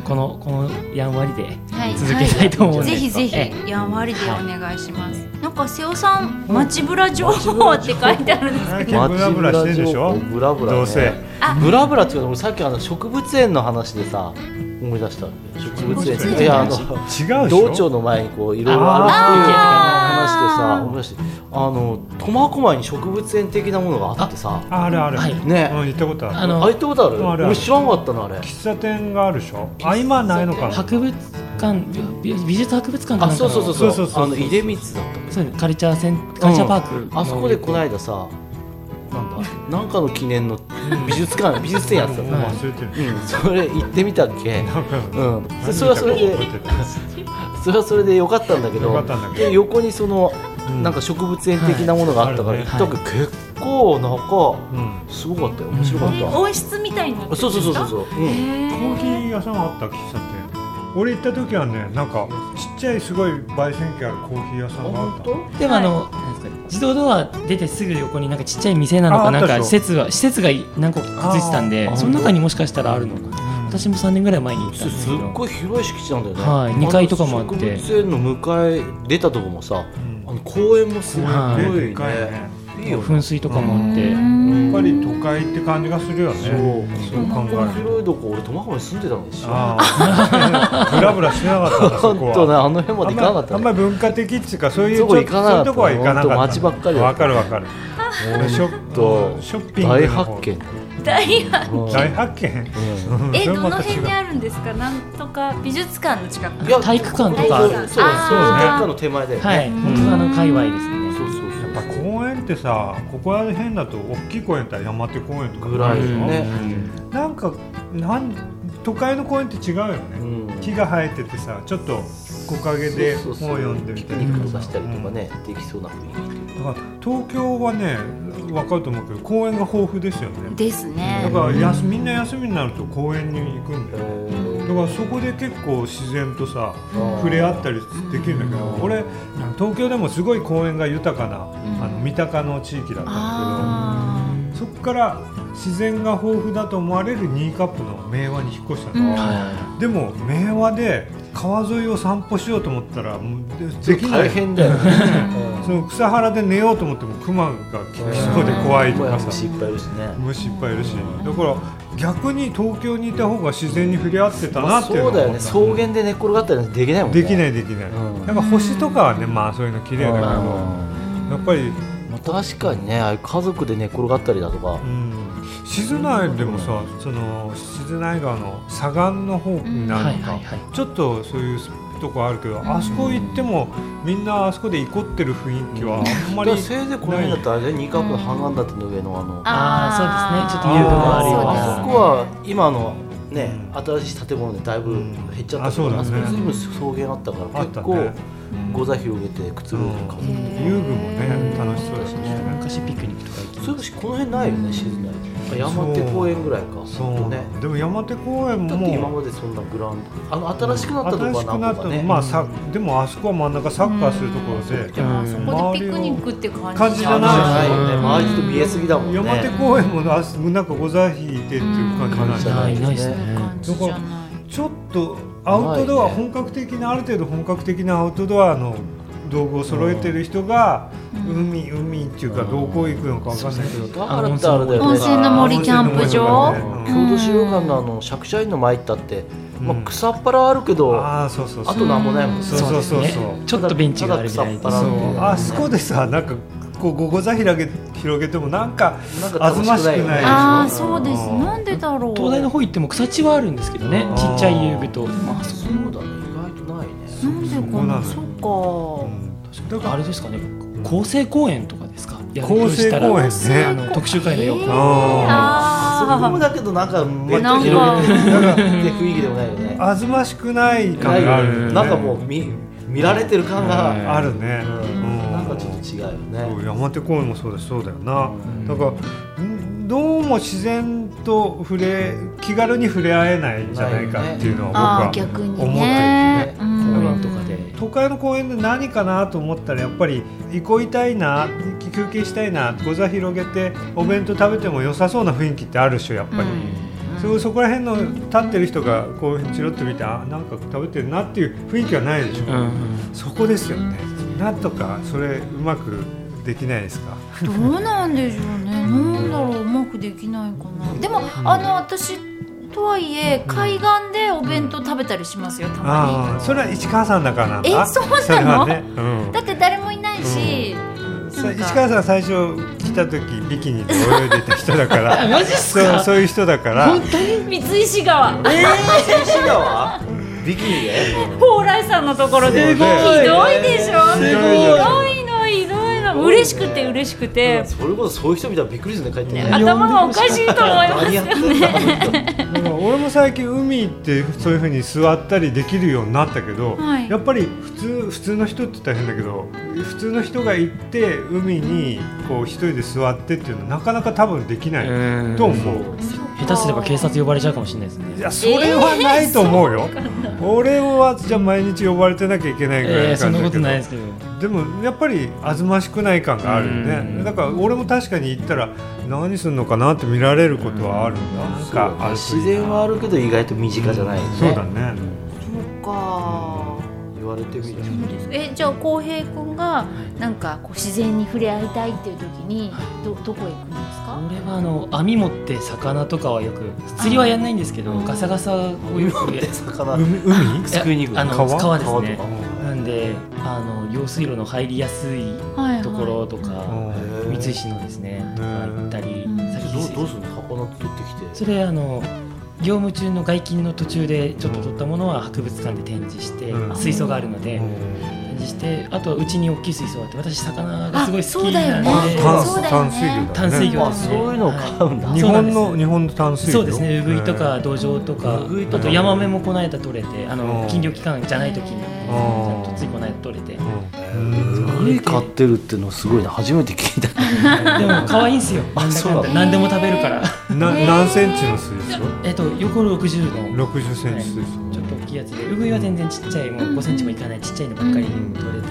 [SPEAKER 1] このこのやんわりで
[SPEAKER 5] はい
[SPEAKER 1] 続けたいと思うんで
[SPEAKER 5] ぜひぜ
[SPEAKER 1] え
[SPEAKER 5] ひやんわりでお願いします、なんか瀬尾さん街ブラ情報って書いてあるんですけ
[SPEAKER 4] 最近ブラブラしてるでしょ
[SPEAKER 3] 街ブラブラね
[SPEAKER 4] どうせ
[SPEAKER 3] ブラブラっていうか俺さっきあの植物園の話でさ思い出した植物
[SPEAKER 5] 植物
[SPEAKER 3] 園
[SPEAKER 5] 園
[SPEAKER 3] いやあの
[SPEAKER 4] 違うでし
[SPEAKER 3] 道
[SPEAKER 4] ょ
[SPEAKER 3] 庁の前にこういろいろ歩くみたいな話でさ思い出してあの苫小牧に植物園的なものがあってさ
[SPEAKER 4] ああるある
[SPEAKER 1] はい
[SPEAKER 3] ね
[SPEAKER 4] うん行ったことあ
[SPEAKER 1] あ
[SPEAKER 4] る
[SPEAKER 1] の
[SPEAKER 3] あ行ったことある
[SPEAKER 4] あるある
[SPEAKER 3] 俺知らんかったのあれ
[SPEAKER 4] 喫茶店があるでしょあ今ないのかな
[SPEAKER 1] 博物館美美術博物館かなんかの
[SPEAKER 3] あそうそうそう
[SPEAKER 4] そ
[SPEAKER 3] そうう
[SPEAKER 4] そうそうそう
[SPEAKER 3] あの出光だった
[SPEAKER 1] そうですカルチャーセンカルチャーパーク、
[SPEAKER 3] あそこでこの間さなんだなんかの記念の美術館美術展やってた
[SPEAKER 4] もう
[SPEAKER 3] の
[SPEAKER 1] はい
[SPEAKER 4] 忘れてる
[SPEAKER 3] うんそれ行ってみたっけ
[SPEAKER 4] なんか
[SPEAKER 3] うん
[SPEAKER 4] 何
[SPEAKER 3] そ
[SPEAKER 4] 見
[SPEAKER 3] それはそれ
[SPEAKER 4] た
[SPEAKER 3] で
[SPEAKER 4] か覚えてない
[SPEAKER 3] それはそれで良かったんだけど
[SPEAKER 4] 良かったんだけど
[SPEAKER 3] で横にその
[SPEAKER 4] うん
[SPEAKER 3] なんか植物園的なものがあったから
[SPEAKER 4] は
[SPEAKER 3] 行
[SPEAKER 4] い
[SPEAKER 3] ったけど結構なんか
[SPEAKER 4] うん
[SPEAKER 3] すごかったよ面白か
[SPEAKER 5] ど
[SPEAKER 3] っ
[SPEAKER 5] 温室みたいになってるんですか
[SPEAKER 3] たそうそうそうそうそううん
[SPEAKER 5] へ
[SPEAKER 4] コ
[SPEAKER 5] ー
[SPEAKER 4] ーヒー屋さんあった喫茶店俺行った時はねなんかちっちゃいすごい焙煎機あるコーヒー屋さんがあっ
[SPEAKER 3] 本
[SPEAKER 4] た
[SPEAKER 3] 当
[SPEAKER 4] の
[SPEAKER 1] でもあの、なんですかね自動ドア出てすぐ横になんかちっちゃい店なの
[SPEAKER 4] ああ
[SPEAKER 1] か
[SPEAKER 4] った
[SPEAKER 1] なん
[SPEAKER 4] でしょ
[SPEAKER 1] か施設は施設が何個かついてたん
[SPEAKER 3] あ
[SPEAKER 1] で
[SPEAKER 3] ー
[SPEAKER 1] その中にもしかしたらあるのかな私も3年ぐらい前に行ったん
[SPEAKER 3] す
[SPEAKER 1] です
[SPEAKER 3] す
[SPEAKER 1] け
[SPEAKER 3] っ
[SPEAKER 1] ど
[SPEAKER 3] ごい広い敷地なんだよね、
[SPEAKER 1] はい二階とかもあって
[SPEAKER 3] の植物園の向かい出たとこもさ
[SPEAKER 4] うん
[SPEAKER 3] あの公園もすごい
[SPEAKER 1] は
[SPEAKER 4] ね
[SPEAKER 3] ね
[SPEAKER 4] でかいね
[SPEAKER 3] いいよね
[SPEAKER 1] 噴水とかもあって
[SPEAKER 4] やっぱり都会って感じがするよねそう考
[SPEAKER 3] この
[SPEAKER 4] えると
[SPEAKER 3] 広いとこ俺苫小牧住んでたんですよ
[SPEAKER 4] ああブラブラしてなかったんだそ
[SPEAKER 3] 本
[SPEAKER 4] こ
[SPEAKER 3] 当ね
[SPEAKER 4] は
[SPEAKER 3] あの辺ま
[SPEAKER 4] あ
[SPEAKER 3] で
[SPEAKER 4] ん
[SPEAKER 3] 行かなか
[SPEAKER 4] ま
[SPEAKER 3] っ
[SPEAKER 4] りあ
[SPEAKER 3] た
[SPEAKER 4] ん
[SPEAKER 3] ね
[SPEAKER 4] まり文化的っていうかそういう
[SPEAKER 3] そこ
[SPEAKER 4] ちょっ
[SPEAKER 3] 行
[SPEAKER 4] と
[SPEAKER 3] かなか
[SPEAKER 4] そういう
[SPEAKER 3] った
[SPEAKER 4] とこは行かなかった
[SPEAKER 3] 本当街ばっかりだ
[SPEAKER 4] わかるわかるショッ
[SPEAKER 3] と
[SPEAKER 4] ショッピングの方
[SPEAKER 3] 大発見
[SPEAKER 5] ダイヤ
[SPEAKER 3] うん
[SPEAKER 4] 大発見うん
[SPEAKER 5] え
[SPEAKER 4] そ
[SPEAKER 5] ど
[SPEAKER 4] れま
[SPEAKER 5] の
[SPEAKER 4] た
[SPEAKER 5] 辺
[SPEAKER 4] 違う
[SPEAKER 5] にあるんですかなんとか美術館の近く
[SPEAKER 3] いや
[SPEAKER 1] 体育館
[SPEAKER 5] とか
[SPEAKER 3] そうそうそう
[SPEAKER 5] あー
[SPEAKER 3] 体育館の手前だよね
[SPEAKER 1] はい本当あの界隈ですね
[SPEAKER 3] そうそうそう
[SPEAKER 4] やっぱ公園ってさここら辺だと大きい公園って山手公園とか
[SPEAKER 3] ぐらい
[SPEAKER 4] で
[SPEAKER 3] で
[SPEAKER 4] しょ
[SPEAKER 3] ね
[SPEAKER 4] なんかなん都会の公園って違うよね、
[SPEAKER 3] うん
[SPEAKER 4] 木が生えててさちょっと木陰で
[SPEAKER 3] そ
[SPEAKER 4] 本
[SPEAKER 3] うそうそう
[SPEAKER 4] 読んでみ
[SPEAKER 3] ピク
[SPEAKER 4] たい
[SPEAKER 3] ニック
[SPEAKER 4] な
[SPEAKER 3] とかしたりとかねできそうな雰囲
[SPEAKER 4] だから東京はね分かると思うけど公園が豊富ですよね
[SPEAKER 5] です
[SPEAKER 4] だ
[SPEAKER 5] ね
[SPEAKER 4] からやすみんな休みになると公園に行くん
[SPEAKER 3] 気
[SPEAKER 4] だよだからそこで結構自然とさ
[SPEAKER 3] ー
[SPEAKER 4] 触れ合ったりできるんだけど
[SPEAKER 3] うん
[SPEAKER 4] 俺東京でもすごい公園が豊かなあの三鷹の地域だったんだけど
[SPEAKER 5] あ
[SPEAKER 4] そこから自然が豊富だと思われるニーカップの明和に引っ越した
[SPEAKER 5] う
[SPEAKER 4] の、
[SPEAKER 5] ん
[SPEAKER 4] でも明和で川沿いを散歩しようと思ったらもうで
[SPEAKER 3] で
[SPEAKER 4] でき
[SPEAKER 3] き
[SPEAKER 4] な
[SPEAKER 3] 大
[SPEAKER 4] い
[SPEAKER 3] 変だよ
[SPEAKER 4] その草原で寝ようと思ってもクマが来そうで怖いとかさ
[SPEAKER 3] 失敗るしね
[SPEAKER 4] 虫いっぱいいるしだから逆に東京にいた方が自然に触れ合ってた
[SPEAKER 3] ま
[SPEAKER 4] な
[SPEAKER 3] あ
[SPEAKER 4] っていう
[SPEAKER 3] そ
[SPEAKER 4] の
[SPEAKER 3] うだ
[SPEAKER 4] は
[SPEAKER 3] よ
[SPEAKER 4] 思
[SPEAKER 3] ね
[SPEAKER 4] った
[SPEAKER 3] 草原で寝っ転がったりなんてできないもんね
[SPEAKER 4] できないできない
[SPEAKER 3] うん
[SPEAKER 4] なんか星とかはねまあそういうの綺麗だけ
[SPEAKER 3] う
[SPEAKER 4] ど
[SPEAKER 3] ん
[SPEAKER 4] やっぱり
[SPEAKER 3] まあ確かにねああいう家族で寝っ転がったりだとか
[SPEAKER 4] うん静内でもさその静内川の左岸の方にな
[SPEAKER 1] は
[SPEAKER 4] る
[SPEAKER 1] い
[SPEAKER 4] の
[SPEAKER 1] は
[SPEAKER 4] か、
[SPEAKER 1] いはい
[SPEAKER 4] ちょっとそういうとこあるけどあそこ行ってもみんなあそこで怒ってる雰囲気はあんま
[SPEAKER 3] だから
[SPEAKER 4] り
[SPEAKER 3] せいぜいこの辺だったらあれニカップの半岸だっての上のあの
[SPEAKER 1] ああそうですねちょっと遊具
[SPEAKER 4] ー
[SPEAKER 1] があるよう
[SPEAKER 3] あ
[SPEAKER 1] な
[SPEAKER 3] そこは今のね
[SPEAKER 4] う
[SPEAKER 3] 新しい建物でだいぶ減っちゃ
[SPEAKER 4] あ
[SPEAKER 3] った
[SPEAKER 4] そう
[SPEAKER 3] から
[SPEAKER 4] だ
[SPEAKER 3] あそ
[SPEAKER 4] ね
[SPEAKER 3] こずいぶん草原あったから
[SPEAKER 4] あった
[SPEAKER 3] 結
[SPEAKER 4] ね
[SPEAKER 3] 構ゴザ広げてくつろいでる感じ
[SPEAKER 4] 遊具もね楽しそうだしね
[SPEAKER 1] 昔ピクニックとか行き
[SPEAKER 3] そういえばしこの辺ないよね静内山手公園ぐらいか
[SPEAKER 4] そ
[SPEAKER 3] ほんと
[SPEAKER 4] う
[SPEAKER 3] ね
[SPEAKER 4] でも山手公園
[SPEAKER 3] だって今
[SPEAKER 4] も
[SPEAKER 3] までそんなグラウンドあの新しくなったとこ
[SPEAKER 4] 新
[SPEAKER 3] は
[SPEAKER 4] しくな
[SPEAKER 3] 何
[SPEAKER 4] っ
[SPEAKER 3] 個
[SPEAKER 4] た
[SPEAKER 3] かね
[SPEAKER 4] まあさでもあそこは真ん中サッカーするところで
[SPEAKER 5] あ
[SPEAKER 1] うん
[SPEAKER 5] そこでピクニックって感じ
[SPEAKER 4] 感じじゃ
[SPEAKER 3] じゃないよね
[SPEAKER 1] うん
[SPEAKER 3] 周りちょっと見えすぎだもんね
[SPEAKER 4] 山手公園もあそなんかご座引いてっていう感じじゃない
[SPEAKER 3] うん
[SPEAKER 1] ないないです
[SPEAKER 3] そ
[SPEAKER 1] ね
[SPEAKER 5] 感じじゃない
[SPEAKER 4] ちょっとアウトドア
[SPEAKER 3] ないね
[SPEAKER 4] 本格的なある程度本格的なアウトドアの道具を揃えてる人が海海っていうか
[SPEAKER 3] うん
[SPEAKER 4] どこ行くのかわかんないけど
[SPEAKER 3] だからってあれだよね
[SPEAKER 5] 温泉の森
[SPEAKER 4] 温
[SPEAKER 5] キ
[SPEAKER 4] 泉
[SPEAKER 5] ャ
[SPEAKER 4] の
[SPEAKER 5] ンプ
[SPEAKER 4] と
[SPEAKER 5] 場
[SPEAKER 4] かね
[SPEAKER 3] 郷土資料館のあの釈迦院の前行ったって、ま
[SPEAKER 4] うん
[SPEAKER 3] あ、草っぱらあるけど、あ
[SPEAKER 4] ああそうそうそう
[SPEAKER 3] となんもないもんね
[SPEAKER 4] そうそうそう
[SPEAKER 1] ね
[SPEAKER 4] そう
[SPEAKER 1] ちょっとベンチがあるみたい
[SPEAKER 3] ただ草っぱら
[SPEAKER 1] な
[SPEAKER 4] そうあそこでさなんかこうごご座広げ広げてもなんか
[SPEAKER 3] なんか楽しくない
[SPEAKER 4] あずましくない
[SPEAKER 5] あ
[SPEAKER 4] ー
[SPEAKER 5] あそうですなんでだろう
[SPEAKER 1] 東大の方行っても草地はあるんですけどねちっちゃい遊具とでもあそこ
[SPEAKER 3] そうだね意外とない
[SPEAKER 5] よ
[SPEAKER 4] ここなのよ
[SPEAKER 5] そっか
[SPEAKER 4] だ
[SPEAKER 1] あ
[SPEAKER 4] か
[SPEAKER 1] れですかね構成公演とかですかやる
[SPEAKER 4] 構
[SPEAKER 1] と
[SPEAKER 4] 成
[SPEAKER 1] したら
[SPEAKER 4] 公演
[SPEAKER 1] あ
[SPEAKER 4] ね
[SPEAKER 1] の特集会のよう
[SPEAKER 5] え
[SPEAKER 1] な
[SPEAKER 5] ー
[SPEAKER 4] あ
[SPEAKER 3] それも
[SPEAKER 5] あ
[SPEAKER 3] だけどなんかま
[SPEAKER 5] なんか
[SPEAKER 3] 広げて雰囲気でもないよね
[SPEAKER 4] あずましくない
[SPEAKER 3] な
[SPEAKER 4] 感
[SPEAKER 3] い
[SPEAKER 4] があ
[SPEAKER 3] よ
[SPEAKER 4] るよ
[SPEAKER 3] ね
[SPEAKER 4] ね
[SPEAKER 3] なんかもう見見られてる感が
[SPEAKER 4] あるね
[SPEAKER 3] うんなんかちょっと違うよ
[SPEAKER 4] そう
[SPEAKER 3] ね
[SPEAKER 4] 山手公園もそうだしそうだよな、だからんどうも自然と触れ気軽に触れ合えないんじゃないかっていうのは
[SPEAKER 5] あ
[SPEAKER 4] 僕は
[SPEAKER 5] 逆に
[SPEAKER 4] 思ってる
[SPEAKER 5] ね
[SPEAKER 4] ね
[SPEAKER 5] う
[SPEAKER 1] 公
[SPEAKER 5] ん
[SPEAKER 1] 演とかで
[SPEAKER 4] 都会の公園で何かなと思ったらやっぱり憩いたいな休憩したいなご座広げてお弁当食べても良さそうな雰囲気ってあるでしょやっぱり、そうそこら辺の立ってる人がこうチロッと見てあなんか食べてるなっていう雰囲気はないでしょ、
[SPEAKER 1] うん
[SPEAKER 4] そこですよねなんとかそれうまくできないですか
[SPEAKER 5] どうなんでしょうね。なんだろう、うまくできないかな。でも、あの、私。とはいえ、海岸でお弁当食べたりしますよ、たま
[SPEAKER 4] ああそれは市川さんだからなんだ
[SPEAKER 5] えそうなの
[SPEAKER 4] それはね、うん
[SPEAKER 5] に。だって、誰もいないし。
[SPEAKER 4] さ市川さん最初来た時ビキニで泳いでた人だから
[SPEAKER 1] マジっすか
[SPEAKER 4] そうそういう人だから
[SPEAKER 5] 三石川。
[SPEAKER 3] ええ静止川ビキニで
[SPEAKER 5] 蓬莱さんのところで。
[SPEAKER 4] す
[SPEAKER 5] ひ
[SPEAKER 4] ご
[SPEAKER 5] ど
[SPEAKER 4] い
[SPEAKER 5] いでしょ
[SPEAKER 4] す
[SPEAKER 5] ひ
[SPEAKER 4] ごい
[SPEAKER 5] どいの、ひどいの、嬉しくて、嬉しくて。
[SPEAKER 3] それこそそういう人見たらびっくりするね帰ってね
[SPEAKER 5] 頭がおかしいと思います
[SPEAKER 3] 何や
[SPEAKER 5] よ
[SPEAKER 3] ってんだ本当に
[SPEAKER 4] だから俺も最近海行ってそういうふうに座ったりできるようになったけど、
[SPEAKER 5] はい
[SPEAKER 4] やっぱり普通普通の人って大変だけど普通の人が行って海にこう一人で座ってっていうのはなかなか多分できない、
[SPEAKER 1] うん
[SPEAKER 4] と思う。
[SPEAKER 1] 下手すれば警察呼ばれちゃうかもしれないです
[SPEAKER 4] い
[SPEAKER 1] ね
[SPEAKER 4] やそれはないと思うよ、俺はじゃあ毎日呼ばれてなきゃいけないぐらい
[SPEAKER 1] えー
[SPEAKER 4] の
[SPEAKER 1] そんなこ
[SPEAKER 4] 感じだけ
[SPEAKER 1] と
[SPEAKER 4] ど、
[SPEAKER 1] ないですけど
[SPEAKER 4] でもやっぱりあずましくない感があるよ
[SPEAKER 1] う
[SPEAKER 4] ね
[SPEAKER 1] ん
[SPEAKER 4] だから俺も確かに行ったら何するのかなって見られることはあるんだなんかあ
[SPEAKER 3] 自然はあるけど意外と身近じゃないよ
[SPEAKER 4] そうだ
[SPEAKER 3] ね
[SPEAKER 4] ね
[SPEAKER 5] そうか。
[SPEAKER 3] 言われてみる
[SPEAKER 5] そうですえじゃあ浩平君がなんかこう自然に触れ合いたいっていう時にどどこへ行くんですか？
[SPEAKER 1] 俺はあの網持って魚とかはよく釣りはやんないんですけど
[SPEAKER 5] あー
[SPEAKER 1] ガサガサをよく
[SPEAKER 3] で魚
[SPEAKER 4] 海海
[SPEAKER 1] すくいに行くあの川
[SPEAKER 4] 川
[SPEAKER 1] です
[SPEAKER 3] 川
[SPEAKER 1] ね
[SPEAKER 3] とか
[SPEAKER 1] なんであの用水路の入りやすい
[SPEAKER 5] はいはい
[SPEAKER 1] ところとか、
[SPEAKER 4] うん
[SPEAKER 1] 三井市のですね、
[SPEAKER 4] うん
[SPEAKER 1] 行ったり、
[SPEAKER 5] うん
[SPEAKER 1] 先
[SPEAKER 3] どうどうするの魚取ってきて
[SPEAKER 1] それあの業務中の外勤の途中でちょっと取ったものは博物館で展示して、
[SPEAKER 4] うん
[SPEAKER 1] 水槽があるので、展示してあとはうちに大きい水槽があって私魚がすごい好きなんで
[SPEAKER 5] あそうだよね
[SPEAKER 4] 炭
[SPEAKER 5] そうだよ
[SPEAKER 4] 炭
[SPEAKER 5] ね
[SPEAKER 4] 水魚だね
[SPEAKER 1] 淡水魚ですね
[SPEAKER 3] あそういうのを買うんだ
[SPEAKER 1] はい
[SPEAKER 4] 日
[SPEAKER 1] そうなん
[SPEAKER 4] 本
[SPEAKER 1] です
[SPEAKER 4] の日本の淡水魚
[SPEAKER 1] そうですね、ウグイとかドジョウとか、
[SPEAKER 3] ウグイと
[SPEAKER 1] あ
[SPEAKER 3] か
[SPEAKER 1] とヤマメもこの間取れて、あ
[SPEAKER 4] う
[SPEAKER 1] の
[SPEAKER 4] ん
[SPEAKER 1] 禁漁期間じゃない時に、
[SPEAKER 4] え
[SPEAKER 5] へ
[SPEAKER 4] ー
[SPEAKER 1] とついこの間取れて、でも
[SPEAKER 4] うんうん
[SPEAKER 3] 海飼ってるっていうのはすごいな初めて聞いた
[SPEAKER 1] 可愛いんですよ、なんだ
[SPEAKER 3] そ
[SPEAKER 1] か
[SPEAKER 3] うなん
[SPEAKER 1] だ、
[SPEAKER 3] の
[SPEAKER 1] 何でも食べるから、
[SPEAKER 4] な何センチの水槽
[SPEAKER 1] えっと、横60の、
[SPEAKER 4] 六十センチ水槽
[SPEAKER 1] ちょっと大きいやつで、ウグイは全然ちっちゃい、もう5センチもいかないちっちゃいのばっかり取れてるので、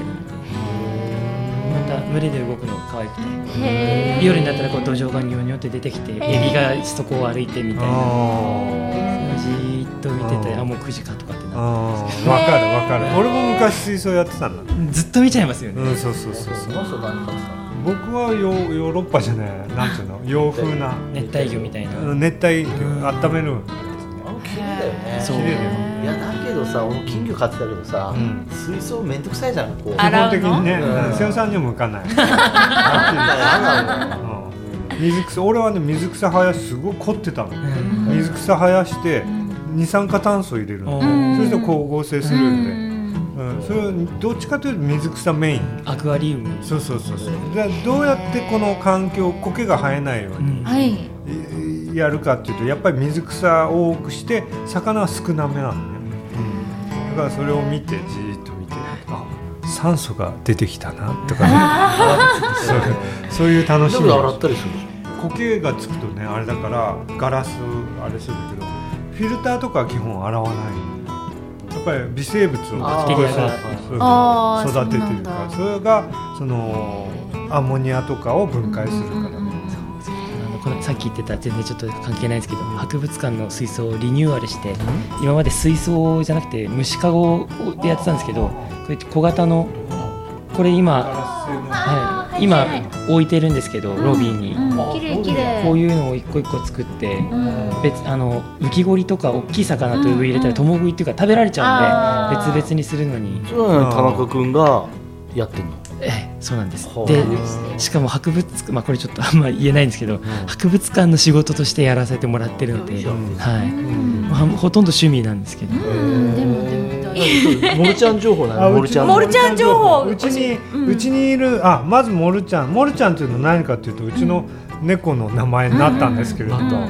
[SPEAKER 1] また群れで動くのが可愛くて、
[SPEAKER 5] え。
[SPEAKER 1] 夜になったらこうドジョウがニョニョって出てきて、エビがそこを歩いてみたいな、
[SPEAKER 4] あ
[SPEAKER 1] じーっと見てて、
[SPEAKER 4] うん
[SPEAKER 1] あ、もう9時かとかって
[SPEAKER 4] ー
[SPEAKER 1] なっ
[SPEAKER 4] あーわかるわかる俺も昔水槽やってたんだ
[SPEAKER 1] て、ずっと見ちゃいますよね。
[SPEAKER 4] うんそうそうそうそう
[SPEAKER 3] の人何かさ
[SPEAKER 4] 僕はヨヨーロッパじゃないなんていうの洋風な
[SPEAKER 1] 熱帯魚みたいな、
[SPEAKER 4] うん熱帯魚温める
[SPEAKER 3] あの綺麗だよね
[SPEAKER 1] そう
[SPEAKER 4] 綺麗だよ
[SPEAKER 3] いやだけどさ俺も金魚飼ってたけどさ、
[SPEAKER 4] うん
[SPEAKER 3] 水槽めんどくさいじゃんこう
[SPEAKER 5] あ
[SPEAKER 4] 基
[SPEAKER 5] ら洗
[SPEAKER 4] 本
[SPEAKER 5] うの
[SPEAKER 4] 的にね
[SPEAKER 3] うん
[SPEAKER 4] うん瀬尾さんにも向かない
[SPEAKER 3] なんか嫌なの
[SPEAKER 4] うん水草俺はね水草生やしすごい凝ってたの水草生やして二酸化炭素入れるの
[SPEAKER 1] うん
[SPEAKER 4] そして光合成する
[SPEAKER 5] うん
[SPEAKER 4] で
[SPEAKER 5] ん
[SPEAKER 4] うんそれどっちかというと水草メイン
[SPEAKER 1] アクアリウム
[SPEAKER 4] そうそうそうそうじゃあどうやってこの環境苔が生えないように
[SPEAKER 5] はい。
[SPEAKER 4] いやるかっていうとやっぱり水草を多くして魚は少なめなんだよ、だからそれを見てじーっと見てあ酸素が出てきたなとかねそうそういう楽し
[SPEAKER 3] だ
[SPEAKER 4] み
[SPEAKER 3] けど洗ったりするでし
[SPEAKER 4] 苔がつくとねあれだからガラスあれするんだけどフィルターとかは基本洗わないやっぱり微生物を
[SPEAKER 3] あ
[SPEAKER 1] ー
[SPEAKER 4] こうやって
[SPEAKER 1] はい
[SPEAKER 5] あー
[SPEAKER 4] そう育ててるからそ
[SPEAKER 5] そ
[SPEAKER 4] れがそのアンモニアとかを分解するから、
[SPEAKER 1] あのこのさっき言ってた全然ちょっと関係ないですけど博物館の水槽をリニューアルして今まで水槽じゃなくて虫かごでやってたんですけどこれ小型のこれ
[SPEAKER 4] ガ
[SPEAKER 1] 今、
[SPEAKER 4] ラス製の
[SPEAKER 5] あー
[SPEAKER 1] は、
[SPEAKER 5] はいい
[SPEAKER 1] 今
[SPEAKER 5] はい
[SPEAKER 1] 置いてるんですけどロビーに
[SPEAKER 5] うん綺麗綺麗。
[SPEAKER 1] こういうのを一個一個作って
[SPEAKER 5] うん
[SPEAKER 1] 別あの浮き彫りとか大きい魚とウグイ入れたら共食いっていうか食べられちゃうん
[SPEAKER 5] あー
[SPEAKER 1] で別々にするのに
[SPEAKER 3] ょそうなの田中君がやってんの
[SPEAKER 1] ええそうなんです
[SPEAKER 3] ほう
[SPEAKER 1] でしかも博物館、まあ、これちょっとあんまり言えないんですけど、博物館の仕事としてやらせてもらってるので、
[SPEAKER 3] うん
[SPEAKER 1] は
[SPEAKER 5] う
[SPEAKER 1] い
[SPEAKER 5] ん
[SPEAKER 1] まあ、ほとんど趣味なんですけど、
[SPEAKER 5] うんでもでも大
[SPEAKER 3] モルちゃん情報なの。モルちゃん
[SPEAKER 2] モルちゃん情報
[SPEAKER 4] うちに、うちにいる、あ、まずモルちゃん、モルちゃんというのは何かというと、うちの猫の名前になったんですけれど
[SPEAKER 2] うん
[SPEAKER 4] も。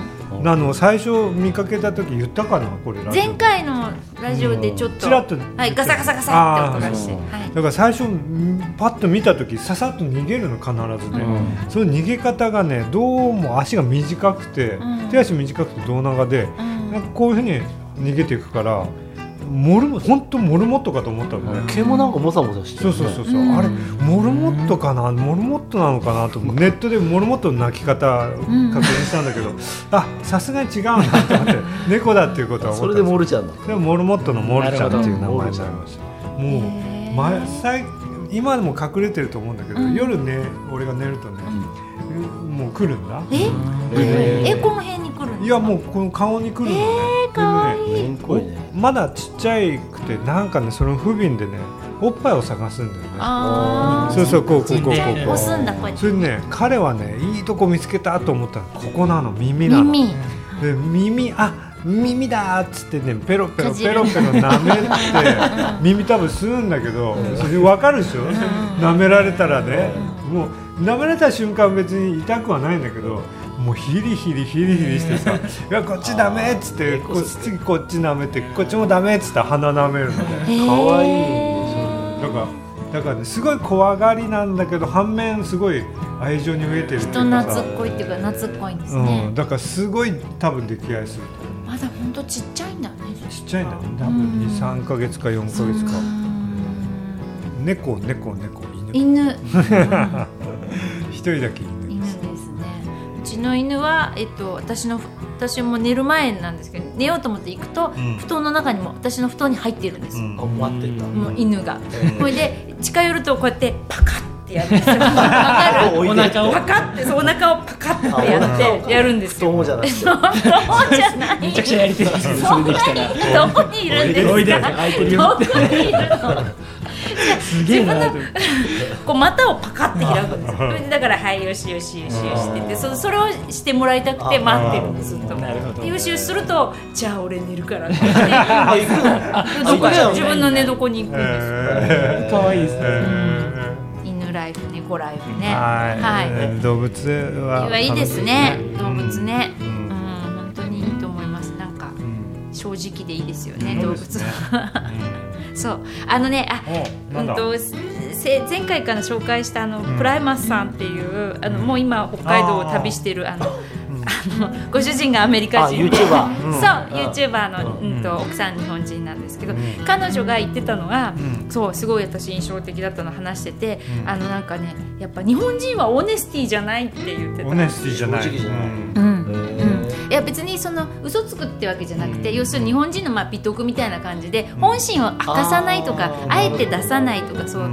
[SPEAKER 4] あの、最初見かけた時言ったかな、これ。ラジオ
[SPEAKER 2] 前回のラジオでちょっと、
[SPEAKER 4] ちらっと
[SPEAKER 2] はい、ガサガサガサって音がして、
[SPEAKER 3] あー
[SPEAKER 2] はい、
[SPEAKER 4] だから最初んパッと見た時ささっと逃げるの必ずね、その逃げ方がねどうも足が短くて、
[SPEAKER 2] うん
[SPEAKER 4] 手足短くて胴長で、
[SPEAKER 2] うん
[SPEAKER 4] なんかこういうふうに逃げていくからモルモ本当モルモットかと思ったのね、
[SPEAKER 3] 毛もなんかもさもさして
[SPEAKER 4] そう
[SPEAKER 3] る
[SPEAKER 4] そうそう
[SPEAKER 3] ね。
[SPEAKER 4] そう、あれモルモットかなモルモットなのかなと思ってネットでモルモットの鳴き方確認したんだけど、あさすがに違うなと思って猫だっていうことは思
[SPEAKER 3] そ
[SPEAKER 4] った
[SPEAKER 3] れ
[SPEAKER 4] んで
[SPEAKER 3] ですモルちゃんだ。
[SPEAKER 4] でもモルモットのモルちゃんっていう名前になりましたもう前最今でも隠れてると思うんだけど、
[SPEAKER 2] うん
[SPEAKER 4] 夜ね俺が寝るとね、もう来るんだ
[SPEAKER 2] え、
[SPEAKER 3] え
[SPEAKER 2] えこの辺に来るの
[SPEAKER 4] いやもうこの顔に来るのね、
[SPEAKER 2] かわいい
[SPEAKER 4] で
[SPEAKER 3] め
[SPEAKER 4] ね
[SPEAKER 3] んこいね。
[SPEAKER 4] まだちっちゃいくてなんかねその不憫でねおっぱいを探すんだよね
[SPEAKER 2] あ
[SPEAKER 4] そうそうこうこうこうこう
[SPEAKER 2] ー
[SPEAKER 4] こ
[SPEAKER 2] 押
[SPEAKER 4] う
[SPEAKER 2] すんだこうやって
[SPEAKER 4] それでね彼はねいいとこ見つけたと思ったらここなの耳なの
[SPEAKER 2] 耳
[SPEAKER 4] で耳あ耳だーっつってねペロペロ
[SPEAKER 2] かじ
[SPEAKER 4] ペ
[SPEAKER 2] る
[SPEAKER 4] ロペロ舐めて耳たぶ吸うんだけどそれ分かるでしょ舐められたらねもう舐められた瞬間別に痛くはないんだけどもうヒリヒリヒリヒリしてさ「いやこっちダメ」っつってこっち次こっち舐めてこっちもダメっつって鼻舐めるのね
[SPEAKER 3] 可愛い
[SPEAKER 4] だからだからねすごい怖がりなんだけど反面すごい愛情に飢えてるっていう
[SPEAKER 2] 人
[SPEAKER 4] かさ
[SPEAKER 2] 懐っこいっていうか懐っこいんです
[SPEAKER 4] う
[SPEAKER 2] ね
[SPEAKER 4] ん、、だからすごい多分溺愛する
[SPEAKER 2] まだ本当ちっちゃいんだね
[SPEAKER 4] ちっちゃいんだよね多分
[SPEAKER 2] うん
[SPEAKER 4] 23か月か4か月か猫猫猫犬
[SPEAKER 2] 犬
[SPEAKER 4] 一人だけ犬
[SPEAKER 2] 犬ですねうちの犬は、えっと、私の私も寝る前なんですけど寝ようと思って行くと、
[SPEAKER 4] ん
[SPEAKER 2] 布団の中にも私の布団に入っているんですよ、
[SPEAKER 3] あ待ってんだ。
[SPEAKER 2] もう犬が、これで近寄るとこうやってパカッてやるんですよわかる
[SPEAKER 1] お腹を
[SPEAKER 2] パカッてそうお腹をパカッてやってやるんです
[SPEAKER 3] 太
[SPEAKER 2] よ
[SPEAKER 3] ももじゃなくて。
[SPEAKER 2] そうそうじゃない
[SPEAKER 1] めちゃくちゃやりたいですそれできたら
[SPEAKER 2] どこにいるんですか
[SPEAKER 1] おいで空いてるよ
[SPEAKER 2] どこにいるの
[SPEAKER 1] すげえな
[SPEAKER 2] 自こう股をパカッて開くんですよそれでだから「はいよしよしよしよし」って言ってそそれをしてもらいたくて待ってるんですずっと
[SPEAKER 1] なるほど
[SPEAKER 2] でよしよしすると「じゃあ俺寝るから」 って言ってどこ自分の寝床に行くんですよ
[SPEAKER 4] え
[SPEAKER 1] 可愛いですね
[SPEAKER 2] 犬ライフ猫ライフ
[SPEAKER 4] ー
[SPEAKER 2] ね
[SPEAKER 4] はい、
[SPEAKER 2] はい
[SPEAKER 4] 動物は楽
[SPEAKER 2] い
[SPEAKER 4] し
[SPEAKER 2] いですね動物ね
[SPEAKER 4] う
[SPEAKER 2] うんん本当にいいと思いますなんか
[SPEAKER 4] うん
[SPEAKER 2] 正直でいいですよね
[SPEAKER 4] そ
[SPEAKER 2] 動
[SPEAKER 4] うです
[SPEAKER 2] 物
[SPEAKER 4] ね
[SPEAKER 2] は
[SPEAKER 4] う
[SPEAKER 2] そうあのねあ
[SPEAKER 4] んおなんだ
[SPEAKER 2] うんとせ前回から紹介したあの、プライマスさんっていうあのもう今北海道を旅してるあのあのご主人がアメリカ人で、
[SPEAKER 3] あ YouTuber
[SPEAKER 2] そう YouTuber の、うんと奥さん日本人なんですけど、彼女が言ってたのが、そうすごい私印象的だったの話してて、あのなんかねやっぱ日本人はオネスティじゃないって言ってた
[SPEAKER 4] オネスティじゃない
[SPEAKER 3] 正直じゃない
[SPEAKER 4] うん
[SPEAKER 2] うんうん、いや別にその嘘つくってわけじゃなくて、要するに日本人のまあ美徳みたいな感じで本心を明かさないとかあえて出さないとかそう、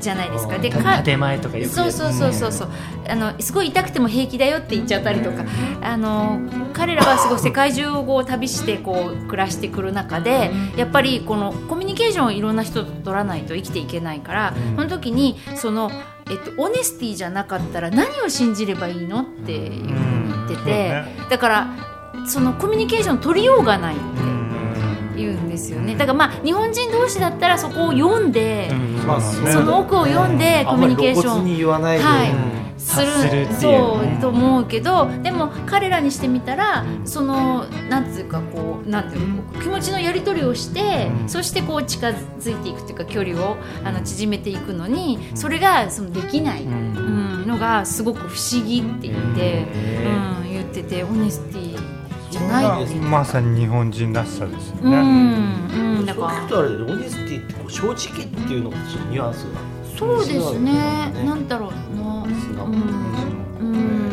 [SPEAKER 2] じゃないですかでか
[SPEAKER 1] 建前とかよく
[SPEAKER 2] そうそうそうそう
[SPEAKER 1] そ
[SPEAKER 2] そうあのすごい痛くても平気だよって言っちゃったりとかあの彼らはすごい世界中を旅してこう暮らしてくる中でやっぱりこのコミュニケーションをいろんな人と取らないと生きていけないからその時にその、えっと、オネスティじゃなかったら何を信じればいいのっていうふうに言ってて、
[SPEAKER 4] うんそうね
[SPEAKER 2] だからそのコミュニケーション取りようがないって言うんですよねだからまあ日本人同士だったらそこを読んで。
[SPEAKER 3] まあそう
[SPEAKER 2] その奥を読んでコミュニケーシ
[SPEAKER 3] あ
[SPEAKER 2] ョ
[SPEAKER 3] んまり露骨
[SPEAKER 2] ン
[SPEAKER 3] に言わないように。
[SPEAKER 2] する
[SPEAKER 1] するっていう
[SPEAKER 2] そうと思うけどでも彼らにしてみたらそのなんつうかこうなんていうの気持ちのやり取りをして、そしてこう近づいていくというか距離をあの縮めていくのにそれがそのできない、うん、のがすごく不思議って言って、うん、言っててオネスティじゃないって
[SPEAKER 4] それがまさに日本人らしさですよ
[SPEAKER 2] う
[SPEAKER 4] ね、
[SPEAKER 2] ん、うん、だ
[SPEAKER 3] そう
[SPEAKER 2] か
[SPEAKER 3] 聞
[SPEAKER 2] ら
[SPEAKER 3] くとあれだよねオネスティってこう正直っていうのがちょっとニュアンスが
[SPEAKER 2] そうですねな
[SPEAKER 3] なん
[SPEAKER 2] だろうな
[SPEAKER 3] 素直
[SPEAKER 2] うん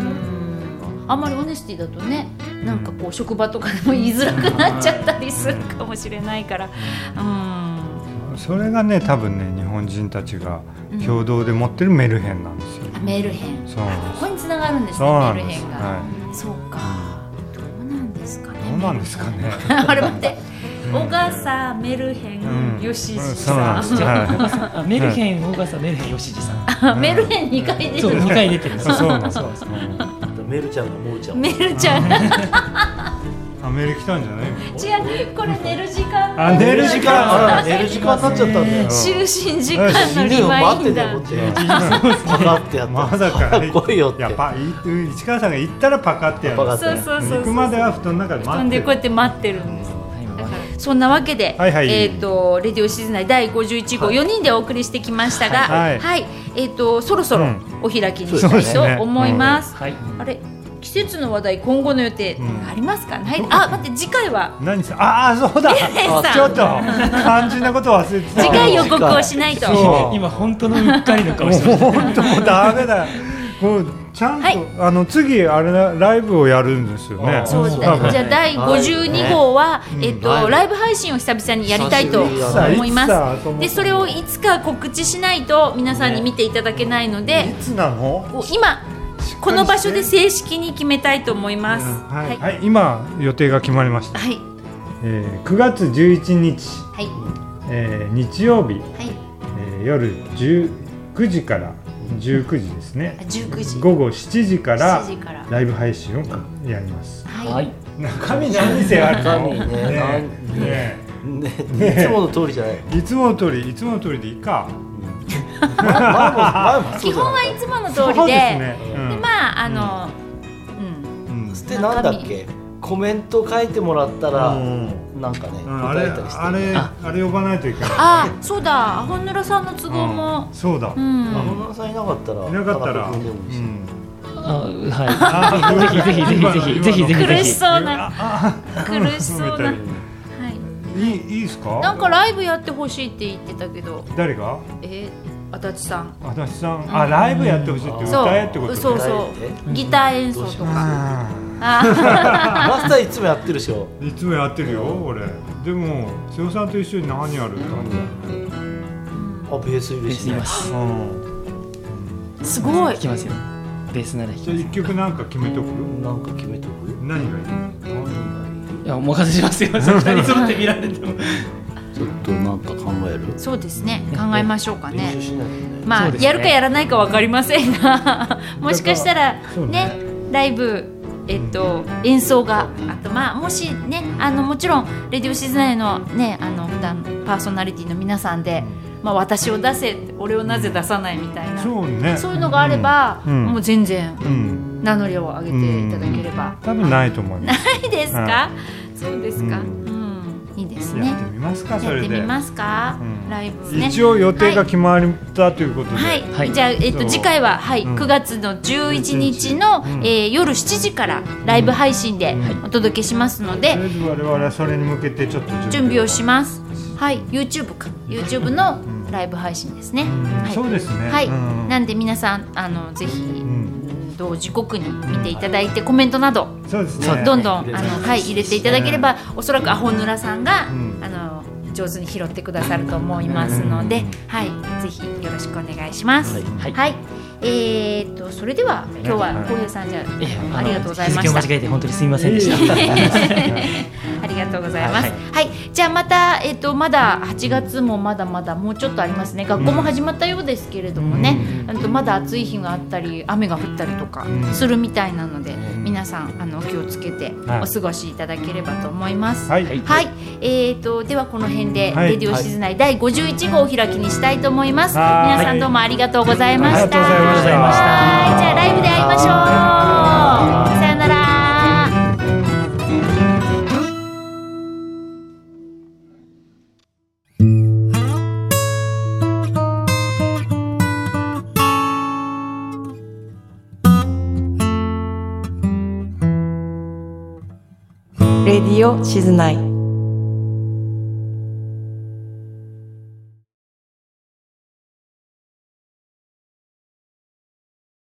[SPEAKER 2] あんまりオネスティだとねなんかこう職場とかでも言いづらくなっちゃったりするかもしれないからうん
[SPEAKER 4] それがね多分ね日本人たちが共同で持ってるメルヘンなんですよ、
[SPEAKER 2] メール編
[SPEAKER 4] そうなんです
[SPEAKER 2] ここに繋がるんです
[SPEAKER 4] そ
[SPEAKER 2] ね
[SPEAKER 4] う
[SPEAKER 2] メ
[SPEAKER 4] な
[SPEAKER 2] ー
[SPEAKER 4] ん
[SPEAKER 2] ル
[SPEAKER 4] です
[SPEAKER 2] 編が、
[SPEAKER 4] は
[SPEAKER 2] そうかどうなんですかね
[SPEAKER 4] いどうなんですかね
[SPEAKER 2] あれ待って小笠メルヘン、
[SPEAKER 4] うん
[SPEAKER 2] ヨシジ
[SPEAKER 4] そう
[SPEAKER 2] さ
[SPEAKER 4] なん
[SPEAKER 2] ん
[SPEAKER 4] です、はい
[SPEAKER 1] あメルヘン大笠メルヘン吉次さん
[SPEAKER 2] メルヘン2回出て
[SPEAKER 1] そう
[SPEAKER 2] る
[SPEAKER 1] 2回出てるんです
[SPEAKER 4] そう
[SPEAKER 1] よ
[SPEAKER 4] そうなんです。
[SPEAKER 3] メルちゃんがモルちゃん
[SPEAKER 2] メルちゃん
[SPEAKER 4] あメール来たんじゃない
[SPEAKER 5] 違うこれ寝る時間
[SPEAKER 4] あ寝る時間
[SPEAKER 3] あら寝る時間になっちゃったんだよ
[SPEAKER 5] 就寝時間の
[SPEAKER 3] 死ぬ
[SPEAKER 5] リ
[SPEAKER 3] よ
[SPEAKER 5] マイ
[SPEAKER 3] 待って
[SPEAKER 5] ン
[SPEAKER 3] て
[SPEAKER 5] ダ
[SPEAKER 3] 思
[SPEAKER 5] ー
[SPEAKER 3] ってパカってやった
[SPEAKER 4] まさか
[SPEAKER 3] 来いよって
[SPEAKER 4] やパい市川さんが行ったらパカってやる
[SPEAKER 3] パカって
[SPEAKER 5] そうそうそう
[SPEAKER 4] 行
[SPEAKER 5] そ
[SPEAKER 4] く
[SPEAKER 5] う
[SPEAKER 4] までは布団の中で
[SPEAKER 5] 飛
[SPEAKER 4] 待
[SPEAKER 5] ん
[SPEAKER 4] って
[SPEAKER 5] で
[SPEAKER 4] る
[SPEAKER 5] こうやって待ってるんですだから
[SPEAKER 2] そんなわけで、
[SPEAKER 4] はいはい
[SPEAKER 2] えっ、とレディオシズナイ第51号4人でお送りしてきましたが、は、
[SPEAKER 4] はいい
[SPEAKER 2] えっ、とそろそろお開きに
[SPEAKER 3] そ
[SPEAKER 2] し
[SPEAKER 3] うです
[SPEAKER 4] ね
[SPEAKER 2] たいと思います。
[SPEAKER 1] はい
[SPEAKER 2] あれ季節の話題今後の予定
[SPEAKER 4] うん
[SPEAKER 2] ありますか、ないあ待って次回は
[SPEAKER 4] 何さああそうだ
[SPEAKER 2] さん
[SPEAKER 4] ちょっと肝心なこと忘れてた
[SPEAKER 2] 次回予告をしないと。
[SPEAKER 4] そう
[SPEAKER 1] 今本当のうっかりの顔してました
[SPEAKER 4] 本当もうダメだこうちゃんと、
[SPEAKER 2] はい
[SPEAKER 4] あの次あれなライブをやるんですよね
[SPEAKER 3] あ
[SPEAKER 2] そう
[SPEAKER 4] 多
[SPEAKER 2] だ
[SPEAKER 4] 分
[SPEAKER 2] じゃあ第52号は、えっと
[SPEAKER 3] はい
[SPEAKER 2] ライブ配信を久々にやりたいと
[SPEAKER 3] 久しぶりだね
[SPEAKER 2] 思い
[SPEAKER 4] いつだ
[SPEAKER 2] ま
[SPEAKER 4] と思
[SPEAKER 2] す。
[SPEAKER 4] う
[SPEAKER 2] でそれをいつか告知しないと皆さんに見ていただけないので、
[SPEAKER 4] いつなの
[SPEAKER 2] こう今この場所で正式に決めたいと思います。
[SPEAKER 4] は、
[SPEAKER 2] はいい、は
[SPEAKER 4] はい、今予定が決まりました、
[SPEAKER 2] い、
[SPEAKER 4] えー、9月11日、
[SPEAKER 2] はい、
[SPEAKER 4] えー、日曜日、
[SPEAKER 2] はい、
[SPEAKER 4] えー、夜19時から19時ですね
[SPEAKER 2] あ19時、
[SPEAKER 4] 午後7時から
[SPEAKER 2] 7時から
[SPEAKER 4] ライブ配信をやります
[SPEAKER 2] は、
[SPEAKER 1] はいい
[SPEAKER 4] 中身何せあるの
[SPEAKER 3] 中身ねなん
[SPEAKER 4] ねね
[SPEAKER 3] ねいつもの通りじゃない
[SPEAKER 4] いつもの通りいつもの通りでいいか
[SPEAKER 2] 基本は
[SPEAKER 3] 前も前もそうじゃな
[SPEAKER 2] いつもの通りで、
[SPEAKER 4] そう
[SPEAKER 2] で
[SPEAKER 4] ですね、うん
[SPEAKER 2] まああの、うん、
[SPEAKER 4] うん
[SPEAKER 3] いでなんだっけコメント書いてもらったら
[SPEAKER 4] うん
[SPEAKER 3] なんかね
[SPEAKER 4] うんあれ
[SPEAKER 3] 答えたりして
[SPEAKER 4] あれ
[SPEAKER 1] あ
[SPEAKER 4] あれ呼ばないといけない
[SPEAKER 2] あ、そうだ、本村さんの都合
[SPEAKER 4] う
[SPEAKER 2] も
[SPEAKER 4] ん、そうだ、
[SPEAKER 2] うん、
[SPEAKER 3] 野村さんいなかったら
[SPEAKER 4] いなかったら、
[SPEAKER 3] 田中君でもいいし
[SPEAKER 1] あは
[SPEAKER 4] あ
[SPEAKER 1] ぜひぜひぜひぜひぜひぜひ
[SPEAKER 2] 苦しそうな、
[SPEAKER 4] あ
[SPEAKER 2] 苦し そうな、
[SPEAKER 4] 冷た
[SPEAKER 2] はい
[SPEAKER 4] いいいいですか
[SPEAKER 2] い、なんかライブやってほしいって言ってたけど、
[SPEAKER 4] 誰が
[SPEAKER 2] えー、足立さん、
[SPEAKER 4] 足立さんあライブやってほしいって
[SPEAKER 2] そう
[SPEAKER 4] 歌えってこと
[SPEAKER 2] そう
[SPEAKER 4] う
[SPEAKER 2] そう、ギター演奏とか、
[SPEAKER 3] マスターいつもやってるでしょ
[SPEAKER 4] いつもやってるよ俺でも瀬尾さんと一緒に何やるって感じだよね
[SPEAKER 3] あベースいるし
[SPEAKER 1] い
[SPEAKER 3] ね
[SPEAKER 1] ます
[SPEAKER 4] うん
[SPEAKER 2] すごい
[SPEAKER 1] 弾、きますよベースなら弾
[SPEAKER 4] じ
[SPEAKER 1] き
[SPEAKER 4] ゃあ
[SPEAKER 1] ます
[SPEAKER 4] 一曲なんか決めとく
[SPEAKER 3] なんか決めとく
[SPEAKER 4] 何がいい
[SPEAKER 1] いやお任せし ますよ二人揃って見られても
[SPEAKER 8] ちょっとなんか考える
[SPEAKER 2] そうですね、考えましょうか
[SPEAKER 3] 練習
[SPEAKER 2] ね。
[SPEAKER 3] しないとね
[SPEAKER 2] ま
[SPEAKER 1] そ
[SPEAKER 2] あ、
[SPEAKER 1] うですね
[SPEAKER 2] やるかやらないかわかりません がもしかしたら
[SPEAKER 4] そう
[SPEAKER 2] ね
[SPEAKER 4] ね
[SPEAKER 2] ライブ、えっと、演奏があとまあもしねあのもちろん「レディオシズナイ」のねあの普段パーソナリティの皆さんで、まあ、私を出せ俺をなぜ出さないみたいな、
[SPEAKER 4] そうね
[SPEAKER 2] そういうのがあれば、
[SPEAKER 4] うん
[SPEAKER 2] もう全然
[SPEAKER 4] うん
[SPEAKER 2] 名乗りを上げていただければ、
[SPEAKER 4] 多分ないと思います
[SPEAKER 2] いいですか、そうですか、う
[SPEAKER 4] うん
[SPEAKER 2] いいですね
[SPEAKER 4] やってみますかそ
[SPEAKER 2] やっ
[SPEAKER 4] れ
[SPEAKER 2] て
[SPEAKER 4] で
[SPEAKER 2] みますか、
[SPEAKER 4] うん
[SPEAKER 2] ライブね
[SPEAKER 4] 一応予定が決まったということで
[SPEAKER 2] はい、
[SPEAKER 1] はい
[SPEAKER 2] じゃあ、えっと、
[SPEAKER 4] そう
[SPEAKER 2] 次回は、はい、
[SPEAKER 4] うん
[SPEAKER 2] 9月の11日の、
[SPEAKER 4] うん
[SPEAKER 2] えー夜7時からライブ配信で
[SPEAKER 4] うん
[SPEAKER 2] お届けしますので、
[SPEAKER 4] とりあえず我々はそれに向けてちょっと
[SPEAKER 2] 準備を
[SPEAKER 4] し
[SPEAKER 2] します。はい、YouTube か、YouTube の
[SPEAKER 4] ん
[SPEAKER 2] ライブ配信ですね。はい、
[SPEAKER 4] そうですね
[SPEAKER 2] はい、
[SPEAKER 4] うん
[SPEAKER 2] なんで皆さん、あの、ぜひ、
[SPEAKER 4] ん
[SPEAKER 2] うん同時刻に見ていただいて、コメントなど、
[SPEAKER 4] そうです
[SPEAKER 2] そう
[SPEAKER 4] ね
[SPEAKER 2] どんどん、あの、はい、入れていただければ、おそらくアホヌラさんが、
[SPEAKER 4] うん
[SPEAKER 2] あの。上手に拾ってくださると思いますので、はい、ぜひよろしくお願いします。
[SPEAKER 1] はい
[SPEAKER 2] はい、えー、っとそれでは今日は
[SPEAKER 4] はい
[SPEAKER 2] 浩平さんじゃ
[SPEAKER 1] ええの
[SPEAKER 2] あありがとうございま
[SPEAKER 1] 日付を
[SPEAKER 2] した。
[SPEAKER 1] 間違えて本当にすみませんでした
[SPEAKER 2] ありがとうございます。は
[SPEAKER 1] はいい、
[SPEAKER 2] じゃあまたえっ、とまだ8月もまだまだもうちょっとありますね。学校も始まったようですけれどもね、あとまだ暑い日があったり雨が降ったりとか
[SPEAKER 4] ん
[SPEAKER 2] するみたいなので、皆さんあの気をつけて
[SPEAKER 4] はい
[SPEAKER 2] お過ごしいただければと思います。
[SPEAKER 4] はい
[SPEAKER 2] はい、えー、とではこの辺で、
[SPEAKER 4] はい
[SPEAKER 2] レディオシズナイ第51号を開きにしたいと思います、
[SPEAKER 4] はい
[SPEAKER 2] 皆さんどうもありがとうございました、
[SPEAKER 4] ありがとうございました
[SPEAKER 2] はいじゃあライブで会いましょうさよなら
[SPEAKER 10] レディオ静内